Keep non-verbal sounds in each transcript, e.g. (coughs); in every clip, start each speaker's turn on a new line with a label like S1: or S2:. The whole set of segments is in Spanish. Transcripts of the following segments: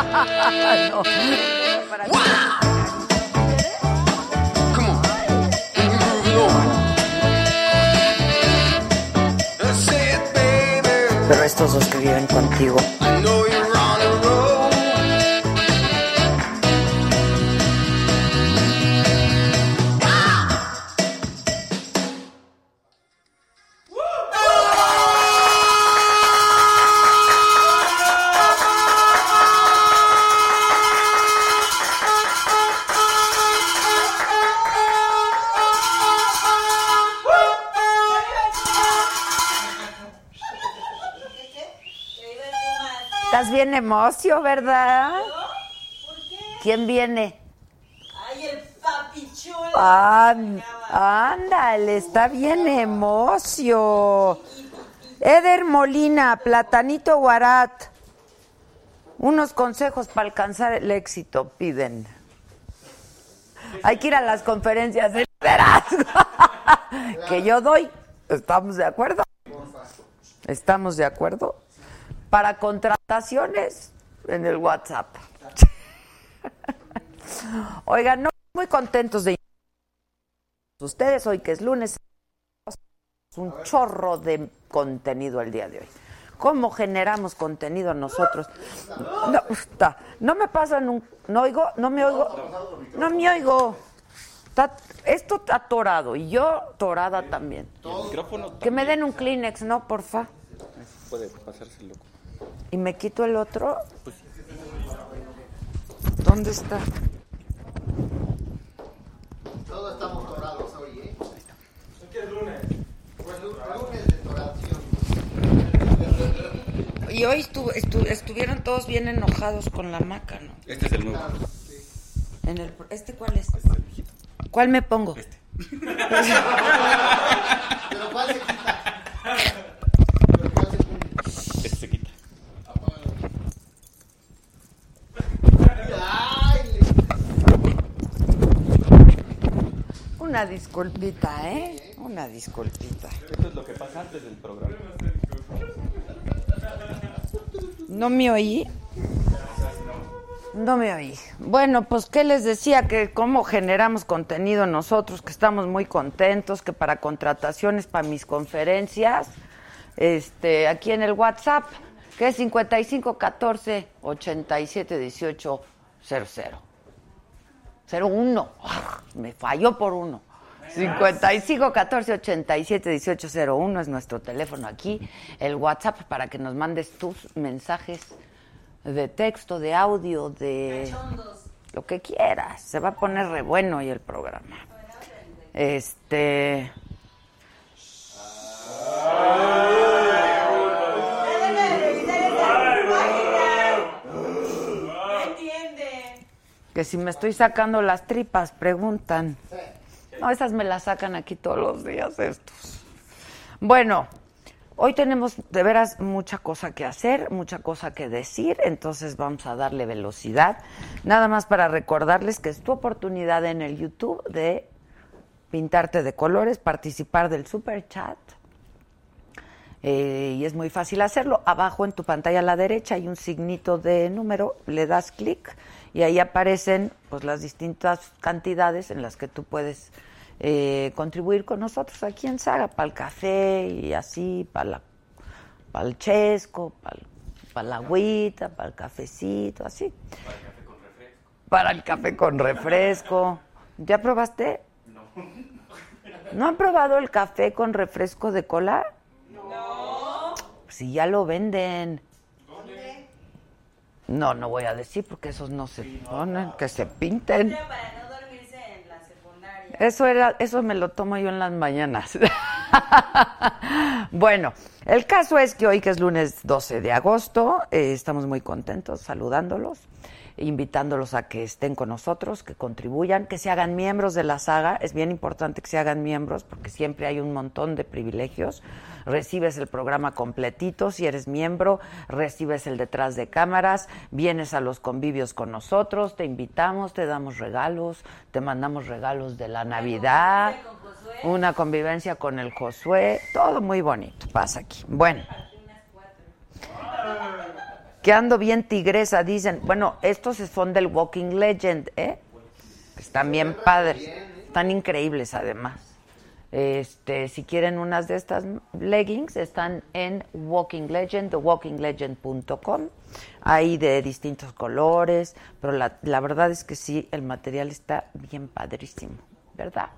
S1: No.
S2: Para
S3: Come on. Mm-hmm. And we're moving on. That's it, baby.
S1: Pero estos dos que viven contigo.
S3: I know you're on a roll.
S1: Estás bien emocio, ¿verdad? ¿Quién viene?
S4: Ay, el papi chulo.
S1: An- ándale, está bien emocio. Eder Molina, Platanito Guarat. Unos consejos para alcanzar el éxito piden. Hay que ir a las conferencias ¿eh? de liderazgo (laughs) que yo doy. ¿Estamos de acuerdo? ¿Estamos de acuerdo? Para contrataciones en el WhatsApp. (laughs) Oigan, no, muy contentos de ustedes hoy que es lunes. Un chorro de contenido el día de hoy. ¿Cómo generamos contenido nosotros? No, está. no me pasan un... No oigo, no me oigo. No me oigo. Está- esto está atorado y yo atorada también. Que me den un Kleenex, ¿no, porfa?
S5: Puede pasarse loco.
S1: Y me quito el otro. ¿Dónde está? Y hoy estu- estu- estuvieron todos bien enojados con la maca, ¿no?
S5: Este es el nuevo.
S1: En el, ¿Este cuál es? ¿Cuál me pongo?
S5: Este se quita.
S1: Una disculpita, ¿eh? Una disculpita.
S5: Esto es lo que pasa antes del programa.
S1: ¿No me oí? No me oí. Bueno, pues qué les decía que cómo generamos contenido nosotros, que estamos muy contentos, que para contrataciones, para mis conferencias, este, aquí en el WhatsApp, que es 55 14 87 18 00. 01. Ah, Me falló por uno. 55 14 87 18 01 es nuestro teléfono aquí, el WhatsApp para que nos mandes tus mensajes de texto, de audio, de lo que quieras. Se va a poner re bueno hoy el programa. Este
S4: Deben de revisar esa página. No entiende.
S1: que si me estoy sacando las tripas, preguntan. No, esas me las sacan aquí todos los días estos. Bueno, hoy tenemos de veras mucha cosa que hacer, mucha cosa que decir, entonces vamos a darle velocidad. Nada más para recordarles que es tu oportunidad en el YouTube de pintarte de colores, participar del super chat. Eh, y es muy fácil hacerlo. Abajo en tu pantalla a la derecha hay un signito de número, le das clic y ahí aparecen pues las distintas cantidades en las que tú puedes eh, contribuir con nosotros aquí en Saga, para el café y así, para el chesco, para la agüita, para el cafecito, así. Para el café con refresco. ¿Ya probaste? (laughs) No. ¿No han probado el café con refresco de cola? Si ya lo venden. No, no voy a decir porque esos no se ponen, que se pinten.
S4: Era para no dormirse en la secundaria.
S1: Eso era, eso me lo tomo yo en las mañanas. (laughs) bueno, el caso es que hoy que es lunes 12 de agosto, eh, estamos muy contentos saludándolos, invitándolos a que estén con nosotros, que contribuyan, que se hagan miembros de la saga. Es bien importante que se hagan miembros porque siempre hay un montón de privilegios. Recibes el programa completito si eres miembro, recibes el detrás de cámaras, vienes a los convivios con nosotros, te invitamos, te damos regalos, te mandamos regalos de la Navidad, una convivencia con el Josué, todo muy bonito pasa aquí. Bueno. Que ando bien tigresa, dicen. Bueno, estos son del Walking Legend, ¿eh? Están bien padres. Están increíbles, además. Este, si quieren unas de estas leggings, están en Walking Legend, thewalkinglegend.com. Hay de distintos colores, pero la, la verdad es que sí, el material está bien padrísimo, ¿verdad?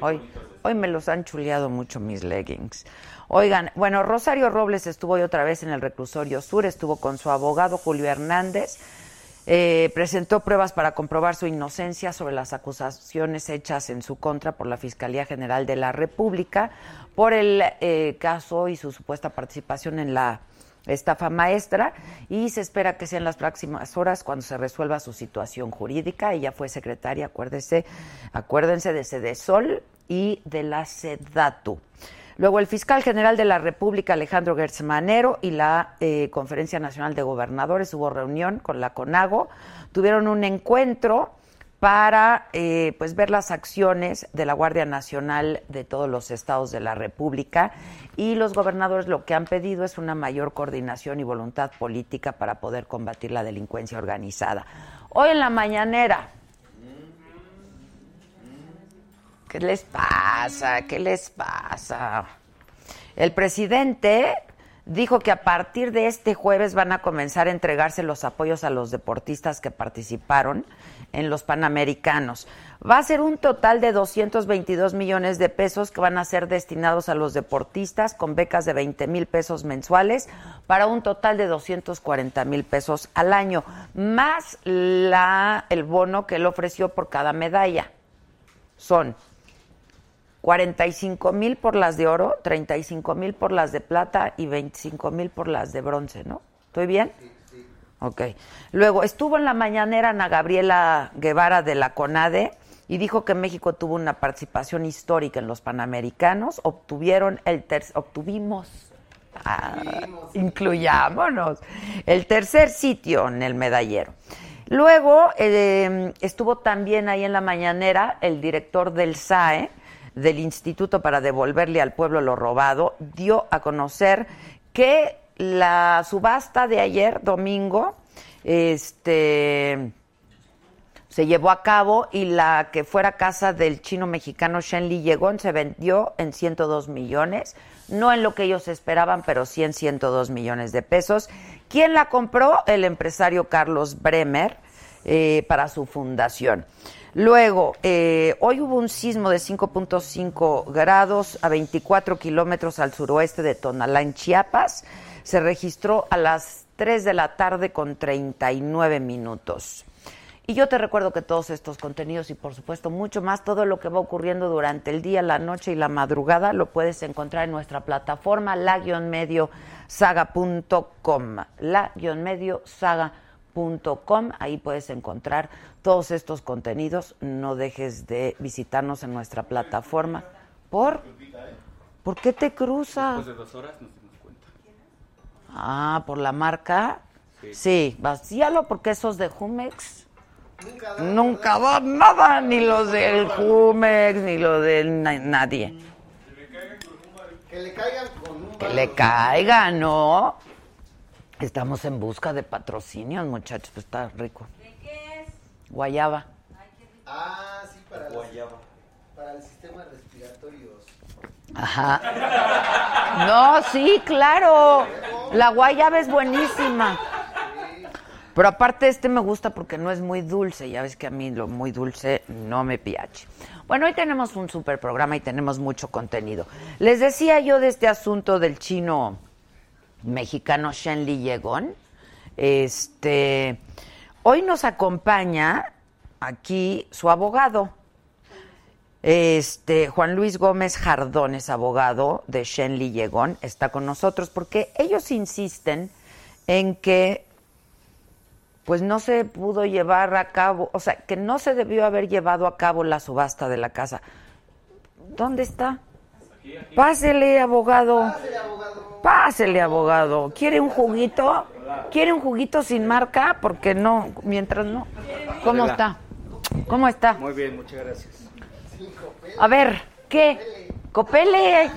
S1: Hoy, hoy me los han chuleado mucho mis leggings. Oigan, bueno, Rosario Robles estuvo hoy otra vez en el reclusorio sur, estuvo con su abogado Julio Hernández, eh, presentó pruebas para comprobar su inocencia sobre las acusaciones hechas en su contra por la Fiscalía General de la República por el eh, caso y su supuesta participación en la estafa maestra y se espera que sea en las próximas horas cuando se resuelva su situación jurídica. Ella fue secretaria, acuérdese, acuérdense de Sedesol y de la Sedatu. Luego el fiscal general de la República, Alejandro Gertz Manero, y la eh, Conferencia Nacional de Gobernadores hubo reunión con la CONAGO, tuvieron un encuentro para eh, pues ver las acciones de la Guardia Nacional de todos los estados de la República y los gobernadores lo que han pedido es una mayor coordinación y voluntad política para poder combatir la delincuencia organizada. Hoy en la mañanera. ¿Qué les pasa? ¿Qué les pasa? El presidente dijo que a partir de este jueves van a comenzar a entregarse los apoyos a los deportistas que participaron en los Panamericanos. Va a ser un total de 222 millones de pesos que van a ser destinados a los deportistas con becas de 20 mil pesos mensuales para un total de 240 mil pesos al año, más la, el bono que él ofreció por cada medalla. Son 45 mil por las de oro, 35 mil por las de plata y 25 mil por las de bronce, ¿no? ¿Estoy bien? Ok. Luego, estuvo en la mañanera Ana Gabriela Guevara de la CONADE y dijo que México tuvo una participación histórica en los Panamericanos. Obtuvieron el ter obtuvimos Ah, incluyámonos. El tercer sitio en el medallero. Luego eh, estuvo también ahí en la mañanera el director del E, SAE, del Instituto para Devolverle al Pueblo lo Robado, dio a conocer que la subasta de ayer, domingo, este, se llevó a cabo y la que fuera casa del chino mexicano Shenli Yegón se vendió en 102 millones, no en lo que ellos esperaban, pero sí en 102 millones de pesos. ¿Quién la compró? El empresario Carlos Bremer eh, para su fundación. Luego, eh, hoy hubo un sismo de 5.5 grados a 24 kilómetros al suroeste de Tonalá, en Chiapas. Se registró a las 3 de la tarde con 39 minutos. Y yo te recuerdo que todos estos contenidos y por supuesto mucho más, todo lo que va ocurriendo durante el día, la noche y la madrugada, lo puedes encontrar en nuestra plataforma la-mediosaga.com. La-mediosaga.com, ahí puedes encontrar todos estos contenidos. No dejes de visitarnos en nuestra plataforma. ¿Por? ¿Por qué te cruzas?
S5: Después de dos horas nos dimos cuenta.
S1: Ah, por la marca.
S5: Sí.
S1: Sí, vacíalo porque esos de Jumex nunca van nada, ni los del Jumex, ni los de na- nadie.
S2: Que le caigan con un
S1: Que
S2: balón.
S1: le caiga, ¿no? Estamos en busca de patrocinios, muchachos, pues está rico.
S4: ¿De qué es?
S1: Guayaba.
S2: Ah, sí, para, las-
S5: Guayaba.
S2: para el sistema respiratorio.
S1: Ajá. No, sí, claro. La guayaba es buenísima. Pero aparte este me gusta porque no es muy dulce. Ya ves que a mí lo muy dulce no me piache. Bueno, hoy tenemos un super programa y tenemos mucho contenido. Les decía yo de este asunto del chino mexicano Shenli Yegón. Este, hoy nos acompaña aquí su abogado, este, Juan Luis Gómez Jardón es abogado de Shenli Yegón, está con nosotros porque ellos insisten en que pues no se pudo llevar a cabo, o sea, que no se debió haber llevado a cabo la subasta de la casa. ¿Dónde está? Pásele, abogado. Pásele, abogado. ¿Quiere un juguito? ¿Quiere un juguito sin marca? Porque no, mientras no. ¿Cómo está? ¿Cómo está?
S6: Muy bien, muchas gracias.
S1: A ver, ¿qué? Copele.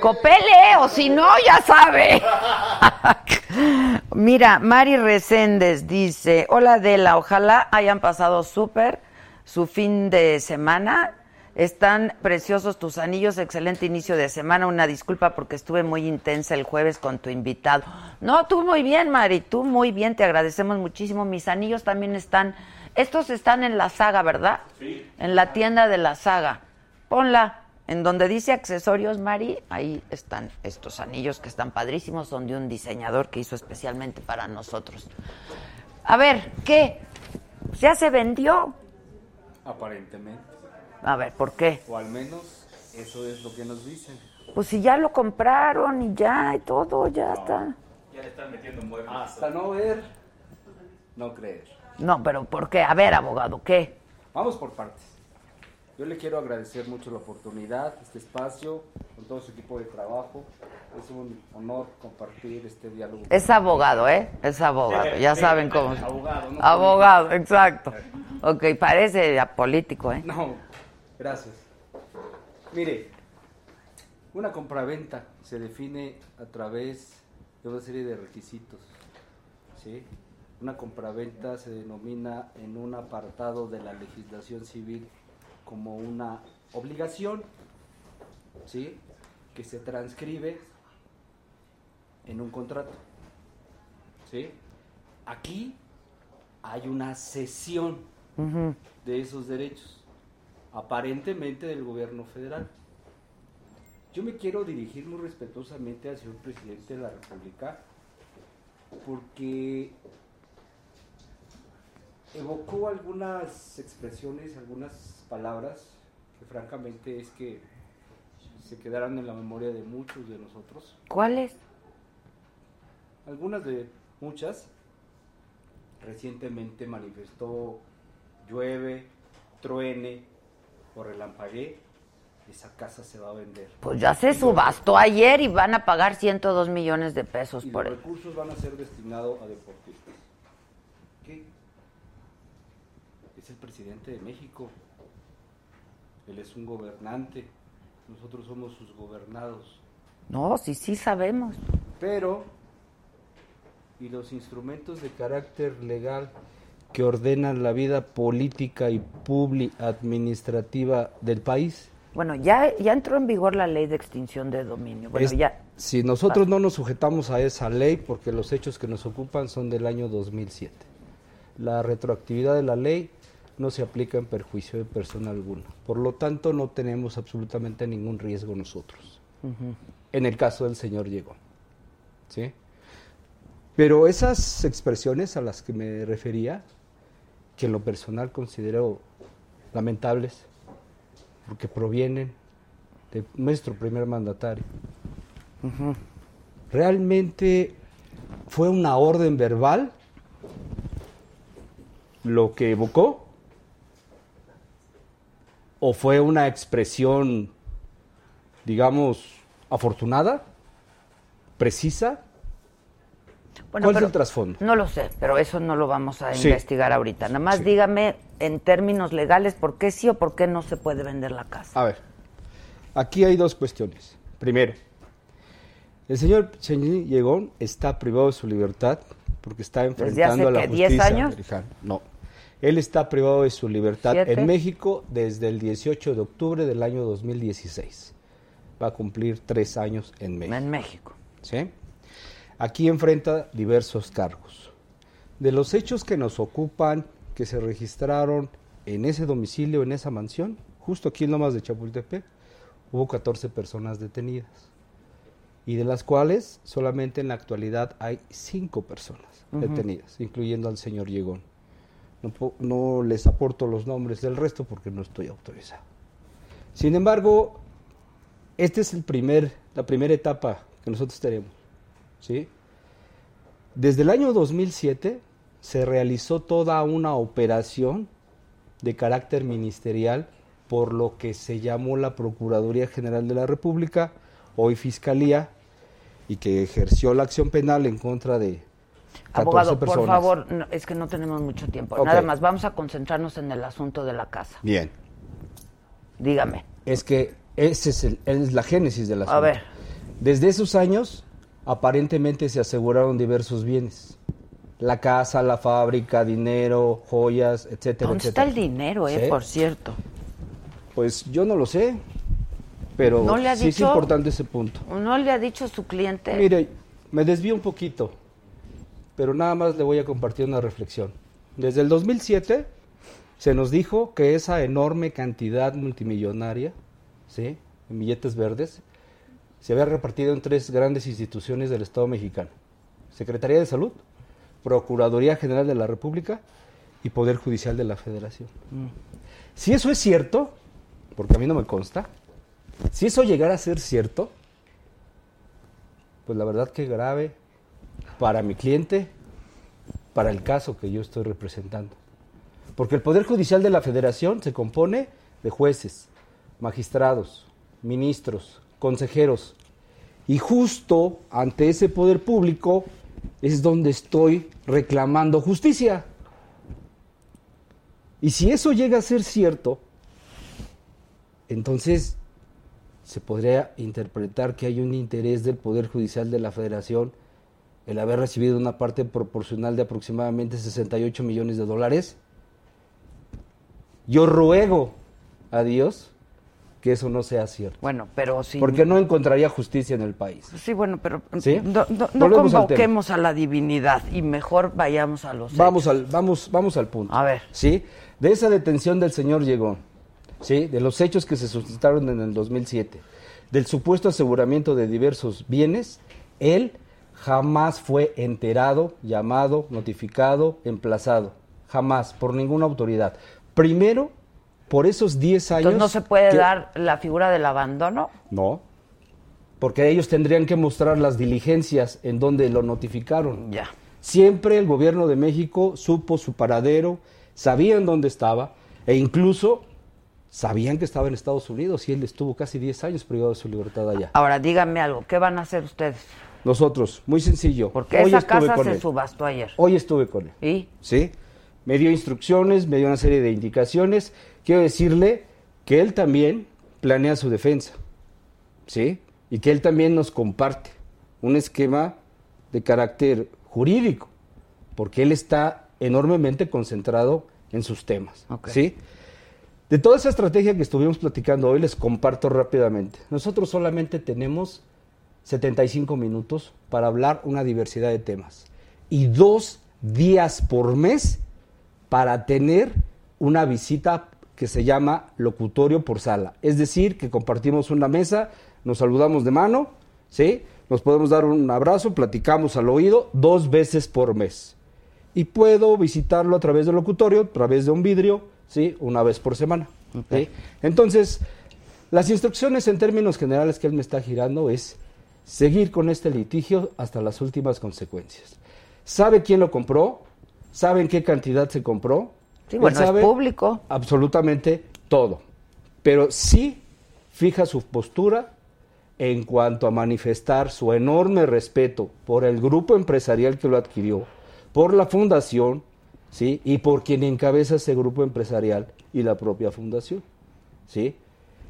S1: Copele, o si no, ya sabe. (laughs) Mira, Mari Reséndez dice, hola Adela, ojalá hayan pasado súper su fin de semana. Están preciosos tus anillos, excelente inicio de semana. Una disculpa porque estuve muy intensa el jueves con tu invitado. No, tú muy bien, Mari, tú muy bien, te agradecemos muchísimo. Mis anillos también están, estos están en la saga, ¿verdad? Sí. En la tienda de la saga. Ponla. En donde dice accesorios, Mari, ahí están estos anillos que están padrísimos, son de un diseñador que hizo especialmente para nosotros. A ver, ¿qué? ¿Ya se vendió?
S5: Aparentemente.
S1: A ver, ¿por qué?
S5: O al menos eso es lo que nos dicen.
S1: Pues si ya lo compraron y ya, y todo, ya está.
S5: Hasta no ver, no creer.
S1: No, pero ¿por qué? A ver, abogado, ¿qué?
S5: Vamos por partes. Yo le quiero agradecer mucho la oportunidad, este espacio, con todo su equipo de trabajo. Es un honor compartir este diálogo.
S1: Es abogado, ¿eh? Es abogado, ya saben cómo. se-
S5: Abogado, ¿no?
S1: Abogado, exacto. Ok, parece político, ¿eh?
S5: No, gracias. Mire, una compraventa se define a través de una serie de requisitos. ¿sí? Una compraventa se denomina en un apartado de la legislación civil como una obligación ¿sí? que se transcribe en un contrato. ¿sí? Aquí hay una cesión
S1: Ujú.
S5: de esos derechos, aparentemente del gobierno federal. Yo me quiero dirigir muy respetuosamente al señor presidente de la República porque evocó algunas expresiones, algunas palabras que francamente es que se quedaron en la memoria de muchos de nosotros
S1: ¿Cuál es?
S5: algunas de muchas. Recientemente manifestó llueve, truene o relampaguee, esa casa se va a vender.
S1: Pues ya se subastó ayer y van a pagar 102 millones de pesos
S5: Y los
S1: por él.
S5: recursos van a ser destinados a deportistas. ¿Qué? Es el presidente de México. Él es un gobernante. Nosotros somos sus gobernados.
S1: No, sí, sí sabemos.
S5: pero y los instrumentos de carácter legal que ordenan la vida política y public administrativa del país.
S1: Bueno, ya, ya entró en vigor la ley de extinción de dominio. Bueno,
S5: Es-
S1: ya.
S5: Si nosotros no nos sujetamos a esa ley, porque los hechos que nos ocupan son del año 2007, la retroactividad de la ley no se aplica en perjuicio de persona alguna. Por lo tanto, no tenemos absolutamente ningún riesgo nosotros. En el caso del señor Llegó. ¿sí? Pero esas expresiones a las que me refería, que en lo personal considero lamentables, porque provienen de nuestro primer mandatario, realmente fue una orden verbal lo que evocó o fue una expresión digamos afortunada precisa
S1: Bueno,
S5: ¿Cuál es
S1: pero-
S5: el trasfondo?
S1: No lo sé, pero eso no lo vamos a
S5: Sí.
S1: investigar ahorita. Nada más
S5: Sí.
S1: dígame en términos legales por qué sí o por qué no se puede vender la casa.
S5: A ver, aquí hay dos cuestiones. Primero, el señor Chengin Yegón está privado de su libertad porque está enfrentando
S1: hace
S5: a la
S1: que 10
S5: justicia
S1: años?
S5: americana. No, él está privado de su libertad
S1: ¿Siete?
S5: en México desde el 18 de octubre del año 2016. Va a cumplir tres años en México.
S1: En México.
S5: ¿sí? Aquí enfrenta diversos cargos. De los hechos que nos ocupan, que se registraron en ese domicilio, en esa mansión, justo aquí en Lomas de Chapultepec, hubo 14 personas detenidas. Y de las cuales solamente en la actualidad hay 5 personas detenidas, incluyendo al señor Llegón. No, po- no les aporto los nombres del resto porque no estoy autorizado. Sin embargo, esta es el primer, la primera etapa que nosotros tenemos. ¿sí? Desde el año 2007 se realizó toda una operación de carácter ministerial por lo que se llamó la Procuraduría General de la República, hoy Fiscalía, y que ejerció la acción penal en contra de 14
S1: Abogado,
S5: personas.
S1: por favor, no, es que no tenemos mucho tiempo.
S5: Ok.
S1: Nada más, vamos a concentrarnos en el asunto de la casa.
S5: Bien.
S1: Dígame.
S5: Es que ese es, el- es la génesis de la
S1: A ver.
S5: Desde esos años aparentemente se aseguraron diversos bienes. La casa, la fábrica, dinero, joyas, etcétera,
S1: ¿Dónde está
S5: etcétera.
S1: el dinero, eh?
S5: Sí.
S1: Por cierto.
S5: Pues yo no lo sé, pero
S1: ¿No le ha
S5: sí es
S1: dicho?
S5: importante ese punto.
S1: ¿No le ha dicho su cliente?
S5: Mire, me desvío un poquito, pero nada más le voy a compartir una reflexión. Desde el 2007 se nos dijo que esa enorme cantidad multimillonaria, ¿sí? En billetes verdes, se había repartido en tres grandes instituciones del Estado mexicano. Secretaría de Salud, Procuraduría General de la República y Poder Judicial de la Federación. Si eso es cierto, porque a mí no me consta, si eso llegara a ser cierto, pues la verdad que grave para mi cliente, para el caso que yo estoy representando. Porque el Poder Judicial de la Federación se compone de jueces, magistrados, ministros, consejeros. Y justo ante ese poder público es donde estoy reclamando justicia. Y si eso llega a ser cierto, entonces se podría interpretar que hay un interés del Poder Judicial de la Federación el haber recibido una parte proporcional de aproximadamente 68 millones de dólares. Yo ruego a Dios que eso no sea cierto,
S1: Bueno, pero si...
S5: porque no encontraría justicia en el país.
S1: Sí, bueno, pero
S5: ¿Sí?
S1: no, no- no
S5: Volvemos al tema.
S1: convoquemos a la divinidad y mejor vayamos a los...
S5: Vamos al, vamos, vamos al punto.
S1: A ver.
S5: ¿Sí? De esa detención del señor llegó, ¿sí? De los hechos que se suscitaron en el 2007, del supuesto aseguramiento de diversos bienes, él jamás fue enterado, llamado, notificado, emplazado. Jamás, por ninguna autoridad. Primero, por esos 10 años.
S1: Entonces no se puede
S5: que-
S1: dar la figura del abandono.
S5: No. Porque ellos tendrían que mostrar las diligencias en donde lo notificaron.
S1: Ya.
S5: Siempre el gobierno de México supo su paradero, sabían dónde estaba e incluso sabían que estaba en Estados Unidos y él estuvo casi 10 años privado de su libertad allá.
S1: Ahora, díganme algo, ¿qué van a hacer ustedes?
S5: Nosotros, muy sencillo,
S1: Porque esa casa se subastó ayer.
S5: Hoy estuve con él.
S1: ¿Y?
S5: ¿sí? Me dio instrucciones, me dio una serie de indicaciones. Quiero decirle que él también planea su defensa, ¿sí? Y que él también nos comparte un esquema de carácter jurídico, porque él está enormemente concentrado en sus temas,
S1: Ok.
S5: ¿sí? De toda esa estrategia que estuvimos platicando hoy, les comparto rápidamente. Nosotros solamente tenemos 75 minutos para hablar una diversidad de temas y dos días por mes para tener una visita que se llama locutorio por sala. Es decir, que compartimos una mesa, nos saludamos de mano, ¿sí? Nos podemos dar un abrazo, platicamos al oído dos veces por mes. Y puedo visitarlo a través del locutorio, a través de un vidrio, ¿sí? Una vez por semana. ¿sí? Entonces, las instrucciones en términos generales que él me está girando es seguir con este litigio hasta las últimas consecuencias. ¿Sabe quién lo compró? ¿Sabe en qué cantidad se compró?
S1: Sí,
S5: Él
S1: bueno, es
S5: sabe
S1: público.
S5: Absolutamente todo. Pero sí fija su postura en cuanto a manifestar su enorme respeto por el grupo empresarial que lo adquirió, por la fundación, ¿sí? Y por quien encabeza ese grupo empresarial y la propia fundación. ¿sí?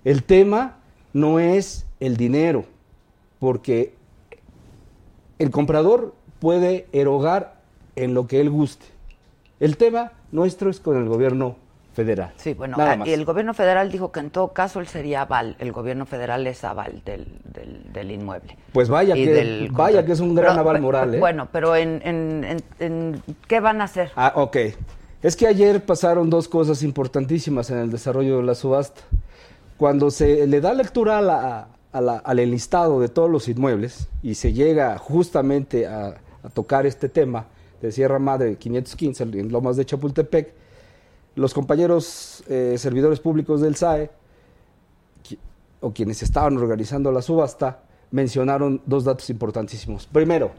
S5: El tema no es el dinero, porque el comprador puede erogar en lo que él guste. El tema nuestro es con el gobierno federal.
S1: Sí, bueno,
S5: Nada
S1: ah,
S5: más.
S1: y el gobierno federal dijo que en todo caso él sería aval. El gobierno federal es aval del, del, del inmueble.
S5: Pues vaya
S1: Y
S5: que-
S1: del
S5: vaya
S1: contrato.
S5: que es un gran aval
S1: pe-
S5: moral, ¿eh?
S1: Bueno, pero en, en, en- en- ¿qué van a hacer?
S5: Ah, ok. Es que ayer pasaron dos cosas importantísimas en el desarrollo de la subasta. Cuando se le da lectura a la- a la- al enlistado de todos los inmuebles y se llega justamente a, a tocar este tema de Sierra Madre 515 en Lomas de Chapultepec, los compañeros eh, servidores públicos del E SAE qui- o quienes estaban organizando la subasta mencionaron dos datos importantísimos. Primero,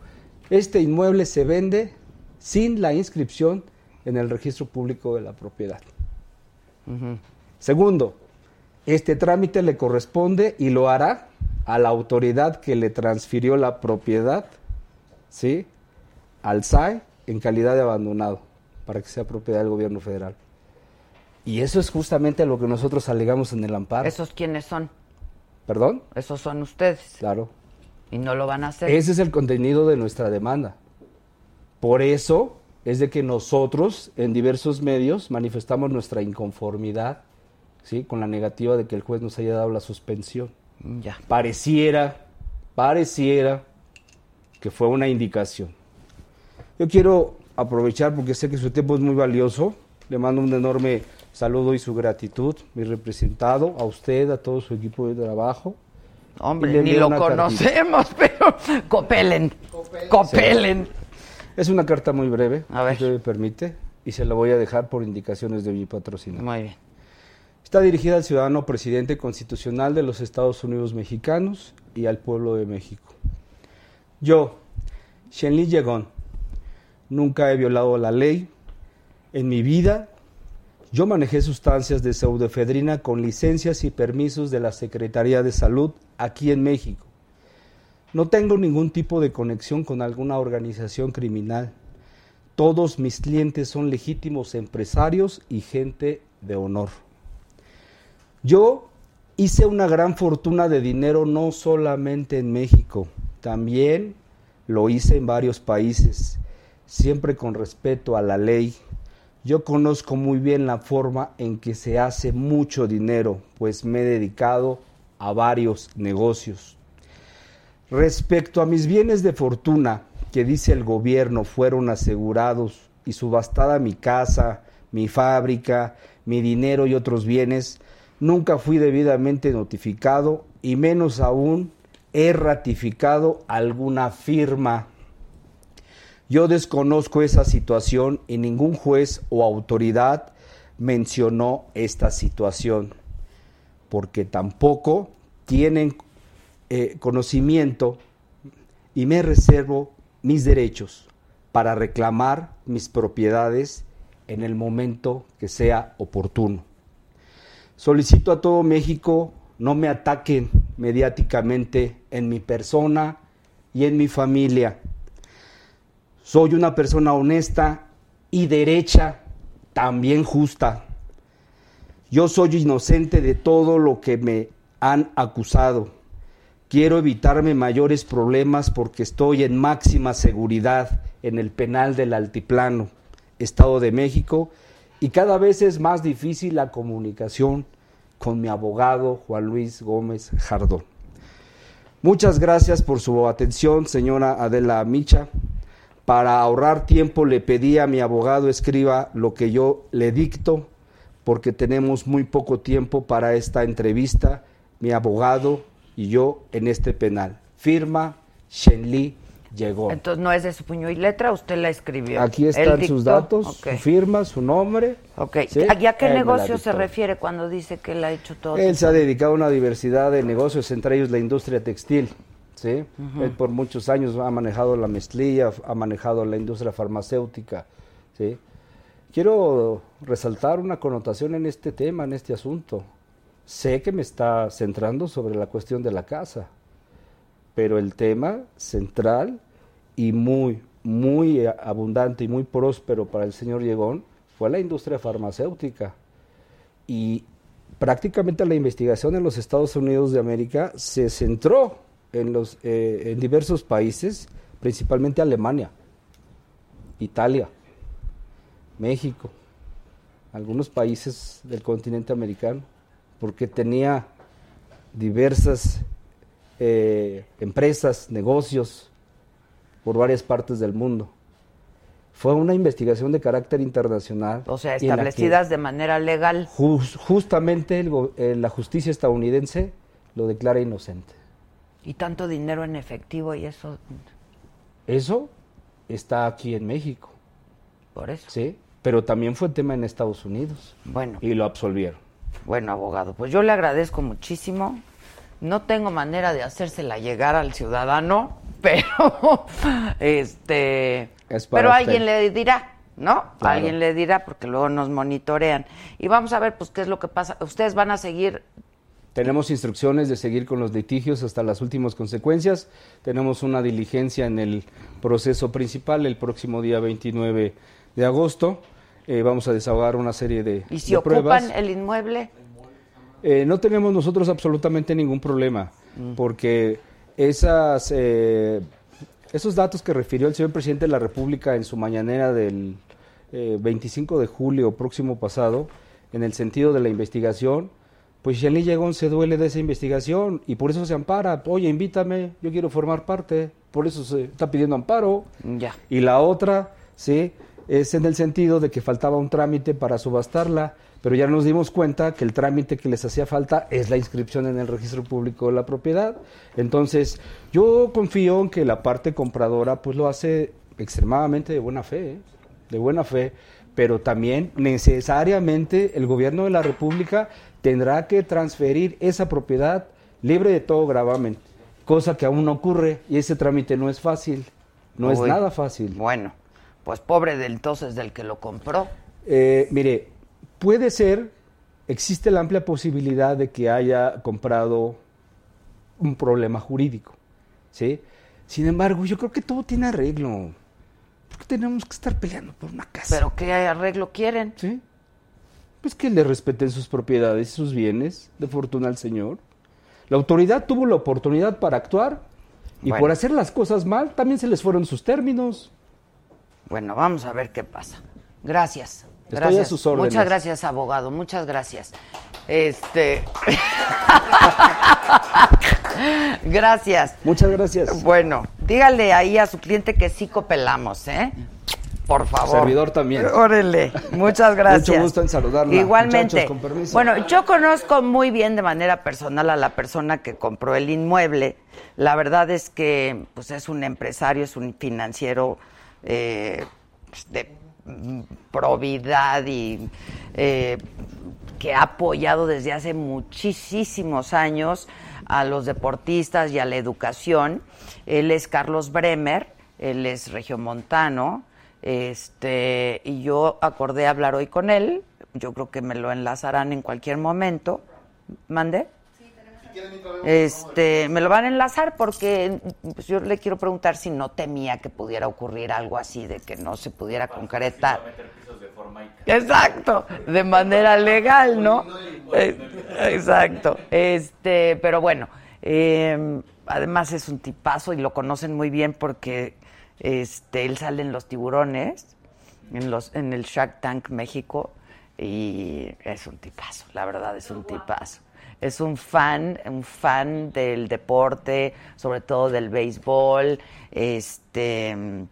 S5: este inmueble se vende sin la inscripción en el registro público de la propiedad. Segundo, este trámite le corresponde y lo hará a la autoridad que le transfirió la propiedad, ¿sí? Al SAE en calidad de abandonado, para que sea propiedad del gobierno federal. Y eso es justamente lo que nosotros alegamos en el amparo.
S1: ¿Esos quiénes son?
S5: ¿Perdón?
S1: Esos son ustedes.
S5: Claro.
S1: Y no lo van a hacer.
S5: Ese es el contenido de nuestra demanda. Por eso es de que nosotros en diversos medios manifestamos nuestra inconformidad ¿sí? con la negativa de que el juez nos haya dado la suspensión.
S1: Ya.
S5: Pareciera, pareciera que fue una indicación. Yo quiero aprovechar porque sé que su tiempo es muy valioso. Le mando un enorme saludo y su gratitud, mi representado, a usted, a todo su equipo de trabajo. Y
S1: Hombre,
S5: le
S1: ni
S5: envía
S1: lo
S5: una
S1: conocemos, (laughs) pero copelen.
S2: Copelen.
S1: Copelen.
S5: Es una carta muy breve,
S1: A ver.
S5: si usted me permite, y se la voy a dejar por indicaciones de mi patrocinador.
S1: Muy bien.
S5: Está dirigida al ciudadano presidente constitucional de los Estados Unidos mexicanos y al pueblo de México. Yo, Shenlin Yegon, nunca he violado la ley. En mi vida, yo manejé sustancias de pseudoefedrina con licencias y permisos de la Secretaría de Salud aquí en México. No tengo ningún tipo de conexión con alguna organización criminal. Todos mis clientes son legítimos empresarios y gente de honor. Yo hice una gran fortuna de dinero no solamente en México, también lo hice en varios países, siempre con respeto a la ley. Yo conozco muy bien la forma en que se hace mucho dinero, pues me he dedicado a varios negocios. Respecto a mis bienes de fortuna, que dice el gobierno fueron asegurados y subastada mi casa, mi fábrica, mi dinero y otros bienes, nunca fui debidamente notificado y menos aún he ratificado alguna firma. Yo desconozco esa situación y ningún juez o autoridad mencionó esta situación, porque tampoco tienen eh, conocimiento y me reservo mis derechos para reclamar mis propiedades en el momento que sea oportuno. Solicito a todo México no me ataquen mediáticamente en mi persona y en mi familia. Soy una persona honesta y derecha, también justa. Yo soy inocente de todo lo que me han acusado. Quiero evitarme mayores problemas porque estoy en máxima seguridad en el penal del Altiplano, Estado de México, y cada vez es más difícil la comunicación con mi abogado Juan Luis Gómez Jardón. Muchas gracias por su atención, señora Adela Micha. Para ahorrar tiempo le pedí a mi abogado escriba lo que yo le dicto, porque tenemos muy poco tiempo para esta entrevista, mi abogado y yo en este penal. Firma Shenli Llegó.
S1: Entonces no es de su puño y letra, usted la escribió.
S5: Aquí
S1: Él
S5: están
S1: dictó.
S5: sus datos,
S1: Ok.
S5: su firma, su nombre.
S1: Ok.
S5: ¿sí?
S1: ¿A y a qué
S5: Él me la
S1: negocio se
S5: dictó.
S1: refiere cuando dice que él ha hecho todo?
S5: Él se ha dedicado a una diversidad de negocios, entre ellos la industria textil. ¿sí? Él por muchos años ha manejado la mezclilla, f- ha manejado la industria farmacéutica. ¿sí? Quiero resaltar una connotación en este tema, en este asunto. Sé que me está centrando sobre la cuestión de la casa, pero el tema central y muy, muy eh, abundante y muy próspero para el señor Llegón fue la industria farmacéutica y prácticamente la investigación en los Estados Unidos de América se centró en, los, eh, en diversos países, principalmente Alemania, Italia, México, algunos países del continente americano, porque tenía diversas eh, empresas, negocios por varias partes del mundo. Fue una investigación de carácter internacional.
S1: O sea,
S5: en la que-
S1: establecidas de manera legal.
S5: Jus- justamente el go- eh, la justicia estadounidense lo declara inocente.
S1: Y tanto dinero en efectivo y eso,
S5: Eso está aquí en México,
S1: por eso.
S5: ¿sí? Pero también fue tema en Estados Unidos
S1: Bueno,
S5: y lo absolvieron.
S1: bueno, abogado, pues yo le agradezco muchísimo. No tengo manera de hacérsela llegar al ciudadano, (laughs) pero este
S5: Es para
S1: pero
S5: usted.
S1: alguien le dirá, ¿no?
S5: Claro.
S1: Alguien le dirá porque luego nos monitorean y vamos a ver pues qué es lo que pasa. Ustedes van a seguir
S5: Tenemos instrucciones de seguir con los litigios hasta las últimas consecuencias. Tenemos una diligencia en el proceso principal el próximo día 29 de agosto. Eh, vamos a desahogar una serie de,
S1: y si
S5: de
S1: ocupan
S5: pruebas.
S1: el inmueble,
S5: Eh, no tenemos nosotros absolutamente ningún problema, porque esas, eh, esos datos que refirió el señor presidente de la República en su mañanera del eh, 25 de julio próximo pasado, en el sentido de la investigación, pues Shelly Llegón se duele de esa investigación y por eso se ampara. Oye, invítame, yo quiero formar parte. Por eso se está pidiendo amparo.
S1: Ya.
S5: Y la otra, sí, es en el sentido de que faltaba un trámite para subastarla, pero ya nos dimos cuenta que el trámite que les hacía falta es la inscripción en el registro público de la propiedad. Entonces, yo confío en que la parte compradora pues lo hace extremadamente de buena fe, ¿eh? de buena fe, pero también necesariamente el gobierno de la República tendrá que transferir esa propiedad libre de todo gravamen, cosa que aún no ocurre y ese trámite no es fácil, no es
S1: Uy.
S5: nada fácil.
S1: Bueno, pues pobre del entonces del que lo compró.
S5: Eh, mire, puede ser, existe la amplia posibilidad de que haya comprado un problema jurídico, ¿sí? Sin embargo, yo creo que todo tiene arreglo. ¿Por qué tenemos que estar peleando por una casa?
S1: Pero qué arreglo quieren.
S5: ¿Sí? Pues que le respeten sus propiedades, sus bienes, de fortuna al señor. La autoridad tuvo la oportunidad para actuar y
S1: Bueno.
S5: por hacer las cosas mal también se les fueron sus términos.
S1: Bueno, vamos a ver qué pasa. Gracias.
S5: Estoy
S1: gracias.
S5: a sus órdenes.
S1: Muchas gracias, abogado. Muchas gracias. Este. (laughs) gracias.
S5: Muchas gracias.
S1: Pues Bueno, dígale ahí a su cliente que sí copelamos, ¿eh? Por favor.
S5: Servidor también.
S1: Órale. Muchas gracias.
S5: Mucho gusto en saludarla,
S1: Igualmente.
S5: muchachos, con permiso.
S1: Bueno, yo conozco muy bien de manera personal a la persona que compró el inmueble. La verdad es que pues es un empresario, es un financiero eh, pues, de mm, probidad y eh, que ha apoyado desde hace muchísimos años a los deportistas y a la educación. Él es Carlos Bremer, él es regiomontano, este, y yo acordé hablar hoy con él. Yo creo que me lo enlazarán en cualquier momento. ¿Mande? Este, me lo van a enlazar porque pues, yo le quiero preguntar si no temía que pudiera ocurrir algo así de que no se pudiera concretar. Exacto, de manera legal, ¿no? Eh, Exacto. Este, pero bueno, eh, además es un tipazo y lo conocen muy bien porque este él sale en los tiburones, en los en el Shark Tank México y es un tipazo, la verdad es un tipazo. Es un fan, un fan del deporte, sobre todo del béisbol, este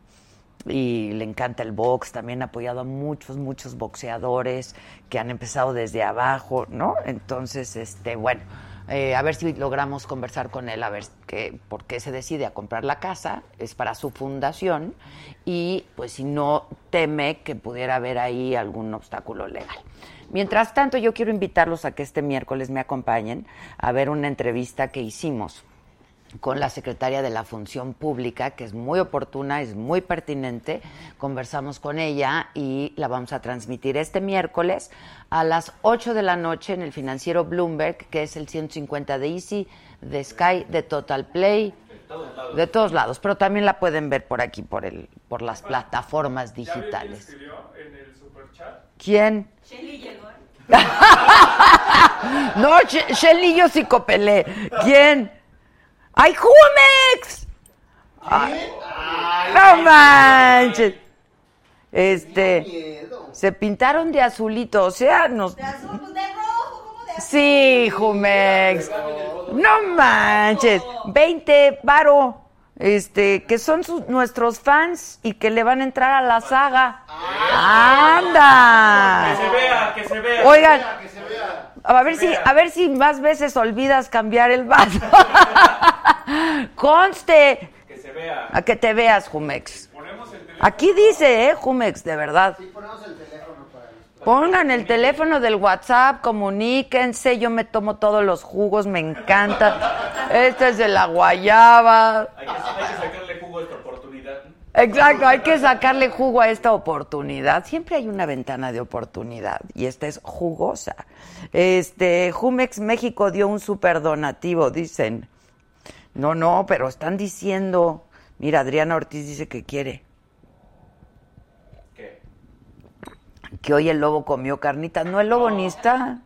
S1: y le encanta el box, también ha apoyado a muchos, muchos boxeadores que han empezado desde abajo, ¿no? Entonces, este, bueno, eh, a ver si logramos conversar con él, a ver qué, por qué se decide a comprar la casa, es para su fundación, y pues si no teme que pudiera haber ahí algún obstáculo legal. Mientras tanto, yo quiero invitarlos a que este miércoles me acompañen a ver una entrevista que hicimos con la secretaria de la Función Pública, que es muy oportuna, es muy pertinente. Conversamos con ella y la vamos a transmitir este miércoles a las 8 de la noche en el financiero Bloomberg, que es el 150 de Easy, de Sky, de Total Play, de todos lados. Pero también la pueden ver por aquí, por, el, por las plataformas digitales. ¿Quién?
S4: Shelly llegó.
S1: No, She- Shelly, yo sí copelé. ¿Quién? ¡Ay, Jumex! Ay, ¡No manches! Este,
S2: Miedo.
S1: se pintaron de azulito, o sea, nos...
S4: De azul, pues de rojo, ¿cómo de azul?
S1: Sí, Jumex. No manches. 20 paro. Este, que son sus- nuestros fans y que le van a entrar a la saga. ¡Anda!
S6: Que se vea, que se vea.
S1: Oigan, a ver si, a ver si más veces olvidas cambiar el vaso. (laughs) Conste
S6: Que se vea.
S1: a que te veas, Jumex. Aquí dice, eh, Jumex, de verdad. Pongan el teléfono del WhatsApp, comuníquense, yo me tomo todos los jugos, me encanta. Este es de la guayaba.
S6: Hay que, hay que sacarle jugo a esta oportunidad.
S1: Exacto, hay que sacarle jugo a esta oportunidad. Siempre hay una ventana de oportunidad y esta es jugosa. Este, Jumex México dio un super donativo, dicen. No, no, pero están diciendo. Mira, Adriana Ortiz dice que quiere.
S6: ¿Qué?
S1: Que hoy el lobo comió carnitas. No, el lobo ni está.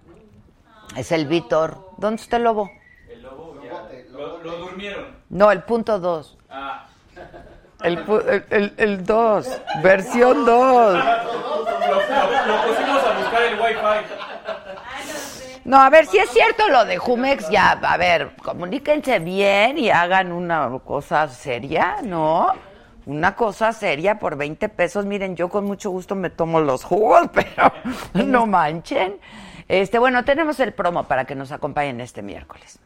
S1: Es el Víctor. ¿Dónde está el lobo?
S6: El lobo ya. Lo, lo durmió
S7: consumieron.
S1: No, el punto 2.
S7: Ah,
S1: El 2, el, el dos, versión 2.
S7: lo, lo- lo pusimos a buscar el wifi.
S1: No, a ver, si es cierto lo de Jumex, ya, a ver, comuníquense bien y hagan una cosa seria, ¿no? Una cosa seria por 20 pesos. Miren, yo con mucho gusto me tomo los jugos, (laughs) pero no manchen. Este, bueno, tenemos el promo para que nos acompañen este miércoles.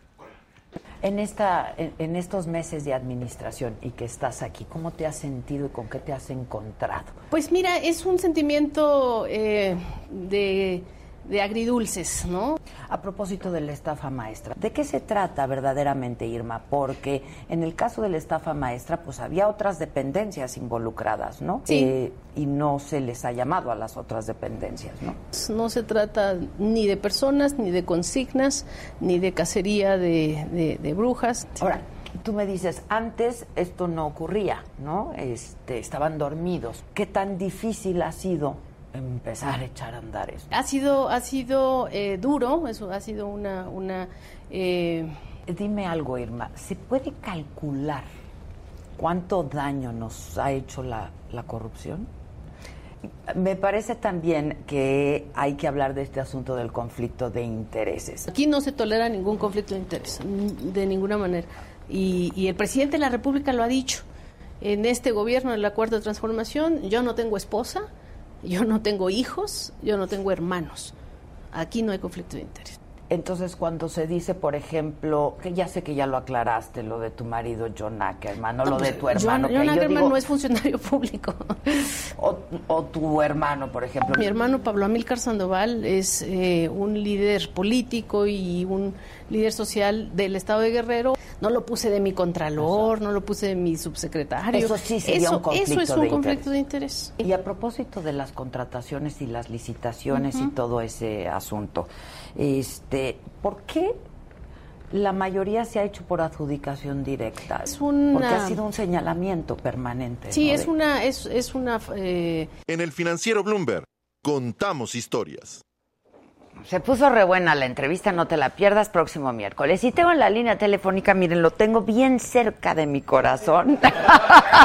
S1: En, esta, en, en estos meses de administración y que estás aquí, ¿cómo te has sentido y con qué te has encontrado?
S8: Pues mira, es un sentimiento eh, de, de agridulces, ¿no?
S1: A propósito de la estafa maestra, ¿de qué se trata verdaderamente, Irma? Porque en el caso de la estafa maestra, pues había otras dependencias involucradas, ¿no? Eh,
S8: Sí.
S1: y no se les ha llamado a las otras dependencias, ¿no?
S8: No se trata ni de personas, ni de consignas, ni de cacería de, de- de brujas.
S1: Ahora, tú me dices, antes esto no ocurría, ¿no? Este, estaban dormidos. ¿Qué tan difícil ha sido empezar a echar a andar esto?
S8: Ha sido, ha sido eh, duro, eso ha sido una... una eh,
S1: Dime algo, Irma, ¿se puede calcular cuánto daño nos ha hecho la, la corrupción? Me parece también que hay que hablar de este asunto del conflicto de intereses.
S8: aquí no se tolera ningún conflicto de interés, n- de ninguna manera. Y, y el presidente de la República lo ha dicho. En este gobierno, en la Cuarta Transformación, yo no tengo esposa, yo no tengo hijos, yo no tengo hermanos. Aquí no hay conflicto de interés.
S1: Entonces, cuando se dice, por ejemplo, que ya sé que ya lo aclaraste, lo de tu marido John Ackerman, no, lo de tu hermano,
S8: pues, Yo,
S1: que yo digo,
S8: no es funcionario (laughs) público.
S1: o, o tu hermano, por ejemplo.
S8: Mi hermano Pablo Amílcar Sandoval es eh, un líder político y un líder social del estado de Guerrero. No lo puse de mi contralor, no lo puse de mi subsecretario.
S1: Eso sí sería
S8: Eso-
S1: un conflicto
S8: eso es un
S1: de
S8: conflicto de interés.
S1: Y a propósito de las contrataciones y las licitaciones y todo ese asunto, este, ¿por qué la mayoría se ha hecho por adjudicación directa?
S8: Es una-
S1: Porque ha sido un señalamiento permanente.
S8: Sí,
S1: ¿no?
S8: es
S1: De-
S8: una, es, es una eh,
S3: En el financiero Bloomberg, contamos historias.
S1: Se puso re buena la entrevista, no te la pierdas próximo miércoles. Y tengo en la línea telefónica, miren, lo tengo bien cerca de mi corazón.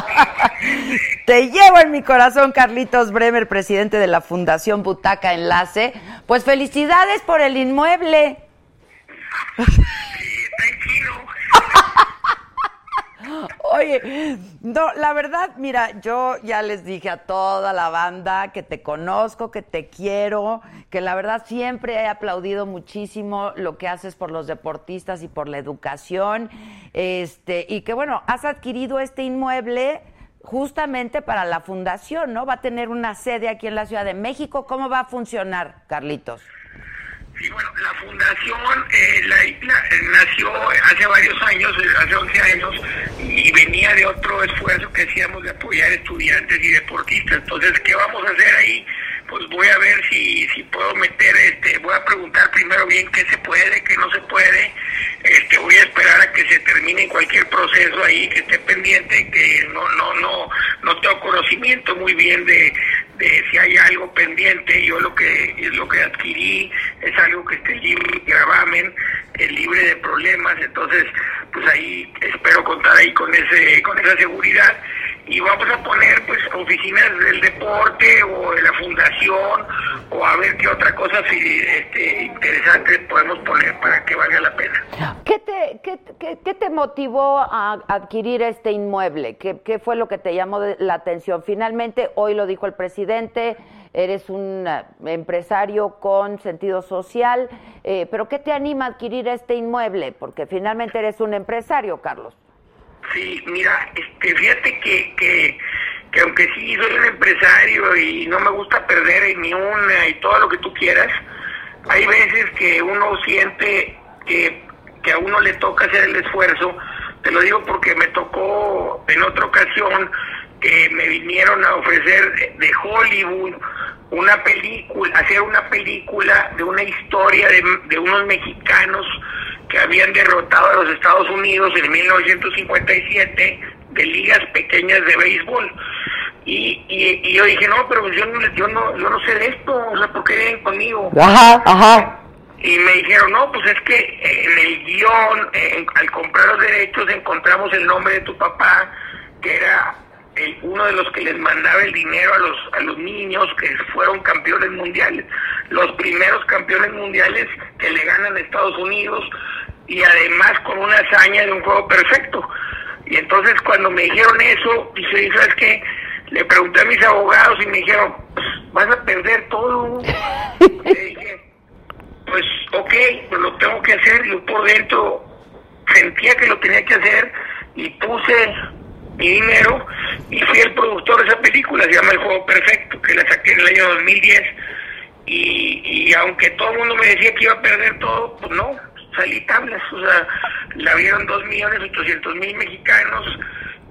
S1: (laughs) Te llevo en mi corazón, Carlitos Bremer, presidente de la Fundación Butaca Enlace. Pues felicidades por el inmueble. Oye, no, la verdad, mira, yo ya les dije a toda la banda que te conozco, que te quiero, que la verdad siempre he aplaudido muchísimo lo que haces por los deportistas y por la educación, este, y que bueno, has adquirido este inmueble justamente para la fundación, ¿no? Va a tener una sede aquí en la Ciudad de México. ¿Cómo va a funcionar, Carlitos?
S9: Sí, bueno, la fundación eh, la, la- eh, nació hace varios años, eh, hace 11 años, y venía de otro esfuerzo que hacíamos de apoyar estudiantes y deportistas. Entonces, ¿qué vamos a hacer ahí? Pues voy a ver si, si puedo meter, este, voy a preguntar primero bien qué se puede, qué no se puede. Este, voy a esperar a que se termine cualquier proceso ahí que esté pendiente, que no, no, no, no tengo conocimiento muy bien de, de si hay algo pendiente. Yo lo que lo que adquirí es algo que esté libre de gravamen, eh, libre de problemas. Entonces, pues ahí espero contar ahí con ese con esa seguridad y vamos a poner pues oficinas del deporte o de la fundación o a ver qué otra cosa si, este, interesante podemos poner para que valga la pena.
S1: ¿Qué te, qué, qué- qué te motivó a adquirir este inmueble? ¿Qué, qué fue lo que te llamó de- la atención? Finalmente, hoy lo dijo el presidente, eres un eh, empresario con sentido social, eh, pero ¿qué te anima a adquirir este inmueble? Porque finalmente eres un empresario, Carlos.
S9: Sí, mira, este, fíjate que, que, que aunque sí soy un empresario y no me gusta perder ni una y todo lo que tú quieras, hay veces que uno siente que, que a uno le toca hacer el esfuerzo. Te lo digo porque me tocó en otra ocasión que me vinieron a ofrecer de- de Hollywood una película, hacer una película de una historia de, de unos mexicanos que habían derrotado a los Estados Unidos en 1957 de ligas pequeñas de béisbol. Y, y, y yo
S1: Ah,
S9: dije, no, pero yo no, yo no, yo no sé de esto, o sea, ¿por qué vienen conmigo?
S1: Ajá, ajá.
S9: y me dijeron, no, pues es que en el guión, eh, en- al comprar los derechos, encontramos el nombre de tu papá, que era el, uno de los que les mandaba el dinero a los, a los niños que fueron campeones mundiales, los primeros campeones mundiales que le ganan a Estados Unidos, y además con una hazaña de un juego perfecto. Y entonces cuando me dijeron eso, dije, ¿sabes qué? Le pregunté a mis abogados y me dijeron, "Pues, vas a perder todo. Le dije, pues ok, pues lo tengo que hacer, yo por dentro sentía que lo tenía que hacer y puse mi dinero y fui el productor de esa película, se llama El Juego Perfecto, que la saqué en el año 2010 y, y aunque todo el mundo me decía que iba a perder todo, pues no, salí tablas, o sea, la vieron 2.800.000 mexicanos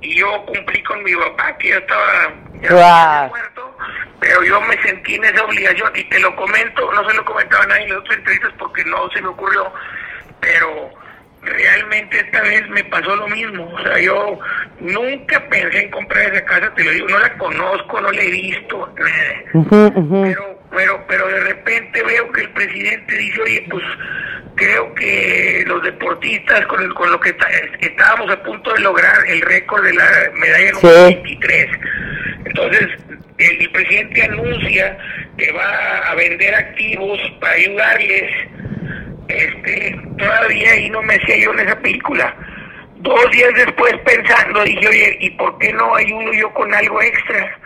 S9: y yo cumplí con mi papá que ya estaba... ya
S1: Claro.
S9: muerto, pero yo me sentí en esa obligación y te lo comento, no se lo comentaba a nadie en las otras entrevistas porque no se me ocurrió, pero realmente esta vez me pasó lo mismo, o sea, yo nunca pensé en comprar esa casa, te lo digo, no la conozco, no la he visto, nada. Pero, pero, pero de repente veo que el presidente dice, oye, pues creo que los deportistas con, el- con lo que está- estábamos a punto de lograr el récord de la medalla número
S1: Sí.
S9: 23. Entonces, el, el presidente anuncia que va a vender activos para ayudarles. Este, todavía ahí no me sé yo en esa película. Dos días después pensando, dije, oye, ¿y por qué no ayudo yo con algo extra?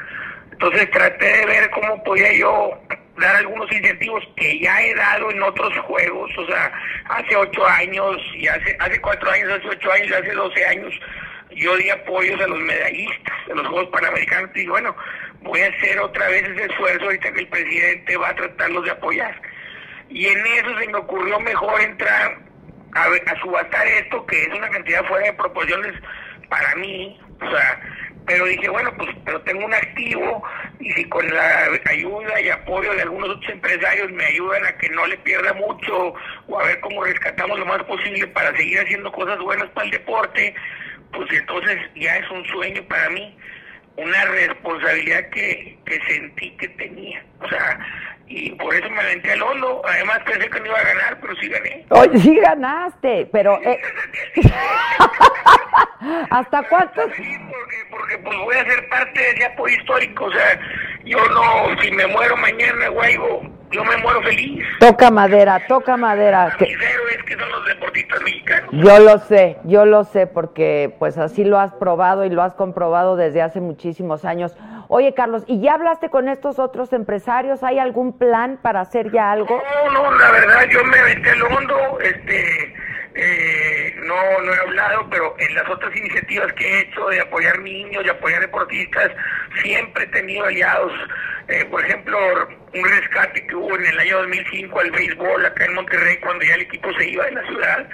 S9: Entonces traté de ver cómo podía yo dar algunos incentivos que ya he dado en otros juegos, o sea, hace ocho años, y hace, hace cuatro años, hace ocho años, hace doce años, yo di apoyos a los medallistas de los Juegos Panamericanos y bueno, voy a hacer otra vez ese esfuerzo ahorita que el presidente va a tratarlos de apoyar. Y en eso se me ocurrió mejor entrar a, ver- a subatar esto, que es una cantidad fuera de proporciones para mí, o sea, pero dije, bueno, pues pero tengo un activo y si con la ayuda y apoyo de algunos otros empresarios me ayudan a que no le pierda mucho o a ver cómo rescatamos lo más posible para seguir haciendo cosas buenas para el deporte, pues entonces ya es un sueño para mí una responsabilidad que, que sentí que tenía. O sea, y por eso me aventé al hondo. Además pensé que no iba a ganar, pero sí gané.
S1: Oye, sí ganaste, pero
S9: (laughs)
S1: eh, ¿hasta cuántos?
S9: Sí, porque, porque pues voy a ser parte de ese apoyo histórico. O sea, yo no, si me muero mañana, Guaybo, yo me muero feliz.
S1: Toca madera, toca madera. que-
S9: Mis héroes que son los deportistas mexicanos.
S1: Yo lo sé, yo lo sé, porque pues así lo has probado y lo has comprobado desde hace muchísimos años. Oye, Carlos, ¿y ya hablaste con estos otros empresarios? ¿Hay algún plan para hacer ya algo?
S9: No, no, la verdad, yo me aventé al hondo, este, eh, no, no he hablado, pero en las otras iniciativas que he hecho de apoyar niños, de apoyar deportistas, siempre he tenido aliados. Eh, por ejemplo, un rescate que hubo en el año 2005 al béisbol acá en Monterrey, cuando ya el equipo se iba de la ciudad,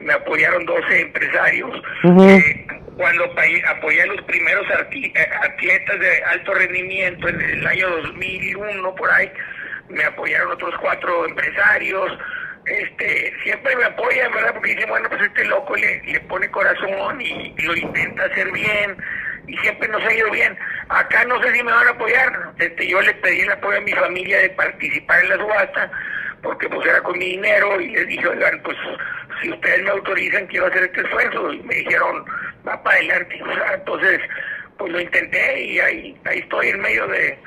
S9: me apoyaron 12 empresarios. Eh, cuando pa- apoyé a los primeros arti- eh, atletas de alto rendimiento en el año 2001, por ahí, me apoyaron otros cuatro empresarios, este, siempre me apoyan, ¿verdad? Porque dicen, bueno, pues este loco le, le pone corazón y, y lo intenta hacer bien, y siempre nos ha ido bien. Acá no sé si me van a apoyar, este, yo les pedí el apoyo a mi familia de participar en la subasta, porque pues era con mi dinero, y les dije, oigan, pues si ustedes me autorizan, quiero hacer este esfuerzo, y me dijeron, va para adelante, o sea, entonces, pues lo intenté y ahí, ahí estoy en medio de,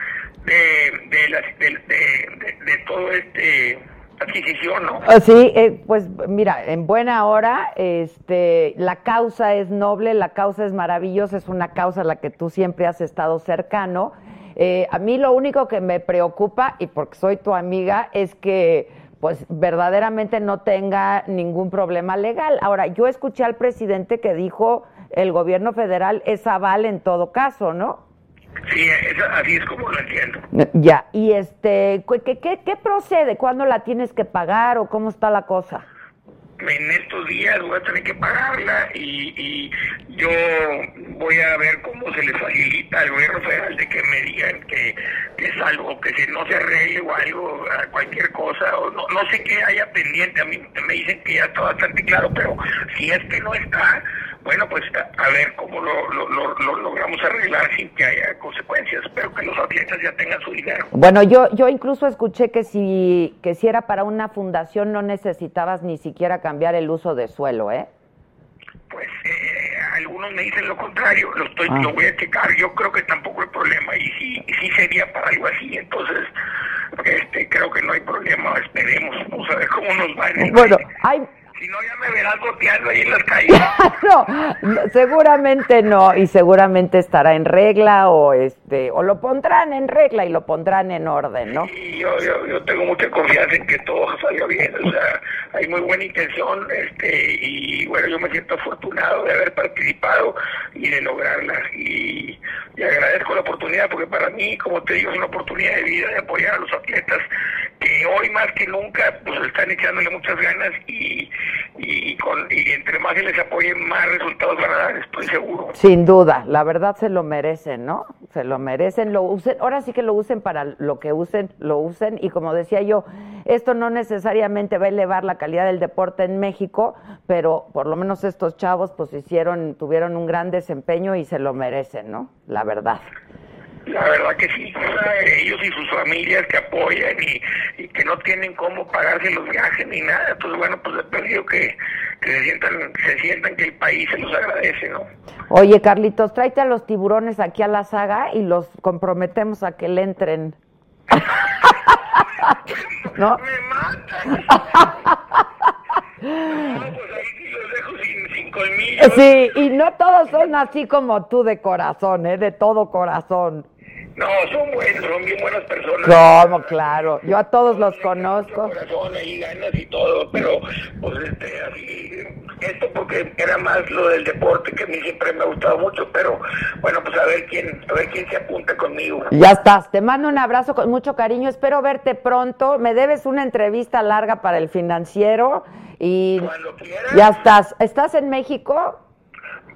S9: de, de, las- de, de- de- de todo este adquisición, ¿no?
S1: Ah, Sí, eh, pues mira, en buena hora, este, la causa es noble, la causa es maravillosa, es una causa a la que tú siempre has estado cercano. Eh, a mí lo único que me preocupa, y porque soy tu amiga, es que pues verdaderamente no tenga ningún problema legal. Ahora, yo escuché al presidente que dijo el gobierno federal es aval en todo caso, ¿no?
S9: Sí, es- así es como lo entiendo.
S1: Ya, y este, cu- ¿qué, qué, qué procede? ¿Cuándo la tienes que pagar o cómo está la cosa?
S9: En estos días voy a tener que pagarla y, y yo voy a ver cómo se le facilita al gobierno federal de que me digan que, que es algo, que se no se arregle o algo, a cualquier cosa, o no, no sé qué haya pendiente. A mí me dicen que ya está bastante claro, pero si es que no está, Bueno, pues a a ver cómo lo, lo- lo- lo logramos arreglar sin que haya consecuencias. Espero que los atletas ya tengan su dinero.
S1: Bueno, yo, yo incluso escuché que si, que si era para una fundación no necesitabas ni siquiera cambiar el uso de suelo, ¿eh?
S9: Pues eh, algunos me dicen lo contrario, lo estoy,
S1: Ah.
S9: lo voy a checar, yo creo que tampoco hay problema y sí, sí sería para algo así, entonces este, creo que no hay problema, esperemos, vamos a ver cómo nos va en el
S1: Bueno,
S9: baile.
S1: hay,
S9: Si no ya me verás goteando ahí en las calles.
S1: (laughs) no, no, seguramente no y seguramente estará en regla o este o lo pondrán en regla y lo pondrán en orden, ¿no?
S9: Y yo, yo, yo tengo mucha confianza en que todo salga bien, o sea, hay muy buena intención, este, y bueno, yo me siento afortunado de haber participado y de lograrla, y, y agradezco la oportunidad, porque para mí, como te digo, es una oportunidad de vida de apoyar a los atletas que hoy más que nunca, pues están echándole muchas ganas, y, y, con, y entre más se les apoye, más resultados van a dar, estoy seguro.
S1: Sin duda, la verdad se lo merecen, ¿no? Se lo merecen, lo usen, ahora sí que lo usen para lo que usen, lo usen y como decía yo, esto no necesariamente va a elevar la calidad del deporte en México, pero por lo menos estos chavos pues hicieron, tuvieron un gran desempeño y se lo merecen, ¿no? La verdad.
S9: La verdad que sí, o sea, ellos y sus familias que apoyan y, y que no tienen cómo pagarse los viajes ni nada, entonces bueno, pues he perdido que, que se, sientan, se sientan que el país se los agradece, ¿no?
S1: Oye, Carlitos, tráete a los tiburones aquí a la saga y los comprometemos a que le entren. (laughs) ¿No?
S9: ¡Me matan! (laughs) no, pues ahí sí los dejo sin, sin colmillos.
S1: Sí, y no todos son así como tú de corazón, ¿eh? De todo corazón.
S9: No, son buenos, son bien buenas personas.
S1: ¿Cómo? Claro. Yo a todos los conozco.
S9: corazón ahí ganas y todo, pero pues este así esto porque era más lo del deporte que a mí siempre me ha gustado mucho, pero bueno pues a ver quién, a ver quién se apunta conmigo.
S1: Ya estás. Te mando un abrazo con mucho cariño. Espero verte pronto. Me debes una entrevista larga para el financiero y
S9: Cuando quieras,
S1: ya estás. ¿Estás en México?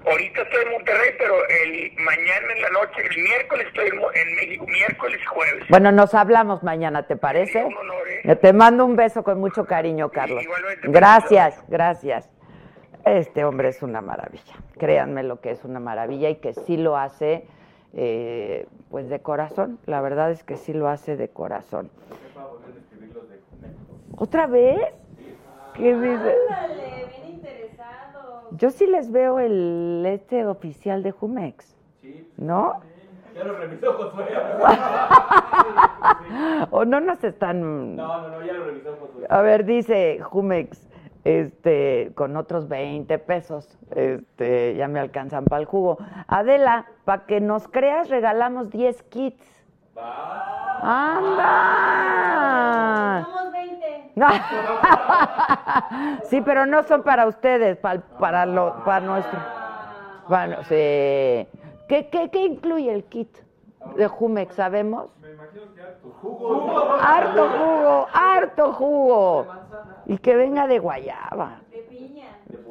S9: ahorita estoy en Monterrey, pero el mañana en la noche, el miércoles estoy en, Mo- en México, miércoles y jueves.
S1: Bueno, nos hablamos mañana, ¿te parece?
S9: Sí, un honor, ¿eh?
S1: Yo Te mando un beso con mucho cariño, Carlos.
S9: Igualmente,
S1: Gracias, gracias. Este hombre es una maravilla. Créanme lo que es una maravilla y que sí lo hace, eh, pues de corazón. La verdad es que sí lo hace de corazón. ¿Otra vez? ¿Qué dice?
S4: Ándale, bien interesado.
S1: Yo sí les veo el este oficial de Jumex. ¿No?
S7: Ya lo revisó Josué.
S1: ¿O no nos están
S7: No, no, no, ya lo revisó Josué.
S1: A ver, dice Jumex, este, con otros 20 pesos, este, ya me alcanzan para el jugo. Adela, para que nos creas, regalamos 10 kits. ¡Anda!
S4: Somos 20.
S1: No. (laughs) Sí, pero no son para ustedes, para, para, lo, para nuestro. Bueno, sí. ¿Qué, qué, qué incluye el kit de Jumex? ¿Sabemos? Harto jugo, harto jugo. Y que venga de guayaba.
S4: De piña.
S10: Piña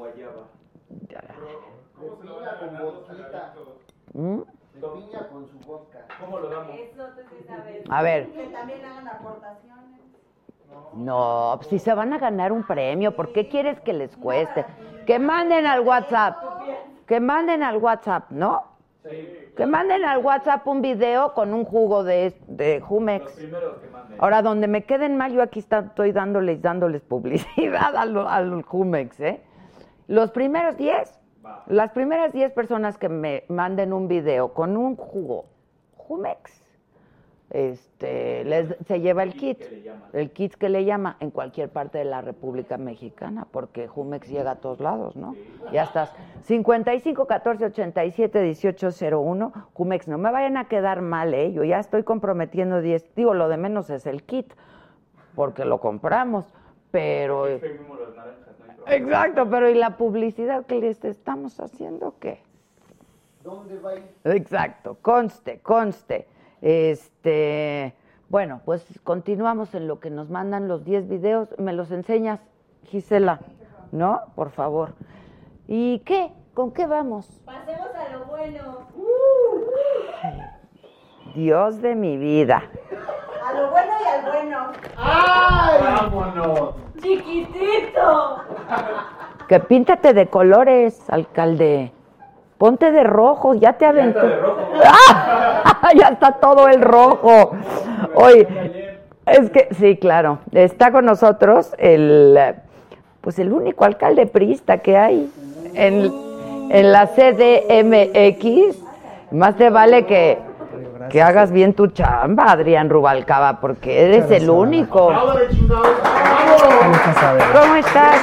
S10: con vodka.
S1: ¿Mm?
S10: Piña con su vodka.
S7: ¿Cómo lo damos?
S4: Eso tú sí sabes.
S1: A ver.
S4: Que también hagan aportaciones.
S1: No, pues si se van a ganar un premio, ¿por qué quieres que les cueste? Que manden al WhatsApp. Que manden al WhatsApp, ¿no? Que manden al WhatsApp un video con un jugo de, de Jumex.
S7: Primero que mande.
S1: Ahora, donde me queden mal, yo aquí está- estoy dándoles, dándoles publicidad al, al Jumex, ¿eh? Los primeros 10, las primeras 10 personas que me manden un video con un jugo Jumex, este, les, se lleva el kit, el kit que le llama en cualquier parte de la República Mexicana, porque Jumex llega a todos lados, ¿no? Ya estás. 55 14 87 18 01, Jumex, no me vayan a quedar mal, ¿eh? Yo ya estoy comprometiendo 10, digo, lo de menos es el kit, porque lo compramos, pero... Exacto, pero ¿y la publicidad que les estamos haciendo qué?
S10: ¿Dónde va a ir?
S1: Exacto, conste, conste. Este, bueno, pues continuamos en lo que nos mandan los 10 videos. Me los enseñas, Gisela, ¿no? Por favor. ¿Y qué? ¿Con qué vamos?
S4: Pasemos a lo bueno.
S1: Dios de mi vida.
S4: A lo bueno y al bueno.
S10: ¡Ay!
S7: Vámonos.
S4: Chiquitito.
S1: Que píntate de colores, alcalde. Ponte de rojo, ya te aventó.
S11: de rojo.
S1: (laughs) ¡Ah! ya está todo el rojo. Oye, es que sí, claro. Está con nosotros el eh, pues el único alcalde priista que hay en, en la CDMX. Más te vale que, que hagas bien tu chamba, Adrián Rubalcaba, porque eres el único. ¿Cómo estás?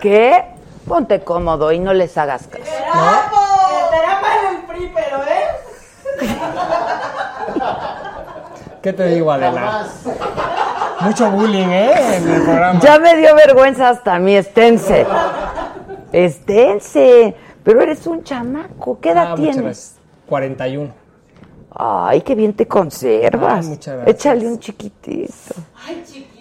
S1: ¿Qué? Ponte cómodo y no les hagas caso.
S4: Será para el PRI, pero ¿eh?
S10: ¿Qué te digo, Adela? Mucho bullying, ¿eh? En el programa.
S1: Ya me dio vergüenza hasta mi estense. Estense. Pero eres un chamaco. ¿Qué edad
S10: Ah, muchas
S1: tienes?
S10: gracias. 41.
S1: Ay, qué bien te conservas.
S10: Ay, Ah, muchas gracias.
S1: Échale un chiquitito.
S4: Ay, chiquitito.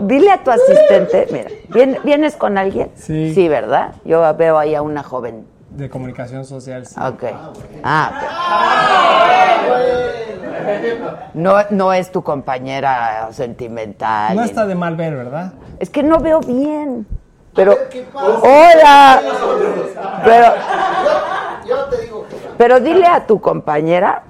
S1: Dile a tu asistente, mira, ¿vien- ¿vienes con alguien?
S10: Sí.
S1: ¿verdad? Yo veo ahí a una joven.
S10: De comunicación social, sí.
S1: Ok. Ah, ok. No, no es tu compañera sentimental.
S10: No
S1: ni
S10: está de mal ver, ¿verdad?
S1: Es que no veo bien. Pero. ¡Hola! Pero,
S12: Yo te digo que
S1: pero dile a tu compañera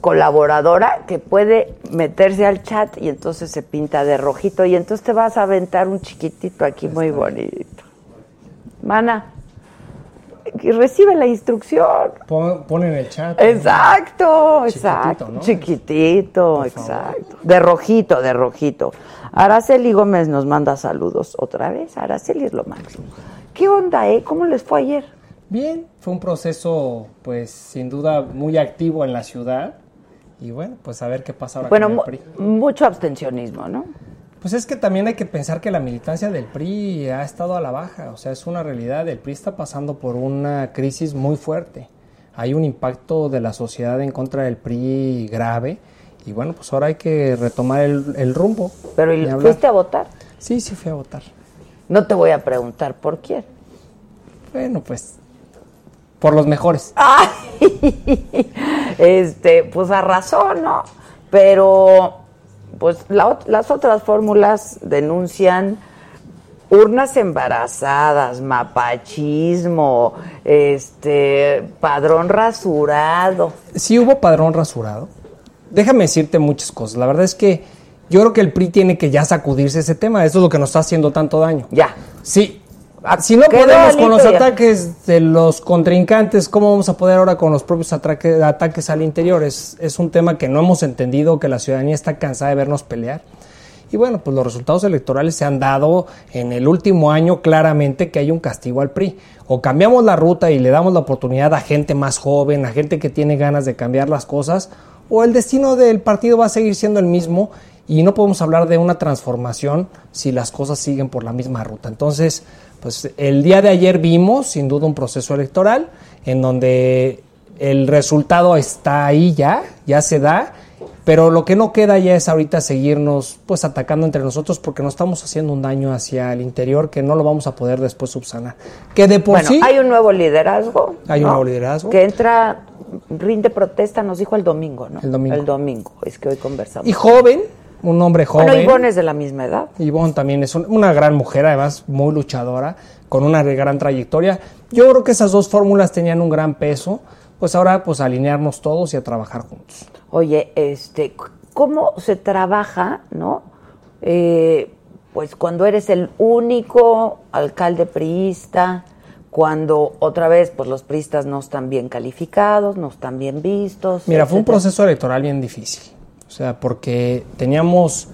S1: colaboradora que puede meterse al chat y entonces se pinta de rojito y entonces te vas a aventar un chiquitito aquí muy bonito. Mana, que recibe la instrucción.
S10: Pon, pon en el chat.
S1: Exacto,
S10: Chiquitito,
S1: exacto.
S10: ¿no?
S1: Chiquitito, exacto. De rojito, de rojito. Araceli Gómez nos manda saludos otra vez. Araceli es lo máximo. ¿Qué onda, eh? ¿Cómo les fue ayer?
S10: Bien, fue un proceso, pues, sin duda muy activo en la ciudad. Y bueno, pues a ver qué pasa ahora
S1: Bueno,
S10: con
S1: mu-
S10: el PRI.
S1: mucho abstencionismo, ¿no?
S10: Pues es que también hay que pensar que la militancia del PRI ha estado a la baja, o sea, es una realidad, el PRI está pasando por una crisis muy fuerte. Hay un impacto de la sociedad en contra del PRI grave y bueno, pues ahora hay que retomar el, el rumbo.
S1: Pero ¿y
S10: Ni hablar.
S1: ¿fuiste a votar?
S10: Sí, sí fui a votar.
S1: No te voy a preguntar por quién.
S10: Bueno, pues por los mejores.
S1: Ay, (laughs) este, pues arrasó, ¿no? Pero, pues la ot- las otras fórmulas denuncian urnas embarazadas, mapachismo, este, padrón rasurado.
S10: sí hubo padrón rasurado. Déjame decirte muchas cosas. La verdad es que yo creo que el PRI tiene que ya sacudirse ese tema. Eso es lo que nos está haciendo tanto daño.
S1: Ya.
S10: Sí. Si no
S1: Quedó
S10: podemos con los
S1: limpio ya.
S10: ataques de los contrincantes, ¿cómo vamos a poder ahora con los propios atraque- ataques al interior? Es, es un tema que no hemos entendido, que la ciudadanía está cansada de vernos pelear. Y bueno, pues los resultados electorales se han dado en el último año claramente que hay un castigo al PRI. O cambiamos la ruta y le damos la oportunidad a gente más joven, a gente que tiene ganas de cambiar las cosas, o el destino del partido va a seguir siendo el mismo y no podemos hablar de una transformación si las cosas siguen por la misma ruta. Entonces, pues el día de ayer vimos sin duda un proceso electoral en donde el resultado está ahí ya, ya se da, pero lo que no queda ya es ahorita seguirnos pues atacando entre nosotros porque nos estamos haciendo un daño hacia el interior que no lo vamos a poder después subsanar. Que de por
S1: bueno,
S10: Pues sí
S1: hay un nuevo liderazgo.
S10: Hay un nuevo liderazgo.
S1: Que entra, rinde protesta, nos dijo el domingo, ¿no?
S10: El domingo.
S1: El domingo, es que hoy conversamos.
S10: y joven, un hombre joven.
S1: bueno, Ivonne es de la misma edad.
S10: Ivonne también es un- una gran mujer, además muy luchadora, con una re- gran trayectoria. Yo creo que esas dos fórmulas tenían un gran peso. Pues ahora, pues alinearnos todos y a trabajar juntos.
S1: Oye, este, c- ¿cómo se trabaja, no? Eh, pues cuando eres el único alcalde priista, cuando otra vez, pues los priistas no están bien calificados, no están bien vistos.
S10: Mira, fue un
S1: etcétera.
S10: proceso electoral bien difícil. O sea, porque teníamos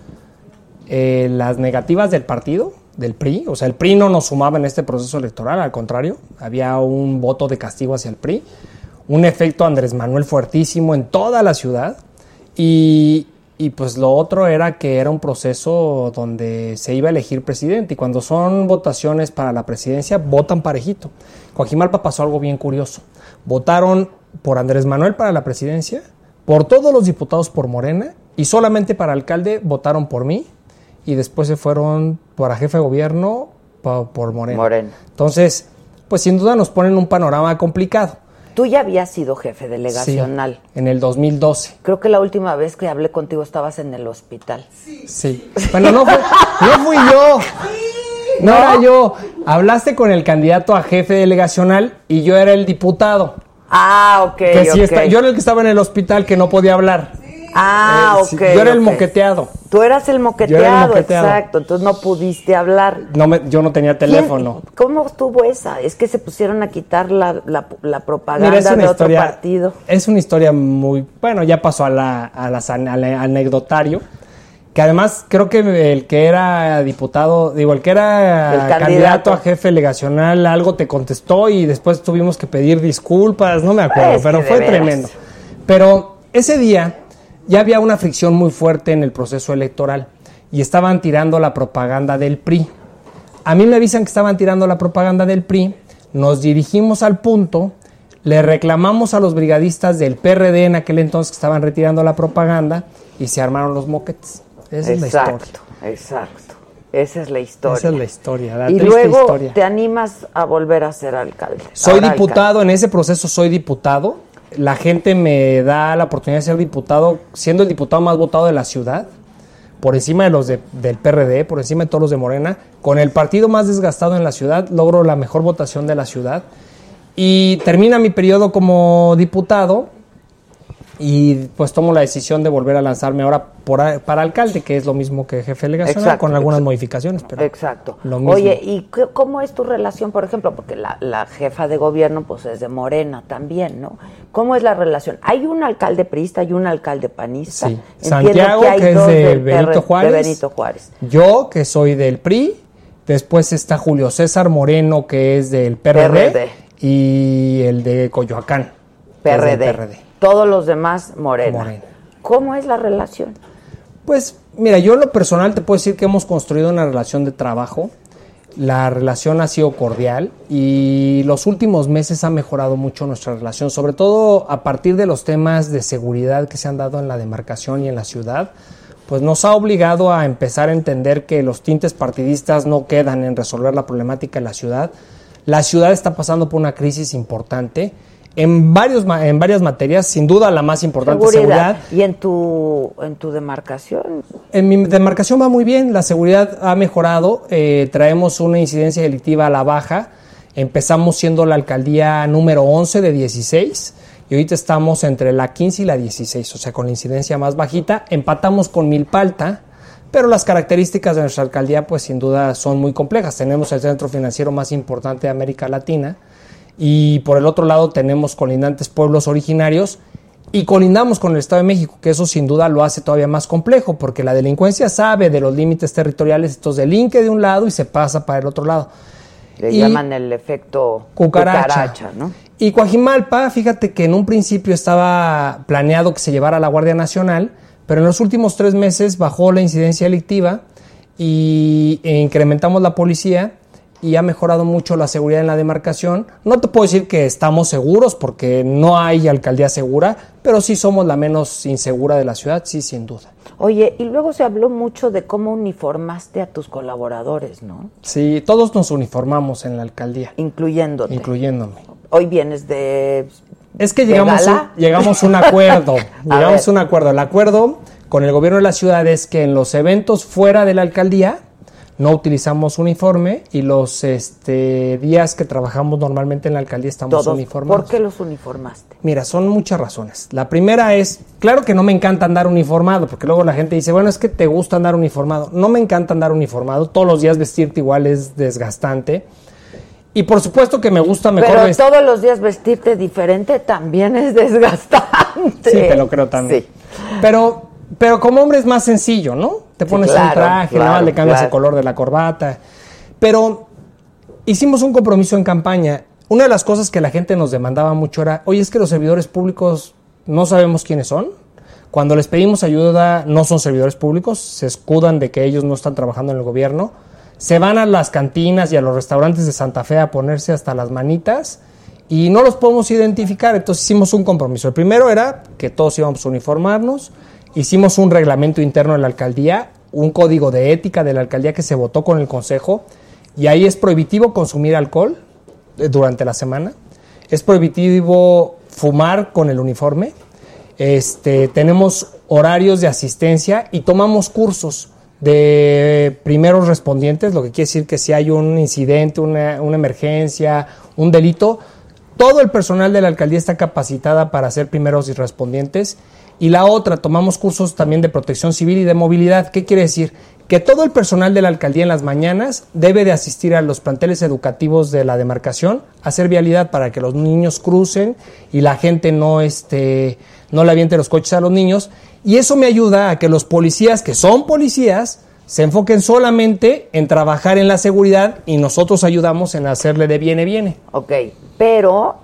S10: eh, las negativas del partido, del PRI. O sea, el PRI no nos sumaba en este proceso electoral, al contrario, había un voto de castigo hacia el PRI. Un efecto Andrés Manuel fuertísimo en toda la ciudad. Y, y, pues lo otro era que era un proceso donde se iba a elegir presidente. Y cuando son votaciones para la presidencia, votan parejito. Coajimalpa pasó algo bien curioso. Votaron por Andrés Manuel para la presidencia, por todos los diputados por Morena y solamente para alcalde votaron por mí. Y después se fueron para jefe de gobierno pa- por Morena.
S1: Morena.
S10: Entonces, pues sin duda nos ponen un panorama complicado.
S1: Tú ya habías sido jefe delegacional.
S10: en el 2012.
S1: Creo que la última vez que hablé contigo estabas en el hospital.
S10: Sí. Bueno, no, fue- no fui
S1: (laughs)
S10: yo. No, era yo. Hablaste con el candidato a jefe delegacional y yo era el diputado.
S1: Ah, ok.
S10: que sí
S1: ok.
S10: está- yo era el que estaba en el hospital que no podía hablar.
S1: Ah,
S10: Eh,
S1: ok.
S10: sí, yo era el
S1: ok.
S10: moqueteado.
S1: Tú eras el moqueteado,
S10: moqueteado.
S1: exacto. Entonces no pudiste hablar.
S10: No me, yo no tenía teléfono.
S1: ¿Quién- ¿Cómo estuvo esa? Es que se pusieron a quitar la, la- la propaganda
S10: Mira, es una
S1: de otro
S10: historia.
S1: partido.
S10: Es una historia muy. Bueno, ya pasó a la, a las an- al anecdotario. Que además creo que el que era diputado, digo, el que era
S1: El
S10: candidato.
S1: candidato
S10: a jefe delegacional, algo te contestó y después tuvimos que pedir disculpas, no me acuerdo,
S1: Pues Es que
S10: pero
S1: de
S10: fue
S1: veras.
S10: tremendo. Pero ese día ya había una fricción muy fuerte en el proceso electoral y estaban tirando la propaganda del PRI. A mí me avisan que estaban tirando la propaganda del PRI, nos dirigimos al punto, le reclamamos a los brigadistas del PRD en aquel entonces que estaban retirando la propaganda y se armaron los moquetes. Esa es la historia.
S1: exacto, exacto. Esa es la historia.
S10: Esa es la historia, la
S1: y
S10: triste
S1: luego
S10: historia.
S1: te animas a volver a ser alcalde.
S10: Soy
S1: Ahora
S10: diputado, en ese proceso soy diputado. La gente me da la oportunidad de ser diputado, siendo el diputado más votado de la ciudad, por encima de los de- del PRD, por encima de todos los de Morena, con el partido más desgastado en la ciudad, logro la mejor votación de la ciudad. Y termina mi periodo como diputado y pues tomo la decisión de volver a lanzarme ahora por a- para alcalde, que es lo mismo que jefe delegacional,
S1: Exacto,
S10: con algunas
S1: exacto.
S10: modificaciones. Pero
S1: alcalde. Exacto.
S10: Lo mismo.
S1: Oye, ¿y qué- cómo es tu relación, por ejemplo? Porque la, la jefa de gobierno pues es de Morena también, ¿no? ¿Cómo es la relación? Hay un alcalde priista y un alcalde panista.
S10: Sí.
S1: Entiendo
S10: Santiago,
S1: que, hay
S10: que es
S1: dos
S10: de
S1: del
S10: Benito
S1: PRD, de
S10: Juárez.
S1: Benito Juárez.
S10: Yo, que soy del PRI, después está Julio César Moreno, que es del PRD,
S1: PRD.
S10: y el de Coyoacán. que es del
S1: PRD. Todos los demás Morena.
S10: Morena.
S1: ¿Cómo es la relación?
S10: Pues mira, yo en lo personal te puedo decir que hemos construido una relación de trabajo. La relación ha sido cordial y los últimos meses ha mejorado mucho nuestra relación, sobre todo a partir de los temas de seguridad que se han dado en la demarcación y en la ciudad, pues nos ha obligado a empezar a entender que los tintes partidistas no quedan en resolver la problemática de la ciudad. La ciudad está pasando por una crisis importante en, varios, ma- en varias materias, sin duda la más importante, pues, seguridad.
S1: Y en tu, en tu demarcación,
S10: En mi demarcación va muy bien, la seguridad ha mejorado, eh, traemos una incidencia delictiva a la baja, empezamos siendo la alcaldía número 11 de 16 y ahorita estamos entre la 15 y la 16, o sea, con la incidencia más bajita, empatamos con Milpalta, pero las características de nuestra alcaldía pues sin duda son muy complejas, tenemos el centro financiero más importante de América Latina y por el otro lado tenemos colindantes pueblos originarios y colindamos con el Estado de México, que eso sin duda lo hace todavía más complejo, porque la delincuencia sabe de los límites territoriales, entonces delinque de un lado y se pasa para el otro lado.
S1: le
S10: Y-
S1: llaman el efecto
S10: Cucaracha.
S1: ¿no?
S10: Y Coajimalpa, fíjate que en un principio estaba planeado que se llevara a la Guardia Nacional, pero en los últimos tres meses bajó la incidencia delictiva y e incrementamos la policía y ha mejorado mucho la seguridad en la demarcación. No te puedo decir que estamos seguros porque no hay alcaldía segura, pero sí somos la menos insegura de la ciudad, sí, sin duda.
S1: Oye, y luego se habló mucho de cómo uniformaste a tus colaboradores, ¿no?
S10: Sí, todos nos uniformamos en la alcaldía,
S1: Incluyéndote.
S10: incluyéndome.
S1: Hoy vienes de...
S10: Es que
S1: ¿De
S10: llegamos,
S1: gala?
S10: un-
S1: (laughs)
S10: llegamos a un acuerdo.
S1: A
S10: llegamos
S1: ver.
S10: a un acuerdo. El acuerdo con el gobierno de la ciudad es que en los eventos fuera de la alcaldía no utilizamos uniforme y los este, días que trabajamos normalmente en la alcaldía estamos
S1: Todos.
S10: uniformados.
S1: ¿Por qué los uniformaste?
S10: Mira, son muchas razones. La primera es, claro que no me encanta andar uniformado, porque luego la gente dice, bueno, es que te gusta andar uniformado. No me encanta andar uniformado, todos los días vestirte igual es desgastante. Y por supuesto que me gusta mejor
S1: Pero
S10: vestir.
S1: todos los días vestirte diferente también es (laughs) desgastante.
S10: Sí, te lo creo también.
S1: Este, Sí.
S10: Pero, pero como hombre es más sencillo, ¿no? Te
S1: Sí,
S10: pones
S1: claro,
S10: un traje, nada más
S1: claro,
S10: le cambias
S1: claro.
S10: el color de la corbata. Pero hicimos un compromiso en campaña. Una de las cosas que la gente nos demandaba mucho era, oye, es que los servidores públicos no sabemos quiénes son. Cuando les pedimos ayuda, no son servidores públicos, se escudan de que ellos no están trabajando en el gobierno. Se van a las cantinas y a los restaurantes de Santa Fe a ponerse hasta las manitas y no los podemos identificar. Entonces hicimos un compromiso. El primero era que todos íbamos a uniformarnos. Hicimos un reglamento interno de la alcaldía, un código de ética de la alcaldía que se votó con el consejo. Y ahí es prohibitivo consumir alcohol eh, durante la semana. es prohibitivo fumar con el uniforme. Este, tenemos horarios de asistencia y tomamos cursos de primeros respondientes, lo que quiere decir que si hay un incidente, una, una emergencia, un delito, todo el personal de la alcaldía está capacitada para ser primeros y respondientes. Y la otra, tomamos cursos también de protección civil y de movilidad. ¿Qué quiere decir? Que todo el personal de la alcaldía en las mañanas debe de asistir a los planteles educativos de la demarcación, a hacer vialidad para que los niños crucen y la gente no, este, no le aviente los coches a los niños. Y eso me ayuda a que los policías, que son policías, se enfoquen solamente en trabajar en la seguridad y nosotros ayudamos en hacerle de viene, viene.
S1: Ok, pero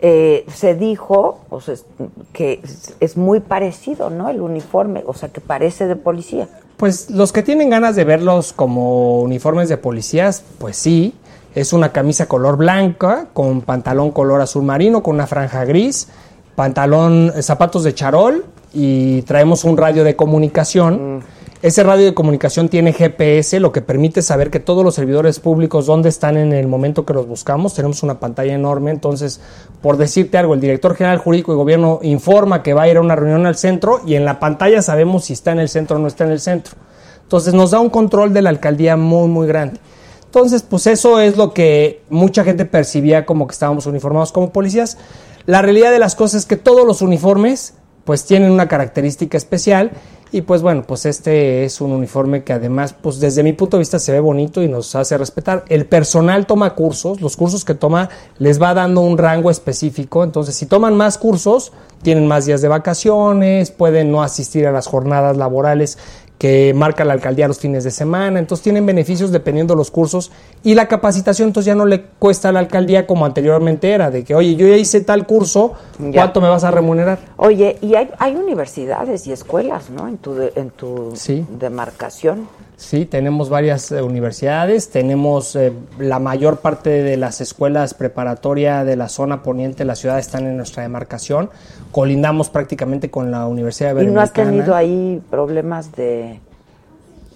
S1: eh, se dijo o sea, es- que es, es muy parecido, ¿no? El uniforme, o sea, que parece de policía.
S10: Pues los que tienen ganas de verlos como uniformes de policías, pues sí. Es una camisa color blanca, con pantalón color azul marino, con una franja gris, pantalón, eh, zapatos de charol y traemos un radio de comunicación. Ese radio de comunicación tiene GPS, lo que permite saber que todos los servidores públicos, dónde están en el momento que los buscamos. Tenemos una pantalla enorme, entonces, por decirte algo, el director general jurídico y gobierno informa que va a ir a una reunión al centro y en la pantalla sabemos si está en el centro o no está en el centro. Entonces, nos da un control de la alcaldía muy, muy grande. Entonces, pues eso es lo que mucha gente percibía como que estábamos uniformados como policías. La realidad de las cosas es que todos los uniformes pues tienen una característica especial y pues bueno, pues este es un uniforme que además pues desde mi punto de vista se ve bonito y nos hace respetar. El personal toma cursos, los cursos que toma les va dando un rango específico, entonces si toman más cursos tienen más días de vacaciones, pueden no asistir a las jornadas laborales que marca la alcaldía los fines de semana, entonces tienen beneficios dependiendo los cursos y la capacitación entonces ya no le cuesta a la alcaldía como anteriormente era, de que oye, yo ya hice tal curso,
S1: Ya.
S10: ¿cuánto me vas a remunerar?
S1: Oye, y hay, hay universidades y escuelas, ¿no? En tu, de- en tu
S10: Sí.
S1: demarcación.
S10: Sí, tenemos varias eh, universidades, tenemos eh, la mayor parte de las escuelas preparatoria de la zona poniente de la ciudad están en nuestra demarcación, colindamos prácticamente con la Universidad
S1: ¿Y no has
S10: Iberoamericana.
S1: tenido ahí problemas de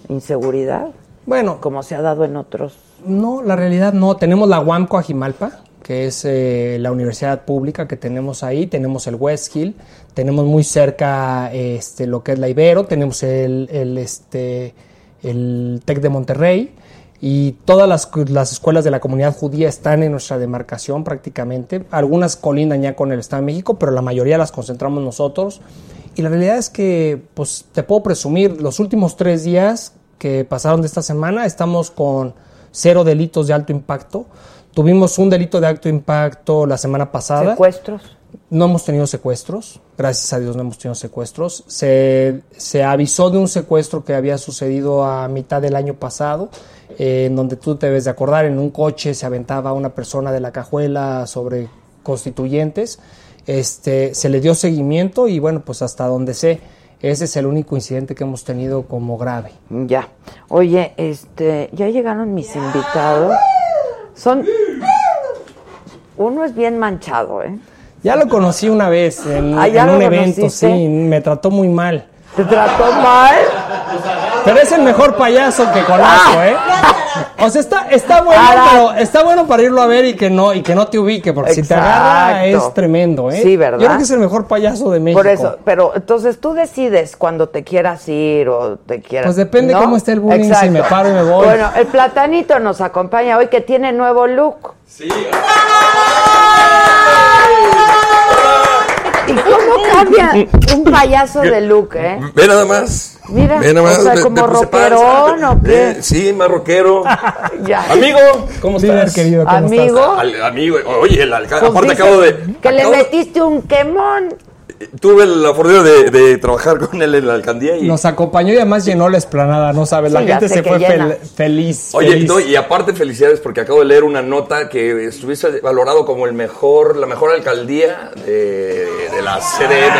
S1: inseguridad?
S10: Bueno,
S1: Como se ha dado en otros.
S10: No, la realidad no. Tenemos la UAM Coajimalpa, que es eh, la universidad pública que tenemos ahí. Tenemos el West Hill. Tenemos muy cerca este, lo que es la Ibero. Tenemos el, el, este, el TEC de Monterrey. Y todas las, cu- las escuelas de la comunidad judía están en nuestra demarcación prácticamente. Algunas colindan ya con el Estado de México, pero la mayoría las concentramos nosotros. Y la realidad es que, pues, te puedo presumir, los últimos tres días que pasaron de esta semana, estamos con cero delitos de alto impacto. Tuvimos un delito de alto impacto la semana pasada.
S1: ¿Secuestros?
S10: No hemos tenido secuestros, gracias a Dios no hemos tenido secuestros. Se, se avisó de un secuestro que había sucedido a mitad del año pasado, eh, en donde tú te debes de acordar, en un coche se aventaba una persona de la cajuela sobre constituyentes. Este, se le dio seguimiento y bueno, pues hasta donde sé, ese es el único incidente que hemos tenido como grave.
S1: Ya. Oye, este, ya llegaron mis invitados. Son. Uno es bien manchado, ¿eh?
S10: Ya lo conocí una vez en,
S1: Ah, ya
S10: en
S1: lo
S10: un evento,
S1: conociste.
S10: sí, me trató muy mal.
S1: ¿Te trató mal?
S10: Pero es el mejor payaso que conozco,
S1: Ah.
S10: ¿eh? O sea, está, está bueno,
S1: Ara.
S10: pero está bueno para irlo a ver y que no, y que no te ubique, porque si te agarra
S1: Exacto.
S10: es tremendo, ¿eh?
S1: Sí, ¿verdad?
S10: Yo creo que es el mejor payaso de México.
S1: Por eso, pero entonces tú decides cuando te quieras ir o te quieras.
S10: Pues depende cómo esté el bullying, si me paro y me voy.
S1: Bueno, el platanito nos acompaña hoy que tiene nuevo look.
S13: Sí,
S1: ¿Y cómo cambia un payaso de look, eh?
S9: Ve nada más.
S1: Mira,
S9: Ve nada
S1: o
S9: más. pues,
S1: sea,
S9: me- me
S1: como
S9: puse
S1: rockerón,
S9: panza.
S1: ¿o qué?
S9: Eh, sí, más rockero.
S1: (laughs) Ya.
S9: Amigo, ¿cómo
S10: Líder
S9: estás?
S10: querido, ¿cómo estás?
S1: Amigo,
S9: Al- amigo, oye, el alca-
S1: pues
S9: aparte
S1: dices
S9: acabo de.
S1: que le
S9: acabo-
S1: metiste un quemón.
S9: Tuve la fortuna de, de trabajar con él en la alcaldía y.
S10: Nos acompañó y además llenó la esplanada, no sabes, la
S1: Sí, ya
S10: gente
S1: sé
S10: se
S1: que
S10: fue
S1: llena.
S10: fel- feliz.
S9: Oye,
S10: feliz.
S9: no, y aparte felicidades porque acabo de leer una nota que estuviste valorado como el mejor, la mejor alcaldía de, de la CDM.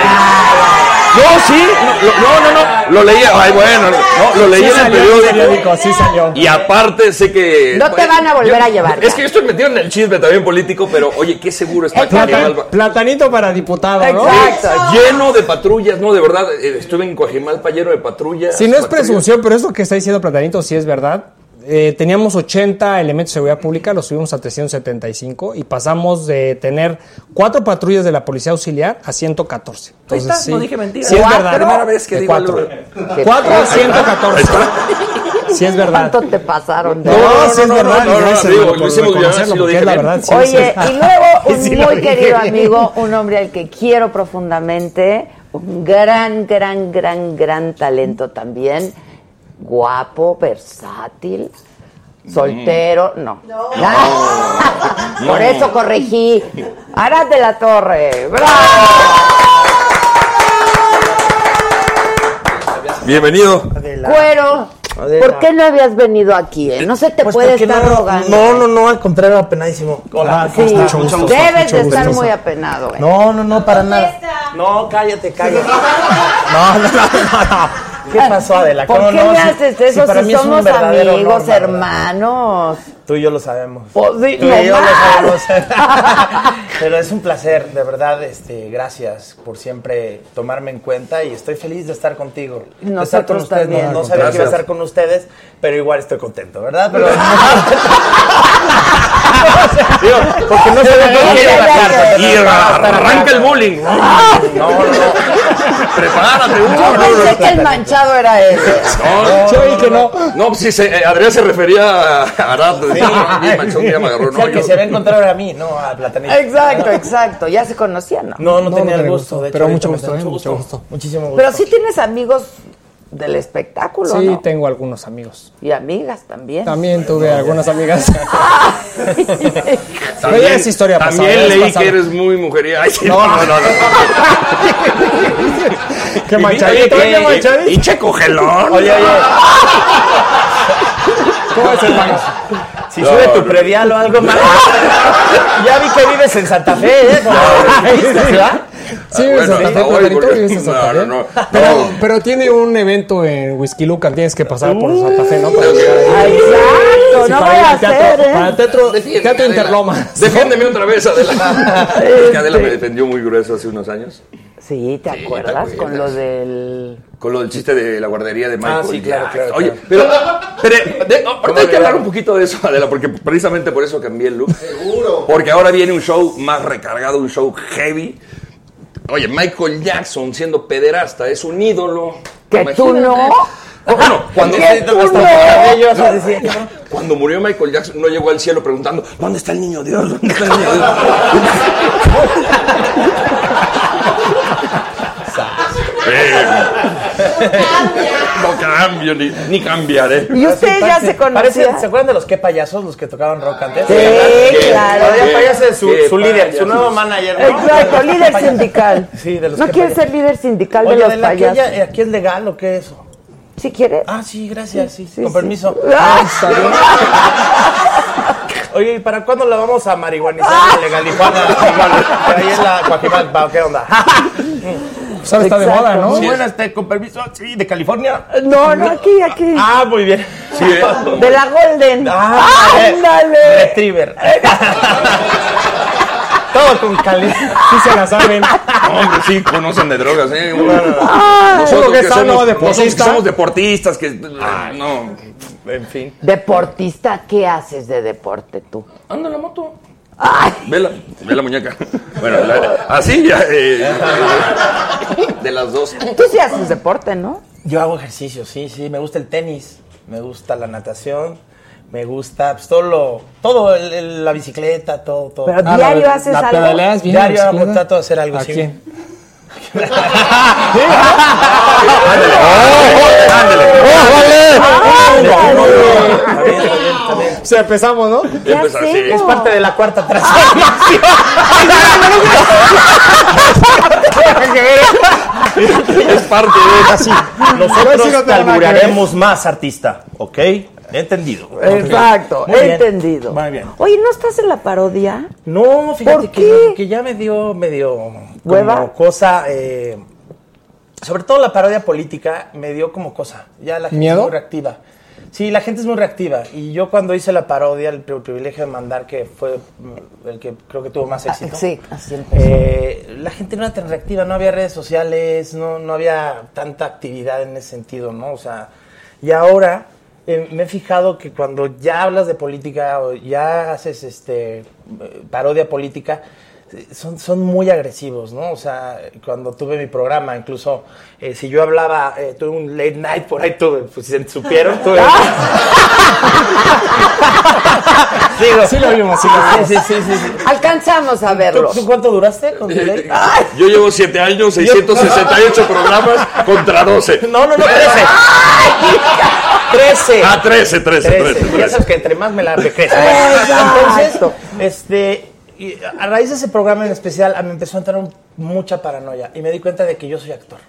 S9: No, sí, no, no, no, no, lo leí, ay, bueno, no, lo
S10: Sí
S9: leí en el
S10: salió
S9: periódico.
S10: periódico, sí salió.
S9: Y aparte sé que...
S1: No te van a volver
S9: Yo-
S1: a llevar,
S9: Es
S1: ya.
S9: que yo estoy metido en el chisme también político, pero oye, qué seguro está
S10: Plata-
S9: Coajimalpa.
S10: platanito para diputado, ¿no?
S1: Exacto.
S9: Lleno de patrullas, no, de verdad, eh, estuve en Coajimalpa lleno de patrullas.
S10: Si no es
S9: patrullas.
S10: presunción, pero eso que está diciendo Platanito sí es verdad. eh, teníamos 80 elementos de seguridad pública, los subimos a 375 y pasamos de tener cuatro patrullas de la policía auxiliar a 114.
S9: Ahí
S10: Entonces,
S9: está,
S10: sí,
S9: no dije mentira.
S10: sí es
S9: ¿Cuatro?
S10: verdad.
S9: Primera vez que
S10: De
S9: digo
S10: cuatro.
S9: algo.
S10: Cuatro a
S9: Ahí
S10: 114. Sí es verdad.
S1: ¿Cuánto te pasaron?
S10: No, no, sí es verdad.
S7: no, no,
S10: gracias
S7: digo,
S10: por
S7: lo hicimos bien,
S10: reconocerlo,
S7: sí lo
S10: porque
S7: dije
S10: es la
S7: bien.
S10: verdad. sí, sí
S1: Oye,
S10: es verdad.
S1: y
S10: (laughs)
S1: luego un
S10: Sí lo
S1: muy
S10: dije
S1: querido
S10: bien.
S1: amigo, un hombre al que quiero profundamente, un gran, gran, gran, gran talento también, guapo, versátil, soltero, no. Ah, (laughs) Por eso corregí. Arad de la Torre, bravo.
S7: Bienvenido.
S1: Cuero, ¿por qué no habías venido aquí? eh? No se te
S9: Pues,
S1: puede
S9: ¿por qué
S1: estar
S9: no,
S1: rogando.
S9: No, no, no, al contrario, apenadísimo.
S1: Ah, sí, debes de estar muy apenado. eh.
S9: No, no, no, para nada. No, cállate, cállate. No, no, no, no. ¿Qué pasó, Adela?
S1: ¿Por
S9: ¿Cómo
S1: qué
S9: no?
S1: me
S9: Si-
S1: haces
S9: si
S1: eso
S9: para
S1: si,
S9: mí es un
S1: somos
S9: verdadero honor,
S1: amigos,
S9: la verdad.
S1: hermanos?
S9: Tú y yo lo sabemos.
S1: Pues sí,
S9: Tú y yo
S1: nomás.
S9: (laughs) lo sabemos. Pero es un placer, de verdad, este, gracias por siempre tomarme en cuenta y estoy feliz de estar contigo. de estar
S1: (laughs)
S9: con
S1: Nosotros
S9: ustedes. No-
S1: también.
S9: No, sabía que iba a
S1: Gracias.
S9: estar con ustedes, pero igual estoy contento, ¿verdad? Pero- Digo, porque no sabía que
S7: quiere
S9: iba a
S7: atacar.
S9: estar-
S7: Y arranca el bullying.
S9: No, no, no.
S7: Prepárate, Hugo.
S1: Yo pensé que el manchado era
S9: (laughs)
S1: ese.
S7: No, no, que no. No, pues sí, se- eh, Adrián se refería a Arad. Sí, no, bien manchón que ya me agarró.
S9: O sea,
S7: No,
S9: que
S7: yo-
S9: se va a encontrar a mí, no a Platanito.
S1: Exacto, exacto. Ya se conocían, ¿no?
S9: No, no, tenía el
S10: tenía
S9: gusto.
S10: gusto,
S9: de hecho,
S10: pero mucho
S9: ahorita me
S10: gusto,
S9: da
S10: eh, mucho
S9: Muchísimo gusto.
S1: Pero sí tienes amigos del espectáculo,
S10: Sí,
S1: ¿no?
S10: tengo algunos amigos.
S1: Y amigas también. (laughs)
S10: También tuve algunas
S9: (laughs)
S10: amigas. Pero
S7: También-
S10: ya es historia pasada.
S7: También
S10: ya es
S7: leí
S10: pasado.
S7: que eres muy mujería. Ay, sí,
S10: No,
S7: no, no, no.
S10: Qué manchadito,
S7: Oye,
S10: qué
S7: y-
S10: manchadito.
S7: Y checo gelón.
S9: Oye, oye.
S10: ¿Cómo es el mango?
S9: Si sube tu predial o algo más. ya vi que vives en Santa Fe, ¿eh? ¿Verdad?
S10: Sí,
S7: Ah, bueno,
S10: vives en Santa Fe,
S7: ahí voy,
S10: Platanito,
S7: porque-
S10: vives en Santa
S7: no, no,
S10: Fe.
S7: no.
S10: Pero, pero tiene un evento en Whisky Lucan, tienes que pasar por Santa Fe, ¿no? Para llegar ahí.
S1: Exacto,
S10: Sí,
S1: no
S10: para
S1: vaya
S10: ir
S1: a
S10: al teatro,
S1: ser, ¿eh?
S10: Para el teatro,
S7: Defiéndeme,
S10: teatro
S7: Adela.
S10: Interloma.
S7: Defiéndeme (laughs) otra vez, Adela. Es que Adela me defendió muy grueso hace unos años.
S1: Sí, ¿te acuerdas?
S7: acuerdas.
S1: Con lo del...
S7: Con lo del chiste de la guardería de Michael.
S9: Ah, sí, claro,
S7: Jackson.
S9: claro,
S7: Oye,
S9: claro.
S7: pero, pero de- ahorita hay que hablar un poquito de eso, Adela, porque precisamente por eso cambié el look. Seguro. Porque ahora viene un show más recargado, un show heavy. Oye, Michael Jackson siendo pederasta es un ídolo.
S1: Que tú
S7: Imagínate.
S1: no.
S9: Ah,
S7: Bueno, cuando,
S1: Que tú
S7: hasta
S1: no.
S7: cabello, hasta decía, "Cabrón". cuando murió Michael Jackson, no llegó al cielo preguntando, ¿dónde está el niño Dios? ¿Dónde está el niño Dios? Eh, no cambio, ni, ni cambiaré.
S1: Y ustedes ya se
S9: Parece,
S1: conocían.
S9: ¿Se acuerdan de los qué payasos, los que tocaban rock antes?
S1: Sí, claro.
S9: Adrián Payaso es su,
S7: Qué
S9: su líder, su
S7: payasos.
S9: nuevo manager. ¿no?
S1: Exacto, líder
S9: Payaso.
S1: sindical.
S9: Sí, de los
S1: ¿No
S9: que
S1: quieres
S9: payaso.
S1: ser líder sindical de
S9: Oye,
S1: los
S9: de la que
S1: payasos?
S9: ella, ¿aquí es legal o qué es eso?
S1: ¿Sí quieres?
S9: Ah, sí, gracias, sí,
S1: Sí,
S9: con
S1: sí.
S9: permiso.
S1: Ah.
S9: Oye, ¿y para cuándo la vamos a marihuanizar legal
S7: Ah.
S9: Ahí en la Coajimalpa, ¿o ¿qué onda? (laughs)
S10: Pues ahora está de
S1: Exacto.
S10: moda, ¿no?
S9: Muy buena, este, con permiso, sí, de California.
S1: No, no, aquí, aquí.
S9: Ah, muy bien.
S7: Sí, eh.
S9: (laughs)
S1: De la Golden.
S9: Ah, eh,
S1: ¡Ándale!
S9: Retriever. (laughs) Todo con cali.
S10: Sí se la saben.
S7: No, hombre, sí, conocen de drogas, ¿eh?
S10: Uno
S7: Nosotros
S10: que
S7: que,
S10: es sano,
S7: somos,
S10: deportista.
S7: nosotros que somos deportistas, que... no.
S9: En fin.
S1: Deportista, ¿qué haces de deporte tú?
S7: Anda la moto. Ve la, ve la muñeca. Bueno, la- así ya. eh, de las dos.
S1: Tú sí haces deporte, ¿no?
S9: Yo hago ejercicio, sí, sí. Me gusta el tenis, me gusta la natación, me gusta pues, todo lo, todo el- el- la bicicleta, todo, todo.
S1: Pero diario
S10: la-
S1: haces
S10: la
S1: algo.
S10: pedaleas bien.
S9: Diario
S10: la
S9: hago,
S10: bicicleta.
S9: trato de hacer algo,
S10: ¿A
S9: sí.
S10: quién?
S7: Ándale.
S9: Ah,
S7: Ándale.
S10: O sea, empezamos, ¿no?
S1: ¿Qué
S7: Empezar, sí.
S1: hacemos?
S9: Es parte de la cuarta transformación.
S7: Es parte de
S9: Así,
S10: Ahora sí no
S9: nosotros
S10: te van a
S9: alburearemos más, artista. ¿Ok? Entendido.
S1: Exacto,
S9: Muy bien.
S1: entendido.
S9: Muy bien.
S1: Oye, ¿no estás en la parodia?
S9: No, fíjate
S1: ¿Por
S9: que,
S1: qué?
S9: no, que ya me dio medio eh, como
S1: ¿Hueva?
S9: cosa, eh, sobre todo la parodia política me dio como cosa. Ya la gente
S10: ¿Miedo?
S9: es muy reactiva. Sí, la gente es muy reactiva. Y yo cuando hice la parodia, el pri- privilegio de mandar, que fue mm, el que creo que tuvo más éxito.
S1: Ah, Sí, así empezó.
S9: Eh, la gente no era tan reactiva, no había redes sociales, no, no había tanta actividad en ese sentido, ¿no? O sea, y ahora eh, me he fijado que cuando ya hablas de política o ya haces este eh, parodia política, eh, son, son muy agresivos, ¿no? O sea, cuando tuve mi programa, incluso eh, si yo hablaba, eh, tuve un late night por ahí, tuve, pues si supieron, tuve. Digo,
S10: Sí lo
S9: (laughs)
S10: vimos, sí lo vimos.
S9: Sí, sí, sí, sí.
S1: Alcanzamos a verlo.
S9: ¿Tú, tú cuánto duraste con tu late?
S7: Yo llevo 7 años, 668 programas contra 12.
S9: (laughs) No, no, no, 13. (laughs) 13.
S7: Ah, 13, 13, 13.
S9: Ya sabes que entre más me la envejece.
S1: Exacto.
S9: Entonces, este, y a raíz de ese programa en especial, a mí me empezó a entrar un- mucha paranoia y me di cuenta de que yo soy actor.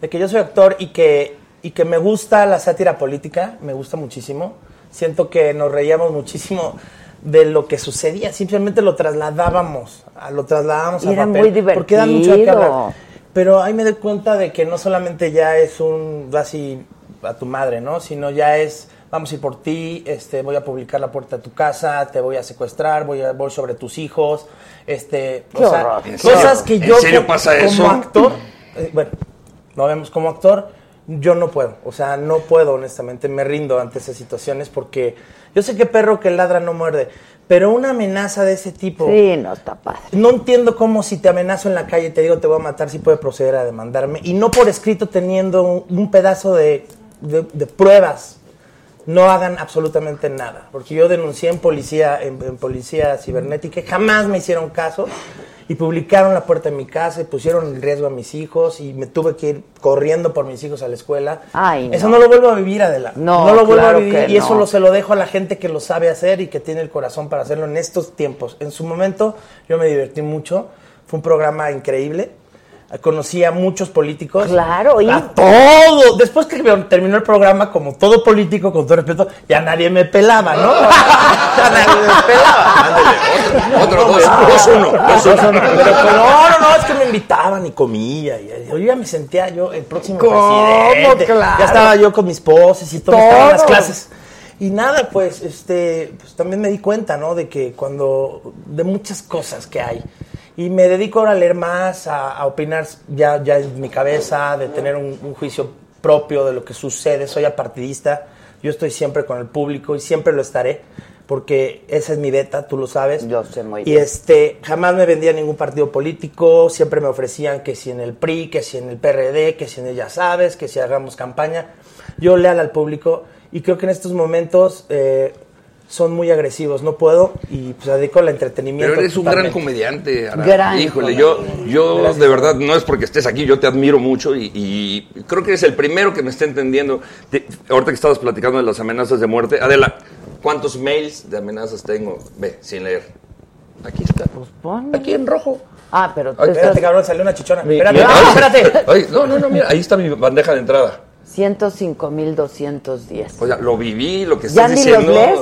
S9: De que yo soy actor y que, y que me gusta la sátira política, me gusta muchísimo. Siento que nos reíamos muchísimo de lo que sucedía, simplemente lo trasladábamos, a- lo trasladábamos
S1: Y
S9: a
S1: era
S9: papel,
S1: muy divertido.
S9: porque da mucho de qué hablar. Pero ahí me doy cuenta de que no solamente ya es un así a tu madre, ¿no? Sino ya es vamos a ir por ti, este, voy a publicar la puerta de tu casa, te voy a secuestrar, voy a voy sobre tus hijos, este,
S7: Qué
S9: o sea,
S7: horror. ¿En serio?
S9: cosas que
S7: ¿En
S9: yo
S7: serio
S9: co-
S7: pasa
S9: como
S7: eso?
S9: actor, eh, bueno, no vemos como actor, yo no puedo, o sea, no puedo honestamente, me rindo ante esas situaciones porque yo sé que perro que ladra no muerde, pero una amenaza de ese tipo,
S1: Sí, no está padre.
S9: no entiendo cómo si te amenazo en la calle y te digo te voy a matar, si puede proceder a demandarme. Y no por escrito teniendo un, un pedazo de, de- de pruebas. No hagan absolutamente nada. Porque yo denuncié en policía, en, en policía cibernética, y jamás me hicieron caso. Y publicaron la puerta de mi casa y pusieron en riesgo a mis hijos y me tuve que ir corriendo por mis hijos a la escuela.
S1: Ay,
S9: Eso
S1: no.
S9: no lo vuelvo a vivir, adelante.
S1: No,
S9: lo vuelvo
S1: claro
S9: a vivir
S1: que
S9: y eso
S1: no.
S9: lo, se lo dejo a la gente que lo sabe hacer y que tiene el corazón para hacerlo en estos tiempos. En su momento yo me divertí mucho, fue un programa increíble. Conocí a muchos políticos.
S1: Claro, y-
S9: A todos. Después que terminó el programa, como todo político, con todo respeto, ya nadie me pelaba,
S1: (laughs)
S9: ¿no? ya nadie me pelaba.
S7: Otro, dos, dos, uno. Dos, uno.
S9: Pero, pues, no, no, no, es que me invitaban y comía. y- y yo ya me sentía yo el próximo
S1: ¿Cómo?
S9: presidente.
S1: Claro.
S9: Ya estaba yo con mis poses y todo,
S1: Todo.
S9: estaban las clases. Y nada, pues, este, pues también me di cuenta, ¿no? De que cuando, de muchas cosas que hay. Y me dedico ahora a leer más, a, a opinar ya, ya en mi cabeza, de tener un, un juicio propio de lo que sucede. Soy apartidista, yo estoy siempre con el público y siempre lo estaré, porque esa es mi beta, tú lo sabes.
S1: Yo sé muy
S9: Y
S1: bien.
S9: este, jamás me vendía ningún partido político, siempre me ofrecían que si en el PRI, que si en el PRD, que si en el Ya Sabes, que si hagamos campaña. Yo leal al público y creo que en estos momentos eh, son muy agresivos, no puedo y pues dedico al entretenimiento.
S7: Pero eres un gran
S9: totalmente.
S7: comediante. Ara.
S9: Gran
S7: Híjole, yo, yo de verdad no es porque estés aquí, yo te admiro mucho y, y creo que eres el primero que me está entendiendo. Te- ahorita que estabas platicando de las amenazas de muerte, Adela, ¿cuántos mails de amenazas tengo? Ve, sin leer. Aquí está.
S1: Ponme.
S7: Aquí en rojo.
S1: Ah, pero tú
S7: Ay,
S1: estás
S9: Espérate, cabrón, salió una chichona.
S7: Mi-
S9: Espérate,
S7: mi-
S9: ¡ah, espérate.
S7: Ay, no, no, no, mira, ahí está mi bandeja de entrada.
S1: 105.210.
S7: O sea, lo viví, lo que
S1: ¿Ya
S7: estás
S1: ni
S7: diciendo.
S1: los lees?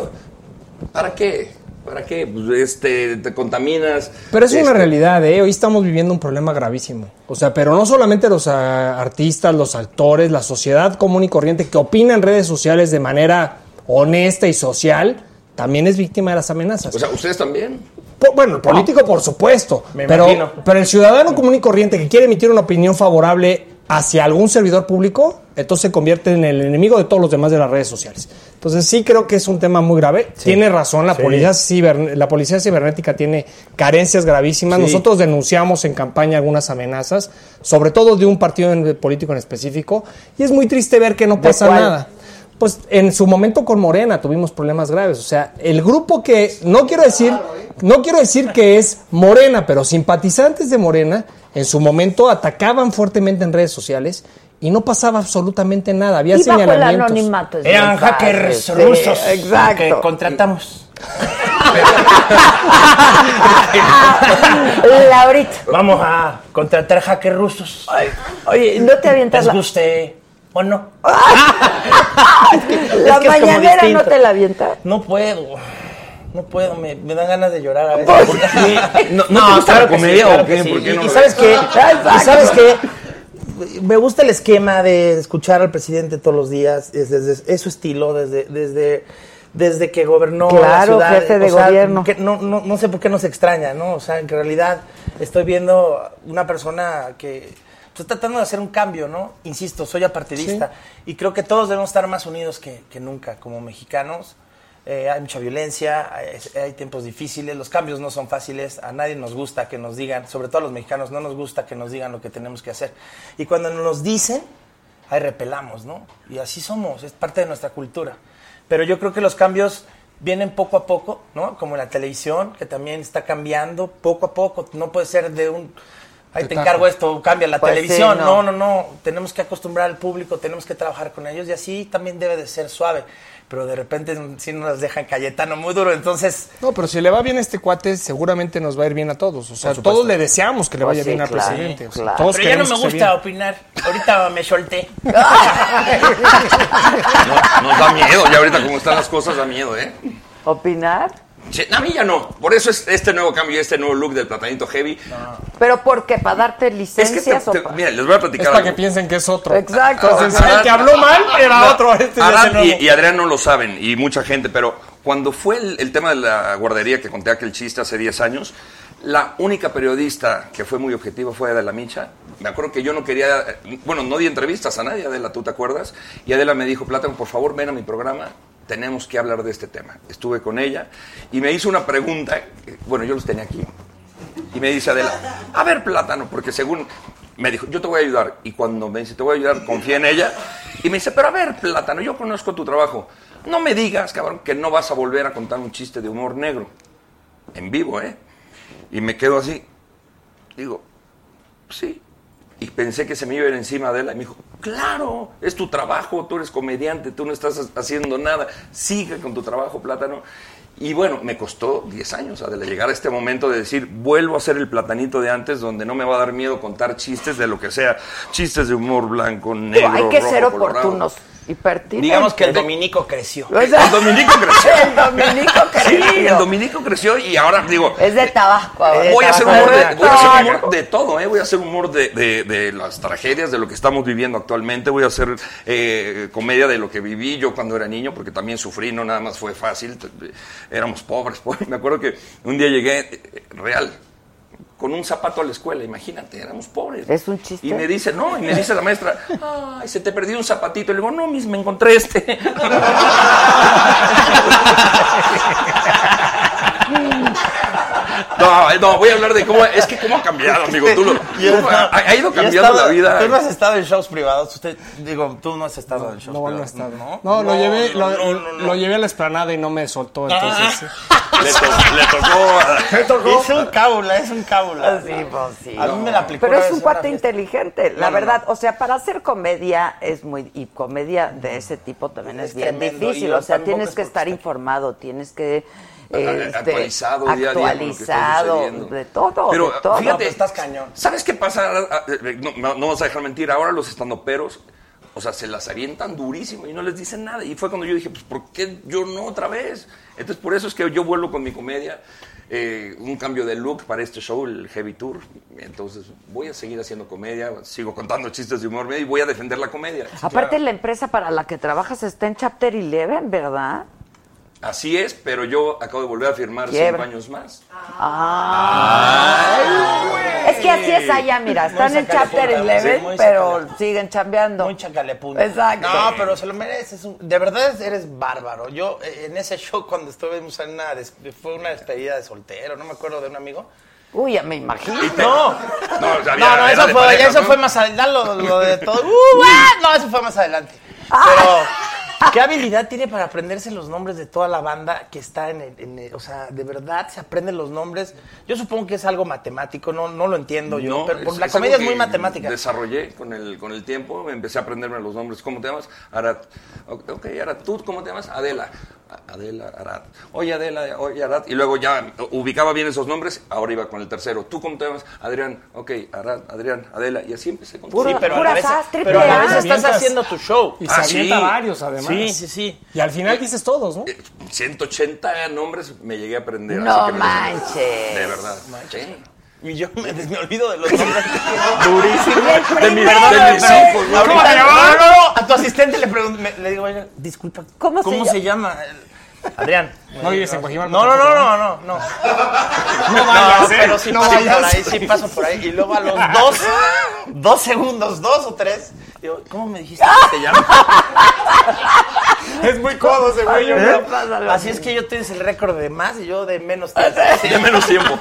S7: ¿Para qué? ¿Para qué? Pues, este, te contaminas.
S10: Pero es una
S7: este,
S10: realidad, ¿eh? Hoy estamos viviendo un problema gravísimo. O sea, pero no solamente los ah, artistas, los actores, la sociedad común y corriente que opina en redes sociales de manera honesta y social, también es víctima de las amenazas.
S7: O sea, ustedes también.
S10: Po- bueno, el político, por supuesto.
S9: Me imagino.
S10: Pero, pero el ciudadano común y corriente que quiere emitir una opinión favorable hacia algún servidor público, entonces se convierte en el enemigo de todos los demás de las redes sociales. Entonces sí creo que es un tema muy grave. Tiene razón, la,
S9: Sí.
S10: policía ciber- la policía cibernética tiene carencias gravísimas.
S9: Sí.
S10: Nosotros denunciamos en campaña algunas amenazas, sobre todo de un partido en- político en específico, y es muy triste ver que no
S1: ¿De
S10: pasa
S1: cuál?
S10: nada. Pues en su momento con Morena tuvimos problemas graves. O sea, el grupo que no quiero decir, no quiero decir que es Morena, pero simpatizantes de Morena en su momento atacaban fuertemente en redes sociales y no pasaba absolutamente nada. Había
S1: Y bajo el
S10: señalamientos.
S1: anonimato. es
S9: Eran
S1: muy fácil,
S9: hackers
S1: sí,
S9: rusos. Que
S1: Exacto.
S9: contratamos.
S1: (laughs) Laurita,
S9: Vamos a contratar hackers rusos.
S1: oye, no te avientas
S9: ¿Les
S1: la,
S9: guste o no?
S1: (laughs) la
S9: es que es como
S1: mañanera, no
S9: distinto.
S1: te la avientas.
S9: No puedo. No puedo, me, me dan ganas de llorar a veces.
S1: Pues,
S9: Porque-
S7: ¿No- no te gusta la comedia o qué?
S9: que sí.
S7: ¿Por qué no
S9: y, y
S7: la
S9: sabes
S7: ves?
S9: qué, y sabes qué, me gusta el esquema de escuchar al presidente todos los días, es desde es su estilo, desde, desde, desde que gobernó
S1: Claro,
S9: la ciudad.
S1: jefe de
S9: o sea,
S1: gobierno.
S9: que no, no, no sé por qué nos extraña, ¿no? O sea, en realidad estoy viendo una persona que Estoy tratando de hacer un cambio, ¿no? Insisto, soy apartidista y creo que todos debemos estar más unidos que, que nunca como mexicanos. Eh, hay mucha violencia, hay, hay tiempos difíciles, los cambios no son fáciles, a nadie nos gusta que nos digan, sobre todo a los mexicanos, no nos gusta que nos digan lo que tenemos que hacer. Y cuando nos dicen, ahí repelamos, ¿no? Y así somos, es parte de nuestra cultura. Pero yo creo que los cambios vienen poco a poco, ¿no? Como la televisión, que también está cambiando poco a poco. No puede ser de un, ahí
S10: De
S9: te
S10: tajo.
S9: encargo esto, cambia la
S10: Pues sí,
S9: televisión.
S10: no.
S9: no. no, no, Tenemos que acostumbrar al público, tenemos que trabajar con ellos y así también debe de ser suave. Pero de repente sí nos dejan Cayetano muy duro, entonces...
S10: No, pero si le va bien a este cuate, seguramente nos va a ir bien a todos. O sea,
S9: Por supuesto.
S10: todos le deseamos que le
S9: Pues
S10: vaya
S9: sí,
S10: bien al
S9: claro,
S10: presidente. O sea,
S9: claro.
S10: todos
S9: Pero ya no
S10: queremos
S9: me
S10: que esté
S9: gusta opinar. Ahorita me solté.
S5: Nos da miedo, ya ahorita como están las cosas da miedo, ¿eh?
S1: ¿Opinar?
S5: Sí, a mí ya no. Por eso es este nuevo cambio, este nuevo look del platanito heavy.
S1: ¿Pero por qué? ¿Para darte
S5: Es que, te-
S1: licencias
S5: te-
S1: o pa-
S5: mira, les voy a platicar
S10: Es para
S5: algo.
S10: que piensen que es otro.
S1: Exacto.
S10: Entonces, si el que habló mal era
S5: No,
S10: otro. Este ya es
S5: Arad
S10: el nuevo.
S5: y, y Adrián no lo saben, y mucha gente, pero cuando fue el, el tema de la guardería que conté aquel chiste hace 10 años, la única periodista que fue muy objetiva fue Adela Micha. Me acuerdo que yo no quería, eh, bueno, no di entrevistas a nadie, Adela, ¿tú te acuerdas? Y Adela me dijo, Plátano, por favor, ven a mi programa, tenemos que hablar de este tema. Estuve con ella y me hizo una pregunta, eh, bueno, yo los tenía aquí, y me dice Adela, a ver, plátano, porque según me dijo, yo te voy a ayudar. Y cuando me dice, te voy a ayudar, confía en ella. Y me dice, pero a ver, plátano, yo conozco tu trabajo. No me digas, cabrón, que no vas a volver a contar un chiste de humor negro. En vivo, ¿eh? Y me quedo así. Digo, sí. Y pensé que se me iba a ir encima Adela. Y me dijo, claro, es tu trabajo, tú eres comediante, tú no estás haciendo nada. Sigue con tu trabajo, plátano. Y bueno, me costó 10 años o sea, de llegar a este momento de decir, vuelvo a ser el platanito de antes, donde no me va a dar miedo contar chistes de lo que sea, chistes de humor blanco, negro.
S1: hay que
S5: rojo,
S1: ser
S5: colorado.
S1: oportunos y pertinentes.
S5: Digamos que el
S9: dominico creció.
S5: El
S1: (laughs)
S5: dominico creció.
S1: El dominico creció.
S5: Sí, el dominico creció y ahora digo,
S1: Es de Tabasco ahora.
S5: Voy a, hacer
S1: Tabasco.
S5: humor de, voy a hacer humor de todo, ¿eh? voy a hacer humor de, de- de las tragedias, de lo que estamos viviendo actualmente, voy a hacer eh, comedia de lo que viví yo cuando era niño, porque también sufrí, no nada más fue fácil, t- éramos pobres. pobre. (laughs) Me acuerdo que un día llegué eh, real, con un zapato a la escuela, imagínate, éramos pobres.
S1: Es un chiste.
S5: Y me dice, no, y me dice la maestra, ay, se te perdió un zapatito. Y le digo, no, mis, me encontré este. (laughs) No, no, voy a hablar de cómo, es que cómo ha cambiado, amigo, tú lo, cómo ha, ha ido
S9: Ya
S5: cambiando
S9: estaba-
S5: la vida.
S9: Tú no has estado en shows privados. Usted, digo, tú no has estado en shows privados. No, no,
S10: No, Ah, lo, llevé,
S9: no,
S10: lo,
S9: no,
S10: lo llevé a la esplanada y no me soltó. Entonces,
S5: le, to- le tocó. a-
S9: Es un cábula, es un cábula.
S1: Sí, pues sí.
S9: A mí me la aplicó
S1: Pero
S9: una
S1: es
S9: vez
S1: un
S9: en una
S1: cuate inteligente, la verdad. O sea, para hacer comedia es muy. Y comedia de ese tipo también es,
S9: Es
S1: bien
S9: tremendo, y
S1: difícil.
S9: yo
S1: O sea,
S9: tampoco
S1: tienes
S9: es
S1: que estar informado, tienes que.
S5: A- a-
S1: este,
S5: actualizado día a día con lo que está
S1: actualizado,
S5: sucediendo.
S1: de todo.
S5: Pero
S1: de todo.
S5: fíjate, ¿sabes qué pasa? Ah, eh, No, no- no vas a dejar mentir. Ahora los estandoperos, o sea, se las avientan durísimo y no les dicen nada. Y fue cuando yo dije, pues, ¿por qué yo no otra vez? Entonces, por eso es que yo vuelvo con mi comedia. eh, un cambio de look para este show, el Heavy Tour. Entonces, voy a seguir haciendo comedia, sigo contando chistes de humor y voy a defender la comedia.
S1: Aparte, la empresa para la que trabajas está en Chapter 11, ¿verdad?
S5: Así es, pero yo acabo de volver a firmar
S1: Quiebra.
S5: cinco años más.
S1: Es que así es allá, mira, están en Chapter 11, pero siguen chambeando. Muy
S9: chacalepunta.
S1: Exacto.
S9: No, pero se lo mereces. un- De verdad eres bárbaro. Yo eh, en ese show cuando estuvimos en una des- fue una despedida de soltero, no me acuerdo de un amigo.
S1: Uy, ya me imagino.
S9: No.
S5: No, o sea,
S9: No,
S5: había-
S9: no,
S5: era
S9: eso
S5: de
S9: fue,
S5: pareja,
S9: eso
S5: ¿no?
S9: fue más adelante. Lo, lo de todo.
S5: (laughs)
S9: ¡Uh, ah! No, eso fue más adelante. Pero, Ah. ¿qué habilidad tiene para aprenderse los nombres de toda la banda que está en el. en el- o sea, de verdad se aprenden los nombres. Yo supongo que es algo matemático, no, no lo entiendo yo.
S5: No,
S9: pero
S5: es-
S9: por- la
S5: es algo
S9: comedia es
S5: que
S9: muy matemática.
S5: Desarrollé con el, con el tiempo, empecé a aprenderme los nombres. ¿Cómo te llamas? Arat. Ok, ok, Arat. ¿Tú cómo te llamas? Adela. A- Adela, Arat. Oye, Adela, oye, Arat. Y luego ya ubicaba bien esos nombres, ahora iba con el tercero. ¿Tú cómo te llamas? Adrián. Ok, Arat, Adrián, Adela. Y así empecé con
S9: Sí, pero, a la vez,
S10: triple
S9: pero a la
S10: A.
S9: vez estás
S10: Avientas-
S9: haciendo tu show.
S10: y se
S5: Ah,
S7: Ah,
S10: avienta varios, además. Eh,
S9: Sí, sí, sí.
S10: Y al final dices todos, ¿no?
S5: 180 nombres me llegué a aprender.
S9: No
S5: así que me los-
S9: manches.
S5: De verdad.
S9: Y yo me, me olvido
S5: (laughs)
S9: de los nombres.
S5: Durísimo.
S9: De mi-
S5: primero,
S9: de mis
S5: güey.
S9: hijos.
S5: ¿Cómo
S9: Ahorita-
S5: te
S9: no,
S5: llamas?
S9: no, no, A tu asistente le pregunto, me- le digo, oiga, disculpa, ¿cómo, se, llama?
S14: Adrián.
S7: No vives en Coajimalpa
S14: No, no,
S7: tampoco,
S14: no, no, no. No,
S15: No vayas, ¿eh?
S14: pero sí
S15: No
S14: paso por
S15: vayas.
S14: ahí, sí paso por ahí. Y luego a los dos, dos segundos, dos o tres, digo, ¿cómo me dijiste que te llamas? Es muy
S7: codo ese güey, yo no.
S14: ¿Eh? Así es que yo tienes el récord de más y yo de menos
S9: Sí, de menos tiempo.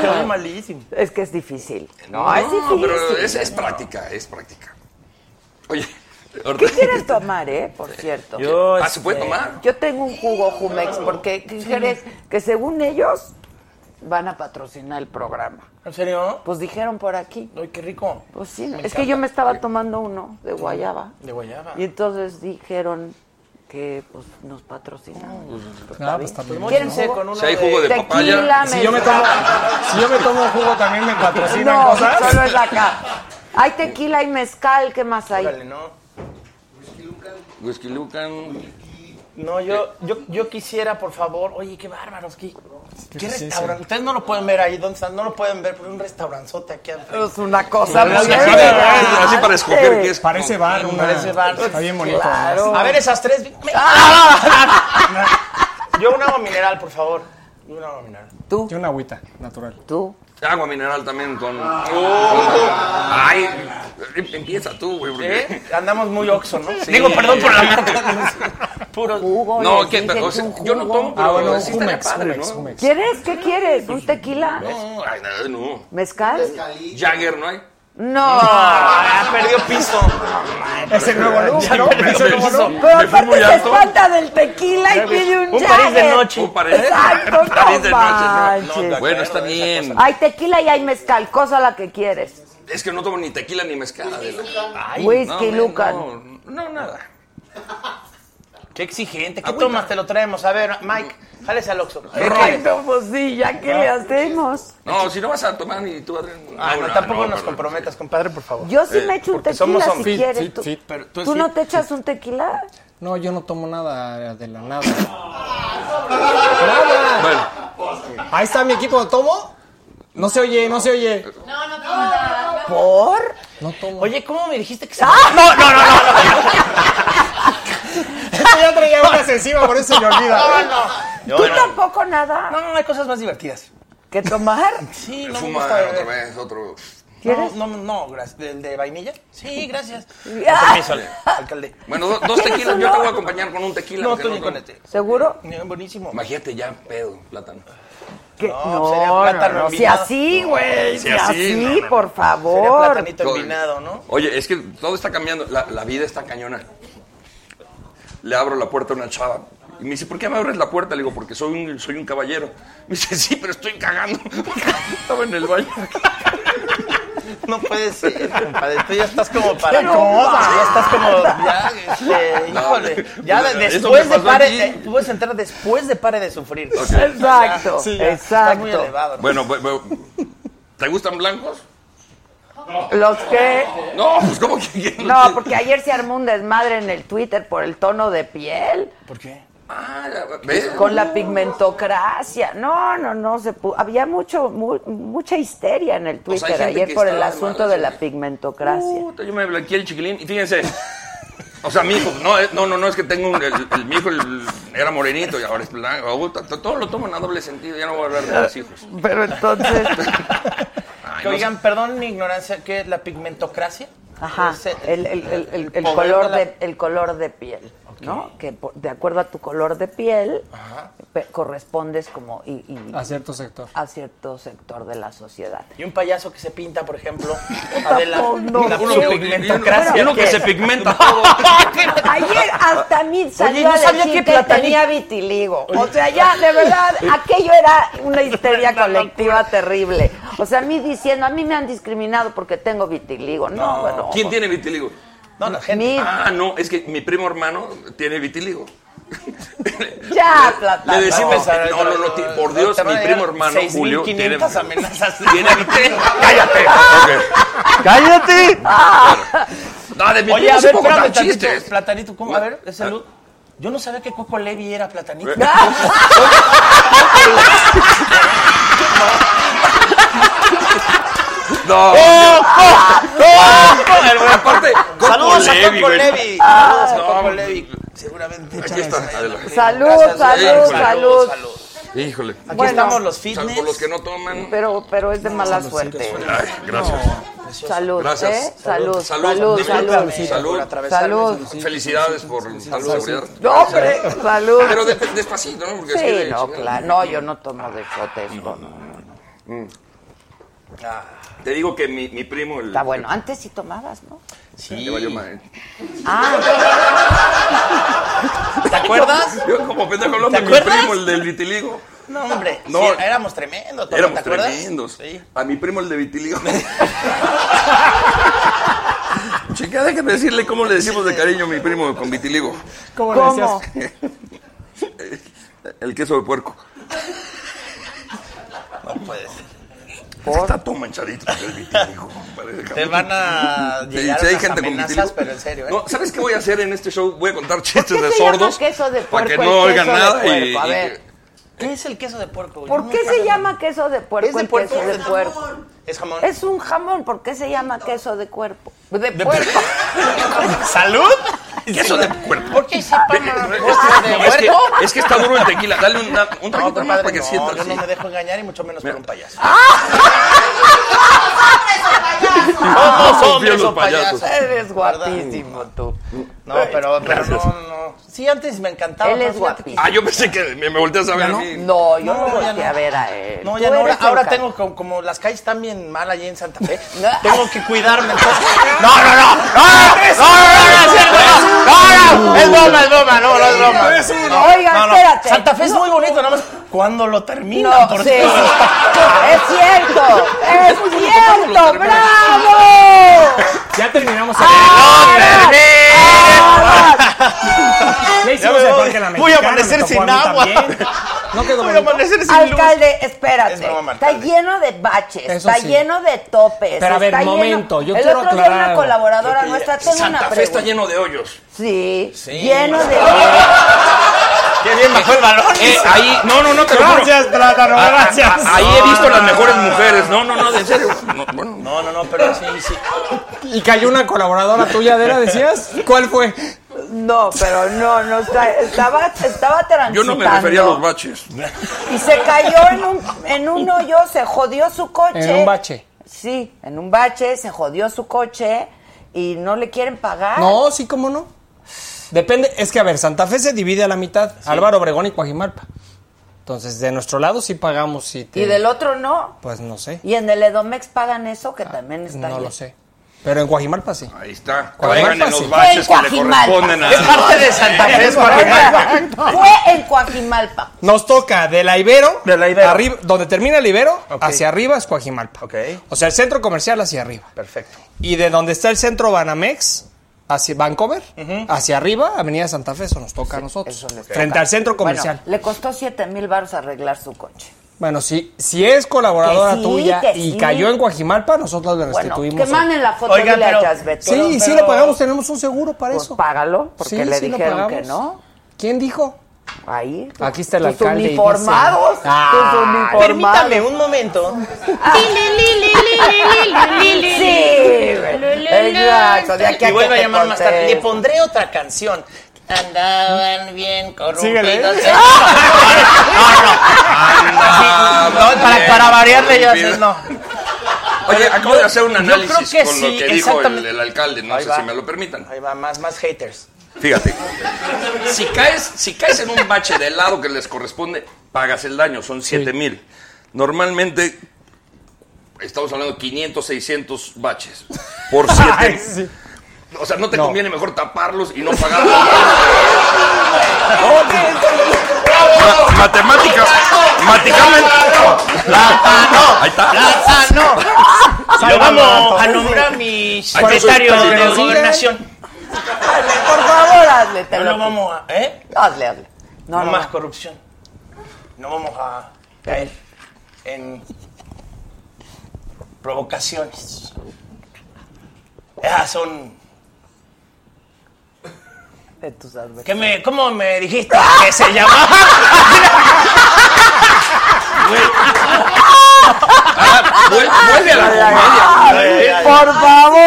S14: Soy malísimo.
S1: Es que es difícil. No, es difícil.
S9: pero es, es práctica, es práctica. Oye,
S1: ¿Qué
S9: ahorita- (laughs)
S1: quieres tomar, eh? Por cierto.
S9: Yo, Ah, ¿se puede este, tomar?
S1: Yo tengo un jugo Jumex porque ¿qué crees? Que según ellos van a patrocinar el programa.
S14: ¿En serio?
S1: Pues dijeron por aquí.
S14: Ay, qué rico.
S1: Pues sí,
S14: Me
S1: es
S14: encanta.
S1: que yo me estaba tomando uno de guayaba.
S14: De guayaba.
S1: Y entonces dijeron que pues nos patrocinaban. Pues,
S7: Ah, pues, está bien. Pues,
S1: ¿Quieren
S7: móchense
S1: jugo?
S7: con uno Si hay jugo de de papaya.
S1: tequila,
S7: Si yo me
S1: mezcal.
S7: tomo- si yo me tomo jugo, ¿también me patrocinan
S1: no,
S7: cosas?
S1: solo es la acá. Hay tequila, hay mezcal, ¿qué más hay?
S9: Whisky Lucan.
S14: No, yo, yo, yo quisiera, por favor, oye, qué bárbaros, qué, qué
S9: sí,
S14: restaurante. Ustedes no lo pueden ver ahí, ¿dónde están? No lo pueden ver, pero hay un restauranzote aquí al frente.
S1: Es una
S9: cosa muy Así para- elegante. así para escoger qué es.
S7: Parece bar, una-
S14: Parece bar.
S7: Está bien bonito,
S14: Claro.
S7: además.
S14: A ver, esas tres. me- Yo un agua mineral, por favor. Yo un agua mineral.
S1: ¿Tú?
S7: Yo una agüita natural.
S1: ¿Tú?
S9: Agua mineral también con.
S14: Ah.
S9: Ay, empieza tú, güey.
S10: ¿Eh?
S9: porque-
S14: Andamos muy oxo, ¿no?
S9: Sí.
S14: Digo, perdón por la marca. Puro
S1: jugo.
S9: (laughs) No, ¿qué tal? O sea, yo no tomo, pero
S7: Ah, bueno,
S9: sí estaría
S7: Jumex,
S9: padre,
S7: Jumex,
S9: ¿no?
S7: Jumex.
S1: ¿Quieres? ¿Qué quieres? ¿Un tequila?
S9: No, ay, nada, no.
S1: ¿Mezcal?
S9: Jagger, ¿no hay?
S1: No. (laughs)
S14: Ah, perdió piso.
S7: Es el nuevo look,
S9: Ya
S7: ¿no?
S9: me-
S7: Es el nuevo
S9: me-
S7: look.
S9: me-
S1: Pero
S9: me fui muy
S1: aparte se
S9: alto.
S1: espanta del tequila y pide un
S14: Un París de
S1: Jagger.
S14: noche. Un París-
S1: Exacto,
S9: Un París de
S1: no
S9: noche, no, no,
S1: manches.
S9: Bueno, está bien.
S1: Hay tequila y hay mezcal, cosa la que quieres.
S9: Es que no tomo ni tequila ni mezcal. Adela. Ay,
S1: Whisky,
S9: no,
S1: Lucan.
S9: no, no, No, nada.
S14: Qué exigente. ¿Qué tomas? Te lo traemos. A ver, Mike, jálese al oxo.
S1: Exacto, pues sí, ya que le hacemos.
S9: No, si no vas a tomar ni tú, Adrián.
S14: Ah, no, tampoco nos comprometas, compadre, por favor.
S1: Yo sí
S9: Eh,
S1: me echo un
S14: porque
S1: tequila
S14: somos
S1: si
S14: fit,
S1: quieres.
S14: fit,
S1: ¿Tú,
S14: fit, pero tú
S1: ¿tú
S14: sí,
S1: no te echas un tequila?
S7: No, yo no tomo nada de la nada.
S9: Bueno.
S7: Ahí está mi equipo de tomo. No se oye, no se oye.
S1: ¿Por?
S7: No tomo. Ah.
S14: Oye, ¿cómo me dijiste que se... No, no, no, no.
S7: ya traía una encima, por eso se me olvida.
S14: No,
S1: ¿Tú
S14: no.
S1: tampoco nada?
S14: No, no, hay cosas más divertidas.
S1: ¿Que tomar?
S14: Sí, (laughs) no me
S9: Fuma
S14: gusta
S9: otra
S14: beber.
S9: vez, otro.
S14: No,
S1: ¿Quieres?
S14: no, no, gracias. ¿El de vainilla? Sí, gracias.
S1: Ah.
S14: Con permiso, alcalde.
S9: Bueno, do-
S14: (laughs)
S9: dos
S1: ¿Quieres
S9: tequilas.
S1: uno?
S9: Yo te voy a acompañar con un tequila.
S14: No,
S9: porque
S14: tú ni con
S9: tomo.
S14: este.
S1: ¿Seguro?
S14: Ni- Buenísimo.
S9: Imagínate ya, pedo, plátano.
S1: Que-
S14: No,
S1: No,
S14: sería
S1: no,
S14: plátano
S1: no,
S14: en
S1: si
S14: vino.
S1: así, güey, si
S9: si así,
S1: así,
S9: no, no.
S1: por
S14: Sería
S1: favor.
S14: platanito combinado, ¿no?
S9: Oye, es que todo está cambiando. La, la vida está cañona. Le abro la puerta a una chava. Y me dice, ¿por qué me abres la puerta? Le digo, porque soy un, soy un caballero. Me dice, sí, pero estoy cagando. (laughs) Estaba en el baño.
S14: No puede ser, compadre. Tú ya estás como para.
S1: Pero-
S14: Ya estás como. Ya, este,
S9: No,
S14: híjole.
S9: no,
S14: Ya
S9: no, eso
S14: después
S9: me
S14: de
S9: pasó
S14: pare.
S9: aquí.
S14: eh, Tú vas a entrar después de pare de sufrir.
S1: Exacto,
S14: Sí, ya. Estás muy
S1: exacto.
S14: elevado. ¿no?
S9: Bueno, bu- bu- ¿te gustan blancos?
S1: Los que...
S9: No, pues ¿cómo que?
S1: No, porque ayer se armó un desmadre en el Twitter por el tono de piel,
S14: ¿Por qué?
S9: Ah, ya, ¿ves?
S1: con la pigmentocracia. No, no, no, se pu- había mucho mu- mucha histeria en el
S9: Pues hay
S1: Twitter
S9: gente
S1: ayer
S9: que
S1: por
S9: está
S1: el
S9: de
S1: asunto
S9: malas,
S1: de la
S9: güey.
S14: Uh.
S1: pigmentocracia.
S9: Puta, yo me blanqueé el chiquilín y fíjense. O sea, mi hijo, no, eh, no, no, no, es que tengo un, el, el- mi hijo el- era morenito y ahora es blanco. Oh, Puta, to- Todo lo tomo en a doble sentido, ya no voy a hablar de mis hijos.
S14: (laughs)
S1: Pero entonces,
S14: Pues,
S9: Ay,
S14: Que
S9: no
S14: oigan, perdón mi ignorancia, ¿qué es la pigmentocracia?
S1: ajá,
S14: Es el-
S1: el, el- el- el- el
S14: poder
S1: color
S14: la-
S1: de el color de piel, ¿no? Que por- de acuerdo a tu color de piel pe- correspondes como y, y-
S7: A cierto sector.
S1: a cierto sector de la sociedad.
S14: Y un payaso que se pinta, por
S1: (laughs)
S14: ejemplo,
S1: Tampoco,
S14: Adela,
S1: no,
S14: la
S1: sí.
S9: uno,
S14: pigmentocracia.
S9: y uno que se pigmenta todo.
S1: Ayer hasta a mí salió
S14: no
S1: a
S14: sabía que
S1: decir que,
S14: Platanito-
S1: tenía vitiligo. O sea, ya, de verdad, aquello era una histeria colectiva terrible. O sea, a mí diciendo, a mí me han discriminado porque tengo vitiligo. No, bueno.
S9: ¿Quién tiene vitiligo?
S14: No, la gente.
S1: Mi-
S9: Ah, no, es que mi primo hermano tiene vitiligo.
S1: ya, Platano.
S9: Le decimos,
S1: (laughs)
S14: no,
S9: no, no, no, ti- por Dios,
S14: te van
S9: mi
S14: a
S9: primo
S14: llegar
S9: hermano Julio tiene,
S14: 6,500 amenazas.
S9: (laughs) tiene
S14: (laughs)
S9: vitiligo. ¡Cállate!
S14: ¡Cállate!
S9: No, de mi
S14: Oye,
S9: primo
S14: a
S9: sí
S14: ver, espérame
S9: puedo contar
S14: tantito.
S9: chistes.
S14: Platanito, ¿cómo? A ver, es salud. Yo no sabía que Coco Levi era platanito.
S1: Ah.
S9: No. Aparte, Saludos a
S1: Levi,
S9: Coco
S1: güey.
S9: Levi.
S1: Ah,
S9: Saludos a Coco
S1: no.
S9: Levi. Seguramente echan extra de la-
S1: Salud,
S9: Gracias,
S1: salud,
S9: Levi.
S1: salud.
S5: Híjole.
S9: Aquí
S1: Bueno.
S9: estamos los fitness.
S5: Por los que no toman.
S1: Pero, pero es de mala
S5: Saludcita,
S1: suerte.
S5: Ay, gracias.
S1: Salud,
S5: Gracias.
S1: ¿eh? Salud,
S5: Salud.
S1: salud, salud.
S5: Salud.
S1: Salud.
S5: Felicidades por salud, seguridad.
S1: No, hombre, salud.
S5: Pero de- despacito, ¿no? Porque es que
S1: sí,
S5: de
S1: no,
S5: chingada.
S1: claro. No, yo no tomo de cotejo.
S5: Mm. Te digo que mi, mi primo. El,
S1: Está bueno. Antes sí tomabas, ¿no?
S5: Sí. Te valió madre. Ah.
S1: Ah.
S9: ¿Te acuerdas?
S5: Yo como pendejo hablando
S9: ¿Te
S5: de mi
S9: acuerdas?
S5: primo, el del vitiligo.
S9: No, hombre.
S5: No.
S9: sí, éramos tremendos. ¿te
S5: Éramos
S9: acuerdas?
S5: tremendos. A mi primo el
S14: (laughs)
S5: de vitiligo. Chica, déjame decirle cómo le decimos de cariño a mi primo con vitiligo.
S10: ¿Cómo
S5: ¿Cómo? El queso de puerco.
S9: (laughs) No puede ser.
S5: Está todo manchadito el (laughs) vitiligo. Parece que-
S9: Te van a
S5: Sí,
S9: llegar
S5: sí, hay
S9: unas
S5: gente con
S9: amenazas,
S5: vitiligo.
S9: pero en serio, ¿eh?
S5: No, ¿Sabes qué voy a hacer en este show? Voy a contar chistes de
S9: se llama
S5: sordos.
S1: queso de
S5: Para que
S1: puerco
S5: no
S1: el
S5: oigan
S1: queso de
S5: nada. y-
S1: puerco? A
S5: y-
S1: ver.
S9: ¿Qué es el queso de puerco?
S1: ¿Por qué se llama queso de puerco?
S9: Es de
S1: el
S9: puerco,
S1: queso de
S9: es de
S1: puerco?
S9: jamón. Es jamón.
S1: Es un jamón. ¿Por qué se llama queso de cuerpo? De puerco.
S9: ¿Salud?
S5: Queso de puerco.
S9: ¿Por qué se llama
S7: Ah,
S5: Es que, es que está duro el tequila. Dale un, una- un traguito más para que sienta.
S9: No, yo no
S5: así.
S9: me dejo engañar y mucho menos por un payaso.
S7: (laughs)
S5: Ah,
S9: ¡Somos hombres
S5: los
S9: o payasos!
S5: payasos.
S1: (laughs) Eres guapísimo tú.
S9: No, pero, pero
S5: Gracias.
S9: no, no. Sí, antes me encantaba.
S1: Él
S9: pero
S1: es
S9: fíjate
S1: guapísimo.
S5: Ah, yo pensé que me, me volteas a ver a mí.
S1: No, yo
S9: No,
S1: no, volteé
S9: ya no.
S1: a ver a él.
S9: No,
S1: Tú
S9: ya no. Ahora,
S1: eres el
S9: ahora
S1: ca-
S9: tengo como, como las calles están bien mal allí en Santa Fe. tengo que cuidarme. entonces- No, no, no. No, no, no, no, no, es cierto, no, no, no, es broma, es broma, no, no es broma.
S1: Oigan,
S9: No, no.
S1: espérate.
S9: Santa Fe es muy bonito, nada más. ¿Cuándo lo termina?
S1: No, sí, sí. Es cierto, es cierto, bravo.
S3: Ya terminamos.
S14: Ah.
S9: Ah.
S3: Ya hicimos el parque de la
S9: Voy a
S3: Mexicana,
S9: amanecer
S3: me tocó a
S9: sin
S3: mí
S9: agua.
S3: también. No quedó
S9: Voy a
S3: bonito.
S9: amanecer sin luz.
S1: Alcalde, espérate.
S9: Es broma,
S1: está lleno de baches,
S3: Eso
S1: está
S3: sí.
S1: lleno de topes.
S3: Pero a ver,
S1: está lleno-
S3: momento, yo
S1: El
S3: quiero
S1: otro día
S3: aclarar
S1: una
S3: algo.
S1: colaboradora
S5: Porque
S1: nuestra,
S5: ya-
S1: tengo
S5: Santa
S1: una
S5: Fe está
S1: pregunta.
S5: lleno de hoyos.
S1: Sí, lleno
S5: (laughs)
S1: de...
S9: Qué bien bajó el balón.
S5: Eh, ahí, no, no, no, te lo juro.
S10: Gracias, Plátano,
S5: Ah, ah,
S10: gracias.
S5: ah, Ahí he visto las mejores mujeres. No, no, no, en serio. No, bueno,
S9: No, no, no, pero sí, sí.
S10: Y cayó una colaboradora tuya, Adela, decías. ¿Cuál fue?
S1: No, pero no, no, está- estaba, estaba transitando.
S5: yo no me refería a los baches.
S1: Y se cayó en un, en un hoyo, se jodió su coche.
S10: En un bache.
S1: Sí, en un bache, se jodió su coche y no le quieren pagar.
S10: No, sí, cómo no. Depende, es que a ver, Santa Fe se divide a la mitad, Álvaro Obregón y Coajimalpa. Entonces, de nuestro lado sí pagamos si te-
S1: Y del otro no.
S10: Pues no sé,
S1: Y en el Edomex pagan eso, que también está
S10: no
S1: bien.
S10: lo sé. Pero en Coajimalpa sí.
S5: Ahí está.
S10: Coajimalpa
S5: Caigan en
S10: sí.
S5: los baches que le
S1: Coajimalpa.
S5: corresponden a.
S9: Es parte de Santa Fe, es Coajimalpa.
S1: Fue en Coajimalpa.
S10: Nos toca de la Ibero, arriba- donde termina el Ibero, hacia arriba es Coajimalpa.
S9: Ok,
S10: O sea, el centro comercial hacia arriba.
S9: perfecto.
S10: Y de donde está el centro Banamex, hacia Vancouver, hacia arriba, Avenida Santa Fe, eso nos toca a nosotros. frente al centro comercial.
S1: Bueno, le costó 7 mil baros arreglar su coche.
S10: Bueno, si, si es colaboradora
S1: Que sí,
S10: tuya
S1: que
S10: y
S1: sí.
S10: cayó en Coajimalpa, nosotros le
S1: Bueno,
S10: restituimos.
S1: que
S10: el-
S1: manden la foto
S9: Oigan,
S1: de la
S9: pero-
S1: Chasbetero.
S10: Sí, sí
S9: pero-
S10: lo pagamos, tenemos un seguro para
S1: Pues
S10: eso.
S1: págalo, porque
S10: Sí,
S1: le
S10: sí lo
S1: dijeron que
S10: pagamos.
S1: no.
S10: ¿Quién dijo?
S1: Ahí.
S10: Aquí está el
S1: tus
S10: alcalde y dice-
S1: uniformados. tus
S10: Ah,
S1: uniformados.
S9: Permítame un momento.
S1: Sí, güey. Exacto. De aquí a
S9: Y vuelve
S1: que
S9: a
S1: te
S9: llamar más tarde. Le
S1: contesten.
S9: pondré otra canción. Andaban bien
S10: Síguele.
S9: corrompidos. (laughs) No, no, para, para variarle yo así, no.
S5: Oye, acabo de hacer un
S9: yo
S5: análisis
S9: creo que
S5: con lo
S9: sí,
S5: que dijo el,
S9: exactamente.
S5: el alcalde. No
S9: Ahí
S5: sé
S9: va.
S5: si me lo permitan.
S9: Ahí va, más, más haters.
S5: Fíjate. Si caes, si caes en un bache de helado que les corresponde, pagas el daño, son 7 mil. Normalmente, estamos hablando de 500, 600 baches
S7: (laughs)
S5: por 7. O sea, ¿no te conviene mejor taparlos y no pagar? Ma- matemáticas, matemáticamente. Ahí está.
S9: ¡Ah, no! Yo vamos a
S10: Antonio.
S9: nombrar a mi
S5: Ay, que soy
S9: secretario
S5: todo
S9: de
S5: que sigue.
S9: gobernación.
S1: Hazle, por favor, hazle. Te
S9: No
S1: lo
S9: lo vamos a... ¿Eh?
S1: pido. Hazle, hazle. No,
S9: No,
S1: no,
S9: más
S1: no.
S9: corrupción. No vamos a caer en provocaciones. Esas son.
S1: De tus adversarios.
S9: ¿Qué me, ¿Cómo me dijiste que se llamaba?
S5: Ah,
S9: Vuelve vuelve a la comedia.
S1: Por favor.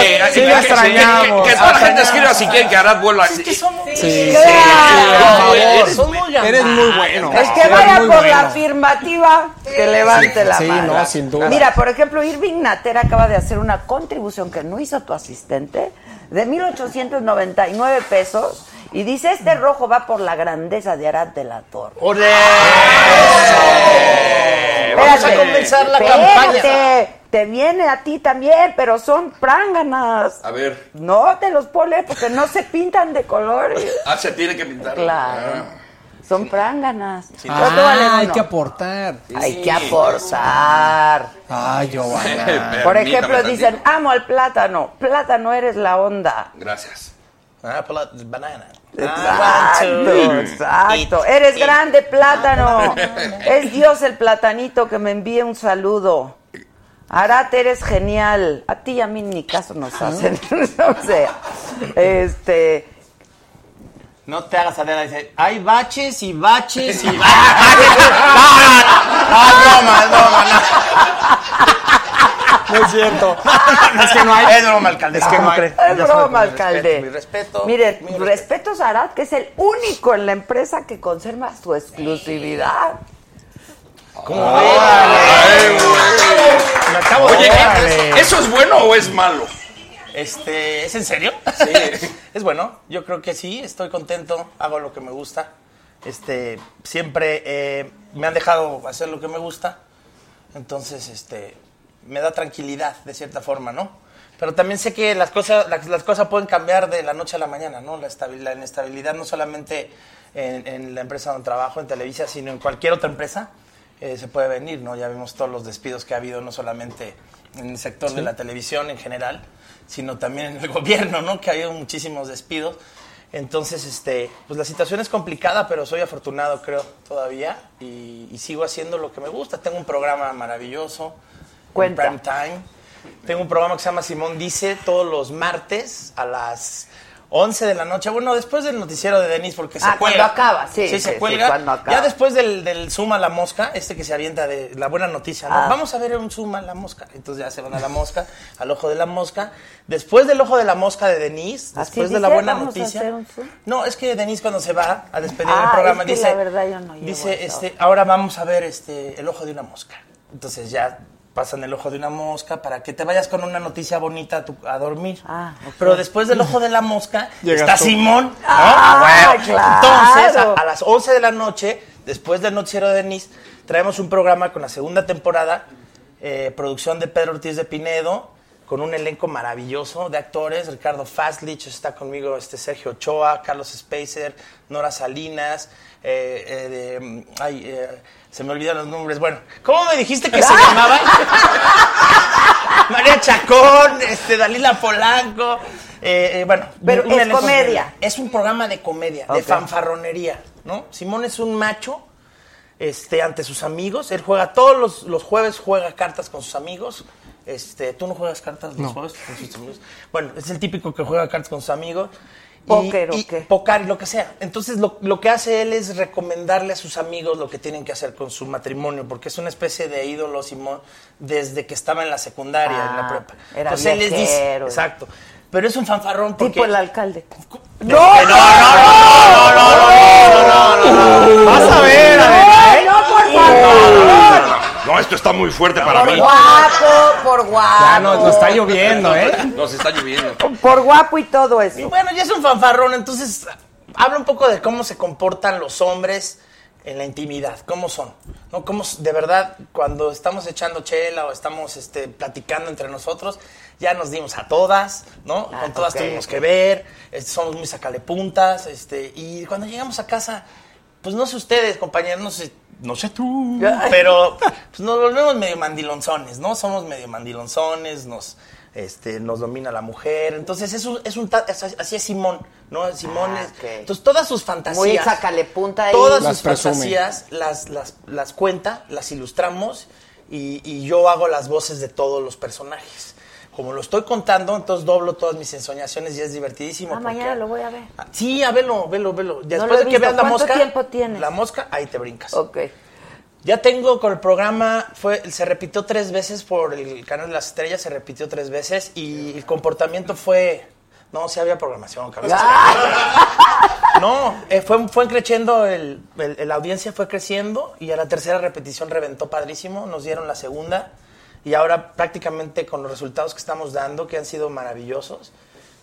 S9: Eh,
S1: Sí,
S9: que-
S1: la
S9: que- que-
S1: extrañamos,
S9: Que, que toda la gente
S1: extrañamos.
S9: escriba si quieren que Arad vuelva.
S1: sí,
S9: sí,
S1: claro.
S9: sí,
S1: Eres
S9: sí.
S1: muy
S7: Eres muy bueno.
S1: El que
S7: Eres
S1: vaya por
S7: muy bueno.
S1: la afirmativa, que levante
S7: Sí,
S1: la
S7: sí,
S1: mano.
S7: no, sin duda.
S1: Mira, por ejemplo, Irving Nater acaba de hacer una contribución que no hizo tu asistente de 1.899 pesos y dice, este rojo va por la grandeza de Arad de la Torre.
S10: Vamos a
S1: Espérate,
S10: comenzar la
S1: espérate,
S10: campaña.
S1: Te viene a ti también, pero son pránganas.
S9: A ver,
S1: No te los pones porque no se pintan de colores.
S9: ah, se tiene que pintar. Ah.
S1: Claro. Son pránganas.
S9: no.
S1: Pero te vale
S7: Ah, hay
S1: uno.
S7: que aportar.
S1: Hay que aportar.
S7: Ay,
S9: (laughs)
S7: Giovanna.
S1: Por ejemplo, dicen, amo al plátano. Plátano eres la onda.
S9: Gracias.
S10: Ah, pla- banana.
S1: Exacto, exacto. Eres grande, plátano.
S9: Ah.
S1: (laughs) Es Dios el platanito que me envíe un saludo. Arat, eres genial. A ti y a mí ni caso nos hacen. (laughs) o sea, este.
S10: No te hagas adela, dice, hay baches y baches y baches. no, no, no, no, no, es broma, es broma, no. No es cierto. es que no hay. Es broma, alcalde. Es que no hay.
S1: Es
S10: Ya
S1: broma,
S10: sabe, mi respeto,
S1: alcalde.
S10: Mi respeto.
S1: Mire, respetos a Arat, que es el único en la empresa que conserva su exclusividad.
S9: Oye,
S10: Órale.
S9: ¿eso es bueno o es malo?
S10: Este, ¿es en serio? Sí. (laughs) es bueno, yo creo que sí, estoy contento, hago lo que me gusta. Este, siempre eh, me han dejado hacer lo que me gusta. Entonces, este, me da tranquilidad de cierta forma, ¿no? Pero también sé que las cosas, las, las cosas pueden cambiar de la noche a la mañana, ¿no? La, estabilidad, la inestabilidad no solamente en, en la empresa donde trabajo, en Televisa, sino en cualquier otra empresa eh, se puede venir, ¿no? Ya vimos todos los despidos que ha habido, no solamente en el sector de
S7: Sí.
S10: la televisión en general, sino también en el (laughs) gobierno, ¿no? Que ha habido muchísimos despidos. Entonces, este, pues la situación es complicada, pero soy afortunado, creo, todavía. Y, y sigo haciendo lo que me gusta. Tengo un programa maravilloso.
S1: Cuenta.
S10: en Prime Time. Tengo un programa que se llama Simón Dice todos los martes a las 11 de la noche. Bueno, después del noticiero de Denis, porque se
S1: Ah, cuando
S10: cuelga.
S1: acaba, sí, sí,
S10: se
S1: sí,
S10: cuelga.
S1: cuando acaba.
S10: Ya después del, del Suma la Mosca, este que se avienta de la buena noticia. ¿no?
S1: Ah.
S10: Vamos a ver un Suma la Mosca. Entonces ya se van a la mosca, al ojo de la mosca. Después del ojo de la mosca de Denis,
S1: Así
S10: después de la
S1: dice,
S10: buena
S1: vamos a
S10: noticia.
S1: hacer un zoom.
S10: No, es que Denise cuando se va a despedir
S1: Ah,
S10: del programa
S1: es que
S10: dice,
S1: la verdad yo no llego a
S10: dice,
S1: eso.
S10: este, ahora vamos a ver este el ojo de una mosca. Entonces ya pasan el ojo de una mosca para que te vayas con una noticia bonita a, tu- a dormir.
S1: Ah,
S10: Pero después del ojo de la mosca
S7: Llegas
S10: está
S7: tú.
S10: Simón. ¿no?
S7: Ah,
S10: Ah, bueno.
S7: claro.
S10: Entonces, a, a las 11 de la noche, después del noticiero de Denise, traemos un programa con la segunda temporada, eh, producción de Pedro Ortiz de Pinedo, con un elenco maravilloso de actores. Ricardo Fastlich está conmigo, este Sergio Ochoa, Carlos Spacer, Nora Salinas. eh, eh, de, mm, ay, eh, se me olvidan los nombres. Bueno, ¿cómo me
S7: (laughs)
S10: dijiste
S7: Ah.
S10: que se llamaba? María Chacón, este, Dalila Polanco. eh, eh, bueno,
S1: Pero
S10: un
S1: es
S10: elenco
S1: comedia.
S10: increíble. Es un programa de comedia, de
S1: Ok.
S10: fanfarronería, ¿no? Simón es un macho este, ante sus amigos. Él juega todos los, los jueves, juega cartas con sus amigos. Este, ¿Tú no juegas cartas los
S7: No.
S10: jueves con sus amigos? Bueno, es el típico que juega cartas con sus amigos. Y-
S1: Póker, ¿o
S10: y-
S1: qué?
S10: Póker, lo que sea. Entonces, lo, lo que hace él es recomendarle a sus amigos lo que tienen que hacer con su matrimonio, porque es una especie de ídolo, Simón, desde que estaba en la secundaria, en
S1: Ah,
S10: la prepa.
S1: era
S10: Entonces, él les dice.
S1: viajero.
S10: Exacto. Pero es un fanfarrón porque...
S1: Tipo el alcalde.
S10: ¡No! ¡No, no, no, no, no, no, no, no! Vas a ver,
S1: No, por favor.
S9: No, esto está muy fuerte para
S1: Por guapo, por guapo.
S7: Ya no, nos está lloviendo, ¿eh?
S1: (laughs)
S9: Nos está lloviendo.
S1: Por guapo y todo
S10: Y
S1: eso.
S10: bueno, ya es un fanfarrón, entonces habla un poco de cómo se comportan los hombres en la intimidad, cómo son, ¿no? Cómo s- de verdad cuando estamos echando chela o estamos este, platicando entre nosotros, ya nos dimos a todas, ¿no?
S1: Ah,
S10: Con todas
S1: ok,
S10: tuvimos
S1: ok.
S10: que ver, este, somos muy sacalepuntas, este, y cuando llegamos a casa, pues no sé ustedes, compañeros, no sé, no sé tú, pero pues, nos volvemos medio mandilonzones, ¿no? Somos medio mandilonzones, nos, este, nos domina la mujer. Entonces, es un, es un ta- es- así es Simón, ¿no? Simón
S1: Ah,
S10: es.
S1: ok.
S10: Entonces, todas sus fantasías.
S1: Muy sacale punta ahí.
S10: Todas
S7: Las
S10: sus
S7: presume.
S10: fantasías las, las, las cuenta, las ilustramos y, y yo hago las voces de todos los personajes. Como lo estoy contando, entonces doblo todas mis ensoñaciones y es divertidísimo.
S1: Ah,
S10: porque-
S1: mañana lo voy a ver.
S10: Ah, Sí, a velo, velo, velo. Ya
S1: No lo he
S10: Después de que
S1: visto.
S10: veas la
S1: ¿Cuánto
S10: mosca.
S1: tiempo tienes?
S10: La mosca, ahí te brincas.
S1: Ok.
S10: Ya tengo con el programa, fue, se repitió tres veces por el canal de las estrellas, se repitió tres veces y el comportamiento fue. No, sí había programación, cabrón.
S1: Ah,
S10: No, eh, fue, fue creciendo, el, el- la audiencia fue creciendo y a la tercera repetición reventó padrísimo, nos dieron la segunda y ahora prácticamente con los resultados que estamos dando, que han sido maravillosos,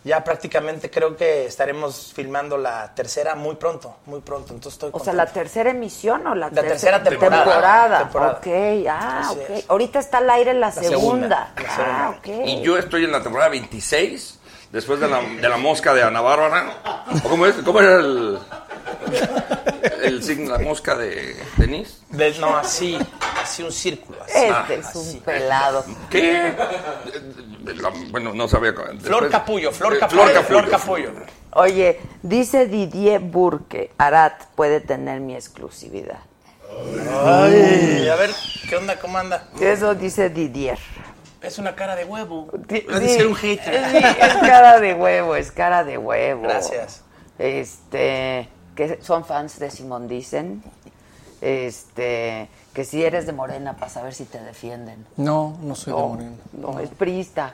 S10: ya prácticamente creo que estaremos filmando la tercera muy pronto, muy pronto. Entonces estoy
S1: O sea,
S10: contento.
S1: la tercera emisión o la,
S10: La tercera temporada.
S1: temporada.
S10: Temporada.
S1: Ok, ah,
S10: Así
S1: ok.
S10: es.
S1: Ahorita está al aire la,
S9: La
S1: segunda.
S9: segunda,
S1: Ah, ok.
S9: Y yo estoy en la temporada 26, después de la, de la mosca de Ana Bárbara. ¿O ¿Cómo, es? ¿Cómo era el, el signo, la mosca de Denise?
S10: Del- no, así, así un círculo. así.
S9: Este
S1: es un pelado.
S9: ¿Qué? De la- bueno, no sabía. cómo-
S10: Flor
S9: después-
S10: Capullo, Flor
S9: Eh,
S10: Capullo.
S9: Flor
S10: Flor
S9: Capullo.
S10: Capullo.
S1: Oye, dice Didier Burke, Arat puede tener mi exclusividad.
S10: Ay, a ver, ¿qué onda? ¿Cómo anda?
S1: Eso dice Didier.
S10: Es una cara de huevo.
S1: Va a decir un
S10: hater.
S1: Sí, es cara de huevo, es cara de huevo.
S10: Gracias.
S1: Este, que son fans de Simón Dicen. Este, que si eres de Morena para saber si te defienden.
S7: No, no soy de
S1: No,
S7: Moreno.
S1: no, es priista.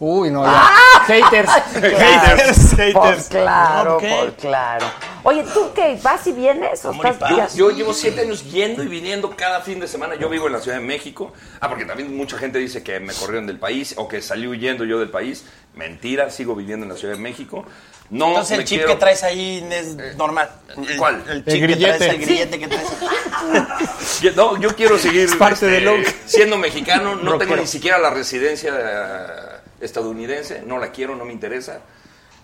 S7: Uy, no, ya.
S1: ¡Ah!
S7: Haters.
S1: Haters, Por
S7: haters.
S1: claro,
S7: Ok.
S1: por claro. Oye, ¿tú qué? ¿Vas y vienes o estás
S9: Yo,
S1: ya-
S9: yo llevo siete años yendo y viniendo cada fin de semana. Yo vivo en la Ciudad de México. Ah, porque también mucha gente dice que me corrieron del país o que salí huyendo yo del país. Mentira, sigo viviendo en la Ciudad de México. No
S10: Entonces
S9: Oh, me
S10: el chip
S9: quiero- Eh,
S10: que traes ahí es normal.
S9: ¿Cuál?
S10: El chip que traes, el grillete que traes.
S9: Yo- No, yo quiero seguir
S10: parte
S9: este,
S10: del look.
S9: siendo mexicano. No
S10: Rockero.
S9: tengo ni siquiera la residencia eh, estadounidense. No la quiero, no me interesa.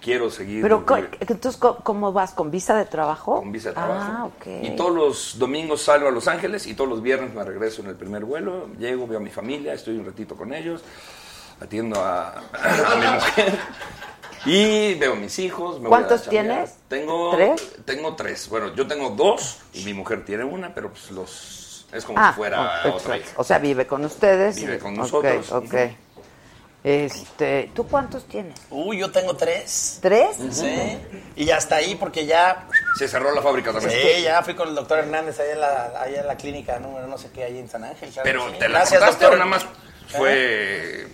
S9: Quiero seguir
S1: Pero co-
S9: vivi-
S1: entonces co- ¿cómo vas con visa de trabajo?
S9: con visa de trabajo.
S1: Ah, ok.
S9: Y todos los domingos salgo a Los Ángeles y todos los viernes me regreso en el primer vuelo. Llego, veo a mi familia, estoy un ratito con ellos, atiendo a, a mi mujer. Y veo a mis hijos. me voy a
S1: ¿Cuántos
S9: chambear.
S1: tienes?
S9: Tengo
S1: ¿Tres?
S9: Tengo tres. Bueno, yo tengo dos y mi mujer tiene una, pero pues los es como
S1: Ah,
S9: si fuera
S1: oh,
S9: otra
S1: exacto. O sea, vive con ustedes.
S9: Vive con
S1: Ok,
S9: nosotros.
S1: Ok, Este, ¿tú cuántos tienes?
S10: Uy, yo tengo tres.
S1: ¿Tres?
S10: Sí. Y hasta ahí, porque ya.
S9: Se cerró la fábrica también.
S10: Sí, ya fui con el doctor Hernández allá en la, allá en la clínica número no sé qué, ahí en San Ángel. claro
S9: Pero
S10: que sí.
S9: te la
S10: Gracias,
S9: cortaste
S10: doctor. ¿Eh?
S9: o nada más fue...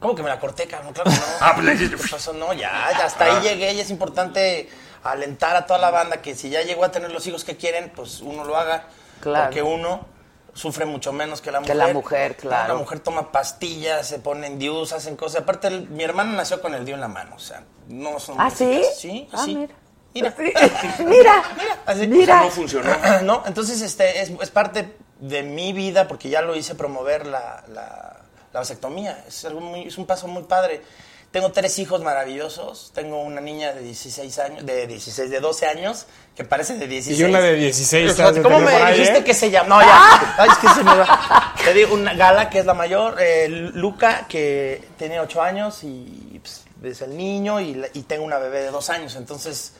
S10: ¿Cómo que me la corté, cabrón? Claro que no.
S9: Ah,
S10: (laughs)
S9: pues,
S10: ¿Qué pasó? No, ya, ya hasta
S9: Ah.
S10: ahí llegué y es importante alentar a toda la banda que si ya llegó a tener los hijos que quieren, pues uno lo haga.
S1: Claro.
S10: Porque uno sufre mucho menos que la
S1: Que
S10: mujer.
S1: la mujer, claro.
S10: La mujer toma pastillas, se ponen dius, hacen cosas. Aparte, el- mi hermano nació con el diu en la mano, o sea, no son...
S1: ¿Ah, sí?
S10: Sí,
S1: Ah,
S10: sí.
S1: (laughs) mira. Pues
S10: Mira. (laughs)
S1: Mira.
S10: Así.
S1: Mira.
S9: No funcionó.
S10: (clears throat) no, entonces este es, es parte de mi vida porque ya lo hice promover la, la, la vasectomía. Es, algo muy- es un paso muy padre. Tengo tres hijos maravillosos. Tengo una niña de 16 años, de 16, de 12 años, que parece de 16.
S7: Y una de 16 has de
S10: ¿Cómo
S7: tener
S10: me
S7: por ahí,
S10: dijiste
S7: eh? Ah.
S10: que se llama? No, ya. Ay, es que se me va. Te digo, una Gala, que es la mayor, eh, Luca, que tiene 8 años y pues, es el niño, y, la- y tengo una bebé de 2 años. Entonces,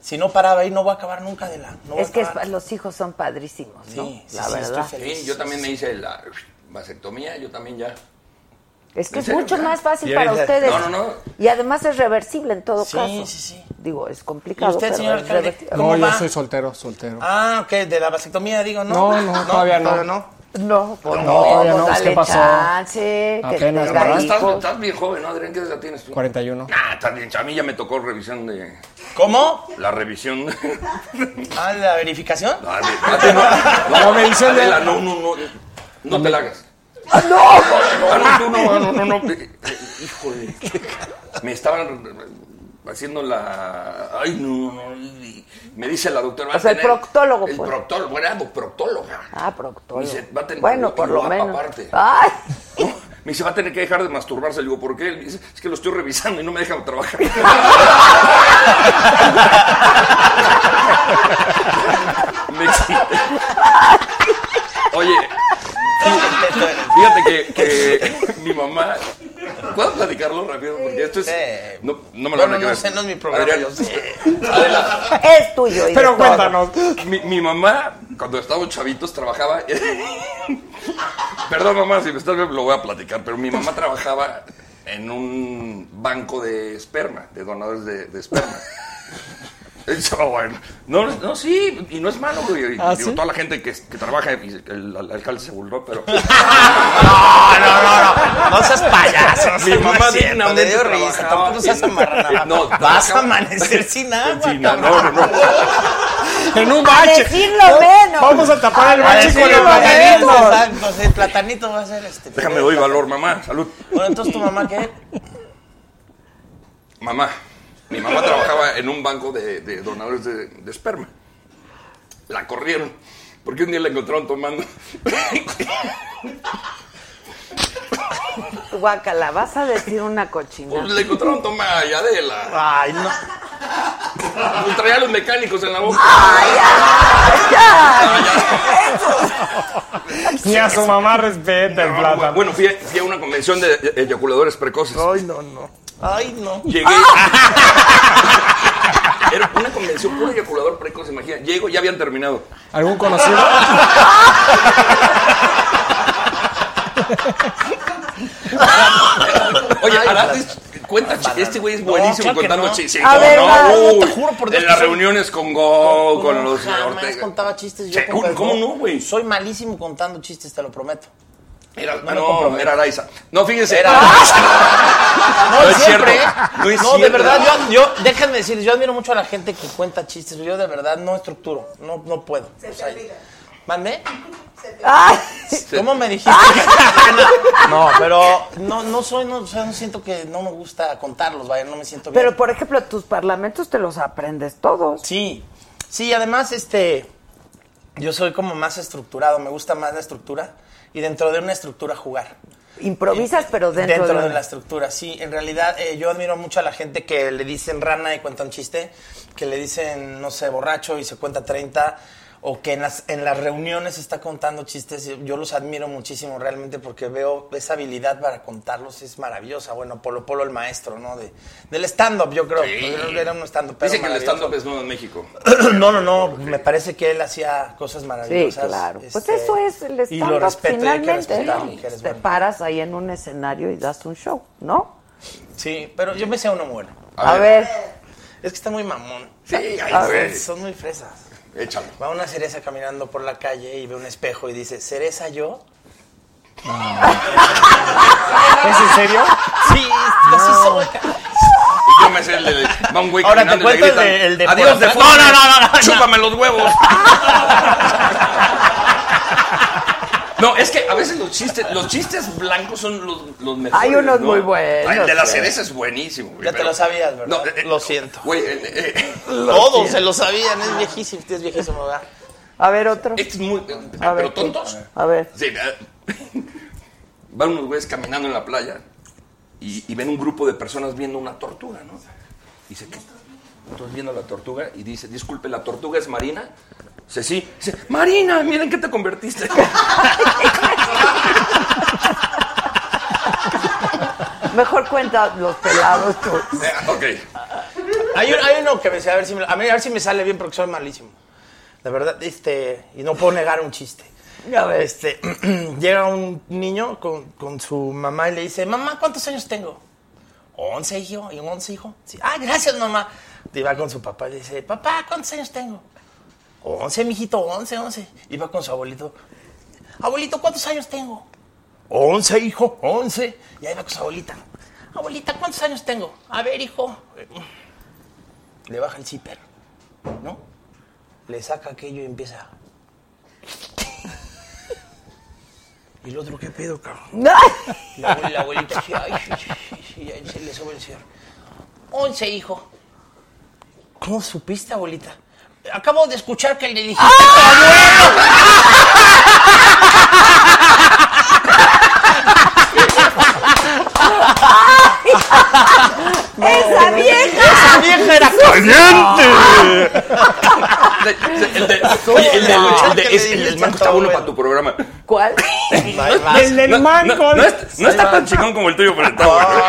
S10: si no paraba ahí, no voy a acabar nunca de la... no voy
S1: es
S10: a
S1: que
S10: acabar.
S1: es- los hijos son padrísimos, ¿no?
S10: Sí, sí,
S1: la
S10: sí,
S1: verdad.
S10: estoy
S9: Sí, yo también me hice la vasectomía, yo también ya.
S1: Es que
S9: ¿En
S1: es
S9: serio?
S1: mucho más fácil
S9: Ya,
S1: para
S9: ya.
S1: ustedes.
S9: No, no, no.
S1: Y además es reversible en todo
S10: Sí,
S1: caso.
S10: sí, sí.
S1: Digo, es complicado.
S10: ¿Y usted,
S1: pero
S10: señor
S1: es
S10: alcalde?
S1: reversible.
S7: No,
S10: ¿Cómo
S7: yo
S10: va?
S7: soy soltero, soltero.
S10: Ah, ok, de la vasectomía, digo, ¿no?
S7: No, no, todavía no.
S1: No, pues
S7: No,
S1: no,
S7: todavía
S1: pues
S7: no, pues, ¿qué
S1: dale
S7: pasó?
S1: chance, que
S7: Apenas,
S1: tenga
S7: ¿verdad?
S9: Estás,
S1: hijos.
S9: estás bien joven, ¿no, Adrián? ¿Qué edad tienes tú?
S7: 41.
S9: Ah, estás bien. A mí ya me tocó revisión de...
S10: ¿Cómo?
S9: La revisión... de- (laughs)
S10: Ah, la verificación.
S9: No,
S7: (laughs)
S9: a ver, a ti no, no,
S7: La revisión de-
S9: Adela, No, no, no. No te la hagas. Ah, no, tú no, no, no, eh, no. Híjole. Me estaban haciendo la... Ay, no, no. y Me dice la doctora... va
S1: O
S9: a
S1: sea, el
S9: tener-
S1: proctólogo,
S9: El
S1: pues.
S9: proctólogo, era proctóloga.
S1: Ah, proctólogo.
S9: Me dice, va a tener-
S1: bueno,
S9: y
S1: por
S9: lo
S1: lo
S9: va a
S1: menos.
S9: paparte.
S1: Ay,
S9: Oh, Me dice, va a tener que dejar de masturbarse. Le digo, ¿por qué? Me dice, es que lo estoy revisando y no me dejan trabajar. (laughs) me excité. Oye, fíjate que, que mi mamá... ¿Puedo platicarlo rápido? Porque esto es... No, no me lo van a
S10: Bueno, no
S9: creer.
S10: sé, no es mi programa,
S9: Adrián,
S10: yo sé.
S9: Adela.
S1: es tuyo. y de todo.
S9: Mi, mi mamá, cuando estábamos chavitos, trabajaba. Perdón, mamá, si me estás viendo, lo voy a platicar, pero mi mamá trabajaba en un banco de esperma, de donadores de, de esperma. Eso, bueno. No, no, sí, y no es malo, güey. Y
S16: ¿Ah,
S9: digo,
S16: sí?
S9: toda la gente que, que trabaja, y el, el alcalde se burló,
S10: (laughs)
S9: pero.
S10: Ah, No seas payaso.
S9: Mi
S10: no es
S9: mamá
S10: cierto,
S9: dignamente
S10: me dio
S9: trabaja.
S10: risa. Tampoco seas amarranada.
S9: (laughs) No,
S10: vas a
S9: trabaja-
S10: amanecer
S9: (laughs)
S10: sin agua.
S9: Sí, no, no, no, no.
S10: En
S7: un
S10: bache.
S1: decirlo menos.
S10: Vamos a tapar el bache con el platanito. Exacto, sí, ah, el platanito va a ser este.
S9: Déjame doy valor, mamá. Salud.
S10: Bueno, entonces tu mamá qué?
S9: Mamá, mi mamá trabajaba en un banco de, de donadores de, de esperma. La corrieron, porque un día la encontraron tomando. (laughs)
S1: Guacala, vas a decir una cochina.
S9: Pues, la encontraron tomando a Yadela. Ay, no. traía los mecánicos en la boca.
S7: Ni a su mamá respeta el plátano.
S9: Bueno, fui a, fui a una convención de eyaculadores precoces. Ay, no, no.
S10: Ay, no.
S9: (laughs) Llegué. Era una convención puro eyaculador precoz, imagina. Llego, ya habían terminado.
S7: ¿Algún
S9: (laughs)
S7: conocido?
S9: Oye, Arantes, cuenta, chi- este güey es buenísimo
S10: claro que
S9: contando
S10: no.
S9: chistes.
S10: A ver, va, no,
S9: uy,
S10: te juro por Dios
S9: En
S10: que
S9: las
S10: soy-
S9: reuniones con Go,
S10: Pues
S9: con
S10: No,
S9: los
S10: jamás
S9: Ortega.
S10: contaba chistes yo.
S9: Che, ¿cómo-
S10: compadre.
S9: cómo no, güey?
S10: Soy malísimo contando chistes, te lo prometo.
S9: Era,
S10: me
S9: ah, no,
S10: comprometo.
S9: era Araiza. No, fíjense.
S10: Era- No,
S9: No es
S10: siempre.
S9: cierto.
S10: ¿eh?
S9: No es
S10: de
S9: cierto.
S10: verdad, yo, yo, déjenme decirles, yo admiro mucho a la gente que cuenta chistes. Yo de verdad no estructuro, no, no puedo. O sea, ¿Mandé? ¿Cómo me dijiste? (laughs) no, pero Ah. no, no soy, no, o sea, no siento que no me gusta contarlos, vaya, no me siento bien.
S1: Pero, por ejemplo, tus parlamentos te los aprendes todos.
S10: Sí. Sí, además, este, yo soy como más estructurado, me gusta más la estructura y dentro de una estructura jugar.
S1: Improvisas,
S10: Eh,
S1: pero dentro,
S10: de,
S1: una-
S10: la estructura, sí. En realidad, eh, yo admiro mucho a la gente que le dicen rana y cuenta un chiste, que le dicen, no sé, borracho y se cuenta 30, o que en las, en las reuniones está contando chistes. Yo los admiro muchísimo realmente porque veo esa habilidad para contarlos, es maravillosa. Bueno, Polo Polo, el maestro, ¿no? De, del stand-up, yo creo.
S9: Sí.
S10: Era un stand-up.
S9: Dice que el stand-up es nuevo en México.
S10: (clears throat) No, no, no, me parece que él hacía cosas maravillosas.
S1: Sí, claro. pues
S10: este,
S1: eso es el
S10: Y lo
S1: stand-up
S10: respeto, y hay que
S1: finalmente.
S10: respetarlo,
S1: ¿no?
S10: que
S1: te
S10: eres bueno.
S1: paras ahí en un escenario y das un show, ¿no?
S10: Sí, pero yo me sé uno bueno.
S1: A, ver.
S10: Es que está muy mamón.
S1: Sí,
S10: Ay,
S1: a
S10: son-
S1: ver.
S10: Son muy fresas.
S9: Échalo.
S10: Va una cereza caminando por la calle y ve un espejo y dice, ¿cereza yo?
S7: ¿Es en serio?
S10: Sí, así soy.
S9: Y yo me sé el de. Va un güey
S10: Ahora te
S9: caminando y le
S10: cuento el
S9: gritan,
S10: de- el de por
S9: Adiós de
S10: atrás".
S9: fútbol.
S10: No, no, no, no, no.
S9: Chúpame los
S10: (laughs)
S9: huevos. No, es que a veces los chistes, los chistes blancos son los, los mejores.
S10: Hay unos
S9: ¿no?
S10: muy buenos,
S9: Ay, El de la
S10: sí.
S9: cereza es buenísimo, güey.
S10: Ya te
S9: pero-
S10: lo sabías, ¿verdad?
S9: No,
S10: lo siento.
S9: Güey, eh, eh,
S10: Todos se lo sabían, es viejísimo, es viejísimo, ¿verdad?
S1: A ver, otro.
S9: Es muy.
S1: A
S9: pero
S1: ver, tú.
S9: tontos.
S1: A ver.
S9: Sí, eh, van unos güeyes caminando en la playa y, y ven un grupo de personas viendo una tortuga, ¿no? Dice que estás viendo la tortuga y dice, disculpe, ¿la tortuga es marina? Dice, sí. Dice, Marina, miren qué te convertiste. Ah,
S1: Mejor cuenta los pelados
S9: (laughs)
S1: tú.
S9: ok.
S10: Hay, un- hay uno que me sé, a ver, si me, a mí- a ver si me sale bien porque soy malísimo. De verdad, este, y no puedo negar un chiste.
S1: A ver.
S10: Este, (clears throat) llega un niño con, con su mamá y le dice, mamá, ¿cuántos años tengo? Once, hijo, y once, hijo. Sí. Ah, gracias, mamá. Y va con su papá y le dice, papá, ¿cuántos años tengo? Once, mijito, once, once. Y va con su abuelito, abuelito, ¿cuántos años tengo? Once, hijo, once. Y ahí va con su abuelita. Abuelita, ¿cuántos años tengo? A ver, hijo. Le baja el zipper, ¿no? Le saca aquello y empieza. (laughs) ¿Y el otro qué pedo, cabrón? La, abue- la abuelita sí, ay, sí, sí, sí, sí, y ahí se le sube el cierre. Once, hijo. ¿Cómo supiste, abuelita? Acabo de escuchar que le dijiste
S1: ¡Esa vieja!
S10: ¡Esa vieja era
S9: El de, oye, el de- el de- es- el del manco está bueno para tu programa.
S1: ¿Cuál?
S7: El del manco.
S9: No, no es- no está tan chingón como el tuyo, pero está bueno.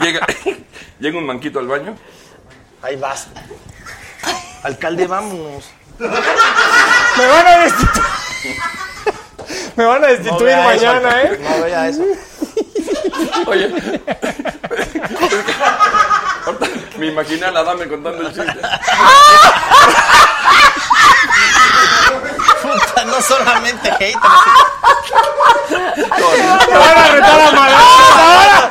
S9: Llega, (laughs) llega un manquito al baño.
S10: Ahí vas. Alcalde, vámonos.
S7: Me van a destituir. (laughs) Me van a destituir
S10: vea eso,
S7: mañana, ¿eh?
S10: No vea eso.
S9: Oye. Ahorita, Me imaginé a la dame contando el chiste.
S10: Puta, (laughs) no solamente hate.
S9: van a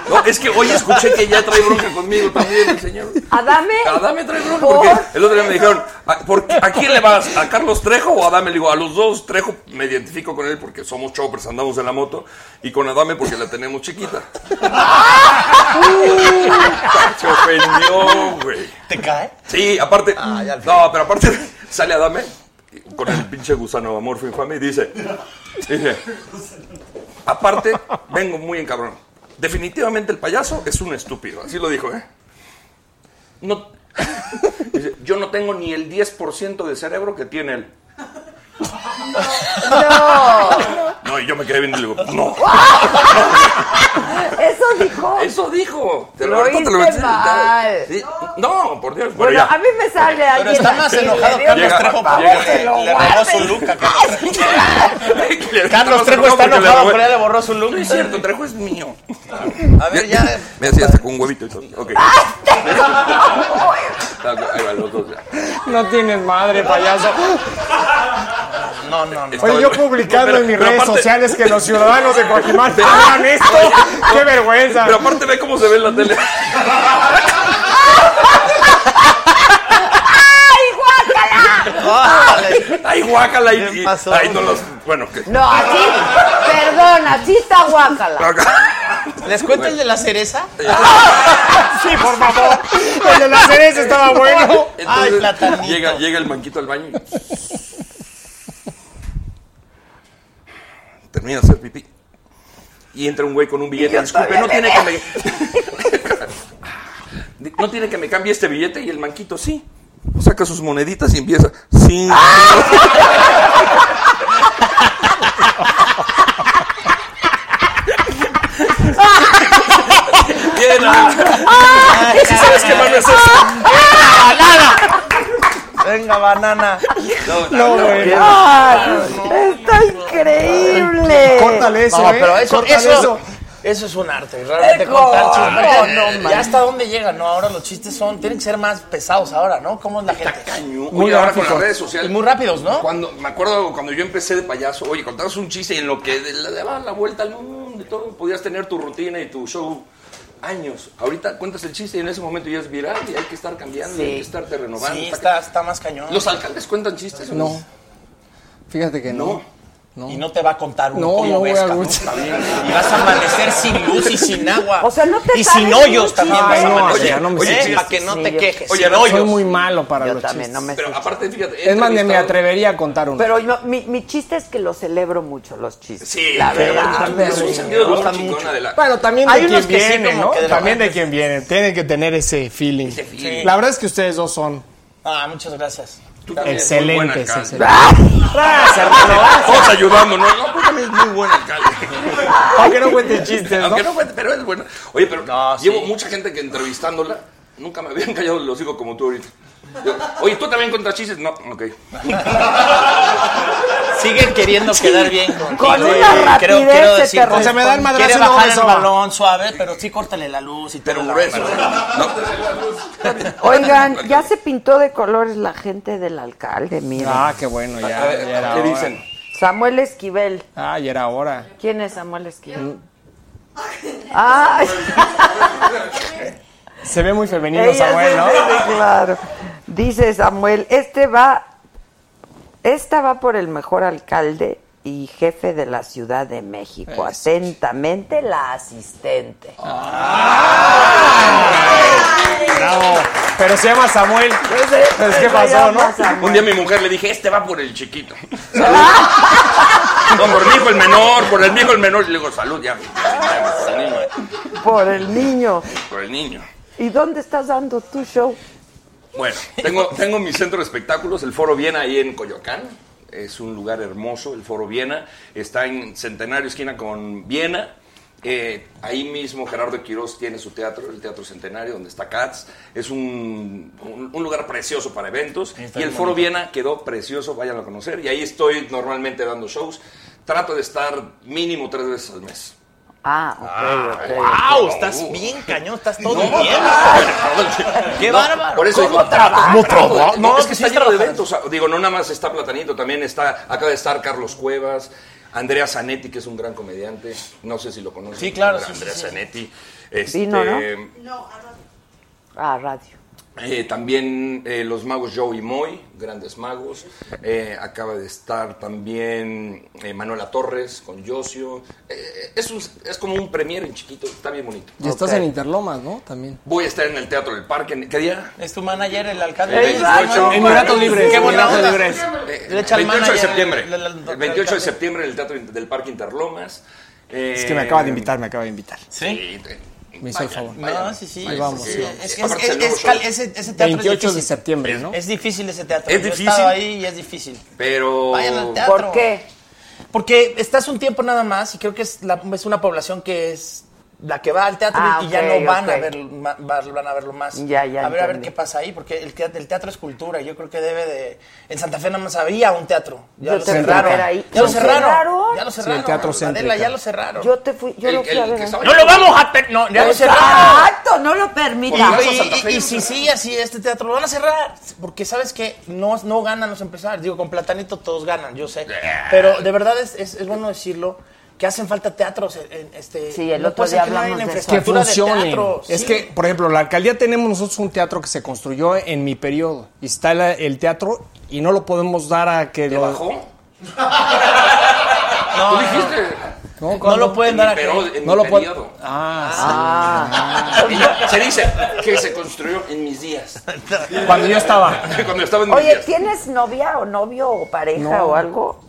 S9: No, es que hoy escuché que ya trae bronca conmigo también el señor.
S1: Adame.
S9: Adame trae bronca porque el otro día me dijeron, ¿a, por qué- a quién le vas? ¿A Carlos Trejo o a Adame? Le digo, a los dos, Trejo me identifico con él porque somos choppers, andamos en la moto, y con Adame porque la tenemos (laughs) chiquita. Se ofendió, güey.
S10: ¿Te cae?
S9: Sí, aparte.
S1: Ah,
S9: no, pero aparte (laughs) sale Adame con el pinche gusano amorfo infame y dice. Dije, aparte, vengo muy encabrón. Definitivamente el payaso es un estúpido. Así lo dijo, ¿eh? No, (laughs) dice, yo no tengo ni el 10% de cerebro que tiene él. No, y yo me quedé viendo y le digo,
S1: (laughs)
S9: no.
S1: Eso dijo.
S9: Eso dijo. Te lo,
S1: Lo
S9: ahorita te lo
S1: oíste
S9: voy a decir.
S1: mal.
S9: Sí, No, por Dios.
S1: Bueno, a mí me sale
S9: Pero
S1: alguien
S9: está más
S1: así, le
S9: enojado
S1: digo,
S9: Carlos Trejo porque
S1: "Guárdelo,
S9: le-
S1: guárdelo".
S9: le robó su
S10: Carlos Trejo está enojado, pero ya le borró su look.
S9: No es cierto, Trejo es mío.
S10: A ver, ya. Ah,
S9: Me hacía hasta con un huevito y todo. Ok. Ahí va, los dos ya.
S7: No tienes madre, payaso.
S10: No, no, no.
S7: Oye, yo publicando en mis
S9: pero
S7: redes
S9: aparte-
S7: sociales que los ciudadanos de Coajimalpa hagan esto. ¡Qué vergüenza!
S9: Pero aparte ve cómo se ve en la tele.
S1: ¡Ay, guácala!
S9: Ay, guácala y- y. Ay, no los. Bueno, que.
S1: No, así, perdón, así está guácala.
S10: ¿Les cuento el de la cereza?
S7: sí, por favor. El de la cereza estaba bueno.
S10: Ay,
S9: Entonces,
S10: platanito.
S9: llega, llega el manquito al baño. y- Termina de hacer pipí. Y entra un güey con un billete. Disculpe, no tiene que me. Di- No tiene que me cambie este billete y el manquito sí. Saca sus moneditas y empieza. Sí.
S7: (laughs)
S9: Bien.
S7: ah.
S9: Si sabes que van a hacer.
S10: Venga, banana.
S7: No, güey. Ah,
S1: está increíble.
S7: Córtale eso,
S10: No,
S7: ¿eh?
S10: pero eso,
S7: Córtale
S10: eso,
S7: eso.
S10: eso. es un arte, realmente
S7: Eco.
S10: contar chistes.
S7: No, no, man.
S10: ya hasta dónde llegan, ¿no? Ahora los chistes son, tienen que ser más pesados ahora, ¿no? ¿Cómo es la gente?
S9: Muy Oye, ahora con las redes sociales.
S10: muy rápidos, ¿no?
S9: Cuando, me acuerdo cuando yo empecé de payaso, oye, contabas un chiste y en lo que le le dabas la vuelta al mundo y todo, podías tener tu rutina y tu show años. Ahorita cuentas el chiste y en ese momento ya es viral y hay que estar cambiando,
S10: Sí.
S9: hay que estarte renovando.
S10: Sí,
S9: Está
S10: está, está más cañón.
S9: que- ¿Los alcaldes cuentan chistes? o
S7: No. Fíjate que no.
S10: Y no te va a contar un
S7: No,
S10: cómo
S7: no voy
S10: ves,
S7: a-
S10: cabrón. Y vas a amanecer sin luz y sin agua.
S7: O sea, no te
S10: Y
S7: sabes
S10: sin hoyos
S7: mucho.
S10: también
S7: Ay,
S10: vas a
S7: no,
S10: amanecer.
S7: ya no me sé
S10: para
S7: chistes.
S10: que no
S7: Sí,
S10: te
S7: yo-
S10: quejes.
S7: Oye,
S10: sin
S7: no, soy
S10: hoyos.
S7: muy malo para los chistes.
S9: Pero aparte, fíjate. he
S7: es más, ni me
S9: entrevistado-
S7: atrevería a contar uno.
S1: Pero yo- mi, mi chiste es que lo celebro mucho, los chistes.
S9: Sí,
S1: la
S9: pero
S1: verdad.
S9: es un sentido de humor chingón, Adela.
S7: Bueno, también de
S1: Hay
S7: quien
S1: unos que sí,
S7: viene,
S1: como
S7: ¿no?
S1: que de la
S7: También de quien viene. Tienen que tener ese feeling.
S10: feeling.
S7: La verdad es que ustedes dos son
S10: Ah, muchas gracias.
S7: excelentes. excelentes.
S9: Vamos ayudando, ¿no? No, pues también es muy buen alcalde.
S7: Aunque no cuente chistes, ¿no?
S9: (laughs) Aunque no cuente, pero es bueno. Oye, pero llevo mucha gente que entrevistándola nunca me habían callado los hijos como tú ahorita. Yo, Oye, ¿tú también cuentas chistes? No, ok.
S10: Siguen queriendo quedar bien con,
S9: Con
S10: Sí,
S9: una
S10: creo- quiero
S9: rapidez se te
S10: decir,
S9: responde. Se me da el madrazo
S10: Quiere
S9: y luego
S10: bajar
S9: me
S10: el
S9: soba.
S10: balón suave, pero sí córtale la luz y Pero grueso.
S1: (laughs) Oigan,
S9: (laughs)
S1: ya se pintó de colores la gente del alcalde, mira.
S7: Ah, qué bueno, ya.
S1: A ver,
S7: ya era
S1: ¿qué
S7: hora.
S1: dicen? Samuel Esquivel.
S7: Ah, ya era hora.
S1: ¿Quién es Samuel Esquivel?
S7: (laughs)
S1: Ay,
S7: Se ve muy femenino,
S1: ella
S7: Samuel,
S1: se
S7: ¿no?
S1: ve, claro. Dice Samuel, este va, esta va por el mejor alcalde y jefe de la Ciudad de México. Atentamente la asistente.
S7: Bravo. Pero se llama Samuel. Pues, ¿Qué
S9: Se
S7: pasó, no?
S9: llama Samuel. Un día a mi mujer le dije, este va por el
S1: (laughs)
S9: chiquito. Salud. no, por mi hijo el menor, por el mi hijo el menor. Y le digo, salud, ya.
S1: Por el niño.
S9: Por el niño.
S1: ¿Y dónde estás dando tu show?
S9: Bueno, tengo, tengo mi centro de espectáculos, el Foro Viena, ahí en Coyoacán. Es un lugar hermoso, el Foro Viena. Está en Centenario, esquina con Viena. Eh, ahí mismo Gerardo Quirós tiene su teatro, el Teatro Centenario, donde está Katz. Es un, un- un lugar precioso para eventos.
S10: está
S9: y el
S10: bien
S9: Foro
S10: bonito.
S9: Viena quedó precioso, vayan a conocer. Y ahí estoy normalmente dando shows. Trato de estar mínimo tres veces al mes.
S1: Ah, ok, ok.
S10: ¡Wow!
S1: ok.
S10: Estás bien cañón, estás todo
S1: No,
S10: bien. ¡Qué
S9: No,
S10: bárbaro!
S9: Por eso
S10: ¿Cómo
S9: digo,
S10: trabajas?
S9: ¿cómo trabajas?
S10: No,
S9: es que
S10: sí
S9: está lleno de
S10: trabajas.
S9: eventos. Digo, no nada más está Platanito, también está, acaba de estar Carlos Cuevas, Andrea Zanetti, que es un gran comediante. No sé si lo conoces.
S10: Sí, claro, sí, sí,
S9: Andrea
S10: sí.
S9: Zanetti. Este,
S1: Vino, ¿no? Ah, radio.
S9: eh, también eh, los magos Joe y Moy, grandes magos. Eh, acaba de estar también eh, Manuela Torres con Yosio. Eh, es, un- es como un premier en chiquito, está bien bonito.
S7: Y estás en Interlomas, ¿no? También.
S9: Voy a estar en el Teatro del Parque. ¿Qué día?
S10: Es tu manager, el alcalde.
S9: El 28.
S10: En Miratos Libres. Qué buena onda.
S9: Eh,
S10: Le echa al
S9: 28 de
S10: manager
S9: septiembre.
S10: el- el- el-
S9: El 28 de septiembre en el Teatro del Parque Interlomas. Eh,
S7: Es que me acaba de invitar, me acaba de invitar.
S9: Sí.
S7: Me hizo el favor.
S10: No, Ah, sí, sí.
S7: Ahí vamos.
S10: Sí, Es que es,
S9: Aparte
S10: es-
S9: el nuevo
S10: es cal-
S9: show.
S10: ese, ese teatro
S7: 28
S10: es
S7: de
S10: difícil.
S7: septiembre, ¿no?
S10: Es difícil ese teatro.
S9: ¿Es
S10: Yo he
S9: difícil?
S10: estado ahí y es difícil.
S9: Pero.
S10: Vayan al teatro.
S1: ¿Por qué?
S10: Porque estás un tiempo nada más y creo que es, la- es una población que es la que va al teatro
S1: Ah,
S10: y que ya
S1: ok,
S10: no van
S1: ok.
S10: a ver ma- va- van a verlo más.
S1: Ya, ya,
S10: a ver a ver
S1: entendí.
S10: qué pasa ahí porque el teatro, el teatro es cultura, yo creo que debe de en Santa Fe nada más había un teatro. Ya
S1: Yo
S10: lo
S1: te fui a
S10: cerraron.
S1: ver ahí.
S10: Ya lo
S1: ¿Lo
S10: cerraron.
S1: cerraron?
S10: Ya lo
S1: Sí, el
S10: cerraron.
S1: Teatro
S10: Adela,
S1: Céntrica.
S10: ya lo cerraron.
S1: Yo te fui, yo lo fui a ver. ahí.
S10: No lo vamos a per- no, ya lo cerraron.
S1: Exacto, no lo permitas.
S10: Y- Y, y- y si sigue así este teatro, lo van a cerrar. Porque sabes que no, no ganan los empresarios. Digo, con Platanito todos ganan, yo sé. Pero de verdad es, es- es bueno decirlo. Que hacen falta teatros. eh, eh, Este,
S1: Sí, el
S10: no
S1: otro
S10: puede ser
S1: día
S10: que no haya
S1: hablamos
S10: una
S1: de eso.
S7: que
S10: infraestructura de
S7: funcione.
S10: teatro,
S7: Es
S10: sí.
S7: que, por ejemplo, la alcaldía tenemos nosotros un teatro que se construyó en mi periodo. Y está la- el teatro y no lo podemos dar a que lo.
S9: bajó?
S10: No,
S9: ¿Tú
S10: no,
S9: dijiste?
S7: No,
S10: no lo pueden dar a
S9: Pero
S10: que-
S9: en
S7: No
S9: mi
S7: lo puedo-
S9: periodo.
S7: Ah,
S9: Ella- se dice que se construyó en mis días.
S7: Cuando yo estaba.
S9: (laughs) Cuando estaba en mis
S1: Oye,
S9: días.
S1: ¿tienes novia o novio o pareja
S7: No.
S1: o algo?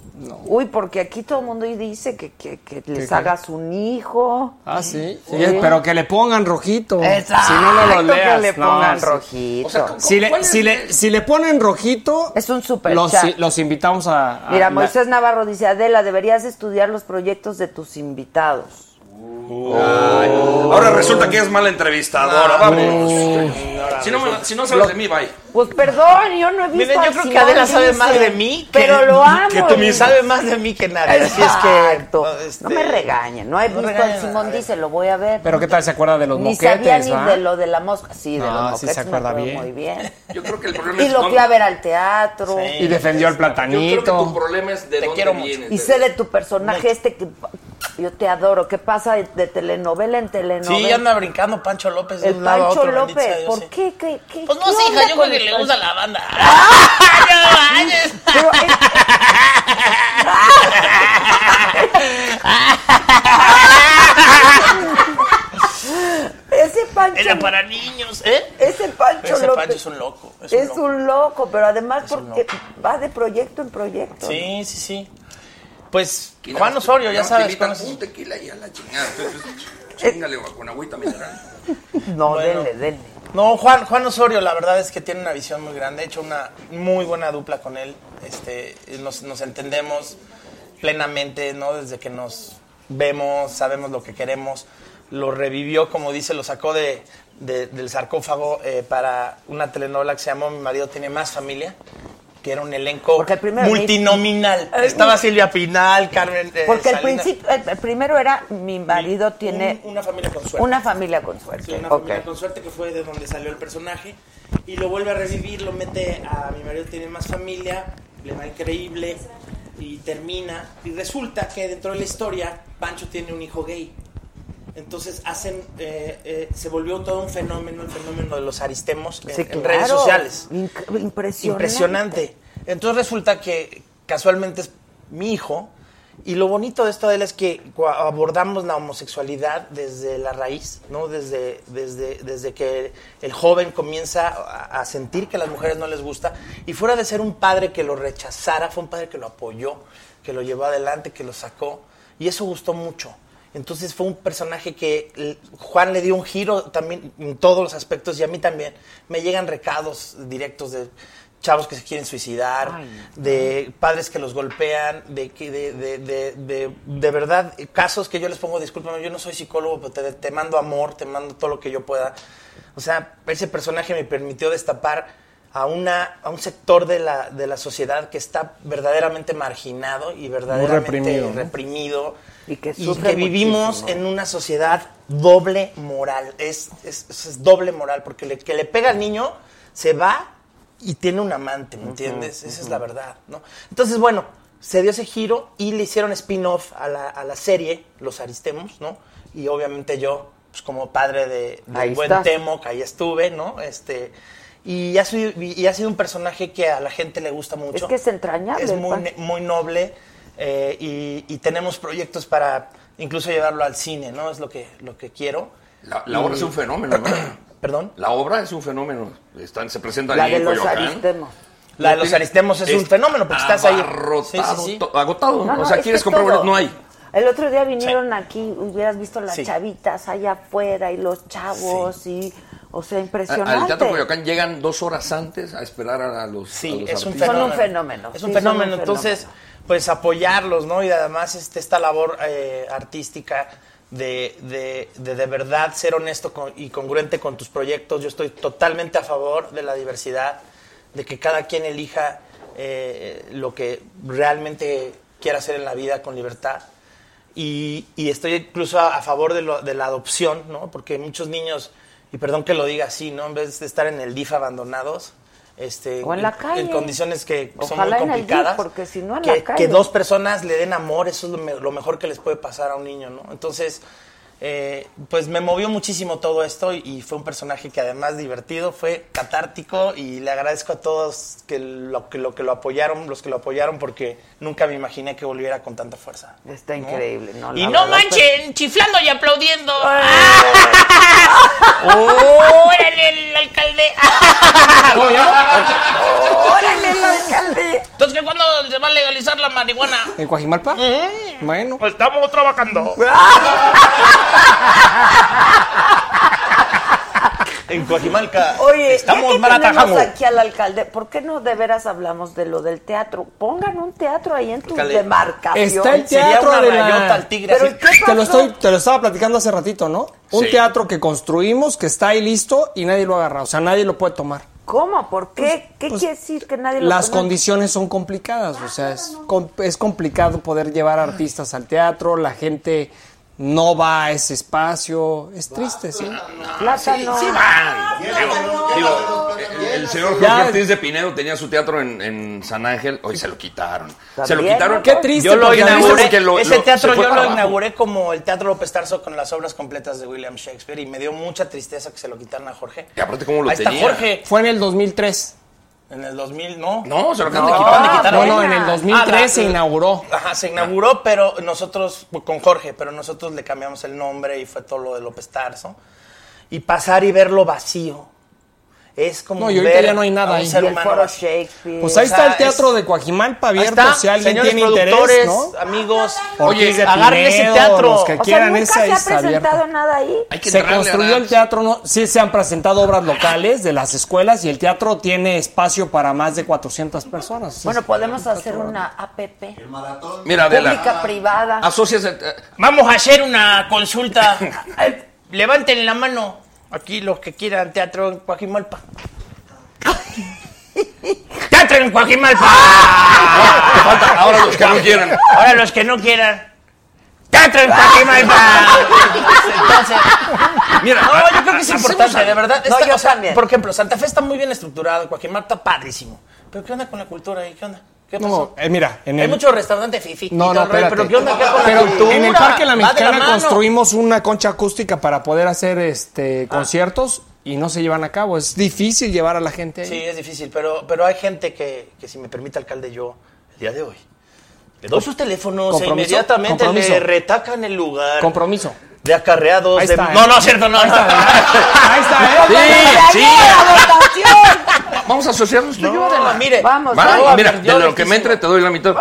S1: Uy, porque aquí todo el mundo dice que, que- que les
S7: qué?
S1: hagas un hijo.
S7: Ah, sí.
S1: Sí.
S7: Oye, Pero que le pongan rojito.
S1: Exacto,
S7: si no, no lo
S1: que
S7: leas.
S1: le
S7: No,
S1: pongan
S7: sí.
S1: rojito. O sea, ¿cómo-
S7: si,
S1: cuál
S7: le,
S1: es
S7: si, le, si le ponen rojito.
S1: Es un super
S7: Los, Ah,
S1: chat.
S7: los invitamos a. a-
S1: Mira,
S7: la-
S1: Moisés Navarro dice, Adela, deberías estudiar los proyectos de tus invitados.
S9: Ay, Ahora resulta que es mala entrevistadora. Vámonos. Si no, me- si no sabes de mí, bye.
S1: Pues perdón, yo no he visto
S10: Miren, yo
S1: al
S10: creo que
S1: Simón
S10: Adela sabe
S1: Grisel,
S10: más de mí que,
S1: Pero
S10: (laughs)
S1: lo amo.
S10: que tú mismo.
S1: mismo.
S10: Sabe más de mí que nadie. Así es que. este,
S1: Exacto. No me regañen, no he
S10: no
S1: visto al
S10: regañen,
S1: Simón dice, lo voy a ver.
S7: Pero qué tal se acuerda de los
S1: ni sabía
S7: moquetes, ah?
S1: ni
S7: ¿va?
S1: de lo de la mosca. Sí, de
S7: No,
S1: los
S7: sí
S1: moquetes
S7: se acuerda
S1: me acuerdo
S7: bien.
S1: muy bien.
S10: (laughs)
S9: Yo creo que el problema
S1: Y
S9: es
S1: lo
S9: dónde-
S1: fui a ver al teatro.
S7: Y defendió al
S9: Yo creo que tu
S7: platanito.
S9: problema es de dónde vienes.
S1: Y
S9: de-
S1: sé de tu personaje este que yo te adoro, que pasa de, de telenovela en telenovela.
S10: Sí, anda brincando Pancho López. de
S1: El
S10: un lado a
S1: Pancho
S10: otro, bendito sea
S1: López,
S10: Dios,
S1: ¿por
S10: sí.
S1: qué? ¿Qué- qué-
S10: Pues no
S1: qué
S10: sé,
S1: onda
S10: hija, yo
S1: con
S10: creo que
S1: el
S10: le
S1: Pancho? Ah,
S10: gusta la banda.
S1: Pero es- Ese
S10: Era
S1: Pancho,
S10: para niños, ¿eh?
S1: ese Pancho
S10: Ese
S1: López
S10: Pancho es un loco. Es un
S1: es
S10: loco.
S1: un loco, pero además
S10: un
S1: porque va de proyecto en proyecto.
S10: Sí, sí, sí. Pues
S9: que
S10: Juan
S9: nada más-
S10: Osorio,
S9: nada
S10: ya
S9: más te
S10: sabes.
S9: invitan
S10: Juan Osorio.
S9: Un tequila y a
S10: (laughs)
S9: la chingada. Chingale con agüita mineral.
S1: No,
S10: Bueno.
S1: denle, denle.
S10: No, Juan, Juan Osorio, la verdad es que tiene una visión muy grande. He hecho una muy buena dupla con él. Este, nos, nos entendemos plenamente, ¿no? Desde que nos vemos, sabemos lo que queremos. Lo revivió, como dice, lo sacó de, de- del sarcófago eh, para una telenovela que se llamó Mi marido tiene más familia, que era un elenco
S1: Porque el primero-
S10: multinominal.
S1: Eh,
S10: Estaba Silvia Pinal, Carmen. eh,
S1: Porque el,
S10: Salinas.
S1: principio, el, el primero era mi marido tiene
S10: Un- una familia con suerte.
S1: una familia con suerte.
S10: Sí, una
S1: ok.
S10: familia con suerte que fue de donde salió el personaje. Y lo vuelve a revivir, lo mete a mi marido tiene más familia, le va increíble y termina. Y resulta que dentro de la historia, Pancho tiene un hijo gay. Entonces hacen, eh, eh, se volvió todo un fenómeno, el fenómeno de los aristemos en-
S1: Sí,
S10: en redes
S1: claro.
S10: sociales.
S1: Inc- impresionante.
S10: Impresionante. Entonces resulta que casualmente es mi hijo. Y lo bonito de esto de él es que cua- abordamos la homosexualidad desde la raíz, ¿no? Desde, desde, desde que el joven comienza a, a sentir que a las mujeres no les gusta. Y fuera de ser un padre que lo rechazara, fue un padre que lo apoyó, que lo llevó adelante, que lo sacó. Y eso gustó mucho. Entonces fue un personaje que l- Juan le dio un giro también en todos los aspectos y a mí también. Me llegan recados directos de chavos que se quieren suicidar, de padres que los golpean, de que de, de, de, de- de verdad eh, casos que yo les pongo, discúlpame, yo no soy psicólogo, pero te, te mando amor, te mando todo lo que yo pueda. O sea, ese personaje me permitió destapar a, una, a un sector de la, de la sociedad que está verdaderamente marginado y verdaderamente
S9: reprimido, ¿no?
S10: reprimido, y que,
S9: sufre
S10: vivimos
S9: muchísimo.
S10: en una sociedad doble moral. Es, es- es doble moral, porque el que le pega al niño se va y tiene un amante, ¿me entiendes? Esa es la verdad, ¿no? Entonces, bueno, se dio ese giro y le hicieron spin-off a la, a la serie, Los Aristemos, ¿no? Y obviamente yo, pues como padre de, de
S1: Ahí
S10: buen
S1: estás.
S10: Temo, que ahí estuve, ¿no? Este, y, ha sido, y ha sido un personaje que a la gente le gusta
S1: Es
S10: mucho.
S1: que es entrañable.
S10: Es
S1: el
S10: muy,
S1: pan.
S10: ne- muy noble eh, y, y tenemos proyectos para incluso llevarlo al cine, ¿no? Es lo que, lo que quiero.
S9: La, la obra
S10: Y-
S9: es un fenómeno, ¿no?
S10: (coughs) ¿Perdón?
S9: La obra es un fenómeno. Están, se presentan
S10: La
S9: ahí en
S10: de los
S9: Coyoacán.
S10: Aristemos. La de los
S9: Tiene-
S10: Aristemos es un fenómeno, porque estás ahí.
S9: abarrotado,
S10: Sí, sí, sí.
S9: to- Agotado.
S1: No, no,
S9: o sea,
S1: es
S9: quieres
S1: que
S9: comprar
S1: todo.
S9: boletos, no hay.
S1: El otro día vinieron aquí, hubieras visto las
S9: Sí.
S1: chavitas allá afuera y los chavos y, o sea,
S9: A- Al
S1: impresionante.
S9: Teatro Coyoacán llegan dos horas antes a esperar a, a los a los
S10: es un
S9: artistas.
S10: fenómeno. Es
S1: Sí,
S10: un
S1: son
S10: fenómeno.
S1: un
S10: Entonces, pues apoyarlos, ¿no? Y además este, esta labor eh, artística de de, de de verdad ser honesto con- y congruente con tus proyectos. Yo estoy totalmente a favor de la diversidad, de que cada quien elija eh, lo que realmente quiera hacer en la vida con libertad. Y, y estoy incluso a, a favor de, lo- de la adopción, ¿no? Porque muchos niños, y perdón que lo diga así, ¿no? En vez de estar en el DIF abandonados, este,
S1: O en la calle.
S10: condiciones que son muy
S1: Ojalá en el DIF,
S10: complicadas.
S1: porque si no en
S10: que,
S1: la calle.
S10: que dos personas le den amor, eso es lo, me- lo mejor que les puede pasar a un niño, ¿no? Entonces, eh, pues me movió muchísimo todo esto y, y fue un personaje que además divertido, fue catártico y le agradezco a todos que lo, que lo que lo apoyaron, los que lo apoyaron, porque nunca me imaginé que volviera con tanta fuerza.
S1: Está increíble, ¿no?
S10: Y
S1: La
S10: no
S1: verdad,
S10: manchen, chiflando y aplaudiendo.
S16: ¡Órale, el alcalde!
S1: ¡Órale, el alcalde!
S10: Entonces, ¿cuándo se va a legalizar la marihuana?
S7: ¿En Coajimalpa?
S1: Eh.
S7: Bueno.
S10: Estamos trabajando. pues, en Coajimalca.
S1: Oye,
S10: estamos
S1: ya que tenemos
S10: baratajando.
S1: aquí al alcalde, ¿por qué no de veras hablamos de lo del teatro? Pongan un teatro ahí en tu
S7: Alcalde,
S1: demarcación.
S7: Está el teatro de la...
S1: Pero ¿y qué
S7: te, lo
S1: pasó?
S7: estoy- te lo estaba platicando hace ratito, ¿no? Un
S1: Sí.
S7: teatro que construimos, que está ahí listo y nadie lo agarra. O sea, nadie lo puede tomar.
S1: ¿Cómo? ¿Por qué? ¿Qué quiere decir que nadie lo
S7: Las
S1: conoce?
S7: condiciones son complicadas, o sea, es, com- es complicado poder llevar artistas al teatro, la gente no va a ese espacio, es triste, ¿sí?
S1: Plátano.
S9: Sí, sí van. Digo, digo, el, el señor Jorge
S7: Ya.
S9: Ortiz de Pinedo tenía su teatro en, en San Ángel, hoy se lo quitaron. Se lo
S10: También,
S9: quitaron.
S10: ¿no? Qué triste,
S9: Yo lo
S10: porque
S9: inauguré.
S10: además
S9: porque lo-
S10: ese
S9: lo- se
S10: teatro
S9: fue
S10: yo
S9: para
S10: lo
S9: abajo.
S10: inauguré como el Teatro López Tarso con las obras completas de William Shakespeare y me dio mucha tristeza que se lo quitaran a Jorge.
S9: Y aparte, ¿cómo lo
S10: Ahí está
S9: tenía?
S10: Jorge.
S7: Fue en el 2003.
S10: En el 2000, no.
S9: No, se lo acaban
S10: No,
S9: de
S10: acaban
S9: quitar.
S10: de quitar
S7: No, no,
S10: ahorita.
S7: en el 2003
S10: Ah, la-
S7: se inauguró.
S10: Ajá, se inauguró, pero nosotros, pues, con Jorge, pero nosotros le cambiamos el nombre y fue todo lo de López Tarso. Y pasar y verlo vacío. Es como.
S7: No, y ahorita
S10: ver
S7: ya no hay nada
S10: a un
S7: ahí.
S10: ser
S7: Y el
S10: humano
S7: Foro
S10: vacío.
S7: Pues ahí
S10: O sea,
S7: está el
S10: es-
S7: teatro de Coajimalpa
S10: Ahí
S7: abierto,
S10: está,
S7: si alguien
S10: señores
S7: tiene
S10: productores,
S7: interés, ¿no?
S10: amigos,
S7: Oye,
S10: Ortiz de
S7: agarren ese
S10: Pinedo,
S7: teatro.
S10: los que
S7: O sea,
S10: quieran,
S7: nunca
S10: esa
S7: se ha
S10: es
S1: ¿No ha
S10: abierta.
S1: presentado nada ahí?
S7: Se construyó el teatro, ¿no? sí se han presentado obras locales de las escuelas y el teatro tiene espacio para más de 400 personas.
S1: Bueno, podemos hacer una APP.
S9: Mira, Adela.
S1: Pública, privada.
S9: Asocias el- eh,
S10: Vamos a hacer una consulta. Ay, Levanten la mano aquí los que quieran teatro en Coajimalpa. ¡Teatro en Coajimalpa!
S9: ahora los que no quieran.
S10: Ahora los que no quieran. ¡Teatro en Coajimalpa! Entonces,
S9: Mira,
S10: no, yo creo que es
S9: hacemos
S10: importante,
S9: algo.
S10: de verdad.
S9: No,
S10: Esta-
S9: yo
S10: o sea,
S9: también.
S10: Por ejemplo, Santa Fe está muy bien estructurado, Coajimalpa padrísimo. Pero ¿qué onda con la cultura ahí? ¿Qué onda? ¿Qué pasó?
S7: No, eh, mira, en
S10: Hay
S7: el,
S10: muchos restaurantes fifi. y
S7: No,
S10: todo
S7: no,
S10: el rollo,
S7: espérate.
S10: Pero ¿qué onda? ¿Qué con la
S7: Pero
S10: cultura?
S7: en el Parque La
S10: Va de
S7: Mexicana
S10: mano.
S7: construimos una concha acústica para poder hacer este conciertos y no se llevan a cabo. Es difícil llevar a la gente ahí.
S10: Sí, es difícil, pero, pero hay gente que, que, si me permite, alcalde, yo, el día de hoy, le doy sus teléfonos e
S7: Compromiso,
S10: inmediatamente le
S7: compromiso.
S10: retacan el lugar
S7: Compromiso.
S10: de acarreados.
S7: Ahí
S10: de-
S7: está, ¿eh?
S10: No, no, cierto, no.
S7: Ahí está, Ahí está,
S10: Sí, sí.
S9: Vamos a asociarnos tú y yo, Adela.
S10: mire,
S1: vamos,
S9: Van,
S10: vamos.
S9: mira, de lo que me entre te doy la mitad.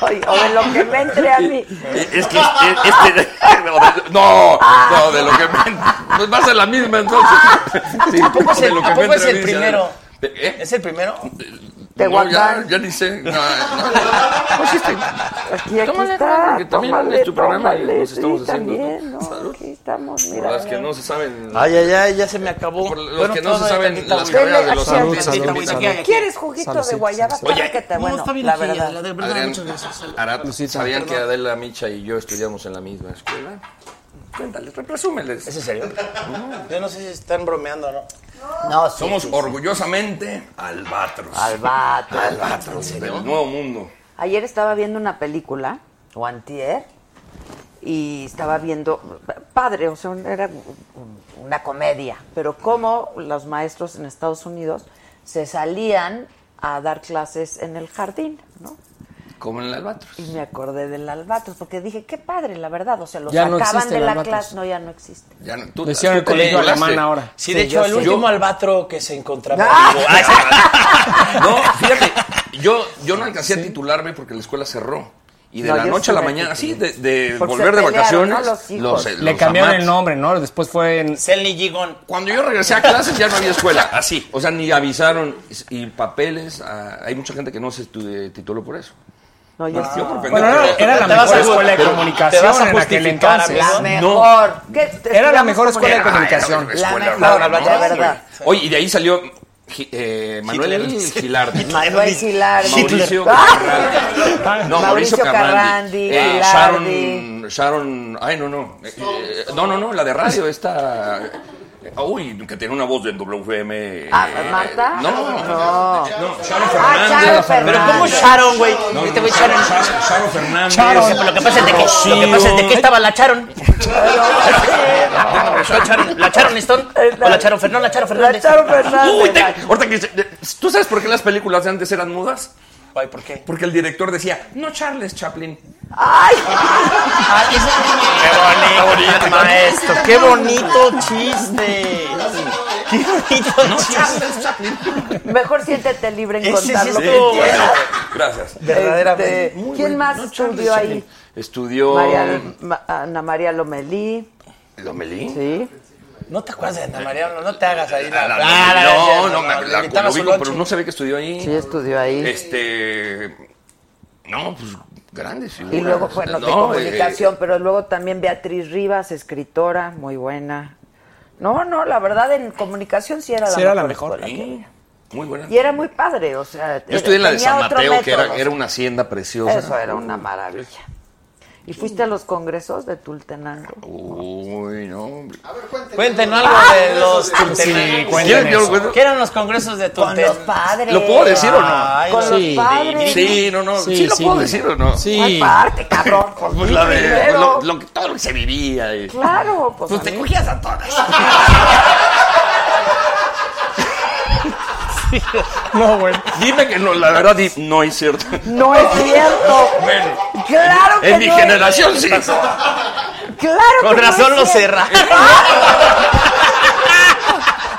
S1: Oye, o de lo que me entre a mí.
S9: Es que (laughs) este. no, no, de lo que me. Pues va a ser la misma entonces. Sí,
S10: ¿A poco es
S9: de
S10: el,
S9: lo que
S10: ¿a
S9: me
S10: poco es
S9: entre
S10: el
S9: dice,
S10: primero?
S9: ¿Eh?
S10: ¿Es el primero?
S1: De
S9: no, ya,
S1: Guacán.
S9: ya ni sé. No, no,
S1: Aquí, aquí
S9: Tómale,
S1: está.
S9: porque también
S1: tómale,
S9: es tu programa y
S1: tómale,
S9: nos estamos
S1: sí,
S9: haciendo-
S1: También, ¿no? Aquí estamos,
S9: Por
S1: mira.
S9: las que no se saben.
S10: Ay, ay, ay, ya se me acabó. pues,
S9: los que no se saben las carreras de los atletas también.
S1: ¿Quieres juguito de guayaba? Claro que te bueno, la verdad.
S9: Adrián Arat, ¿sabían que Adela Micha y yo estudiamos en la misma escuela? Cuéntales, presúmeles. ¿Es en serio?
S10: Yo no sé si están bromeando o no.
S9: No, Somos orgullosamente albatros.
S1: Albatros.
S9: Albatros del nuevo mundo.
S1: Ayer estaba viendo una película, o antier, y estaba viendo, padre, o sea, un- era un- una comedia, pero cómo los maestros en Estados Unidos se salían a dar clases en el jardín, ¿no?
S9: Como en el albatros.
S1: Y me acordé del albatros, porque dije, qué padre, la verdad, o sea, los
S9: Ya no
S1: sacaban
S9: existe
S1: de
S9: el
S1: la
S9: albatros.
S1: clase, no, ya no existe.
S9: Ya no, tú,
S7: Lo hicieron
S9: tú
S7: el
S9: te
S7: colegio
S9: vinculaste.
S7: alemán ahora.
S10: Sí, de hecho, el último albatro que se encontraba.
S7: ¡Ah!
S10: vivo- Ay,
S9: Ah,
S7: (laughs)
S9: No, fíjate, yo, yo no alcancé a titularme porque la escuela cerró. Y de
S7: No,
S9: la
S7: yo
S9: noche
S7: sí
S9: a la
S7: me
S9: mañana, sí,
S7: titulé.
S9: de, de
S7: Porque se
S9: volver de
S7: pelearon, ¿no?
S9: vacaciones.
S7: Los hijos.
S9: eh,
S7: Le cambiaron
S9: amates.
S7: el nombre, ¿no? Después fue en...
S10: Selny Gigón.
S9: Cuando yo regresé a clases ya no había escuela,
S7: (laughs) Ah,
S9: así. O sea, ni avisaron y papeles. ah, hay mucha gente que no se tu- tituló por eso.
S7: Ah,
S1: No,
S9: yo, por pendejo.
S7: Bueno, era, era la
S9: Te vas
S7: mejor
S9: a-
S7: escuela de
S9: pero-
S7: comunicación
S9: te vas a
S7: en aquel
S9: justificar,
S7: entonces.
S9: amigo.
S7: No.
S1: Mejor. ¿Qué?
S7: Era la
S1: Estudiamos
S7: mejor escuela de
S9: Era-
S7: comunicación.
S9: era una escuela,
S1: mejor,
S9: no,
S1: la
S9: no,
S1: verdad.
S9: güey. Oye, y de ahí salió Gi- eh, Manuel
S1: Hitler.
S9: Gilardi.
S1: Manuel Gilardi.
S9: Mauricio
S1: Hitler.
S9: Carrandi.
S1: Mauricio
S9: No, Mauricio
S1: Carrandi,
S9: Carrandi. Eh,
S1: Gilardi.
S9: Sharon, Sharon... Ay, no, no. Eh, eh, no, no, no, la de radio, esta... eh, Uy, que tiene una voz de WFM.
S1: Ah,
S9: eh,
S1: ¿Marta?
S9: No,
S1: No.
S9: Sharon
S1: Ah, Charo
S9: Fernández.
S1: Fernández.
S10: Pero ¿cómo Sharon, güey?
S9: No,
S10: Este
S9: no,
S10: güey
S9: Sharon,
S10: Sharon.
S9: Sharon, Sharon Fernández.
S10: Sharon. Lo que pasa es de que, lo que, pasa es de que estaba la Charon. ¿La Charon Stone? ¿O la Charon Fernández? ¿La Charon Fernández?
S9: Uy, te- ahorita que- eh, ¿Tú sabes por qué las películas de antes eran mudas?
S10: Ay, ¿por qué?
S9: Porque el director decía, no Charles Chaplin. (laughs)
S1: ¡Ay!
S10: ¡Qué bonito, maestro! ¡Qué bonito chiste! ¡Qué bonito chiste!
S1: Mejor siéntete libre en
S10: Ese sí
S1: contar (laughs) lo que
S10: estuvo
S1: quieras.
S9: bueno. Gracias.
S10: Verdaderamente.
S1: Este, ¿Quién más estudió ahí?
S9: Estudió
S1: María-
S9: Oh.
S1: Ma- Ana María Lomelí.
S9: Lomelí.
S1: Sí.
S10: No te acuerdas de Ana María, no, no te hagas ahí. la-
S9: Ah, la-
S10: Ah, la-
S9: no,
S10: la-
S9: no, me-
S10: la-
S9: la-
S10: invitaba
S9: lo
S10: a su
S9: ubico,
S10: lonche.
S9: pero no se ve que estudió ahí.
S1: Sí, estudió ahí.
S9: Este. No, pues grandes figuras.
S1: Y luego, bueno, de
S9: No, eh,
S1: comunicación, pero luego también Beatriz Rivas, escritora, muy buena. No, no, la verdad en comunicación sí era la
S9: Sí,
S1: mejor.
S9: era la mejor.
S1: escuela que
S9: Sí.
S1: había.
S9: muy buena.
S1: Y era muy padre, o sea.
S9: Yo estudié en la de
S1: tenía
S9: San
S1: otro
S9: Mateo, que era,
S1: método.
S9: era una hacienda preciosa.
S1: Eso era una maravilla. ¿Y fuiste a los congresos de Tultenango?
S9: Uy, no.
S10: Cuenten algo
S1: Ah,
S10: de los
S1: sí,
S10: Tultenango.
S9: cuenten ¿Quieren que yo lo eso. cuente?
S10: ¿Qué eran los congresos de
S1: Con
S10: Tultenango?
S1: los padres.
S9: ¿Lo puedo decir o no?
S10: Ay,
S9: Con los
S10: sí.
S1: padres.
S9: Sí, no, no. Sí, lo puedo decir o no.
S1: Ay, parte, (laughs) cabrón. Pues,
S9: (laughs) Pues la de.
S1: primero.
S9: pues lo, lo que- todo lo que se vivía. y-
S1: Claro, pues. a
S9: te
S1: mí.
S9: cogías a todas.
S7: No, güey.
S9: Dime que no, la verdad di- no es cierto.
S1: No es cierto.
S9: Bueno,
S1: Claro que
S9: en mi
S1: no es-
S9: generación sí.
S1: Claro
S10: Con
S1: que no
S10: razón
S1: es
S10: lo
S1: cierto.
S10: cerraron.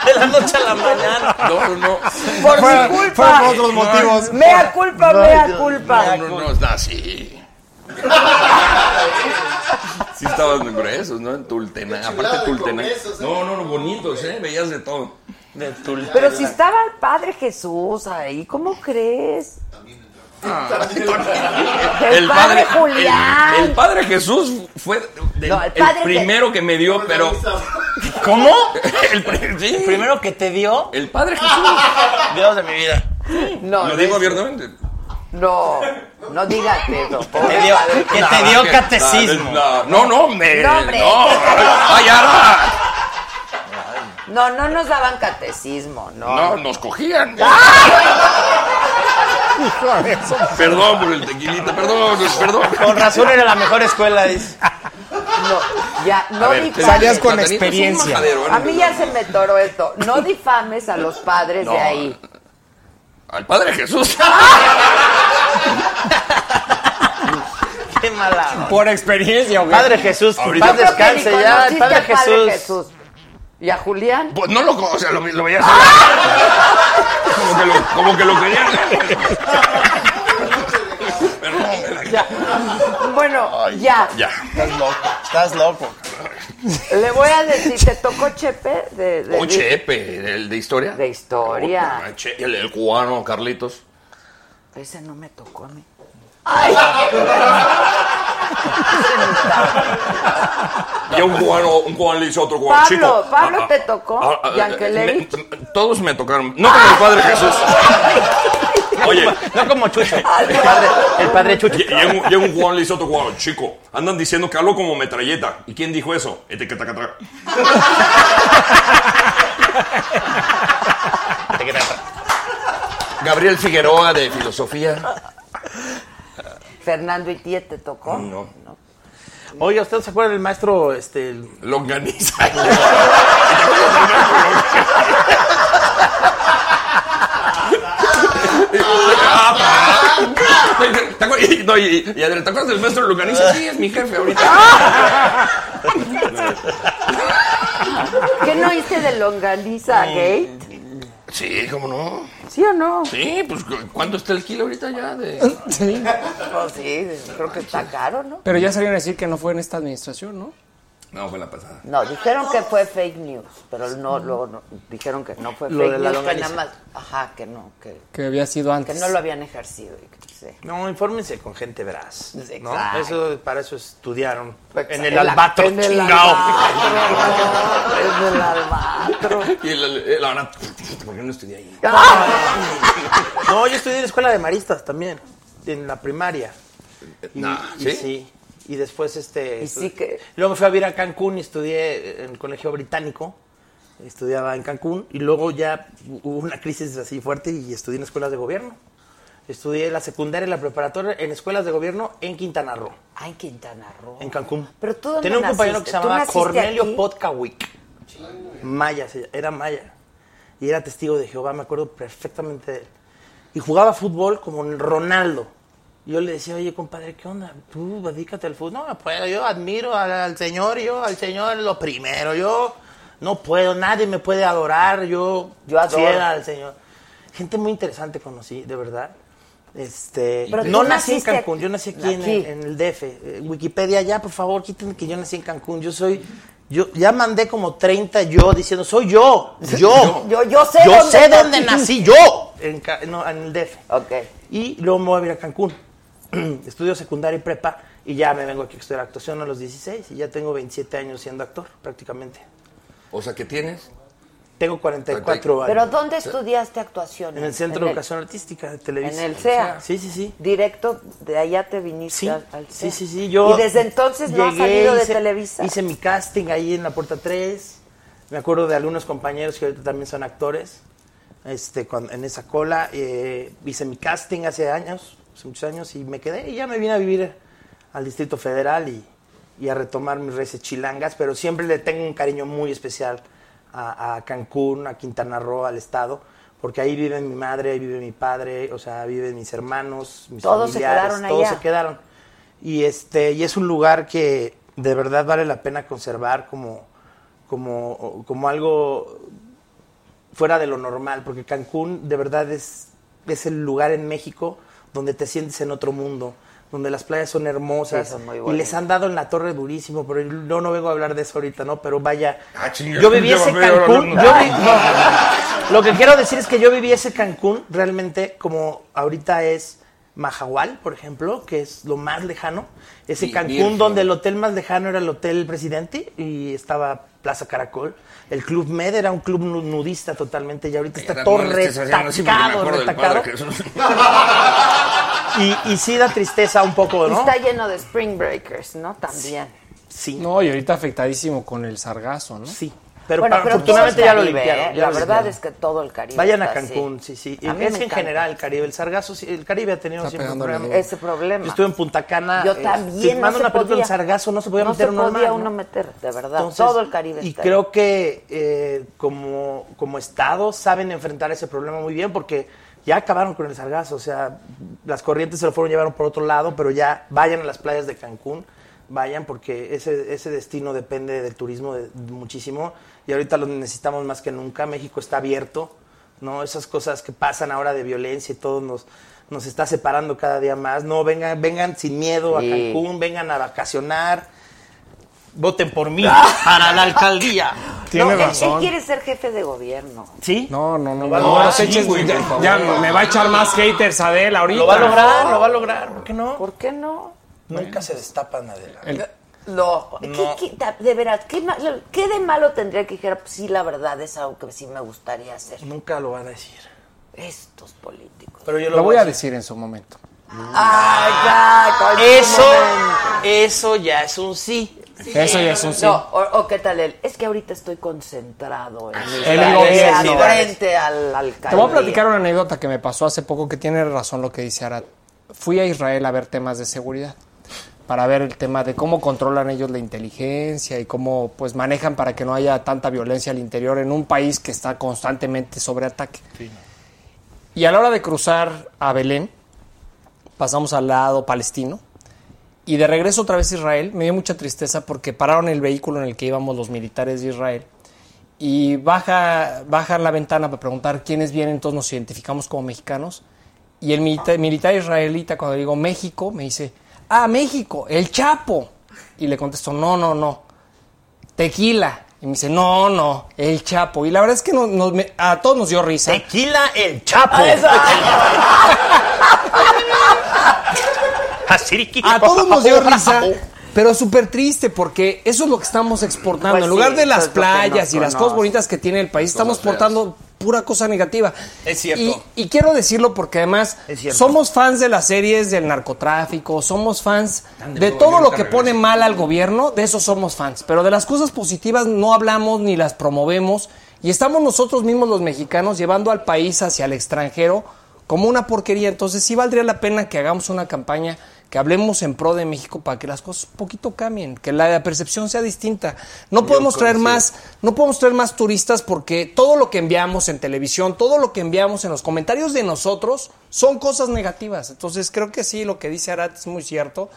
S10: De la noche a la mañana.
S9: No, no, no.
S1: Por
S9: Fue-
S1: mi culpa.
S9: fue por otros motivos.
S1: Mea culpa,
S9: No,
S1: mea
S9: yo-
S1: culpa.
S9: No, no, no, está así. Sí estaban gruesos, ¿no? En Tultena. Aparte Tultena. No, no, no, bonitos, ¿eh? Veías de todo.
S10: De Tultena.
S1: Pero si estaba el Padre Jesús ahí, ¿cómo crees? El Padre Julián.
S9: El, el padre Jesús fue del-
S1: No, el
S9: el,
S1: padre
S9: primero que me dio, pero.
S10: ¿Cómo?
S9: El, pri- sí,
S10: ¿El primero que te dio?
S9: el padre Jesús.
S10: Dios de mi vida.
S1: No,
S9: Lo
S1: no,
S9: digo abiertamente.
S1: no, no digas eso.
S10: Te dio, que te dio
S9: que-
S10: catecismo.
S9: No, no, no, me.
S1: No, hombre.
S9: no. Ay, ahora.
S1: No, no nos daban catecismo, no.
S9: No, nos cogían. (laughs) Perdón por el tequilita, perdón, perdón.
S10: Con razón era la mejor escuela, dice.
S1: No, ya, no
S9: A ver,
S1: difames.
S9: salías con Platanito, experiencia. es un majadero, ¿no?
S1: A mí ya se me toró esto. No difames a los padres de
S9: No.
S1: ahí.
S9: (laughs) Al Padre Jesús.
S10: Qué mala.
S7: Por experiencia, güey.
S10: Padre Jesús, que en
S9: Ahorita-
S10: paz
S1: Yo creo que
S10: descanse
S1: ni
S10: ya. El
S1: conociste
S10: Padre
S1: al
S10: Jesús.
S1: ¿Y a Julián?
S9: Pues no lo, co- o sea, lo, lo veías. Como que lo, como que lo querían. Perdón,
S1: Ya. Bueno, ya.
S9: ya.
S10: Estás loco. Estás loco.
S1: Le voy a decir, ¿te tocó Chepe? De, de-
S9: O Chepe, el de historia.
S1: De historia.
S9: Puta, che- el, el cubano, Carlitos.
S1: Ese no me tocó a mí.
S9: Y un cubano, un cubano le dice a otro cubano,
S1: Pablo,
S9: chico.
S1: Pablo
S9: ah,
S1: te
S9: ah,
S1: tocó,
S9: ah,
S1: Yankelevich.
S9: me- todos me tocaron. No como el padre Jesús.
S1: (laughs)
S9: Oye, no como Chucho. El padre, Chucho. Llega un, llega un cubano y le dice a otro cubano, chico, andan diciendo que hablo como metralleta. ¿Y quién dijo eso? Este que taca Gabriel Figueroa de Filosofía.
S1: Fernando Itié te tocó.
S9: No.
S10: Oye, ¿usted se acuerda del maestro este el-
S9: (laughs) Longaniza? ¿Te acuerdas, y, no, y- y Adrián, Ah, ¿te acuerdas del maestro Longaniza? Sí, es mi jefe ahorita.
S1: ¿Qué no hice de Longaniza
S7: Mm.
S1: Gate?
S9: Sí, ¿cómo no?
S1: ¿Sí o no?
S9: Sí, pues ¿cu- ¿cuánto está el kilo ahorita ya? De...
S1: Sí. Pues sí, creo que está caro, ¿no?
S7: Pero ya salieron a decir que no fue en esta administración, ¿no?
S9: No, fue la pasada.
S1: No, dijeron que fue fake news, pero no, luego no- dijeron que no fue
S7: Lo
S1: fake
S7: de la
S1: news, que
S7: longaniza.
S1: nada más, ajá, que no, que,
S7: Que había sido
S1: que
S7: antes.
S1: no lo habían ejercido. y que- sí.
S10: No, infórmense con gente veraz. ¿no?
S1: Exacto.
S10: Eso, para eso estudiaron. En
S1: En
S10: el
S1: la-
S10: albatro,
S1: en el (laughs)
S10: chingado.
S1: El albatro.
S9: Y el, el- la verdad, ¿por qué no estudié ahí?
S10: No, yo estudié en la escuela de maristas también, en la primaria. Y,
S9: Nah,
S10: y
S9: ¿sí?
S10: Y después, este.
S1: ¿Y sí que?
S10: Luego me fui a vivir a Cancún y estudié en el colegio británico. Estudiaba en Cancún y luego ya hubo una crisis así fuerte y estudié en escuelas de gobierno. Estudié la secundaria y la preparatoria en escuelas de gobierno en Quintana Roo,
S1: Ay, Quintana Roo.
S10: en Cancún.
S1: Pero tú dónde
S10: Tenía un compañero que
S1: naciste?
S10: se
S1: ¿Tú
S10: llamaba
S1: naciste aquí?
S10: Cornelio Podcawick. Maya, se- era Maya. Y era testigo de Jehová, me acuerdo perfectamente de él. Y jugaba fútbol como el Ronaldo. Yo le decía, oye, compadre, ¿qué onda? Tú dedícate al fútbol. No, pues yo admiro al, al Señor, yo al Señor lo primero. Yo no puedo, nadie me puede adorar. Yo, yo
S1: adoro.
S10: al Señor. Gente muy interesante conocí, de verdad. Este,
S1: Pero
S10: no
S1: tú
S10: nací en
S1: naciste
S10: Cancún, yo nací aquí, en-
S1: aquí.
S10: En, el DF. Eh, Wikipedia, ya, por favor, quiten que yo nací en Cancún. Yo soy, yo ya mandé como 30 yo diciendo,
S1: (laughs)
S10: soy yo, yo.
S1: Yo- yo sé dónde
S10: sé
S1: nací.
S10: dónde nací, yo. En, Ca- no, en el DF. Y luego me voy a venir a Cancún. (clears throat) Estudio secundaria y prepa. Y ya me vengo aquí a estudiar actuación a los 16. Y ya tengo 27 años siendo actor, prácticamente.
S9: O sea, ¿qué tienes?
S10: Tengo 44 años.
S1: Pero ¿dónde estudiaste actuación?
S10: En el Centro de
S1: el-
S10: Educación Artística de Televisa.
S1: En el CEA.
S10: Sí, sí, sí.
S1: Directo de allá te viniste al, al CEA.
S10: Sí, sí, sí. Yo
S1: y desde entonces no has
S10: llegué,
S1: salido de
S10: hice-
S1: Televisa.
S10: Hice mi casting ahí en la puerta 3. Me acuerdo de algunos compañeros que ahorita también son actores. Este, cuan- en esa cola eh, hice mi casting hace años, hace muchos años, y me quedé. Y ya me vine a vivir al Distrito Federal y, y a retomar mis raíces chilangas. Pero siempre le tengo un cariño muy especial a, a Cancún, a Quintana Roo, al estado, porque ahí vive mi madre, ahí vive mi padre, o sea, viven mis hermanos, mis
S1: Todos se
S10: familiares,
S1: quedaron
S10: todos
S1: allá.
S10: se quedaron. Y este, y es un lugar que de verdad vale la pena conservar como, como, como algo fuera de lo normal, porque Cancún de verdad es, es el lugar en México donde te sientes en otro mundo, donde las playas son hermosas
S1: Sí, son muy
S10: y
S1: bonitas.
S10: les han dado en la torre durísimo, pero yo no vengo a hablar de eso ahorita, ¿no? Pero vaya,
S9: Ah, chinga,
S10: yo viví ese
S9: llévame, ahora
S10: Cancún,
S9: no.
S10: yo vi- no. lo que quiero decir es que yo viví ese Cancún realmente como ahorita es Mahahual, por ejemplo, que es lo más lejano, ese
S9: Y
S10: Cancún
S9: virgen.
S10: donde el hotel más lejano era el Hotel Presidente y estaba Plaza Caracol. El Club Med era un club nu- nudista totalmente y ahorita está
S9: Era
S10: todo
S9: como la sensación, así, porque me
S10: retacado,
S9: acuerdo del
S10: retacado.
S9: padre Jesús.
S10: Y, y sí da tristeza un poco,
S1: Y
S10: ¿no?
S1: está lleno de Spring Breakers, ¿no? También.
S10: Sí.
S7: No, y ahorita afectadísimo con el sargazo, ¿no?
S10: Sí.
S1: Bueno,
S10: pa-
S1: pero
S10: afortunadamente
S1: todo el
S10: ya lo
S1: Caribe,
S10: limpiaron,
S1: ¿eh?
S10: ya
S1: la
S10: lo
S1: verdad
S10: limpiaron.
S1: es que todo el Caribe.
S10: Vayan a
S1: está así.
S10: Cancún, sí, sí. Y
S1: A mí
S10: es
S1: me
S10: que en
S1: encanta.
S10: general el Caribe, el sargazo, sí, el Caribe ha tenido
S1: Está
S10: siempre un
S1: pegándole
S10: problema.
S1: duro. Ese problema.
S10: Yo estuve en Punta Cana.
S1: Yo
S10: eh,
S1: también, no
S10: Filmando
S1: se
S10: una película en
S1: podía.
S10: sargazo, no se podía
S1: No
S10: meter
S1: se
S10: uno
S1: podía
S10: normal, ¿no?
S1: uno meter, de verdad.
S10: Entonces,
S1: todo el Caribe
S10: Y
S1: está ahí.
S10: creo que eh, como, como Estado saben enfrentar ese problema muy bien porque ya acabaron con el sargazo. O sea, las corrientes se lo fueron llevaron por otro lado, pero ya vayan a las playas de Cancún. Vayan porque ese, ese destino depende del turismo de- muchísimo y ahorita lo necesitamos más que nunca. México está abierto, ¿no? Esas cosas que pasan ahora de violencia y todo nos, nos está separando cada día más. No, vengan, vengan sin miedo
S1: Sí.
S10: a Cancún, vengan a vacacionar, voten por mí para la alcaldía.
S1: No,
S7: Tiene
S1: él-
S7: razón.
S1: Él quiere ser jefe de gobierno.
S10: ¿Sí?
S7: No, no, no.
S10: va a
S7: no,
S10: lograr.
S7: los eches,
S10: Sí, güey,
S7: ya,
S10: por favor.
S7: ya me va a echar más haters a él ahorita.
S10: Lo va a lograr, lo va a lograr. ¿Por qué no?
S1: ¿Por qué no?
S10: Nunca se destapa Adela.
S7: El-
S1: No, ¿qué-
S10: No.
S1: qué- da- de veras, ¿qué, ma- qué de malo tendría que dijera? Pues sí, la verdad es algo que sí me gustaría hacer.
S10: Nunca lo van a decir.
S1: Estos políticos.
S10: Pero yo
S7: lo voy a decir en su momento.
S1: Ay, ya, con su
S10: Eso,
S1: momento.
S10: eso ya es un sí.
S7: Eso ya es un sí.
S1: No, o, o qué tal él. Es que ahorita estoy concentrado en mi
S7: En mi
S1: tarea
S7: gobierno.
S1: frente al alcalde.
S7: Te voy a
S1: (laughs)
S7: platicar una anécdota que me pasó hace poco que tiene razón lo que dice Arad. Fui a Israel a ver temas de seguridad, para ver el tema de cómo controlan ellos la inteligencia y cómo pues manejan para que no haya tanta violencia al interior en un país que está constantemente sobre ataque. Y a la hora de cruzar a Belén, pasamos al lado palestino y de regreso otra vez a Israel, me dio mucha tristeza porque pararon el vehículo en el que íbamos los militares de Israel y baja, baja la ventana para preguntar quiénes vienen, entonces nos identificamos como mexicanos. Y el milita- militar israelita, cuando digo México, me dice, ah, México, el Chapo. Y le contesto, no, no, no, tequila. Y me dice, no, no, el Chapo. Y la verdad es que no- nos- me- a todos nos dio risa.
S10: Tequila, el Chapo.
S1: Ah,
S7: A todos nos dio risa, pero súper triste porque eso es lo que estamos exportando.
S10: Pues
S7: en lugar
S10: sí,
S7: de las
S10: eso es lo que
S7: playa
S10: nos
S7: y las cosas
S10: conoce.
S7: bonitas que tiene el país, estamos
S10: Cosas feas.
S7: portando pura cosa negativa.
S10: Es cierto.
S7: Y, y quiero decirlo porque además
S10: cierto.
S7: somos fans de las series del narcotráfico, somos fans
S10: Ande,
S7: de
S10: luego,
S7: todo
S10: yo
S7: lo
S10: ahorita
S7: que pone mal al gobierno, de eso somos fans. Pero de las cosas positivas no hablamos ni las promovemos y estamos nosotros mismos los mexicanos llevando al país hacia el extranjero como una porquería. Entonces sí valdría la pena que hagamos una campaña, que hablemos en pro de México para que las cosas un poquito cambien, que la percepción sea distinta. No podemos traer más, no podemos traer más turistas porque todo lo que enviamos en televisión, todo lo que enviamos en los comentarios de nosotros son cosas negativas. Entonces creo que sí, lo que dice Arat es muy cierto.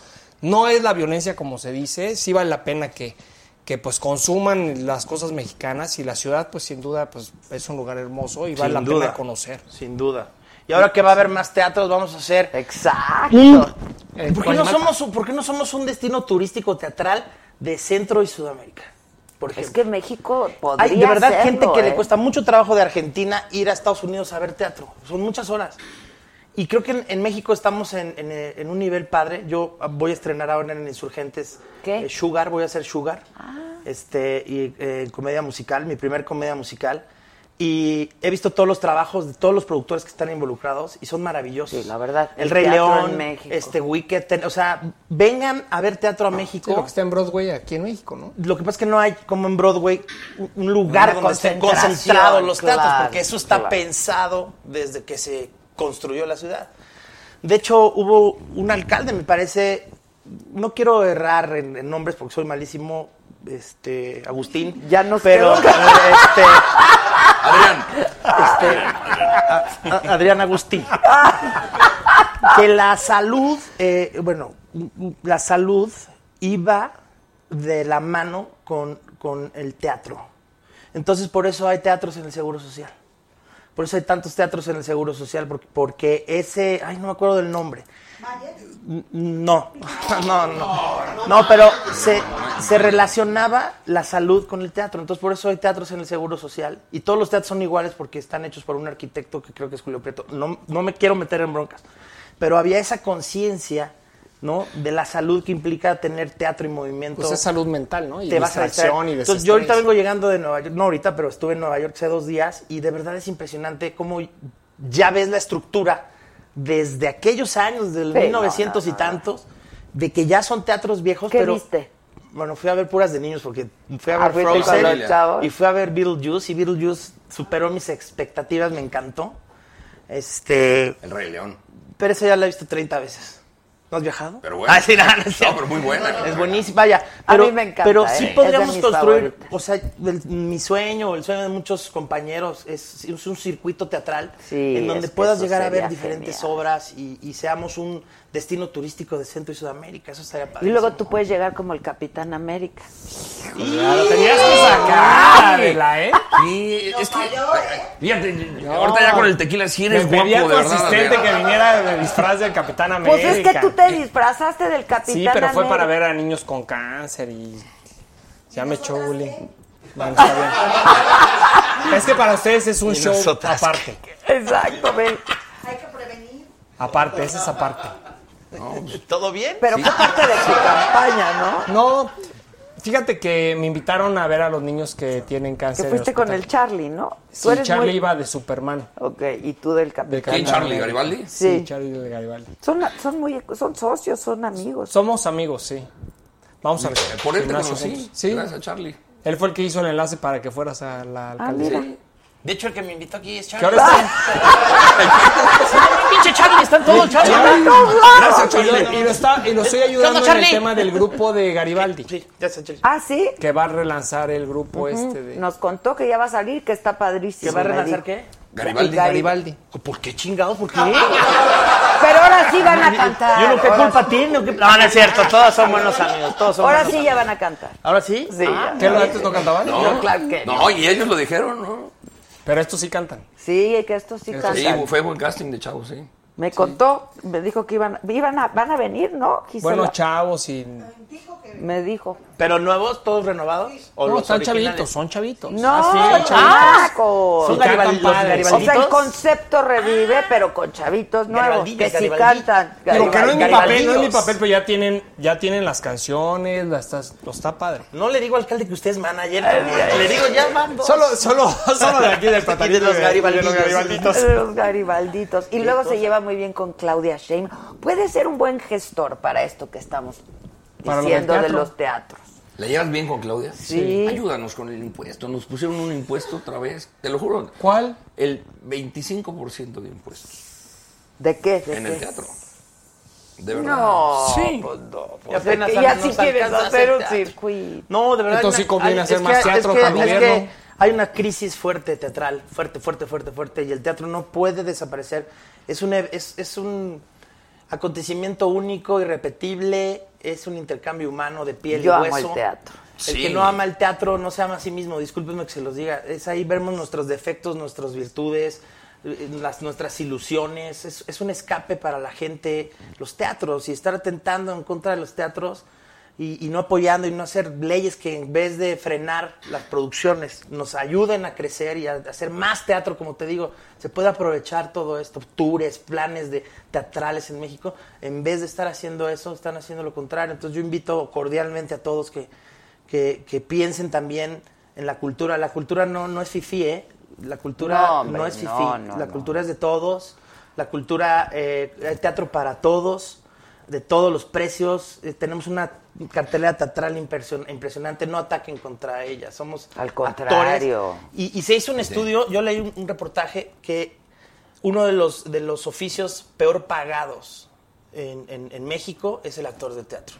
S7: No es la violencia como se dice, sí vale la pena que, que pues consuman las cosas mexicanas y la ciudad pues sin duda pues es un lugar hermoso y vale
S10: Sin
S7: la
S10: duda.
S7: pena conocer.
S10: Sin duda. Y ahora que va a haber más teatros, vamos a hacer.
S1: Exacto. Eh,
S10: ¿Por qué, no somos, un- por qué no somos un destino turístico teatral de Centro y Sudamérica?
S1: Es que México podría
S10: Hay de verdad
S1: serlo,
S10: gente que
S1: ¿eh?
S10: le cuesta mucho trabajo de Argentina ir a Estados Unidos a ver teatro. Son muchas horas. Y creo que en, en México estamos en, en, eh, en un nivel padre. Yo ah, voy a estrenar ahora en Insurgentes eh, Sugar, voy a hacer Sugar.
S1: Ah.
S10: Este, y eh, comedia musical, mi primer comedia musical. Y he visto todos los trabajos de todos los productores que están involucrados y son maravillosos.
S1: Sí, la verdad.
S10: El,
S1: El
S10: Rey
S1: teatro en
S10: León,
S1: México.
S10: este Wicked, ten- o sea, vengan a ver teatro a México.
S7: lo que está en Broadway aquí en México, ¿no?
S10: Lo que pasa es que no hay como en Broadway un- un lugar
S7: Una
S10: donde estén
S7: concentración,
S10: concentrados los teatros,
S7: claro,
S10: porque eso está
S7: claro.
S10: pensado desde que se construyó la ciudad. De hecho, hubo un alcalde, me parece, no quiero errar en, en nombres porque soy malísimo, este, Agustín. Ya
S7: (laughs)
S10: no pero,
S15: quedó.
S10: este, Adrián. Este, Adrián Agustín. que la salud, eh, bueno, m- m- la salud iba de la mano con, con el teatro. Entonces, por eso hay teatros en el Seguro Social. Por eso hay tantos teatros en el Seguro Social, porque, porque ese, ay, no me acuerdo del nombre. N- No, (laughs) no, no. No, pero se, se relacionaba la salud con el teatro. Entonces, por eso hay teatros en el Seguro Social. Y todos los teatros son iguales porque están hechos por un arquitecto que creo que es Julio Prieto. No, no me quiero meter en broncas. Pero había esa conciencia, ¿no? De la salud que implica tener teatro y
S1: ¿eh?
S10: movimiento
S7: Pues es salud mental, ¿no? Y
S10: te vas a
S7: distracción
S10: distraer.
S7: y
S10: Entonces, yo ahorita
S7: desestrés.
S10: vengo llegando de Nueva York, no ahorita, pero estuve en Nueva York hace dos días y de verdad es impresionante cómo ya ves la estructura desde aquellos años, del
S1: Sí,
S10: 1900
S1: no, no,
S10: y tantos, de que ya son teatros viejos,
S1: ¿Qué
S10: pero...
S1: viste?
S10: Bueno, fui a ver puras de niños porque fui a
S1: Ah,
S10: ver
S1: fuiste con
S10: Frozen
S1: los chavos.
S10: y fui a ver Beetlejuice y Beetlejuice superó mis expectativas, me encantó. Este...
S9: El Rey León.
S10: Pero esa ya la he visto 30 veces. ¿No has viajado?
S9: Pero bueno.
S10: Ah, sí, no, (laughs) no es cierto.
S9: pero muy buena.
S10: Es buenísima, vaya.
S1: A
S10: Pero,
S1: mí me encanta,
S10: Pero
S1: ¿eh?
S10: sí
S1: Es de
S10: podríamos
S1: mis
S10: construir, o sea, el- mi sueño, el sueño de muchos compañeros, es, es un circuito teatral en donde
S1: es que
S10: puedas
S1: eso
S10: llegar a ver
S1: sería
S10: diferentes obras y, y seamos un destino turístico de Centro y Sudamérica. Eso estaría
S1: Y
S10: padre.
S1: luego tú puedes llegar como el Capitán América.
S10: lo tenías que
S1: Ay.
S10: sacar,
S7: Adela, ¿eh?
S9: Sí, es que. Fíjate, ahorita ya con el tequila sí eres
S7: Me
S9: guapo,
S7: pedí a
S9: de
S7: tu
S9: verdad.
S7: asistente
S9: Adela.
S7: que viniera de disfraz del Capitán América.
S1: Pues es que tú te disfrazaste del Capitán
S7: Sí, pero fue para
S1: América.
S7: ver a niños con cáncer y ya me echó bullying. Bueno, está bien. es que para ustedes es un
S10: Y
S7: show
S10: nosotras,
S7: aparte.
S1: Exacto, ven.
S7: Aparte, esa es aparte.
S10: ¿Todo bien?
S1: Pero fue parte de su campaña,
S7: ¿no? No. Fíjate que me invitaron a ver a los niños que tienen
S1: Que
S7: cáncer. en
S1: fuiste con
S7: hospital.
S1: el Charlie, ¿no?
S7: Sí, Charlie
S1: muy-
S7: iba de Superman.
S1: Ok, ¿y tú del capitán?
S7: ¿Quién, Charlie Garibaldi?
S1: Sí.
S7: Sí, Charlie de Garibaldi.
S1: Son, son, muy, son socios, son amigos.
S7: Somos amigos, sí. Vamos a ver.
S9: Por él te
S7: Gimnasio
S9: conocí,
S7: juntos. Sí.
S9: gracias a Charlie.
S7: Él fue el que hizo el enlace para que fueras a la
S1: Ah,
S7: alcaldía.
S10: Sí. De hecho, el que me invitó aquí es
S7: ¿Qué
S10: Charlie.
S7: hora
S9: (laughs)
S7: está?
S10: ¡Pinche Charlie! ¡Están todos, Charlie!
S7: Gracias, Charlie. Y lo, está, y lo estoy
S10: ¿Qué onda,
S7: ayudando en el
S10: Charlie?
S7: tema del grupo de Garibaldi.
S10: Gracias, Charlie.
S1: Ah, sí.
S7: Que va a relanzar el grupo este de.
S1: Nos contó que ya va a salir, que está padrísimo.
S7: ¿Que va a
S1: me dijo.
S7: relanzar qué?
S1: Garibaldi.
S7: Garibaldi. Garibaldi.
S10: ¿Por qué chingado? ¿Por qué? Ah,
S1: Pero ahora sí van a cantar.
S10: Yo no, ¿qué
S1: ahora
S10: culpa
S1: sí.
S10: tiene? o qué? No, no es cierto. Todos son buenos amigos. Todos son
S1: Ahora
S10: buenos
S1: sí ya van a cantar.
S10: ¿Ahora sí? Ah,
S1: Sí. ya.
S7: ¿Qué lo Ah, antes no cantaban?
S1: No, claro que no.
S9: y ellos lo dijeron, ¿no?
S7: Pero estos sí cantan.
S1: Sí, que estos sí
S9: Sí,
S1: cantan.
S9: fue buen casting de chavos, sí.
S1: Me contó, me dijo que iban, iban a, van a venir, ¿no? Gisela?
S7: Bueno, chavos y.
S1: me dijo.
S10: ¿Pero nuevos, todos renovados? ¿O
S7: No,
S10: los
S7: están
S10: originales?
S7: chavitos, son chavitos.
S1: No,
S10: Ah, sí,
S1: chamacos.
S10: Son Garibaldi- los
S1: O sea, el
S10: Garibalditos.
S1: concepto revive, pero con chavitos nuevos
S10: Garibaldillas,
S1: que sí
S10: Garibaldillas.
S1: cantan.
S7: Digo que no es mi papel,
S10: Garibaldi-
S7: no es mi
S10: Garibaldinos.
S7: papel, pero ya tienen, ya tienen las canciones, las estás- lo está padre.
S10: No le digo al alcalde que usted es manager. le digo, ya van dos.
S7: Solo,
S10: (laughs)
S7: solo, solo de aquí del
S10: Y de los Garibalditos.
S1: De los garibalditos. Y luego se lleva muy bien con Claudia Sheinbaum. Puede ser un buen gestor para esto que estamos
S9: Para lo del
S1: diciendo de
S9: teatro.
S1: los teatros.
S9: ¿La llevas bien con Claudia?
S1: Sí.
S9: Ayúdanos con el impuesto. Nos pusieron un impuesto otra vez. Te lo juro.
S7: ¿Cuál?
S9: El 25% de impuestos.
S1: ¿De qué? ¿De
S9: en
S1: qué?
S9: el teatro. De verdad.
S1: No,
S9: Sí.
S1: pues no.
S9: Ya
S1: Pues es
S9: apenas
S1: que ya
S9: nos
S1: sí quieres
S9: alcanza a
S1: hacer un
S9: hacer teatro.
S1: circuito.
S10: No, de verdad.
S7: Entonces
S10: hay
S7: sí
S10: una-
S7: conviene
S10: hay-
S7: hacer
S10: es
S7: más teatro
S10: es que,
S7: para el
S10: es
S7: gobierno.
S10: que hay una crisis fuerte teatral, fuerte, fuerte, fuerte, fuerte, y el teatro no puede desaparecer. Es un, e- es, es un acontecimiento único, irrepetible, es un intercambio humano de piel
S1: Yo
S10: y
S1: amo
S10: hueso.
S1: el teatro.
S10: El
S1: Sí.
S10: que no ama el teatro no se ama a sí mismo, discúlpenme que se los diga. Es ahí vemos nuestros defectos, nuestras virtudes, eh, las, nuestras ilusiones. Es, es un escape para la gente, los teatros, y estar atentando en contra de los teatros y, y no apoyando y no hacer leyes que en vez de frenar las producciones nos ayuden a crecer y a hacer más teatro, como te digo, se puede aprovechar todo esto, tours, planes de teatrales en México, en vez de estar haciendo eso, están haciendo lo contrario. Entonces yo invito cordialmente a todos que, que, que piensen también en la cultura. La cultura no, no es fifí, ¿eh? La cultura
S1: No,
S10: no,
S1: hombre,
S10: es fifí.
S1: no, no,
S10: la
S1: no.
S10: cultura es de todos. La cultura, eh, hay teatro para todos, de todos los precios. Eh, tenemos una cartelera teatral impresion- impresionante. No ataquen contra ella. Somos
S1: Al
S10: contrario.
S1: contrario.
S10: Y, y se hizo un estudio, yo leí un, un reportaje que uno de los, de los oficios peor pagados en, en- en México es el actor de teatro.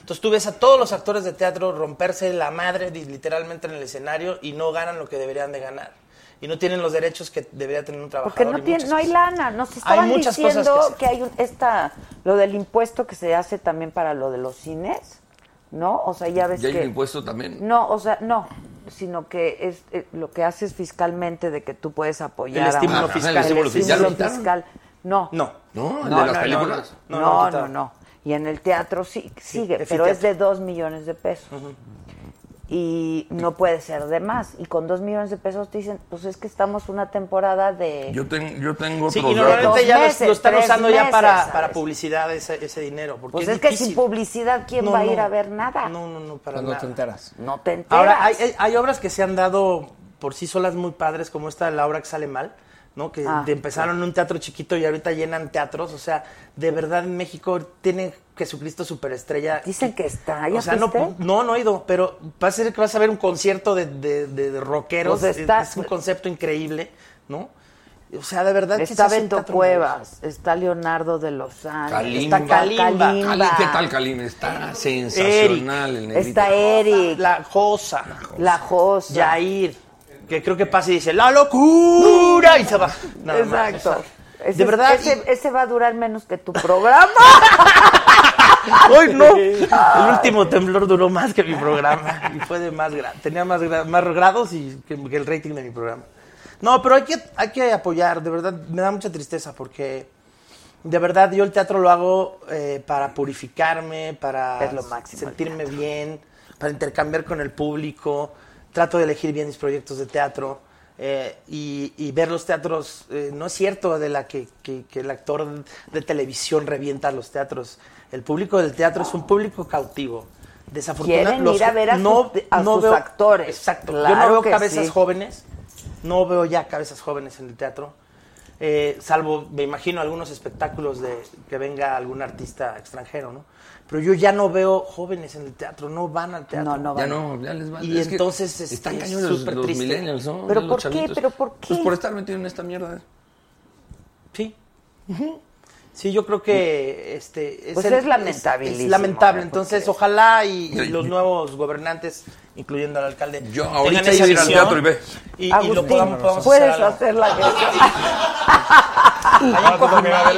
S10: Entonces tú ves a todos los actores de teatro romperse la madre di- literalmente en el escenario y no ganan lo que deberían de ganar. Y no tienen los derechos que debería tener un trabajador.
S1: Porque no,
S10: y
S1: tiene,
S10: muchas
S1: no hay
S10: cosas.
S1: lana. Nos estaban
S10: muchas cosas
S1: diciendo
S10: que hacer.
S1: que, hay un, esta, lo del impuesto que se hace también para lo de los cines, ¿no? O sea, ya ves
S9: ¿Ya hay
S1: que...
S9: un impuesto también?
S1: No, o sea, no, sino que es eh, lo que haces fiscalmente de que tú puedes apoyar a
S9: El estímulo
S1: una-
S9: fiscal.
S1: el
S9: ¿Ya lo
S1: estímulo
S9: quitaron?
S1: fiscal. No.
S10: No.
S9: ¿No? ¿El de las películas?
S1: No,
S9: No,
S1: no,
S9: no,
S1: no.
S9: quitaron.
S1: Y en el teatro sí sigue,
S9: Efi
S1: pero es
S9: Teatro.
S1: de dos millones de pesos. Y no puede ser de más. Y con dos millones de pesos te dicen, pues es que estamos una temporada de...
S9: Yo, ten- yo tengo
S10: Sí,
S9: otros
S10: y normalmente
S1: Dos
S10: ya los-
S1: meses,
S10: lo están
S1: tres
S10: usando ya
S1: meses,
S10: para,
S1: ¿sabes?
S10: para publicidad ese, ese dinero. Porque
S1: Pues
S10: es
S1: es, que
S10: difícil.
S1: sin publicidad, ¿quién
S10: No,
S1: va a
S10: no.
S1: ir a ver nada?
S10: No, no, no, para
S7: Cuando
S10: nada.
S7: te enteras.
S1: No te enteras.
S10: Ahora, hay, hay- hay obras que se han dado por sí solas muy padres, como esta de la obra que sale mal, ¿no? Que
S1: Ah,
S10: de- empezaron en un teatro chiquito y ahorita llenan teatros. O sea, de verdad en México tienen Jesucristo superestrella.
S1: Dicen que está, ¿ya
S10: O sea, no,
S1: fuiste?
S10: no, no he ido, pero va a ser que vas a ver un concierto de, de, de- de rockeros.
S1: Pues está-
S10: es, es un concepto increíble, ¿no? O sea, de verdad que
S1: Está
S10: sí es un
S1: Beto
S10: teatro
S1: Cuevas, está Leonardo de los Ángeles,
S9: Kalimba.
S1: está Kalimba,
S9: Kalimba. ¿Qué tal Kalimba? Está sensacional el negrito.
S1: está Eric,
S10: La Josa,
S1: La Josa,
S10: Jair, que creo que pasa y dice, ¡la locura! Y se va. Nada más,
S1: Exacto.
S10: o sea,
S1: Ese-
S10: de verdad.
S1: ese, ese va a durar menos que tu programa. (laughs)
S10: ¡Ay, no! El último temblor duró más que mi programa. Y fue de más gra- Tenía más, gra- más grados y que, que el rating de mi programa. No, pero hay que, hay que apoyar. De verdad, me da mucha tristeza porque. De verdad, yo el teatro lo hago eh, para purificarme, para
S1: Es lo máximo el
S10: sentirme bien, para intercambiar con el público. trato de elegir bien mis proyectos de teatro eh, y, y ver los teatros. eh, no es cierto de la que, que- que el actor de televisión revienta los teatros. El público del teatro es un público cautivo. Desafortunadamente,
S1: Quieren ir a ver a sus- a sus actores.
S10: Exacto. Yo
S1: Claro
S10: no veo
S1: que
S10: cabezas
S1: sí.
S10: jóvenes. No veo ya cabezas jóvenes en el teatro. Eh, salvo, me imagino, algunos espectáculos de que venga algún artista extranjero, ¿no? Pero yo ya no veo jóvenes en el teatro, no van al teatro.
S1: no
S9: Ya van. no, ya les vale.
S10: Y
S9: Es que
S10: entonces este,
S9: están
S10: es
S9: cañones los-
S10: súper
S9: los
S10: triste.
S9: millennials, ¿no?
S1: ¿Pero
S9: Ya los
S1: por qué?
S9: chavitos.
S1: ¿Pero por qué?
S9: Pues por estar metido en esta mierda.
S10: Sí. Sí, yo creo que este
S1: Pues
S10: el-
S1: es lamentabilísimo,
S10: es lamentable,
S1: ¿eh?
S10: entonces ojalá
S9: (laughs)
S10: y, y los nuevos gobernantes, incluyendo al alcalde,
S9: Yo
S10: tengan
S9: ahorita
S10: esa
S9: iba a ir al
S10: visión
S9: teatro y ve.
S10: (laughs) y- y lo
S1: Agustín,
S10: podamos- podamos
S1: puedes
S10: hacer algo.
S1: hacer la
S10: (laughs) Allá en
S1: Coajimalpa.
S10: Coajimalpa,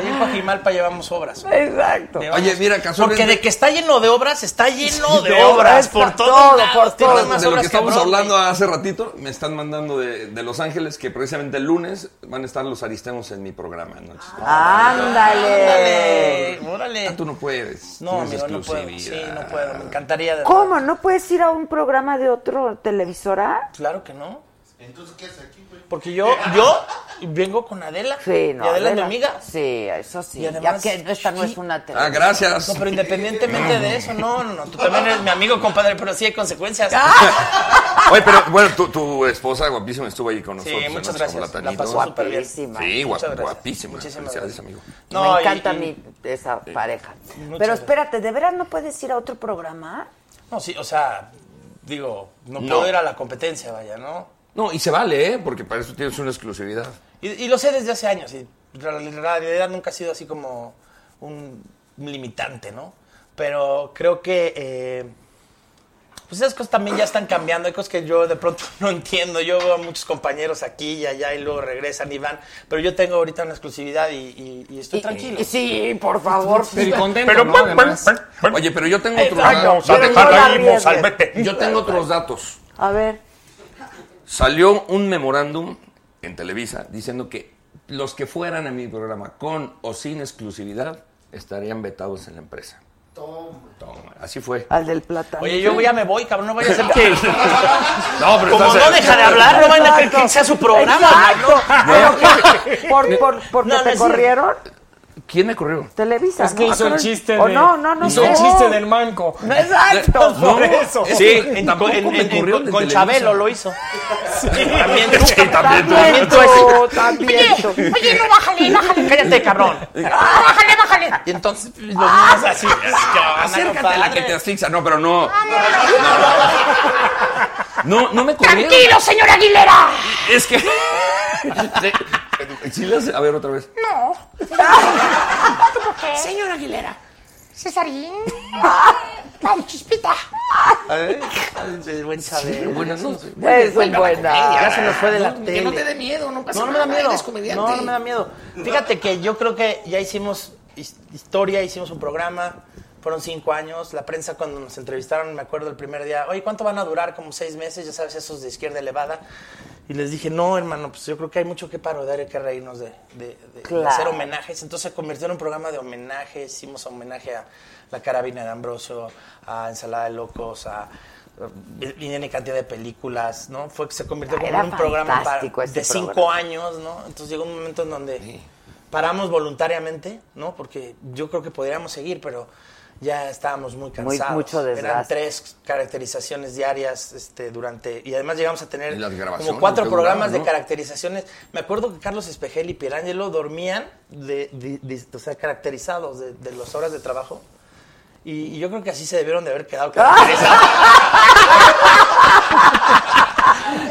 S10: allá en Coajimalpa llevamos obras.
S1: Exacto.
S9: Oye, mira,
S10: Porque
S9: casualmente.
S10: de que está lleno de obras, está lleno de
S9: de
S10: obras.
S9: obras,
S10: Por
S9: por
S10: todos lados, tiene
S9: Ahora,
S10: más
S9: de lo
S10: obras
S9: que estamos
S10: Bronte.
S9: hablando hace ratito, me están mandando de, de Los Ángeles que precisamente el lunes van a estar los aristenos en mi programa. Entonces,
S10: Ah.
S1: Ándale.
S10: Órale.
S9: Ah, tú no puedes.
S10: No,
S9: tienes
S10: amigo, no puedo. Sí,
S9: exclusividad.
S10: no puedo. Me encantaría. de-
S1: ¿Cómo? ¿No puedes ir a un programa de otro televisora?
S10: Claro que no.
S2: Entonces, ¿qué es aquí, güey?
S10: Porque yo, yo vengo con Adela.
S1: Sí, no.
S10: Y Adela es mi
S1: Adela.
S10: amiga.
S1: Sí, eso sí.
S10: Y además- Ah,
S1: ya que esta no es una
S9: Ah,
S1: televisión.
S10: No, pero independientemente de eso, no, no, no. Tú también eres mi amigo, compadre, pero sí hay consecuencias.
S1: Ah.
S9: Oye, pero bueno, tu, tu esposa guapísima estuvo ahí con nosotros. en
S10: muchas
S9: nuestro
S10: gracias. La
S9: platanito.
S10: pasó súper bien. Guapísima.
S9: Sí, guap-
S10: Muchas gracias.
S9: guapísima.
S10: Muchísimas
S9: Felicidades,
S10: gracias.
S9: amigo.
S10: No,
S1: Me
S10: y-
S1: encanta
S10: y-
S1: a mí esa pareja.
S10: Muchas
S1: Pero
S10: gracias.
S1: espérate, ¿de veras no puedes ir a otro programa?
S10: No, sí, o sea, digo, no
S9: No.
S10: puedo ir a la competencia, vaya, ¿no?
S9: No, y se vale, ¿eh? Porque para eso tienes una exclusividad.
S10: Y, y lo sé desde hace años, y la realidad nunca ha sido así como un limitante, ¿no? Pero creo que eh, pues esas cosas también ya están cambiando, hay cosas que yo de pronto (laughs) no entiendo, yo veo a muchos compañeros aquí y allá y luego regresan y van, pero yo tengo ahorita una exclusividad y, y- y estoy tranquilo.
S1: y sí, por favor. Pero contento, ¿no?
S9: bueno,
S1: Además.
S9: bueno, bueno. Oye, pero yo tengo otros
S1: Exacto,
S9: datos.
S1: vamos a Pero dejarla no la ahí, arriesgues. mozalbete.
S9: Yo tengo otros datos.
S1: A ver.
S9: Salió un memorándum en Televisa diciendo que los que fueran a mi programa con o sin exclusividad estarían vetados en la empresa.
S2: Toma.
S9: Toma, así fue.
S10: Ah,
S1: Al del plátano.
S10: Oye, yo ya me voy, cabrón, no vaya a ser que...
S9: No, pero
S10: Como
S9: estás-
S10: no deja de hablar, no van a creer que sea su programa.
S1: Exacto.
S10: ¿no?
S1: ¿Pero qué? ¿Por, por, ¿Porque
S10: No, no
S1: te
S10: es cierto.
S1: corrieron?
S9: ¿Quién me corrió?
S1: Televisa.
S17: Es que
S1: ¿no?
S17: hizo el chiste
S1: O
S17: de-
S1: no, no, no.
S17: hizo
S1: sé.
S17: el chiste del manco.
S1: No, Exacto.
S9: No,
S17: Por eso.
S9: es
S10: Sí,
S9: que
S10: en-
S9: tampoco
S10: en-
S9: me
S10: en-
S9: corrieron
S10: con-
S9: de
S10: con
S9: Televisa.
S10: Chabelo lo hizo. También tú.
S9: Sí, también tú.
S1: También tú,
S16: Oye,
S1: también tú.
S16: oye, no, bájale, bájale.
S10: Cállate, cabrón.
S16: Bájale, bájale.
S10: Y entonces pues, los niños ah, así.
S9: Ah, Acércate a la que te asfixia. No, pero no. No, no me corrieron.
S16: Tranquilo, señora Aguilera.
S9: Es que. (laughs) Sí, las- A ver, otra vez.
S16: No. ¿Cómo qué? Señora Aguilera. Cesarín. Ay, chispita.
S10: te. Buen saber.
S9: Buenas noches.
S1: Es un
S10: Ya
S1: buena.
S10: se nos fue de la
S16: No, que
S10: tele.
S16: no te dé miedo, no pasa
S10: No, no me da
S16: nada,
S10: miedo.
S16: eres comediante.
S10: No, no me da miedo. Fíjate que yo creo que ya hicimos his- historia, hicimos un programa. Fueron cinco años. La prensa cuando nos entrevistaron, me acuerdo el primer día, oye, ¿cuánto van a durar? Como seis meses, ya sabes, esos de izquierda elevada. Y les dije, no, hermano, pues yo creo que hay mucho que parodiar y que reírnos de, de- de- de
S1: Claro.
S10: hacer homenajes. Entonces se convirtió en un programa de homenajes. Hicimos homenaje a La Carabina de Ambrosio, a Ensalada de Locos, a... Y en cantidad de películas, ¿no? Fue que se convirtió como
S1: Ah, Era
S10: en un programa para-
S1: fantástico ese
S10: de cinco
S1: programa.
S10: años, ¿no? Entonces llegó un momento en donde paramos voluntariamente, ¿no? Porque yo creo que podríamos seguir, pero ya estábamos muy cansados.
S1: mucho
S10: Eran
S1: desgaste.
S10: tres caracterizaciones diarias este, durante... Y además llegamos a tener
S9: Y las grabaciones,
S10: como cuatro
S9: que
S10: programas
S9: duraban,
S10: de
S9: ¿no?
S10: caracterizaciones. Me acuerdo que Carlos Espejel y Pierangelo dormían, de, de- de- o sea, caracterizados de, de las horas de trabajo. Y, y yo creo que así se debieron de haber quedado caracterizados.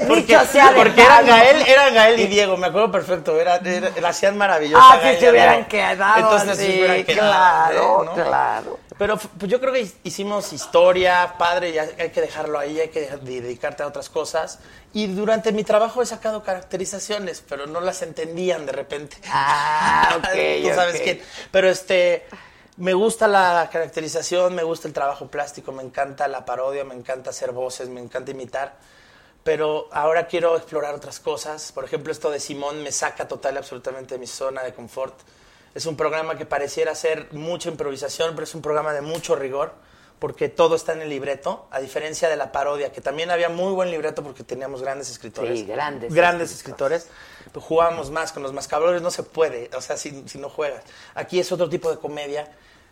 S10: Porque,
S1: Dicho sea de
S10: porque era
S1: paso.
S10: Gael, era Gael y Diego, me acuerdo perfecto, era, era- la hacían maravillosa.
S1: Ah,
S10: Gael
S1: si
S10: y
S1: se hubieran
S10: Diego.
S1: quedado.
S10: Entonces se
S1: sí,
S10: hubieran quedado,
S1: claro,
S10: ¿eh? ¿no?
S1: claro.
S10: Pero f- pues, yo creo que hicimos historia, padre, ya hay que dejarlo ahí, hay que dejar- de- dedicarte a otras cosas. Y durante mi trabajo he sacado caracterizaciones, pero no las entendían de repente.
S1: Ah, ok,
S10: (laughs) Tú sabes
S1: ok.
S10: quién. Pero este, me gusta la caracterización, me gusta el trabajo plástico, me encanta la parodia, me encanta hacer voces, me encanta imitar. Pero ahora quiero explorar otras cosas. Por ejemplo, esto de Simón me saca total y absolutamente de mi zona de confort. Es un programa que pareciera ser mucha improvisación, pero es un programa de mucho rigor. porque todo está en el libreto, a diferencia de la parodia, que también había muy buen libreto porque teníamos grandes escritores.
S1: Sí, grandes
S10: Grandes escritores. Pues jugábamos más, con los mascabrones no se puede, o sea, si, si no juegas. Aquí es otro tipo de comedia,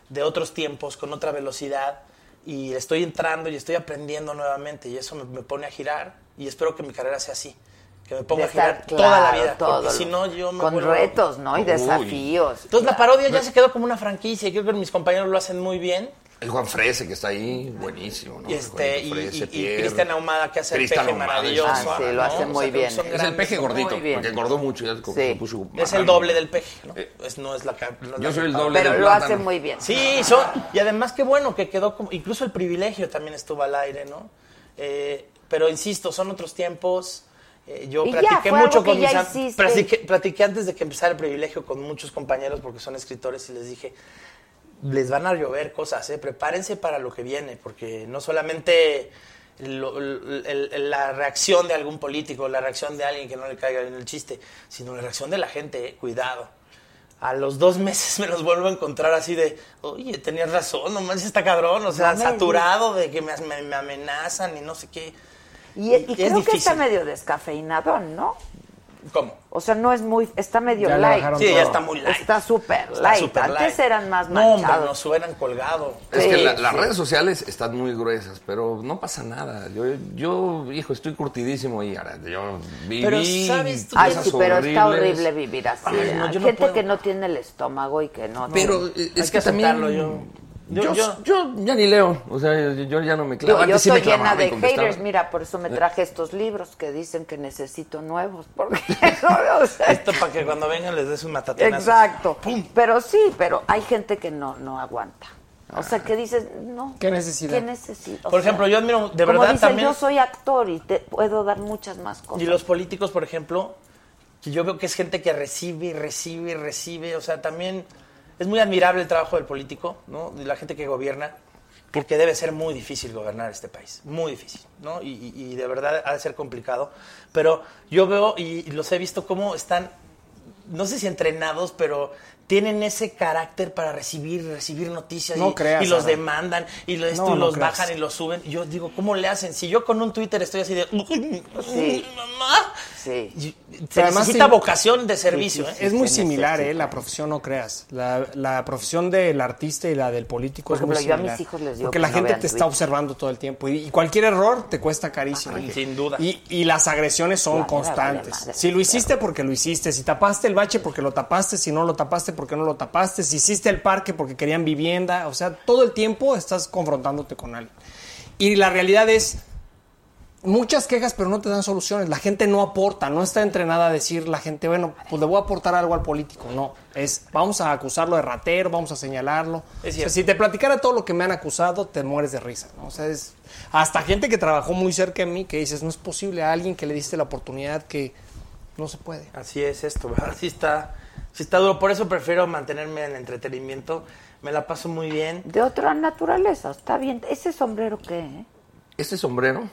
S10: de otros tiempos, con otra velocidad, y estoy entrando y estoy aprendiendo nuevamente, y eso me, me pone a girar, y espero que mi carrera sea así. Que me ponga
S1: De
S10: a girar
S1: estar,
S10: toda la
S1: claro,
S10: vida,
S1: todo
S10: porque
S1: lo-
S10: si no yo me
S1: con
S10: vuelvo-
S1: retos, ¿no? Y
S10: Uy.
S1: desafíos.
S10: Entonces la parodia ya
S9: Me-
S10: se quedó como una franquicia, y creo que mis compañeros lo hacen muy bien,
S9: El Juan Frese que está ahí, buenísimo, ¿no?
S10: y, este, y,
S9: Juan Frese,
S10: y- y
S9: Pierre.
S10: Cristian Ahumada que hace
S9: Cristian
S10: el peje
S9: Ahumada,
S10: maravilloso.
S1: Ah,
S9: es-
S10: ¿no? O sea, son
S9: Es el
S10: grandes-
S9: peje gordito,
S10: Muy bien.
S9: porque engordó mucho. Ya como se puso
S10: Es el
S9: marrano.
S10: doble del peje, ¿no? Es- no es la ca- no es
S9: Eh, Yo
S10: la
S9: soy el
S10: capa.
S9: doble Pero del lo hace plátano.
S1: muy bien.
S10: Sí, son- y además qué bueno que quedó como... Incluso el privilegio también estuvo al aire, ¿no? Eh, pero insisto, son otros tiempos. Eh, yo
S1: Y ya,
S10: platiqué
S1: fue
S10: mucho
S1: algo que
S10: con mis
S1: ya
S10: am-
S1: hiciste.
S10: platiqué- platiqué antes de que empezara el privilegio con muchos compañeros porque son escritores y les dije, les van a llover cosas, ¿eh? prepárense para lo que viene, porque no solamente lo- l- el- el- la reacción de algún político, la reacción de alguien que no le caiga bien el chiste, sino la reacción de la gente, ¿eh? cuidado. A los dos meses me los vuelvo a encontrar así de, oye, tenías razón, no manches, está cabrón, o sea,
S1: No me
S10: saturado de que me, as- me- me amenazan y no sé qué.
S1: Y, y
S10: es
S1: creo que está
S10: difícil.
S1: medio descafeinadón, ¿no?
S10: ¿Cómo?
S1: O sea, no es muy, está medio
S10: Ya le
S1: light.
S10: bajaron Sí, todo. ya está muy light.
S1: Está súper
S10: Está
S1: light.
S10: súper light.
S1: Antes eran más
S10: No, hombre,
S1: manchados.
S10: nos hubieran colgado.
S9: Es que
S1: Sí,
S9: la- las
S1: sí.
S9: redes sociales están muy gruesas, pero no pasa nada. Yo, yo hijo, estoy curtidísimo ahí. ahora. Yo viví
S1: Pero sabes,
S9: cosas
S1: Ay, sí, pero está
S9: horribles.
S1: horrible vivir así.
S9: Ay, no,
S1: Hay
S9: yo no
S1: gente
S9: puedo.
S1: que no tiene el estómago y que no.
S9: Pero
S1: no-
S9: eh, es que, también... Yo, yo, ya ni leo. O sea, yo, yo ya no me clavo.
S1: Digo, yo
S9: Antes sí
S1: estoy
S9: me
S1: llena
S9: clavaba y
S1: de
S9: contestaba.
S1: haters, mira, por eso me
S9: Eh.
S1: traje estos libros que dicen que necesito nuevos. (laughs) Porque
S7: (laughs)
S10: Esto para que cuando vengan les des un matatenazo.
S1: Exacto. Pero sí, pero hay gente que no, no aguanta. O
S7: Ah.
S1: sea, que dices, no.
S10: ¿Qué necesidad?
S1: ¿Qué necesidad? O
S10: Por
S1: sea,
S10: ejemplo, yo admiro de
S1: como
S10: verdad
S1: dicen,
S10: también-
S1: Yo soy actor y te puedo dar muchas más cosas.
S10: Y los políticos, por ejemplo, que yo veo que es gente que recibe, recibe, recibe. O sea, también es muy admirable el trabajo del político, ¿no? De la gente que gobierna, porque debe ser muy difícil gobernar este país. Muy difícil, ¿no? Y, y- y de verdad ha de ser complicado. Pero yo veo y los he visto cómo están, no sé si entrenados, pero tienen ese carácter para recibir, recibir noticias
S7: No
S10: y,
S7: creas,
S10: y los
S7: Adán.
S10: demandan y lo- esto,
S7: No,
S10: y
S7: no
S10: los
S7: creas.
S10: bajan y los suben. Y yo digo, ¿cómo le hacen? Si yo con un Twitter estoy así de...
S1: Sí.
S10: mamá.
S1: Sí.
S10: Se necesita vocación de servicio. ¿eh?
S7: es muy similar, ¿eh? La profesión, no creas. La, la profesión del artista y la del político
S1: Por
S7: es muy
S1: ejemplo, yo a mis
S7: similar.
S1: hijos les digo
S7: Porque
S1: que
S7: la
S1: no
S7: gente
S1: vean
S7: te está
S1: Twitter.
S7: observando todo el tiempo. Y, y cualquier error te cuesta carísimo.
S10: Ay, sin duda.
S7: Y, y las agresiones son
S10: La mera vale
S7: constantes.
S10: madre,
S7: si lo hiciste porque lo hiciste. Si tapaste el bache porque lo tapaste. Si no lo tapaste porque no lo tapaste. Si hiciste el parque porque querían vivienda. O sea, todo el tiempo estás confrontándote con alguien. Y la realidad es, muchas quejas, pero no te dan soluciones. La gente no aporta, no está entrenada a decir la gente, bueno, pues le voy a aportar algo al político. No, es vamos a acusarlo de ratero, vamos a señalarlo.
S10: Es
S7: O sea,
S10: cierto.
S7: si te platicara todo lo que me han acusado, te mueres de risa. ¿no? O sea, es hasta gente que trabajó muy cerca de mí que dices, no es posible a alguien que le diste la oportunidad que no se puede.
S10: Así es esto, ¿verdad? Sí está, sí está duro. Por eso prefiero mantenerme en el entretenimiento. Me la paso muy bien.
S1: De otra naturaleza, está bien. ¿Ese sombrero qué? eh?
S9: Este sombrero,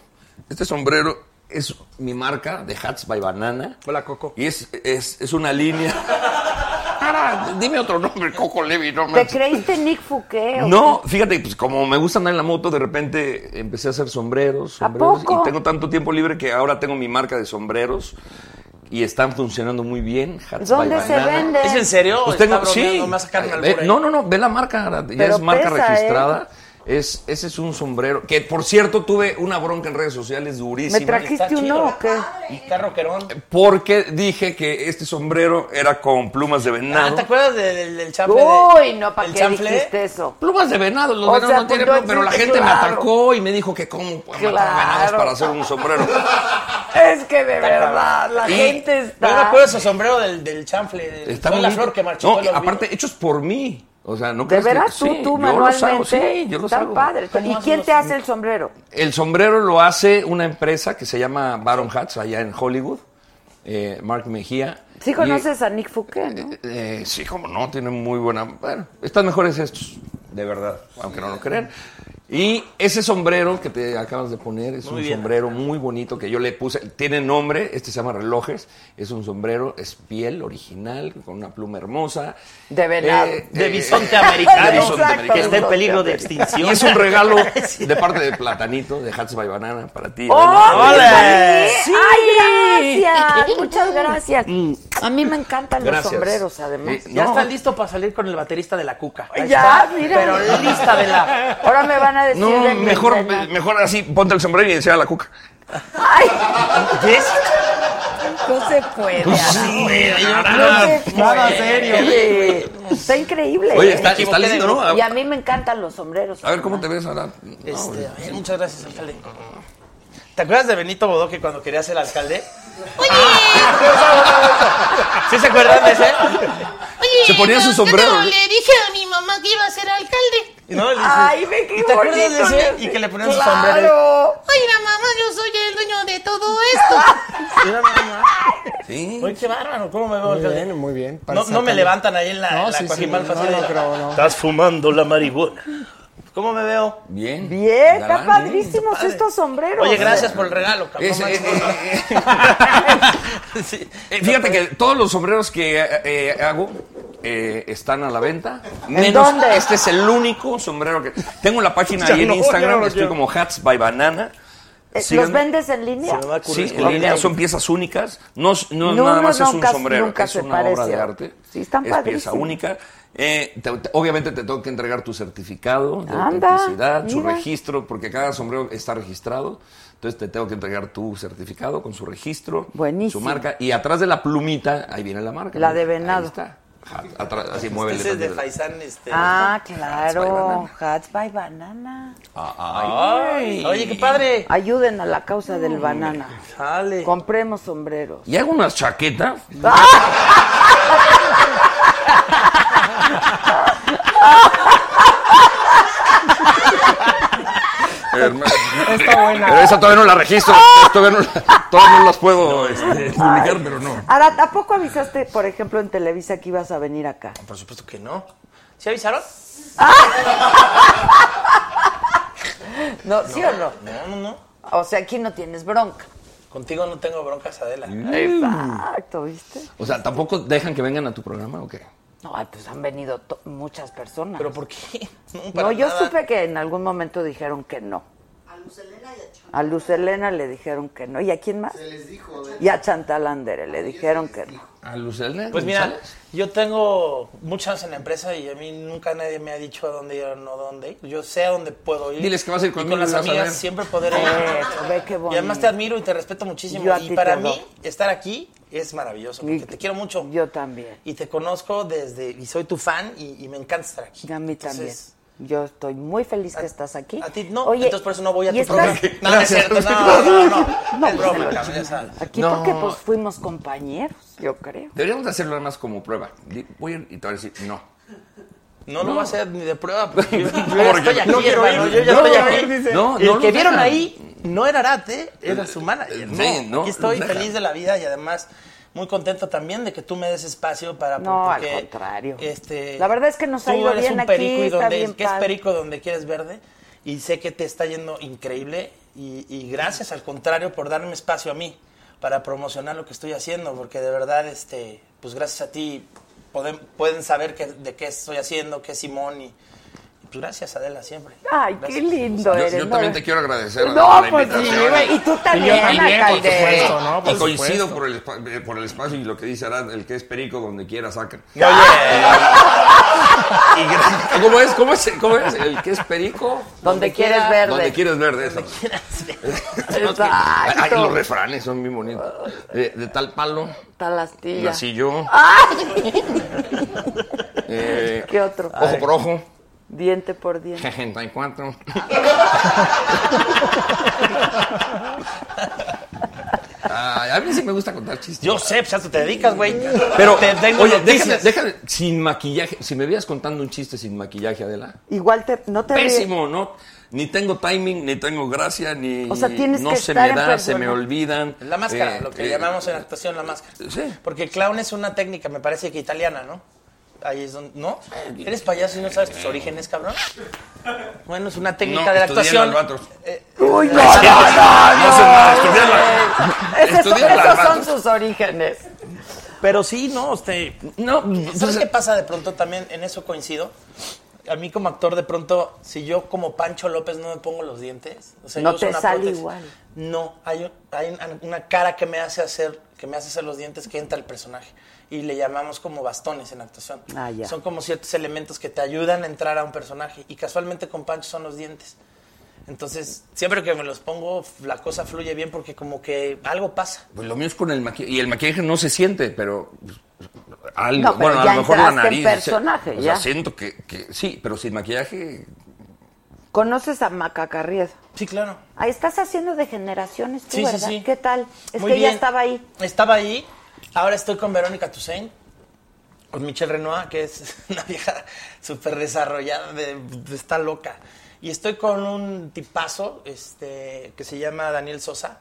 S9: este sombrero es mi marca de Hats by Banana. Hola, Coco. Y es, es, es una línea. (laughs) Ahora, dime otro nombre, Coco Levi, no
S1: ¿Te
S9: manches.
S1: creíste Nick Fouquet? o
S9: No, fíjate, pues como me gusta andar en la moto, de repente empecé a hacer sombreros, sombreros
S1: poco?
S9: y tengo tanto tiempo libre que ahora tengo mi marca de sombreros y están funcionando muy bien. Hats
S1: ¿Dónde
S9: by
S1: se
S9: Banana.
S1: venden? ¿Es en
S10: serio?
S9: Pues tengo,
S10: ¿Está bromeando?
S9: sí.
S10: ¿Me vas a sacar una
S9: Ve-
S10: albura ahí?
S9: no, no, no, ve la marca, ya
S10: Pero
S9: es marca
S10: pesa, ¿eh?
S9: registrada. Es, ese es un sombrero que, por cierto, tuve una bronca en redes sociales durísima.
S1: ¿Me trajiste uno o qué?
S10: Está rockerón.
S9: Porque dije que este sombrero era con plumas de
S10: Ah,
S9: venado.
S10: ¿Te acuerdas de- del, del chanfle?
S1: Uy, no, ¿para
S10: ¿El
S1: qué
S10: chanfle?
S1: dijiste
S9: (laughs)
S1: eso?
S9: Plumas de venado, los venados no tienen pluma, pero la gente me atacó y me dijo que cómo pues, mataban venados
S1: Claro.
S9: para hacer
S10: (laughs)
S9: un sombrero.
S1: Es que de verdad, la
S9: Y-
S1: gente está...
S10: Yo me acuerdo de su sombrero del, del chanfle. del-
S9: Está
S10: soy la
S9: bonito.
S10: flor que marchó.
S9: No, y aparte, hechos por mí. O sea, no
S1: ¿De
S9: creas que-
S1: veras tú,
S9: sí,
S1: tú
S9: yo los
S1: manualmente?
S9: hago, sí, yo los
S1: Está
S9: hago.
S1: padre.
S9: ¿Cómo
S1: ¿Y
S9: hacen
S1: quién
S9: los-
S1: te hace el sombrero?
S9: El sombrero lo hace una empresa que se llama Baron Hats allá en Hollywood, eh, Mark Mejía.
S1: Sí
S9: Y-
S1: conoces a Nick Fouquet, ¿no?
S9: Eh, sí, como no, tienen muy buena. Bueno, están mejores estos, de verdad, aunque no lo crean. Y, Y ese sombrero que te acabas de poner es
S10: Muy
S9: un
S10: bien.
S9: sombrero muy bonito que yo le puse. Tiene nombre, este se llama Relojes. Es un sombrero, es piel original, con una pluma hermosa.
S1: De venado.
S9: eh,
S1: De bisonte
S9: eh,
S1: americano.
S9: (laughs) de bisonte
S1: Exacto.
S9: americano.
S1: Que está en peligro de extinción.
S9: Y es
S10: (laughs)
S9: un regalo de parte de Platanito, de Hats by Banana, para ti.
S1: ¡Oh,
S9: Adela.
S1: ¡Ole! ¡Ay, gracias! Muchas
S9: (laughs)
S1: gracias. A mí me encantan los
S9: Mm. Gracias.
S1: sombreros, además.
S10: Ya está listo para salir con el baterista de la cuca. Ahí
S1: Ya,
S10: está,
S1: mira.
S10: Pero lista de (laughs) la.
S1: Ahora me van a decir
S9: No,
S1: de mi
S9: mejor,
S1: cena.
S9: mejor así, ponte el sombrero y enseña la cuca.
S1: Ay,
S10: ¿Yes?
S1: no se puede.
S9: Pues sí, güey,
S1: Ana.
S9: nada, nada serio.
S1: Oye, Está increíble.
S9: Oye,
S1: ¿eh?
S9: está- está lindo, ¿no?
S1: Y a mí me encantan los sombreros.
S9: A ver cómo te ves, Ana.
S10: Este, a ver, muchas gracias, alcalde. ¿Te acuerdas de Benito Bodoque cuando quería ser (laughs) alcalde? Ah, ¿Sí se acuerdan de ese?
S16: Oye,
S10: Se ponía su
S16: pero
S10: sombrero,
S16: Yo no
S10: ¿eh?
S16: le dije a mi mamá que iba a ser alcalde.
S10: Y no, le dice-
S16: Ay, ve qué
S10: ¿Y te acuerdas de
S16: bonito
S10: ese?
S16: le-
S10: Y que le ponían su
S16: Claro.
S10: sombrero.
S16: Oye, mamá, yo soy el dueño de todo esto.
S10: Mira nada más.
S9: Sí.
S1: pues,
S10: Oye, qué bárbaro, ¿cómo me veo,
S7: Muy
S10: alcalde?
S7: bien, muy bien.
S10: No, no me levantan ahí en la,
S7: No,
S10: en la
S7: sí, sí,
S10: Coajimalpa,
S7: no,
S10: así de-
S7: no creo, no.
S10: Estás fumando la marihuana. ¿Cómo me veo?
S9: Bien.
S1: Bien, está
S10: Galán,
S1: padrísimos estos sombreros. Eh,
S10: Oye, gracias por el regalo, cabrón.
S9: Ese,
S10: Max. (laughs)
S9: Eh, fíjate que todos los sombreros que eh, eh, hago eh, están a la venta.
S1: ¿En dónde?
S9: Este es el único sombrero que. Tengo la página
S1: (laughs) Ya
S9: ahí en
S1: no, ya no
S9: Instagram,
S1: lo
S9: estoy
S1: quiero.
S9: como Hats by Banana.
S1: Eh, ¿Los
S9: Síganme.
S1: vendes en línea?
S9: Sí, en línea son piezas únicas. No, es- no es
S1: No,
S9: nada
S1: no,
S9: más es un
S1: nunca-
S9: sombrero,
S1: nunca
S9: es
S1: se
S9: una obra
S1: parece.
S9: de arte.
S1: Sí, están
S9: es pieza
S1: padrísimos.
S9: única. Eh, te- te- obviamente te tengo que entregar tu certificado de
S1: Anda,
S9: autenticidad, su
S1: mira.
S9: registro, porque cada sombrero está registrado. Entonces te tengo que entregar tu certificado con su registro,
S1: Buenísimo.
S9: su marca. Y atrás de la plumita, ahí viene la marca.
S1: La
S9: ¿no?
S1: de venado.
S9: Atrás, así
S10: Este
S9: muévele.
S10: es de
S9: tantito.
S10: Faisán, este.
S1: Ah,
S9: by
S1: claro.
S9: Banana.
S1: Hats by Banana.
S9: Ay.
S10: Oye, qué padre.
S1: Ayuden a la causa del banana. Compremos sombreros. Ah,
S9: Y hago unas chaquetas. Hermano.
S7: Está buena.
S9: Pero esa todavía no la registro.
S1: Ah.
S9: Todavía no, la- todavía no las puedo este, publicar, pero no.
S1: Ahora, ¿a poco avisaste, por ejemplo, en Televisa que ibas a venir acá?
S10: Por supuesto que no. ¿Sí avisaron?
S1: No, ¿sí o no?
S10: No, no, no.
S1: O sea, aquí no tienes bronca.
S10: Contigo no tengo broncas, Adela.
S9: Mm.
S1: Exacto, ¿viste?
S9: O sea, ¿tampoco dejan que vengan a tu programa o qué?
S1: No, ay, pues han venido to- muchas personas.
S10: ¿Pero por qué? (laughs) No,
S1: No,
S10: para
S1: yo
S10: nada.
S1: supe que en algún momento dijeron que no. A Luz Elena le dijeron que no. ¿Y a quién más? Y a Chantal Andere
S10: Ah,
S1: le dijeron que no.
S9: ¿A Lucelena?
S10: Pues mira, yo tengo muchas en la empresa y a mí nunca nadie me ha dicho a dónde ir o no dónde ir. Yo sé a dónde puedo ir.
S9: Diles que vas a ir
S10: Y
S9: conmigo
S10: con
S9: y
S10: las
S9: vas a
S10: amigas
S9: ver.
S10: siempre poder ir.
S1: Eso, ve qué
S10: Y además
S1: bonito.
S10: te admiro y te respeto muchísimo.
S1: Yo a
S10: y
S1: ti,
S10: para
S1: Teodoro.
S10: mí, estar aquí es maravilloso porque te quiero mucho.
S1: Yo también.
S10: Y te conozco desde. Y soy tu fan y, y me encanta estar aquí.
S1: Y a mí también.
S10: Entonces-
S1: Yo estoy muy feliz que estás aquí. A ti
S10: No, entonces por eso no voy a
S1: ¿y
S10: tu
S1: estás-
S10: programa. No, no es cierto. No, no, no.
S1: No,
S10: es broma,
S1: pues,
S10: cabrón, ya sabes.
S1: Aquí
S9: No.
S1: porque pues fuimos compañeros, yo creo.
S9: Deberíamos de hacerlo nada más como prueba. Di- Voy a ir y te voy a decir no.
S10: No,
S9: No.
S10: lo va a hacer ni de prueba. Porque yo, yo ya
S9: Porque
S10: estoy aquí,
S9: no quiero
S10: hermano,
S9: ir.
S10: Yo ya
S9: No,
S10: estoy
S9: no,
S10: aquí.
S9: dice. No,
S10: el
S9: no
S10: que
S9: lo
S10: vieron
S9: dejan.
S10: ahí no era Arate, era su manager. No,
S9: Sí, no,
S10: aquí estoy
S9: lo dejan.
S10: feliz de la vida y además muy contento también de que tú me des espacio para...
S1: No, al
S10: porque,
S1: contrario.
S10: Este,
S1: La verdad es que nos ha
S10: tú
S1: ido
S10: eres
S1: bien
S10: un
S1: aquí,
S10: perico y
S1: está
S10: donde,
S1: bien
S10: que es
S1: padre.
S10: perico donde quieres verde y sé que te está yendo increíble y, y gracias al contrario por darme espacio a mí para promocionar lo que estoy haciendo porque de verdad, este, pues gracias a ti pueden, pueden saber que- de qué estoy haciendo, qué es Simón y, y pues gracias Adela siempre.
S1: Ay, qué lindo
S9: Yo,
S1: eres.
S9: yo
S1: no
S9: también
S1: eres-
S9: te quiero agradecer.
S1: No,
S9: la
S1: pues sí,
S9: invitación.
S1: güey, y tú también, alcalde.
S9: Y coincido por el, espa- eh, por el espacio y lo que dice Arad, el que es perico donde quiera saca. Eh, y gra- ¿Cómo es? ¿Cómo es? ¿Cómo es? El que es perico.
S1: Donde quieres
S9: quiera-
S1: verde.
S9: Donde quieres verde. eso. Ay, ay,
S1: Exacto.
S9: los refranes son bien bonitos. De, de tal palo,
S1: Tal astilla.
S9: nací yo. Eh,
S1: ¿Qué otro?
S9: Ojo por ojo.
S1: Diente por
S10: (laughs)
S1: diente.
S9: 64. Ay, a mí sí me gusta contar chistes.
S10: Yo sé, pues a eso te dedicas, güey.
S9: Pero,
S10: te tengo
S9: oye, déjame,
S10: noticias.
S9: déjame, sin maquillaje. Si me veías contando un chiste sin maquillaje, Adela.
S1: Igual te, no te ríes.
S9: Pésimo, ¿no? Ni tengo timing, ni tengo gracia, ni.
S1: O sea, tienes
S9: No
S1: que
S9: se
S1: estar
S9: me
S1: en
S9: da, se
S1: persona.
S9: me olvidan.
S10: La máscara,
S9: Eh,
S10: lo que
S9: eh,
S10: llamamos en actuación la máscara.
S9: Sí.
S10: Porque el clown es una técnica, me parece que italiana, ¿no? ahí es donde. ¿No?
S9: Eh,
S10: ¿Eres payaso y no sabes tus orígenes, cabrón? Bueno, es una técnica
S9: No,
S10: de la
S9: estudié en
S10: actuación.
S9: Albatros.
S1: Uy,
S10: (laughs)
S9: no, no, no,
S1: no,
S9: sé nada, estudié en
S1: la- Ese- Estudié en la- esos son sus orígenes.
S10: Pero sí, no, este, no, ¿sabes
S9: entonces-
S10: qué pasa de pronto también? En eso coincido. A mí como actor de pronto, si yo como Pancho López no me pongo los dientes, o sea,
S1: No
S10: yo uso
S1: te
S10: una
S1: sale
S10: prótesis.
S1: igual.
S10: No, hay, un- hay un- una cara que me hace hacer, que me hace hacer los dientes que entra el personaje y le llamamos como bastones en actuación.
S1: Ah, ya.
S10: Son como ciertos elementos que te ayudan a entrar a un personaje y casualmente con Pancho son los dientes. Entonces, siempre que me los pongo, la cosa fluye bien porque como que algo pasa.
S9: Pues lo mío es con el maquillaje. Y el maquillaje no se siente, pero. pues, Algo.
S10: No, pero
S9: bueno, a
S10: ya
S9: lo mejor la
S1: entraste en
S9: nariz. o sea,
S1: personaje,
S9: o sea,
S1: ya.
S9: siento que, que. Sí, pero sin maquillaje.
S1: ¿Conoces a Macacarriez?
S10: Sí, claro.
S1: Ahí estás haciendo degeneraciones tú,
S10: Sí, sí,
S1: ¿verdad?
S10: sí.
S1: ¿Qué tal? Es
S10: Muy
S1: que ella
S10: bien.
S1: estaba ahí.
S10: Estaba ahí. Ahora estoy con Verónica Toussaint, con Michelle Renoir, que es (laughs) una vieja súper desarrollada, de- de- está loca. Y estoy con un tipazo este, que se llama Daniel Sosa.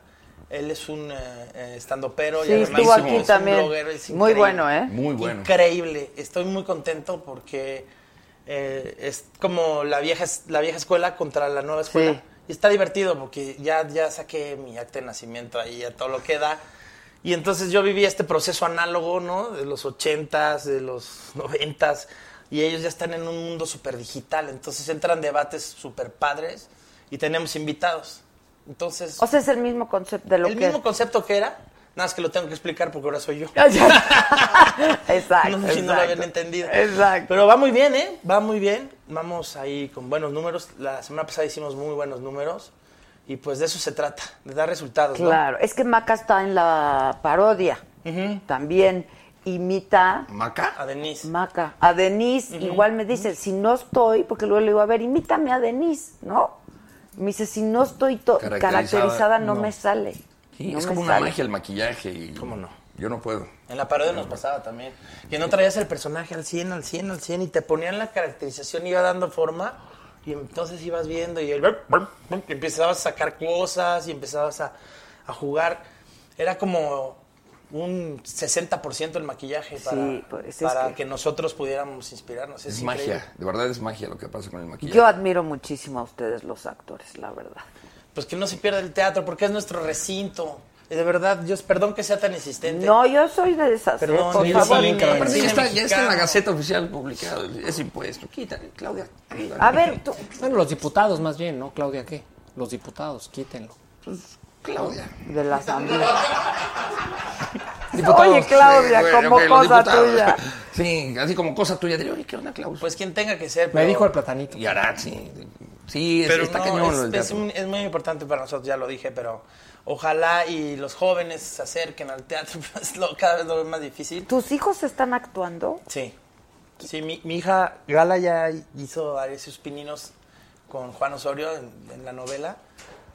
S10: Él es un eh, estando pero
S1: Sí, estuvo aquí también. Muy bueno, ¿eh? Muy
S9: bueno.
S10: Increíble. Estoy muy contento porque eh, es como la vieja, la vieja escuela contra la nueva escuela.
S1: Sí.
S10: Y está divertido porque ya, ya saqué mi acta de nacimiento ahí, a todo lo que da. Y entonces yo viví este proceso análogo, ¿no? De los ochentas, de los noventas. Y ellos ya están en un mundo súper digital. Entonces entran debates súper padres y tenemos invitados. Entonces,
S1: O sea, es el mismo concepto de lo
S10: el
S1: que...
S10: mismo concepto que era, nada más que lo tengo que explicar porque ahora soy yo.
S1: (laughs) Ah, Exacto,
S10: No sé si no lo
S1: exacto.
S10: habían entendido.
S1: Exacto.
S10: Pero va muy bien, ¿eh? Va muy bien. Vamos ahí con buenos números. La semana pasada hicimos muy buenos números. Y pues de eso se trata, de dar resultados. pues, ¿no?
S1: Claro, es que Maca está en la parodia. También imita...
S9: ¿Maca?
S10: A Denise.
S1: Maca. A Denise, igual me dice, si no estoy, porque luego le digo, a ver, imítame a Denise, ¿no? Me dice, si no estoy to- caracterizada,
S9: Caracterizada,
S1: no,
S9: no.
S1: me sale.
S9: Sí,
S1: No
S9: es
S1: me
S9: como una
S1: sale.
S9: magia el maquillaje. Y ¿Cómo no? Yo no puedo.
S10: En la parodia nos pasaba también. Que no traías el personaje al 100, al 100, al 100 y te ponían la caracterización, iba dando forma y entonces ibas viendo y, el, y empezabas a sacar cosas y empezabas a, a jugar. Era como un 60% el maquillaje para,
S1: Sí, pues, es
S10: para
S1: que-
S10: que... nosotros pudiéramos inspirarnos. Es,
S9: Es
S10: increíble.
S9: magia. De verdad es magia lo que pasa con el maquillaje.
S1: Yo admiro muchísimo a ustedes los actores, la verdad.
S10: Pues que no se pierda el teatro porque es nuestro recinto. Y De verdad, yo perdón que sea tan insistente.
S1: No, yo soy de esas. ¿eh?
S10: Perdón,
S1: por
S10: yo
S1: favor.
S10: también, cabrón.
S9: Aparte, ya,
S10: Cine
S9: está, ya está en la
S10: mexicano.
S9: Gaceta Oficial publicado. Es impuesto. Quítale, Claudia.
S1: A ver, tú.
S7: Bueno, los diputados más bien, ¿no, Claudia? ¿Qué? Los diputados, quítenlo.
S9: Claudia.
S1: De la Asamblea.
S9: Diputados.
S1: Oye, Claudia,
S9: Sí,
S1: como
S9: ok, los
S1: cosa
S9: diputados.
S1: tuya.
S9: Sí, así como cosa tuya. Dile, oye, ¿qué onda, Claudia?
S10: Pues quien tenga que ser.
S9: Me dijo el
S7: platanito.
S9: Y Arad, sí. Sí, es- está
S10: no,
S9: cañón
S10: es,
S9: el
S10: es
S9: teatro.
S10: un- es muy importante para nosotros, ya lo dije, pero ojalá y los jóvenes se acerquen al teatro, (laughs) pero es lo- cada vez lo veo más difícil.
S1: ¿Tus hijos están actuando?
S10: Sí. Sí, mi, mi hija Gala ya hizo varios sus pininos con Juan Osorio en, en la novela.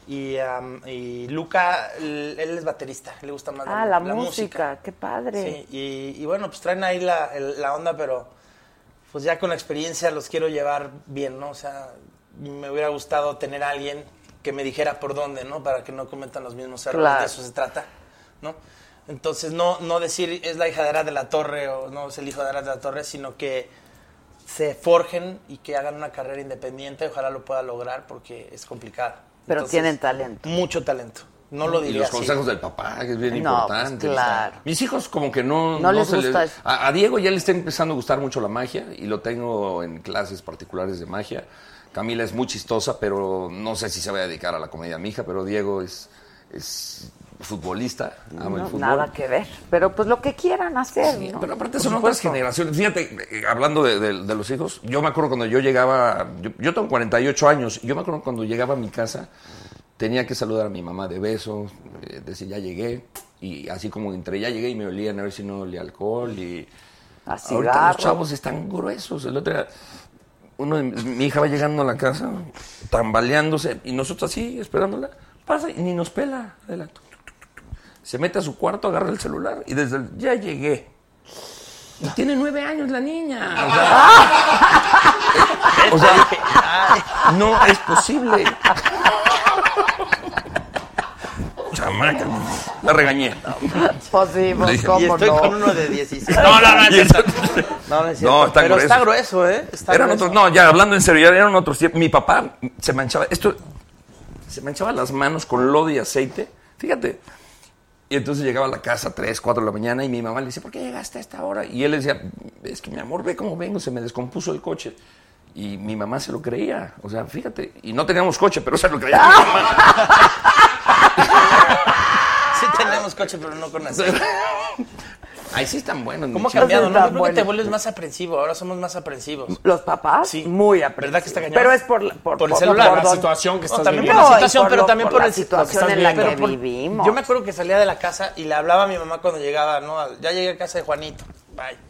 S10: Y, am, y Luca, l- él es baterista, le gusta más
S1: Ah, la, música. qué padre.
S10: Sí, y, y bueno, pues traen ahí la, el- la onda, pero pues ya con la experiencia los quiero llevar bien, ¿no? O sea, me hubiera gustado tener a alguien que me dijera por dónde, ¿no? Para que no cometan los mismos errores,
S1: Claro.
S10: de eso se trata, ¿no? Entonces, no, no decir es la hija de Arad de la Torre o no es el hijo de Arad de la Torre, sino que se forjen y que hagan una carrera independiente, ojalá lo pueda lograr porque es complicado.
S1: Pero
S10: Entonces,
S1: tienen talento.
S10: Mucho talento. No lo
S9: Y
S10: diría
S9: los
S10: así.
S9: consejos del papá, que es bien
S1: No,
S9: importante.
S1: pues, claro.
S9: Mis hijos como que no...
S1: No les gusta eso.
S9: A, a Diego ya le está empezando a gustar mucho la magia y lo tengo en clases particulares de magia. Camila es muy chistosa, pero no sé si se va a dedicar a la comedia mi hija, pero Diego es, es futbolista, ama el
S1: No,
S9: fútbol.
S1: nada que ver. Pero pues lo que quieran hacer, ¿no?
S9: pues Pero aparte
S1: Por
S9: son otras
S1: supuesto.
S9: generaciones. Fíjate, eh, hablando de, de- de los hijos, yo me acuerdo cuando yo llegaba, yo, yo tengo 48 años, y yo me acuerdo cuando llegaba a mi casa, tenía que saludar a mi mamá de besos, eh, decir ya llegué, y así como entre ya llegué y me olían a ver si no olía alcohol, y ahorita
S1: cigarro.
S9: los chavos están gruesos. El otro día, uno de mis- mi hija va llegando a la casa, tambaleándose, y nosotros así, esperándola, pasa y ni nos pela, adelante. Se mete a su cuarto, agarra el celular y desde el, ya llegué. Y tiene nueve años la niña. O sea, o sea, no es posible. O sea, chamaca. La regañé.
S1: Posible,
S9: Le
S1: pues
S9: dije,
S1: ¿cómo
S9: y estoy
S1: no?
S9: con
S10: Uno de
S1: (laughs)
S10: 16.
S9: No, no, no,
S10: es cierto. No, no es cierto.
S9: No, está
S10: Pero
S9: grueso.
S10: está grueso, ¿eh? Está
S9: eran
S10: grueso.
S9: otros, no, ya hablando en serio, ya eran otros tiempos. Mi papá se manchaba, esto, se manchaba las manos con lodo y aceite. Fíjate. Y entonces llegaba a la casa a 3, 4 de la mañana y mi mamá le dice, ¿por qué llegaste a esta hora? Y él decía, es que mi amor, ve cómo vengo, se me descompuso el coche. Y mi mamá se lo creía, o sea, fíjate. Y no teníamos coche, pero se lo creía. mi mamá.
S10: (laughs) Sí tenemos coche, pero no con
S9: (laughs)
S10: aceite.
S9: Ahí sí están buenos.
S10: ¿Cómo ha
S9: mi
S10: cambiado?
S9: chavo.
S10: No, yo creo que te vuelves más aprensivo. Ahora somos más aprensivos.
S1: ¿Los papás? Sí. Muy aprensivos.
S10: ¿Verdad que está cañón?
S1: Pero es por, la- por,
S10: Por el celular, la
S1: don-
S10: situación que estás
S1: No, también
S10: viviendo.
S1: por
S10: No,
S1: la
S10: y
S1: situación,
S10: por
S1: pero
S10: lo-
S1: también por, el-
S10: por la
S1: lo que estás
S10: situación en la
S1: viviendo.
S10: que
S1: Pero por-
S10: vivimos. Yo me acuerdo que salía de la casa y le hablaba a mi mamá cuando llegaba, ¿no? Ya llegué a casa de Juanito. Bye.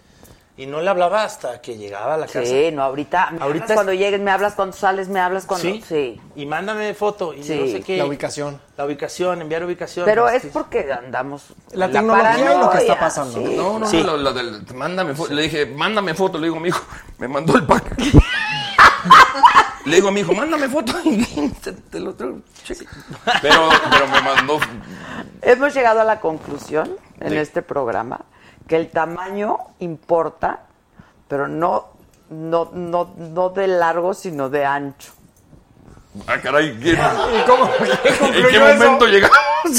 S10: Y no le hablaba hasta que llegaba a la casa.
S1: Sí, no, ahorita. Me
S10: Ahorita
S1: hablas
S10: es-
S1: cuando llegues, me hablas cuando sales, me hablas cuando.
S10: ¿Sí? Y mándame foto y
S1: Sí.
S10: no sé qué.
S1: La
S10: ubicación. La ubicación, enviar ubicación.
S1: Pero
S10: Este,
S1: es porque andamos.
S10: La
S1: en
S10: tecnología y lo que
S1: paranoia,
S10: está pasando.
S1: sí.
S9: No, no,
S10: Sí.
S9: lo, lo del, mándame foto. Le dije, mándame foto. Le digo a mi hijo, me mandó el pack. Le digo a mi hijo, mándame foto. (laughs) Y te, te lo traigo. Checa. Pero, pero me mandó.
S1: Hemos llegado a la conclusión en
S9: Sí.
S1: este programa que el tamaño importa, pero no, no, no, no de largo, sino de ancho.
S9: Ah, caray, ¿qué-
S1: cómo-
S9: ¿en qué momento llegamos?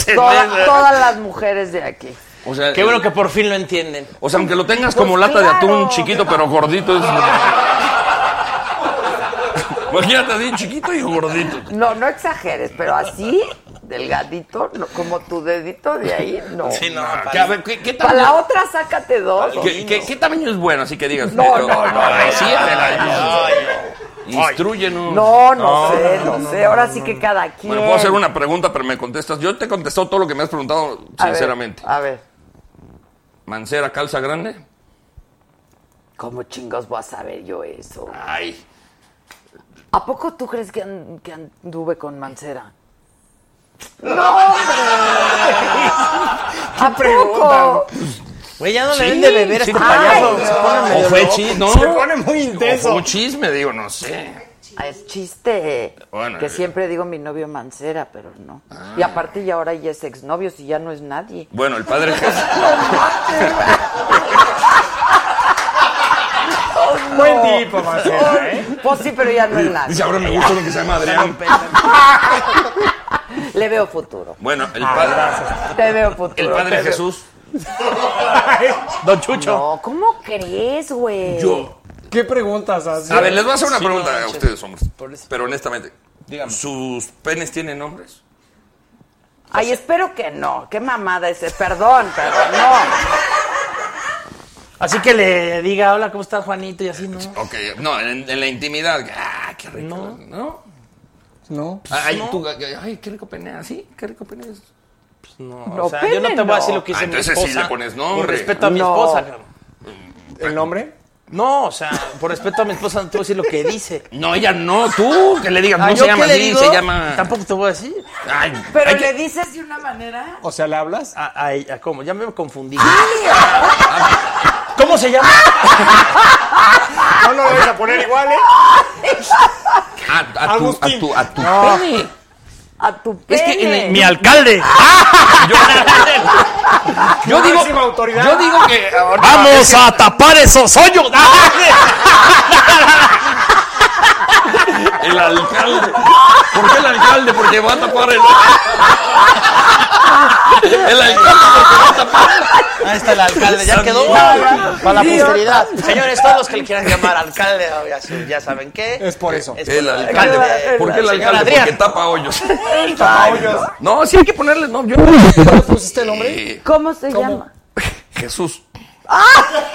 S9: en
S1: Toda-
S10: eh,
S9: esa?
S1: todas las mujeres de aquí.
S9: O sea,
S10: Qué bueno que por fin lo entienden.
S9: O sea, aunque lo tengas
S1: Pues
S9: como lata de
S1: claro.
S9: atún chiquito, pero
S1: (laughs)
S9: gordito es. Imagínate, así chiquito y gordito.
S1: No, no exageres, pero así, delgadito, no, como tu dedito de ahí,
S10: Oh,
S1: no.
S9: Sí, no, que a ver, ¿qué, qué
S1: Para la
S9: tamaño-
S1: otra, sácate dos.
S9: ¿Qué, qué- qué tamaño es bueno? Así que digas.
S1: No,
S9: pero-
S1: no, no.
S9: Ay, sí, la-
S1: Ay,
S9: Instrúyenos.
S1: No, no, sé, no, sé. Ahora sí que cada quien.
S9: Bueno, puedo hacer una pregunta, pero me contestas. Yo te he contestado todo lo que me has preguntado,
S1: A ver,
S9: sinceramente.
S1: A ver,
S9: ¿Mancera calza grande?
S1: ¿cómo chingos voy a saber yo eso?
S9: Ay.
S1: ¿A poco tú crees que, an- que anduve con Mancera? ¡No, hombre!
S9: (laughs)
S1: ¿A poco?
S10: Güey, ya no le
S9: Sí,
S10: den de beber a
S9: sí,
S10: este
S9: ay,
S10: payaso.
S9: no.
S10: Se pone medio
S9: O fue
S10: loco.
S9: chis- no.
S10: Se pone muy intenso.
S9: O fue un chisme, digo, no sé.
S1: Ah, Es chiste.
S9: Bueno,
S1: que
S9: eh. Ah.
S1: siempre digo mi novio Mancera, pero no. Y aparte ya ahora ya es exnovio, si ya no es nadie.
S9: Bueno, el padre
S1: Buen
S9: tipo, Mancera, ¿eh?
S1: Pues sí, pero ya no es nadie.
S9: Dice, ahora me gusta lo que
S7: (laughs)
S9: se llama Adrián.
S1: Le veo futuro.
S9: Bueno, el padre.
S1: Te veo futuro.
S9: El
S1: Ah, te
S9: padre
S1: veo-
S9: Jesús. Don Chucho.
S1: No, ¿cómo crees, güey?
S9: Yo.
S7: ¿Qué preguntas haces?
S9: A ver, les voy a hacer una
S7: Sí,
S9: pregunta
S7: no,
S9: a
S7: manches.
S9: ustedes, hombres. Pero honestamente, ¿sus penes tienen nombres?
S1: Ay, espero que no. Qué mamada ese. Perdón, pero no.
S10: Así que le diga, hola, ¿cómo estás, Juanito? Y así, ¿no?
S9: Ok, no, en, en la intimidad. Ah, qué rico. No. Ah,
S7: No.
S9: Ay,
S10: no.
S9: tú, ay, qué rico pene, ¿ah, ¿sí? Qué rico pene es.
S10: No,
S9: No,
S10: o sea, yo no te
S9: pene,
S10: voy a decir
S9: no.
S10: lo que hizo
S9: Ah,
S10: mi
S9: entonces
S10: esposa.
S9: sí le pones nombre.
S10: Por respeto a mi
S9: No.
S10: esposa, cabrón.
S7: ¿El nombre?
S10: No, o sea, por respeto a mi esposa no te voy a decir lo que dice.
S9: No, ella no, tú, que le digas,
S10: Ah,
S9: no se llama así, se llama...
S10: Tampoco te voy a decir.
S9: Ay,
S1: Pero le dices de una manera.
S7: O sea, ¿le hablas?
S10: A, a- a- ¿Cómo? Ya me confundí. ¿Cómo se llama?
S7: No lo vais a poner igual, ¿eh?
S9: ah, a, a tu, a tu, a tu pene.
S1: Ah, A tu pene.
S9: Es que en el-
S10: Mi alcalde.
S9: Yo digo,
S7: Máxima autoridad.
S9: yo digo que... ahora-
S10: ¡Vamos a tapar esos hoyos!
S9: (laughs) El alcalde. ¿Por qué el alcalde? Porque va a tapar el... El alcalde porque va a tapar...
S10: Ahí está el alcalde, ya
S9: San
S10: quedó.
S9: Miguel.
S10: Para la
S9: Sí,
S10: posteridad. Señores, todos los que le quieran llamar alcalde, oh, ya su- ya saben qué.
S7: Es por eso.
S10: Es
S9: El
S10: por-
S9: alcalde. ¿Por qué el
S10: Señor
S9: alcalde?
S10: Adrián.
S9: Porque tapa hoyos.
S7: Hoyos.
S9: No, sí hay que ponerle nombre.
S7: ¿Le pusiste el nombre?
S9: Eh,
S1: ¿Cómo se llama?
S9: (laughs)
S1: ¡Ah!
S9: Jesús.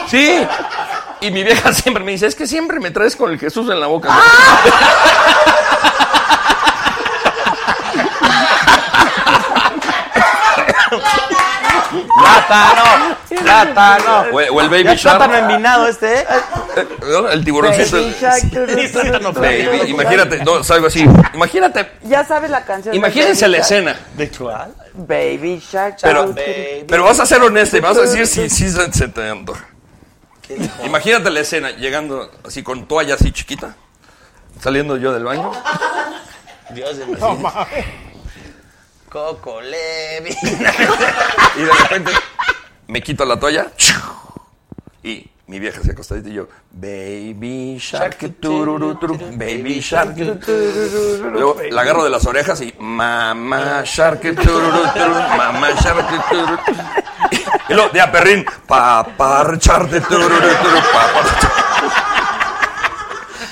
S9: Sí. Y mi vieja (laughs) siempre me dice, es que siempre me traes con el Jesús en la boca.
S1: ¡Ah!
S10: Plátano, plátano.
S9: O, o el Baby
S10: Ya es
S9: Shark.
S10: plátano envinado este, ¿eh?
S9: Eh, ¿no? El tiburoncito.
S1: Baby Shark, tú, tú,
S10: Sí,
S1: tú,
S10: plátano
S1: tú,
S9: Baby,
S1: tú, tú, tú.
S9: imagínate, no, salgo así. Imagínate,
S1: Ya sabes la canción. de
S9: imagínense
S1: Baby
S9: la
S1: Shark.
S9: escena.
S10: ¿De cuál?
S1: Baby Shark.
S9: Pero,
S1: chau,
S9: pero vas a ser honesta y me vas a decir si sí, se se te antoja. Imagínate la escena, llegando así con toalla así chiquita, saliendo yo del baño.
S10: Dios de
S9: No,
S10: Coco Levi.
S9: Y de repente me quito la toalla. ¡chiu! Y mi vieja se acostadita y yo, baby shark, tururu, turu, baby shark. tururu". Luego la agarro de las orejas y mamá shark, tururu, turu, mamá shark. tururu". Y luego de a perrín, papar shark, tururu, turu, papar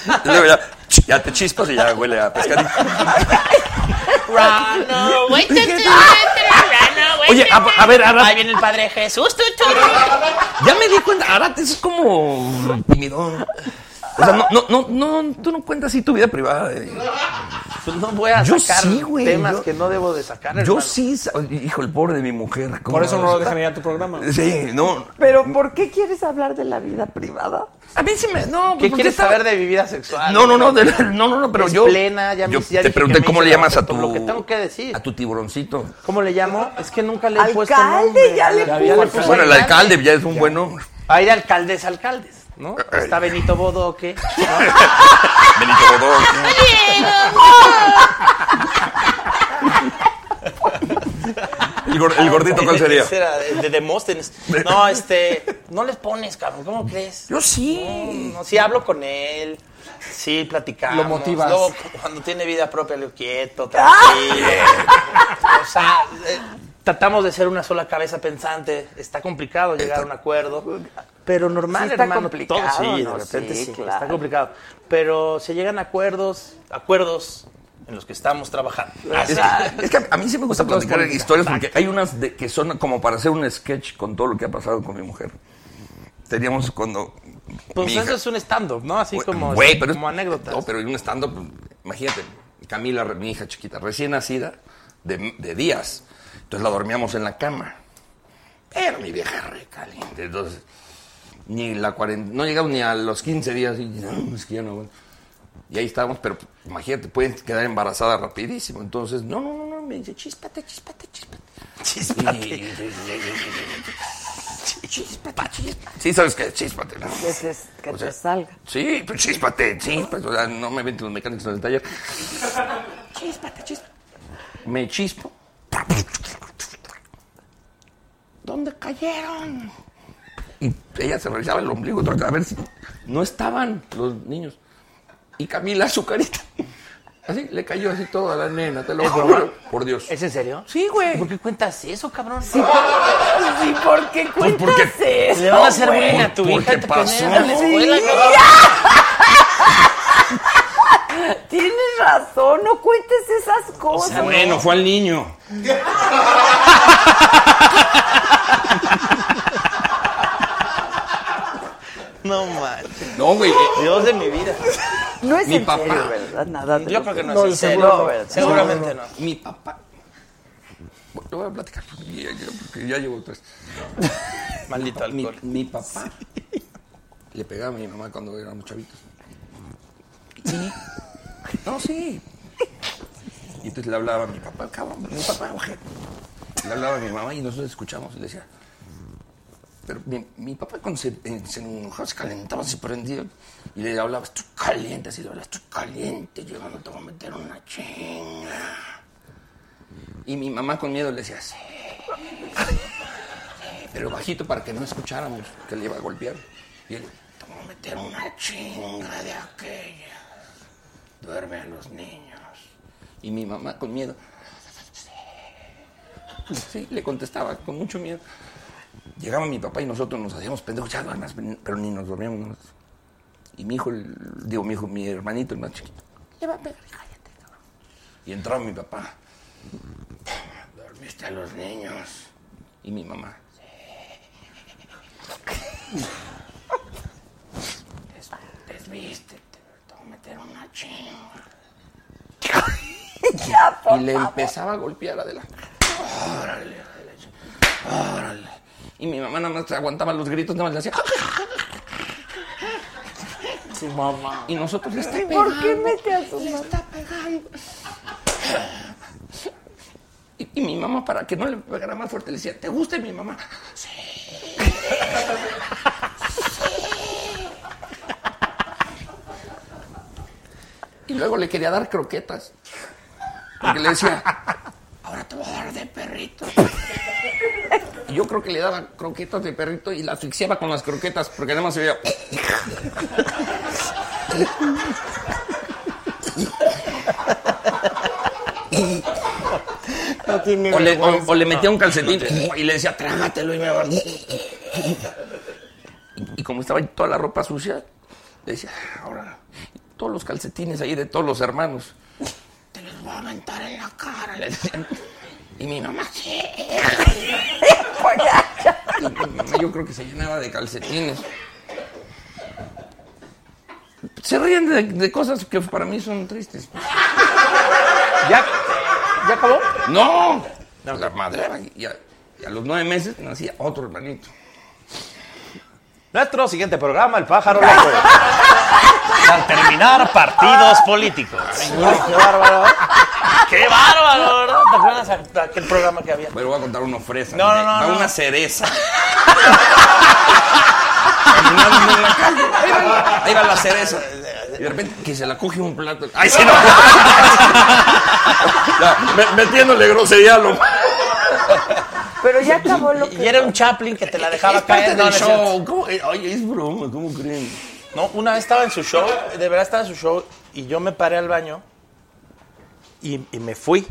S9: shark. Y luego ya, ch- ya te chispas y ya huele a pescadito.
S16: Rano, wait a minute, Rano, wait
S9: Oye, a- a ver, ahora-
S16: Ahí viene el Padre Jesús, tú, tú.
S9: Ya me di cuenta, Arat, eso es como timidón. O sea, no, no, no, no, tú no cuentas así tu vida privada. eh.
S10: Pues no voy a
S9: Yo
S10: sacar
S9: sí, güey,
S10: temas
S9: yo-
S10: que no debo de sacar.
S9: Yo
S10: hermano.
S9: sí, sa- oye, hijo, el pobre de mi mujer. ¿cómo
S7: Por eso no
S9: va a
S7: lo
S9: estar?
S7: dejan ir a tu programa.
S9: Sí, no.
S1: Pero ¿por qué quieres hablar de la vida privada?
S9: A mí sí me. No,
S10: ¿Qué quieres saber de mi vida sexual?
S9: No, no, no, de la- no, no, no, pero
S10: Es
S9: yo-
S10: plena, ya me-
S9: yo
S10: ya dije
S9: te pregunté
S10: que me
S9: cómo
S10: hice
S9: le
S10: la
S9: llamas a
S10: foto,
S9: tu-
S10: Lo que tengo que decir.
S9: A tu tiburoncito.
S10: ¿Cómo le llamo? Es que nunca le he puesto
S1: Alcalde,
S10: nombre.
S1: ya le
S10: había-
S1: puso.
S10: puse
S9: Bueno, el alcalde ya es un Eh, buen hombre.
S10: Hay de Ah, alcaldes, alcaldes, ¿no?
S9: Ay.
S10: Está Benito Bodoque.
S9: Benito Godón. El, gor- el gordito,
S10: (laughs)
S9: ¿cuál sería?
S10: Ese era el de
S9: (laughs)
S10: Demóstenes. No, este, no les pones, cabrón, ¿cómo crees?
S9: Yo sí.
S10: No, no, sí hablo con él. Sí, platicamos.
S7: Lo motivas.
S10: Luego, cuando tiene vida propia, lo quieto, tranquilo. O sea, eh, tratamos de ser una sola cabeza pensante. Está complicado llegar a un acuerdo. Pero normal,
S1: Sí está
S10: hermano.
S1: complicado,
S10: todo- sí,
S1: ¿no?
S10: de repente
S1: Sí,
S10: sí,
S1: claro.
S10: está complicado. Pero se llegan a acuerdos, acuerdos en los que estamos trabajando.
S9: Es que, es que a mí sí me gusta platicar historias porque hay unas de- que son como para hacer un sketch con todo lo que ha pasado con mi mujer. Teníamos cuando.
S10: Pues
S9: mi
S10: eso
S9: hija-
S10: es un stand-up, ¿no? Así como,
S9: Güey, pero es-
S10: como anécdotas.
S9: No, pero en un stand-up, imagínate, Camila, re- mi hija chiquita, recién nacida, de, de días. Entonces la dormíamos en la cama. Era mi vieja recaliente. Entonces, ni la cuarenta, no llegamos ni a los 15 días. Y, no, es que ya no aguanto. Y ahí estábamos, pero imagínate, pueden quedar embarazadas rapidísimo. Entonces, no, no, no, no, me dice, chispate, chispate, chispate. Chispate. chispate, chispate. Sí, sabes qué, chispate. ¿no?
S1: Que, se- que
S9: O
S1: te
S9: sea,
S1: salga.
S9: Sí, pues chispate, sí. Pues, o sea, no me venden los mecánicos en el taller. Chispate, chispate. Me chispo. ¿Dónde cayeron? Y ella se revisaba el ombligo trataba de ver si no estaban los niños. Y Camila, su carita. Así, le cayó así todo a la nena, te lo juro. Por Dios.
S10: ¿Es en serio?
S9: Sí, güey.
S10: ¿Por qué cuentas eso, cabrón?
S1: ¿Y por qué
S9: Pues
S1: cuentas eso?
S10: Le van a hacer
S1: güey?
S10: bullying a tu
S9: Porque
S10: hija. te
S9: pasó.
S10: ponen en la escuela,
S1: Sí.
S10: cabrón.
S1: (laughs) Tienes razón, no cuentes esas cosas.
S7: Bueno, fue al niño.
S10: No manches.
S9: No, güey.
S10: Dios de mi vida.
S1: No es
S9: Mi
S1: en serio,
S9: papá.
S1: ¿verdad? Nada. de
S10: Yo
S1: lo
S10: creo que no, es en serio.
S1: seguro no, ¿verdad?
S10: Seguramente no.
S9: Mi papá. Bueno, Lo voy a platicar. Ya, ya, Porque ya llevo tres.
S10: (laughs) Maldito
S9: Mi,
S10: alcohol.
S9: mi papá (laughs) le pegaba a mi mamá cuando éramos chavitos. No, sí. Y entonces le hablaba a mi papá, cabrón, mi papá, ojete. Le hablaba a mi mamá y nosotros escuchamos y le decía. Pero mi, mi papá cuando se, eh, se enojaba, se calentaba, se prendía y le hablaba, estoy caliente, así le hablaba, estoy caliente, yo no te voy a meter una chinga. Y mi mamá con miedo le decía, sí, sí", pero bajito para que no escucháramos que le iba a golpear. Y él, te voy a meter una chinga de aquella duerme a los niños. Y mi mamá con miedo. Sí, Sí, le contestaba con mucho miedo. Llegaba mi papá y nosotros nos hacíamos pendejos, ya duermas, pero ni nos dormíamos. ¿no? Y mi hijo, el- digo mi hijo, mi hermanito, el más chiquito, le va a pegar, cállate, cabrón. Y entraba mi papá. Dormiste a los niños. Y mi mamá. Desviste, te voy a meter una chinga. y le empezaba a golpear a Adela. Órale, órale, órale. Y mi mamá nada más aguantaba los gritos, nada más le hacía. "Ah".
S10: Su mamá.
S9: Y nosotros "¿Este le está pegando.
S1: ¿Por qué mete a su
S9: Le
S1: mamá?
S9: está pegando. Y, y mi mamá, para que no le pegara más fuerte, le decía, ¿te gusta mi mamá? Sí. Y luego le quería dar croquetas. Porque le decía, ahora te voy a dar yo creo que le daba croquetas de perrito y la asfixiaba con las croquetas, porque nada más se veía. o, le, o- o le metía un calcetín y le decía, trágatelo (laughs) y me va. Y como estaba toda la ropa sucia, le decía, ahora, todos los calcetines ahí de todos los hermanos. Voy a aventar en la cara. (laughs) le decían. Y mi mamá, sí. Y mi mamá, (laughs) yo creo que se llenaba de calcetines. Se ríen de, de cosas que para mí son tristes. ¿Ya, ¿Ya acabó? No. La madre. Y a, y a los nueve meses nacía otro hermanito.
S18: Nuestro siguiente programa, El Pájaro Loco. Al terminar, partidos políticos.
S10: qué bárbaro. Qué bárbaro, ¿verdad? ¿Te acuerdas a- de aquel programa que había?
S9: Bueno, voy a contar una fresa.
S10: No, no, no,
S9: Va
S10: no.
S9: una cereza. Caminando en la calle. Ahí va, la- ahí va la cereza. Y de repente que se la coge un plato. ¡Ay, sí, no! (laughs) No, me- metiéndole grosería a lo
S1: Pero ya acabó lo que.
S10: (laughs) Y era un Chaplin que te la dejaba
S9: (laughs) Es parte
S10: caer.
S9: del
S10: es
S9: show. Eh,
S10: cierto.
S9: Oye, es broma, ¿cómo creen?
S10: No, una vez estaba en su show, de verdad estaba en su show, y yo me paré al baño y, y me fui.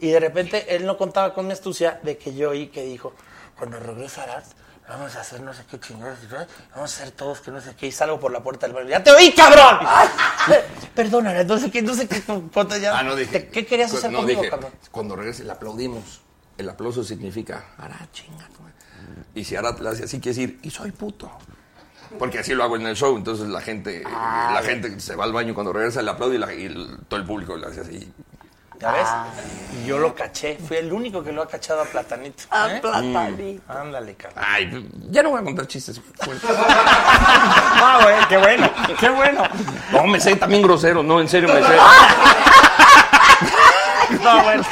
S10: Y de repente él no contaba con mi astucia de que yo oí que dijo, cuando regresarás, vamos a hacer no sé qué chingados, vamos a hacer todos que no sé qué, y salgo por la puerta del baño. ¡Ya te oí, cabrón!
S9: (laughs)
S10: Perdona, no sé qué, no sé qué, ponte ya.
S9: Ah, no dije.
S10: ¿Qué querías hacer
S9: no,
S10: conmigo,
S9: dije,
S10: cabrón?
S9: Cuando regrese, le aplaudimos. El aplauso significa, hará chinga. tu madre". Y si Arat le hace así, quiere decir, y soy puto. Porque así lo hago en el show, entonces la gente
S10: Ah,
S9: la gente se va al baño cuando regresa, le aplaude y, la- y el- todo el público le hace así.
S10: ¿Ya ves?
S9: Ah.
S10: Y yo lo caché, fui el único que lo ha cachado a Platanito.
S9: A
S10: ¿eh?
S1: pues.
S9: Platanito.
S10: Mm. Ándale, cabrón.
S9: Ay, ya no voy a contar chistes.
S10: (laughs)
S18: Ah, güey, qué bueno, qué bueno.
S9: No, me sé también grosero, no, en serio me sé.
S10: Ah. No, bueno,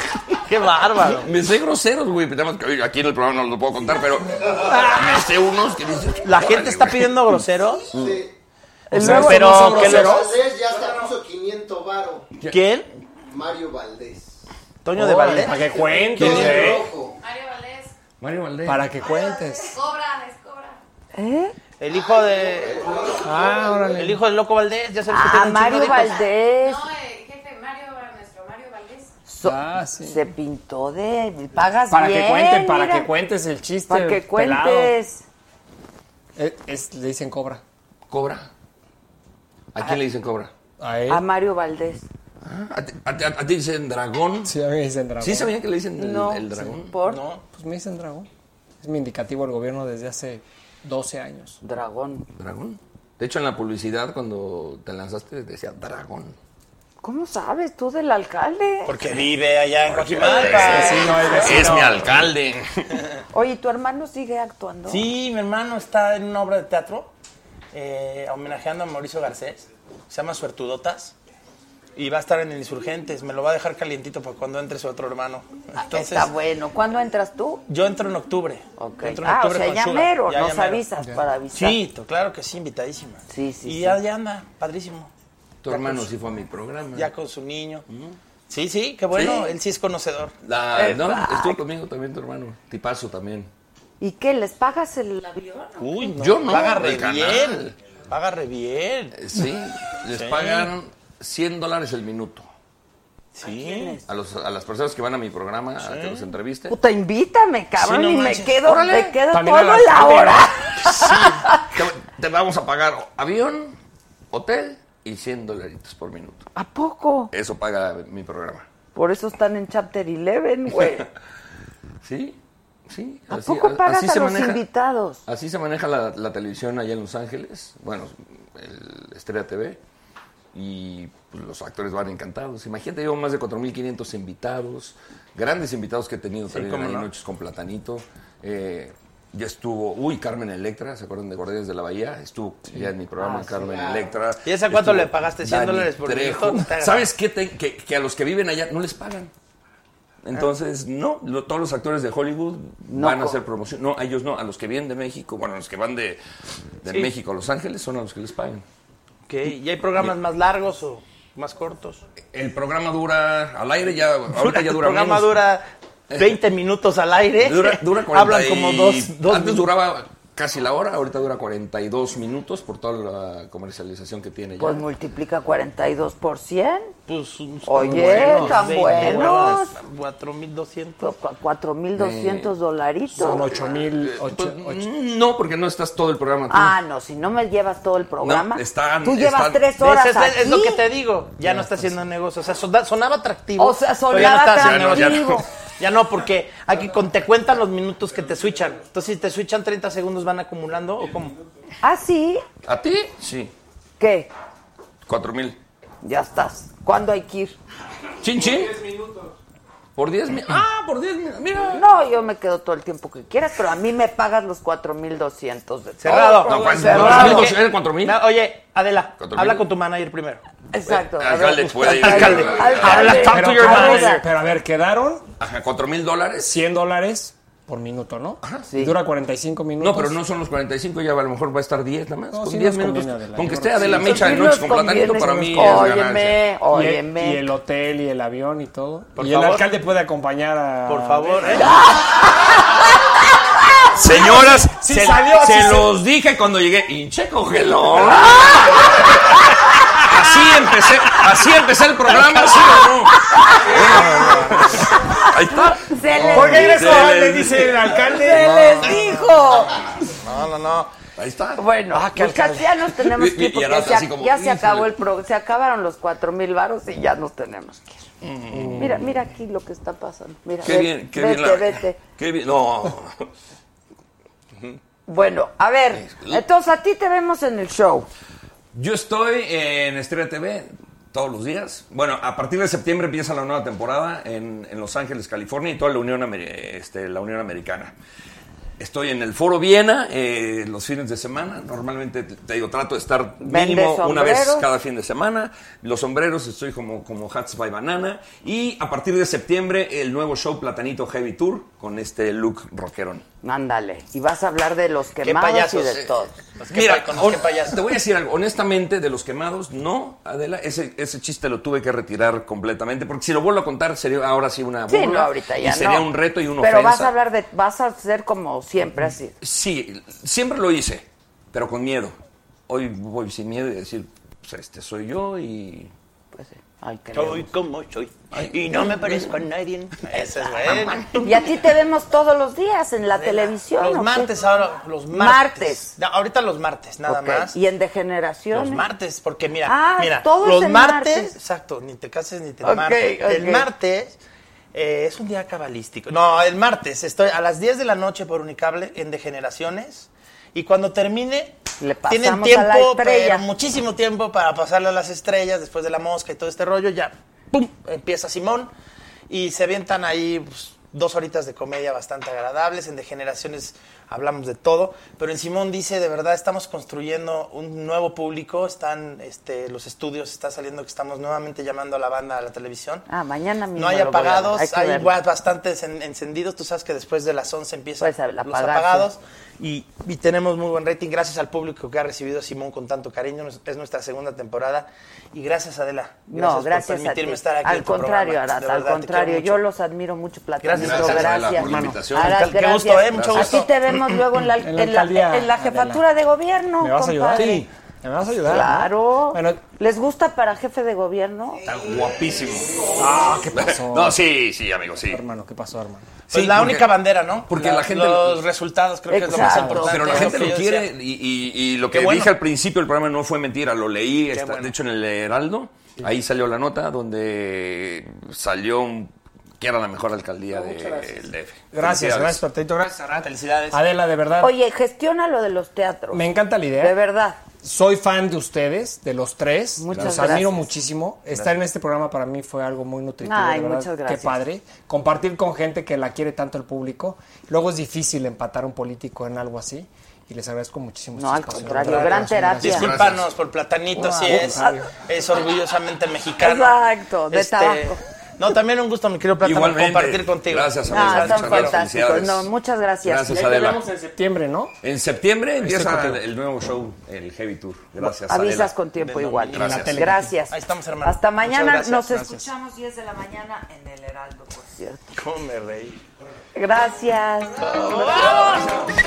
S10: qué bárbaro.
S9: Me sé groseros, güey. pero nada más que, oye, Aquí en el programa no lo puedo contar, pero me sé unos que dicen.
S10: Ah. La gente está pidiendo groseros.
S2: Sí.
S10: O sea,
S2: Pero
S10: pero que
S2: Mario
S10: los-
S2: Valdés ya hasta puso 500 varo.
S10: ¿Quién?
S2: Mario Valdés.
S10: Toño de
S18: Órale,
S10: Valdés.
S18: para que cuentes,
S10: ¿Quién es?
S18: eh.
S9: Mario Valdés.
S18: Para que cuentes.
S16: Cobra, es cobra.
S10: El hijo de. Ah, órale. El hijo del loco Valdés, ya sabes que tiene
S1: Ah,
S10: un chingo de
S1: Mario
S10: hijos.
S1: Valdés.
S16: No, eh, jefe, Mario, nuestro Mario Valdés.
S1: So- Se pintó de. Pagas
S7: Para
S1: bien,
S7: que cuentes, para
S1: mira.
S7: que cuentes el chiste.
S1: Para que
S7: pelado.
S1: cuentes.
S7: Eh, es- le dicen cobra.
S9: ¿Cobra? ¿A quién le dicen cobra?
S7: A él.
S1: A Mario Valdés.
S9: ¿A ti, a ti- a ti dicen dragón?
S7: Sí, a mí me dicen dragón.
S9: ¿Sí sabían que le dicen el, el dragón?
S1: ¿Por?
S7: No, pues me dicen dragón. Es mi indicativo del gobierno desde hace 12 años.
S1: Dragón.
S9: ¿Dragón? De hecho, en la publicidad, cuando te lanzaste, decía dragón.
S1: ¿Cómo sabes tú del alcalde?
S10: Porque vive allá en
S9: Porque
S10: Coajimalpa.
S9: es vecino, es vecino. Es mi alcalde.
S1: Oye, ¿tu hermano sigue actuando?
S10: Sí, mi hermano está en una obra de teatro eh, homenajeando a Mauricio Garcés. Se llama Suertudotas. Y va a estar en el Insurgentes. Me lo va a dejar calientito para cuando entre su otro hermano. Entonces,
S1: Ah, Está bueno. ¿Cuándo entras tú?
S10: yo entro en octubre. Yo entro en
S1: Ah, o
S10: octubre
S1: sea,
S10: con
S1: ya
S10: Sugar.
S1: mero.
S10: Ya,
S1: Nos
S10: ya mero.
S1: avisas para avisar.
S10: Sí, to- claro que sí, invitadísima.
S1: Sí, sí,
S10: Y
S1: sí.
S10: ya, ya anda, padrísimo.
S9: Tu
S10: Ya
S9: hermano
S10: con su-
S9: sí fue a mi programa.
S10: Ya con su niño. Sí, sí, qué bueno, él sí es conocedor.
S9: La- no,
S10: Exacto.
S9: estuvo conmigo también tu hermano. Tipazo también.
S1: ¿Y qué? ¿Les pagas el avión?
S10: Uy,
S9: Yo no,
S10: Paga re
S9: del canal.
S10: bien. Paga re bien.
S9: Eh, Sí, les
S10: Sí.
S9: pagan 100 dólares el minuto.
S10: Sí.
S9: A, los- a las personas que van a mi programa, a que los entreviste.
S1: Puta, invítame, cabrón,
S9: Sí, no
S1: y me
S9: manches.
S1: quedo,
S9: Órale.
S1: me quedo
S9: También a
S1: todo
S9: las
S1: la
S9: alcaldes.
S1: hora. (laughs)
S9: Te, te vamos a pagar avión, hotel y 100 dolaritos por minuto.
S1: ¿A poco?
S9: Eso paga mi programa.
S1: Por eso están en Chapter 11, güey.
S9: ¿Sí? Sí.
S1: ¿A
S9: así-
S1: poco
S9: a-
S1: pagas
S9: así
S1: a
S9: se
S1: los
S9: maneja-
S1: invitados?
S9: Así se maneja la, la televisión allá en Los Ángeles, bueno, el Estrella TV, y pues, los actores van encantados. Imagínate, llevo más de 4.500 invitados, grandes invitados que he tenido también
S10: cómo
S9: ahí,
S10: no.
S9: Noches con Platanito. Eh, ya estuvo, uy, Carmen Electra, ¿se acuerdan de Guardianes de la Bahía? Estuvo ya en mi programa
S10: Ah, sí,
S9: Carmen
S10: claro.
S9: Electra.
S10: ¿Y esa cuánto
S9: Estuvo
S10: le pagaste? ¿100
S9: Dani
S10: dólares por
S9: Trejo.
S10: minuto? (laughs)
S9: ¿Sabes qué? te- que, que a los que viven allá no les pagan. Entonces, no, lo- todos los actores de Hollywood
S10: Ah. No,
S9: van a
S10: co-
S9: hacer promoción. No, a ellos no, a los que vienen de México, bueno, a los que van de, de
S10: Sí.
S9: México a Los Ángeles son a los que les pagan.
S10: Ok, ¿y hay programas más largos o más cortos?
S9: El programa dura al aire ya, ahorita ya dura
S10: El programa
S9: menos.
S10: dura 20 minutos al aire.
S9: Dura, dura 40
S10: (laughs) Hablan como
S9: y-
S10: dos, dos
S9: Antes
S10: minutos.
S9: duraba casi la hora, ahorita dura 42 minutos por toda la comercialización que tiene ya.
S1: Pues multiplica 42 por 100.
S10: Pues unos
S1: Oye, tan
S10: 20
S1: buenos.
S10: horas, 4200.
S1: 4.200
S9: Eh,
S1: dolaritos.
S9: mil... Mm, No, porque no estás todo el programa tú.
S1: Ah, no, si no me llevas todo el programa.
S9: No, está-
S1: Tú
S9: está-
S1: llevas tres horas
S10: Es, es- es lo
S1: aquí.
S10: que te digo. Ya no está haciendo negocio. O sea, sonda- sonaba atractivo.
S1: O sea,
S10: pero ya no
S1: sonaba
S10: está haciendo
S1: atractivo.
S10: negocio. Ya no, Ya no, porque aquí con- te cuentan los minutos que te switchan. Entonces, si te switchan 30 segundos, ¿van acumulando o cómo?
S1: ¿Ah, sí?
S9: ¿A ti? Sí,
S1: ¿Qué?
S9: 4000.
S1: Ya estás. ¿Cuándo hay que ir?
S9: ¿Chin, chin? Por 10
S10: (clears throat)
S9: minutos. Ah, por 10 minutos. Mira.
S1: No, yo me quedo todo el tiempo que quieras, pero a mí me pagas los 4.200 de todo el
S10: Cerrado.
S1: programa.
S9: Cerrado. ¿Cuántos eran? ¿Cuatro mil?
S10: No, Oye, Adela,
S9: ¿Cuatro
S10: habla
S9: mil?
S10: con tu manager primero.
S1: Exacto.
S9: Bueno, alcalde, puede ir.
S10: Alcalde.
S9: Alcalde.
S10: Habla, talk to your
S17: pero, a ver,
S10: manager.
S17: pero a ver, quedaron
S9: Ajá, 4 mil dólares.
S17: 100 dólares por minuto, ¿no? Y Dura 45 minutos.
S9: No, pero no son los 45, ya a lo mejor va a estar 10 nada más.
S17: No,
S9: con
S17: sí nos
S9: 10 minutos.
S17: conviene, Adela.
S9: Con que
S17: Yo
S9: esté
S17: creo que
S9: Adela
S17: sí.
S9: Mecha
S17: Sí
S9: en noche
S17: nos
S9: con platanito,
S17: conviene,
S9: para
S17: sí
S9: mí
S17: nos
S9: es
S17: conviene.
S9: ganancia.
S17: Y el- Y el hotel y el avión y todo.
S9: Por
S17: y
S9: favor.
S17: el alcalde puede acompañar a.
S10: Por favor,
S1: Ah,
S10: ¿eh?
S9: Señoras,
S17: Sí
S9: se,
S17: salió,
S9: se
S17: sí se-
S9: los dije cuando llegué.
S17: (laughs)
S9: ¡Hinche congelón! así empecé, así empecé el programa, ¿sí o no? Ahí está.
S1: Se
S9: les
S17: Porque eres
S9: dijo.
S17: cobarde, dice el alcalde.
S1: ¡Se les dijo!
S9: No, no, no. Ahí está. Ah,
S1: Bueno,
S17: Ah,
S1: pues casi ya nos tenemos que
S9: Y-
S1: ir
S9: y
S1: porque
S9: ahora
S1: se,
S9: así
S1: ac-
S9: como,
S1: ya se
S9: híjole.
S1: acabó el pro, se acabaron los 4.000 varos y ya nos tenemos que ir.
S17: Mm.
S1: Mira, mira aquí lo que está pasando. Mira,
S9: Qué
S1: ve-
S9: bien, qué
S1: vete,
S9: bien la-
S1: vete.
S9: Qué bien. No.
S1: Bueno, a ver, entonces a ti te vemos en el show.
S9: Yo estoy en Estrella TV todos los días. Bueno, a partir de septiembre empieza la nueva temporada en, en Los Ángeles, California y toda la Unión, Amer- este, la Unión Americana. Estoy en el Foro Viena eh, los fines de semana. Normalmente, te digo, trato de estar
S1: Vendes
S9: mínimo una vez
S1: sombreros.
S9: cada fin de semana. Los sombreros, estoy como, como Hats by Banana. Y a partir de septiembre, el nuevo show Platanito Heavy Tour con este look rockerón.
S1: Ándale, y vas a hablar de los
S9: Qué
S1: quemados
S9: payasos.
S17: eh.
S1: y de todo.
S9: Mira, hon- te voy a decir algo. Honestamente, de los quemados, no, Adela. Ese, ese chiste lo tuve que retirar completamente. Porque si lo vuelvo a contar, sería ahora sí una burla.
S1: Sí, no, ahorita ya
S9: Y sería
S1: no.
S9: un reto y una
S1: Pero
S9: ofensa.
S1: vas a hablar de, vas a ser como siempre así.
S9: Sí, siempre lo hice, pero con miedo. Hoy voy sin miedo y decir, pues este soy yo y...
S1: Pues sí. Ay, qué
S10: Soy como soy. Y no me parezco a nadie. Ese es bueno.
S1: Y a ti te vemos todos los días en la televisión. ¿o
S10: Los
S1: qué?
S10: martes ahora, los martes.
S1: Martes.
S10: No, ahorita los martes, nada
S1: Ok,
S10: más.
S1: Y en degeneración. ¿eh?
S10: Los martes, porque mira,
S1: Ah,
S10: mira,
S1: todo es
S10: los
S1: en
S10: martes,
S1: martes.
S10: exacto, ni te cases ni te
S1: Ok,
S10: martes. El
S1: ok.
S10: martes eh, es un día cabalístico. No, el martes estoy a las 10 de la noche por Unicable en Degeneraciones y cuando termine
S1: Le
S10: tienen
S1: pasamos a la
S10: tiempo,
S1: estrella.
S10: pero muchísimo tiempo para pasarle a las estrellas después de la mosca y todo este rollo, ya pum, empieza Simón y se avientan ahí pues, dos horitas de comedia bastante agradables. En Degeneraciones hablamos de todo, pero en Simón dice, de verdad, estamos construyendo un nuevo público, están este, los estudios, está saliendo que estamos nuevamente llamando a la banda a la televisión.
S1: Ah, mañana mismo.
S10: No hay
S1: lo voy a ver,
S10: apagados,
S1: que
S10: hay,
S1: verlo.
S10: wa- bastantes en- encendidos. Tú sabes que después de las 11 empiezan
S1: Pues, el
S10: los
S1: apagarse.
S10: apagados. Y, y tenemos muy buen rating gracias al público que ha recibido a Simón con tanto cariño. Nos- Es nuestra segunda temporada. Y gracias, Adela.
S1: No,
S10: por
S1: gracias a
S10: permitirme
S1: ti.
S10: estar aquí.
S1: al
S10: en tu
S1: contrario,
S10: programa.
S1: Aras,
S10: De
S1: al
S10: verdad, te
S1: contrario,
S10: quiero
S1: yo
S10: mucho.
S1: los adadmiro mucho, Platanito,
S10: Gracias, Adela,
S1: gracias.
S9: por la invitación.
S1: Aras,
S10: Qué
S1: gracias.
S10: gusto, ¿eh? Mucho
S1: A
S10: gusto.
S1: ti te vemos luego en la,
S17: En la
S1: en la-
S17: alcaldía,
S1: en la
S17: Adela.
S1: jefatura de gobierno,
S17: ¿Me vas a ayudar?
S1: compadre.
S17: Sí. ¿Me vas a ayudar? no?
S1: Claro.
S17: Bueno,
S1: ¿Les gusta para jefe de gobierno?
S9: Está guapísimo.
S17: Ah, ¿qué pasó?
S9: (laughs) No, sí, sí, amigo, sí.
S17: hermano, ¿qué pasó, hermano?
S10: Pues
S9: Sí,
S10: la
S9: porque-
S10: única bandera, ¿no?
S9: porque la gente-
S10: Los resultados creo que es lo más
S1: Exacto.
S10: importante.
S9: Pero la
S10: es
S9: gente
S10: que
S9: lo
S10: yo
S9: quiere
S10: decía.
S9: y, y- y lo
S10: Qué
S9: que
S10: bueno.
S9: dije al principio del programa no fue mentira, lo leí, está-
S10: bueno.
S9: de hecho en el Heraldo, ahí salió la nota donde salió un- que era la mejor alcaldía del DF.
S17: Gracias,
S9: Felicidades.
S17: gracias, Platanito. Gracias, Arad.
S10: Felicidades.
S17: Adela, de verdad.
S1: Oye, gestiona lo de los teatros.
S17: Me encanta la idea.
S1: De verdad.
S17: Soy fan de ustedes, de los tres.
S1: Muchas
S17: los
S1: gracias.
S17: admiro muchísimo. Estar en este programa para mí fue algo muy nutritivo. de
S1: Ay,
S17: verdad.
S1: muchas gracias.
S17: Qué padre. Compartir con gente que la quiere tanto el público. Luego es difícil empatar un político en algo así. Y les agradezco muchísimo.
S1: No,
S17: este
S1: al
S17: espacio.
S1: contrario,
S17: Gracias,
S1: gran terapia.
S17: gracias.
S10: Discúlpanos por platanito,
S17: Wow.
S10: así es.
S17: Ah.
S10: Es orgullosamente mexicano. Este,
S1: Exacto, de tabaco.
S10: No, también un gusto, mi querido Plátano,
S9: Igualmente.
S10: compartir contigo.
S9: Gracias, amigo.
S1: Ah, son
S9: Muchas gracias,
S1: fantásticos.
S9: felicidades.
S1: No, muchas gracias.
S9: Gracias,
S1: Ya
S9: Adela.
S1: llegamos en
S17: Septiembre, ¿no?
S9: En septiembre empieza
S17: contigo.
S9: el, el nuevo show, el Heavy Tour. Gracias,
S1: Avisas
S9: Adela.
S1: con tiempo
S9: De
S1: igual.
S9: domingo. Gracias.
S1: Gracias.
S10: Ahí estamos, hermano.
S1: Hasta mañana
S10: Muchas gracias.
S1: nos
S10: Gracias.
S1: escuchamos 10 de la mañana en el Heraldo. pues.
S10: cierto.
S1: ¿Cómo me reí?
S10: Gracias.
S1: ¡Vamos!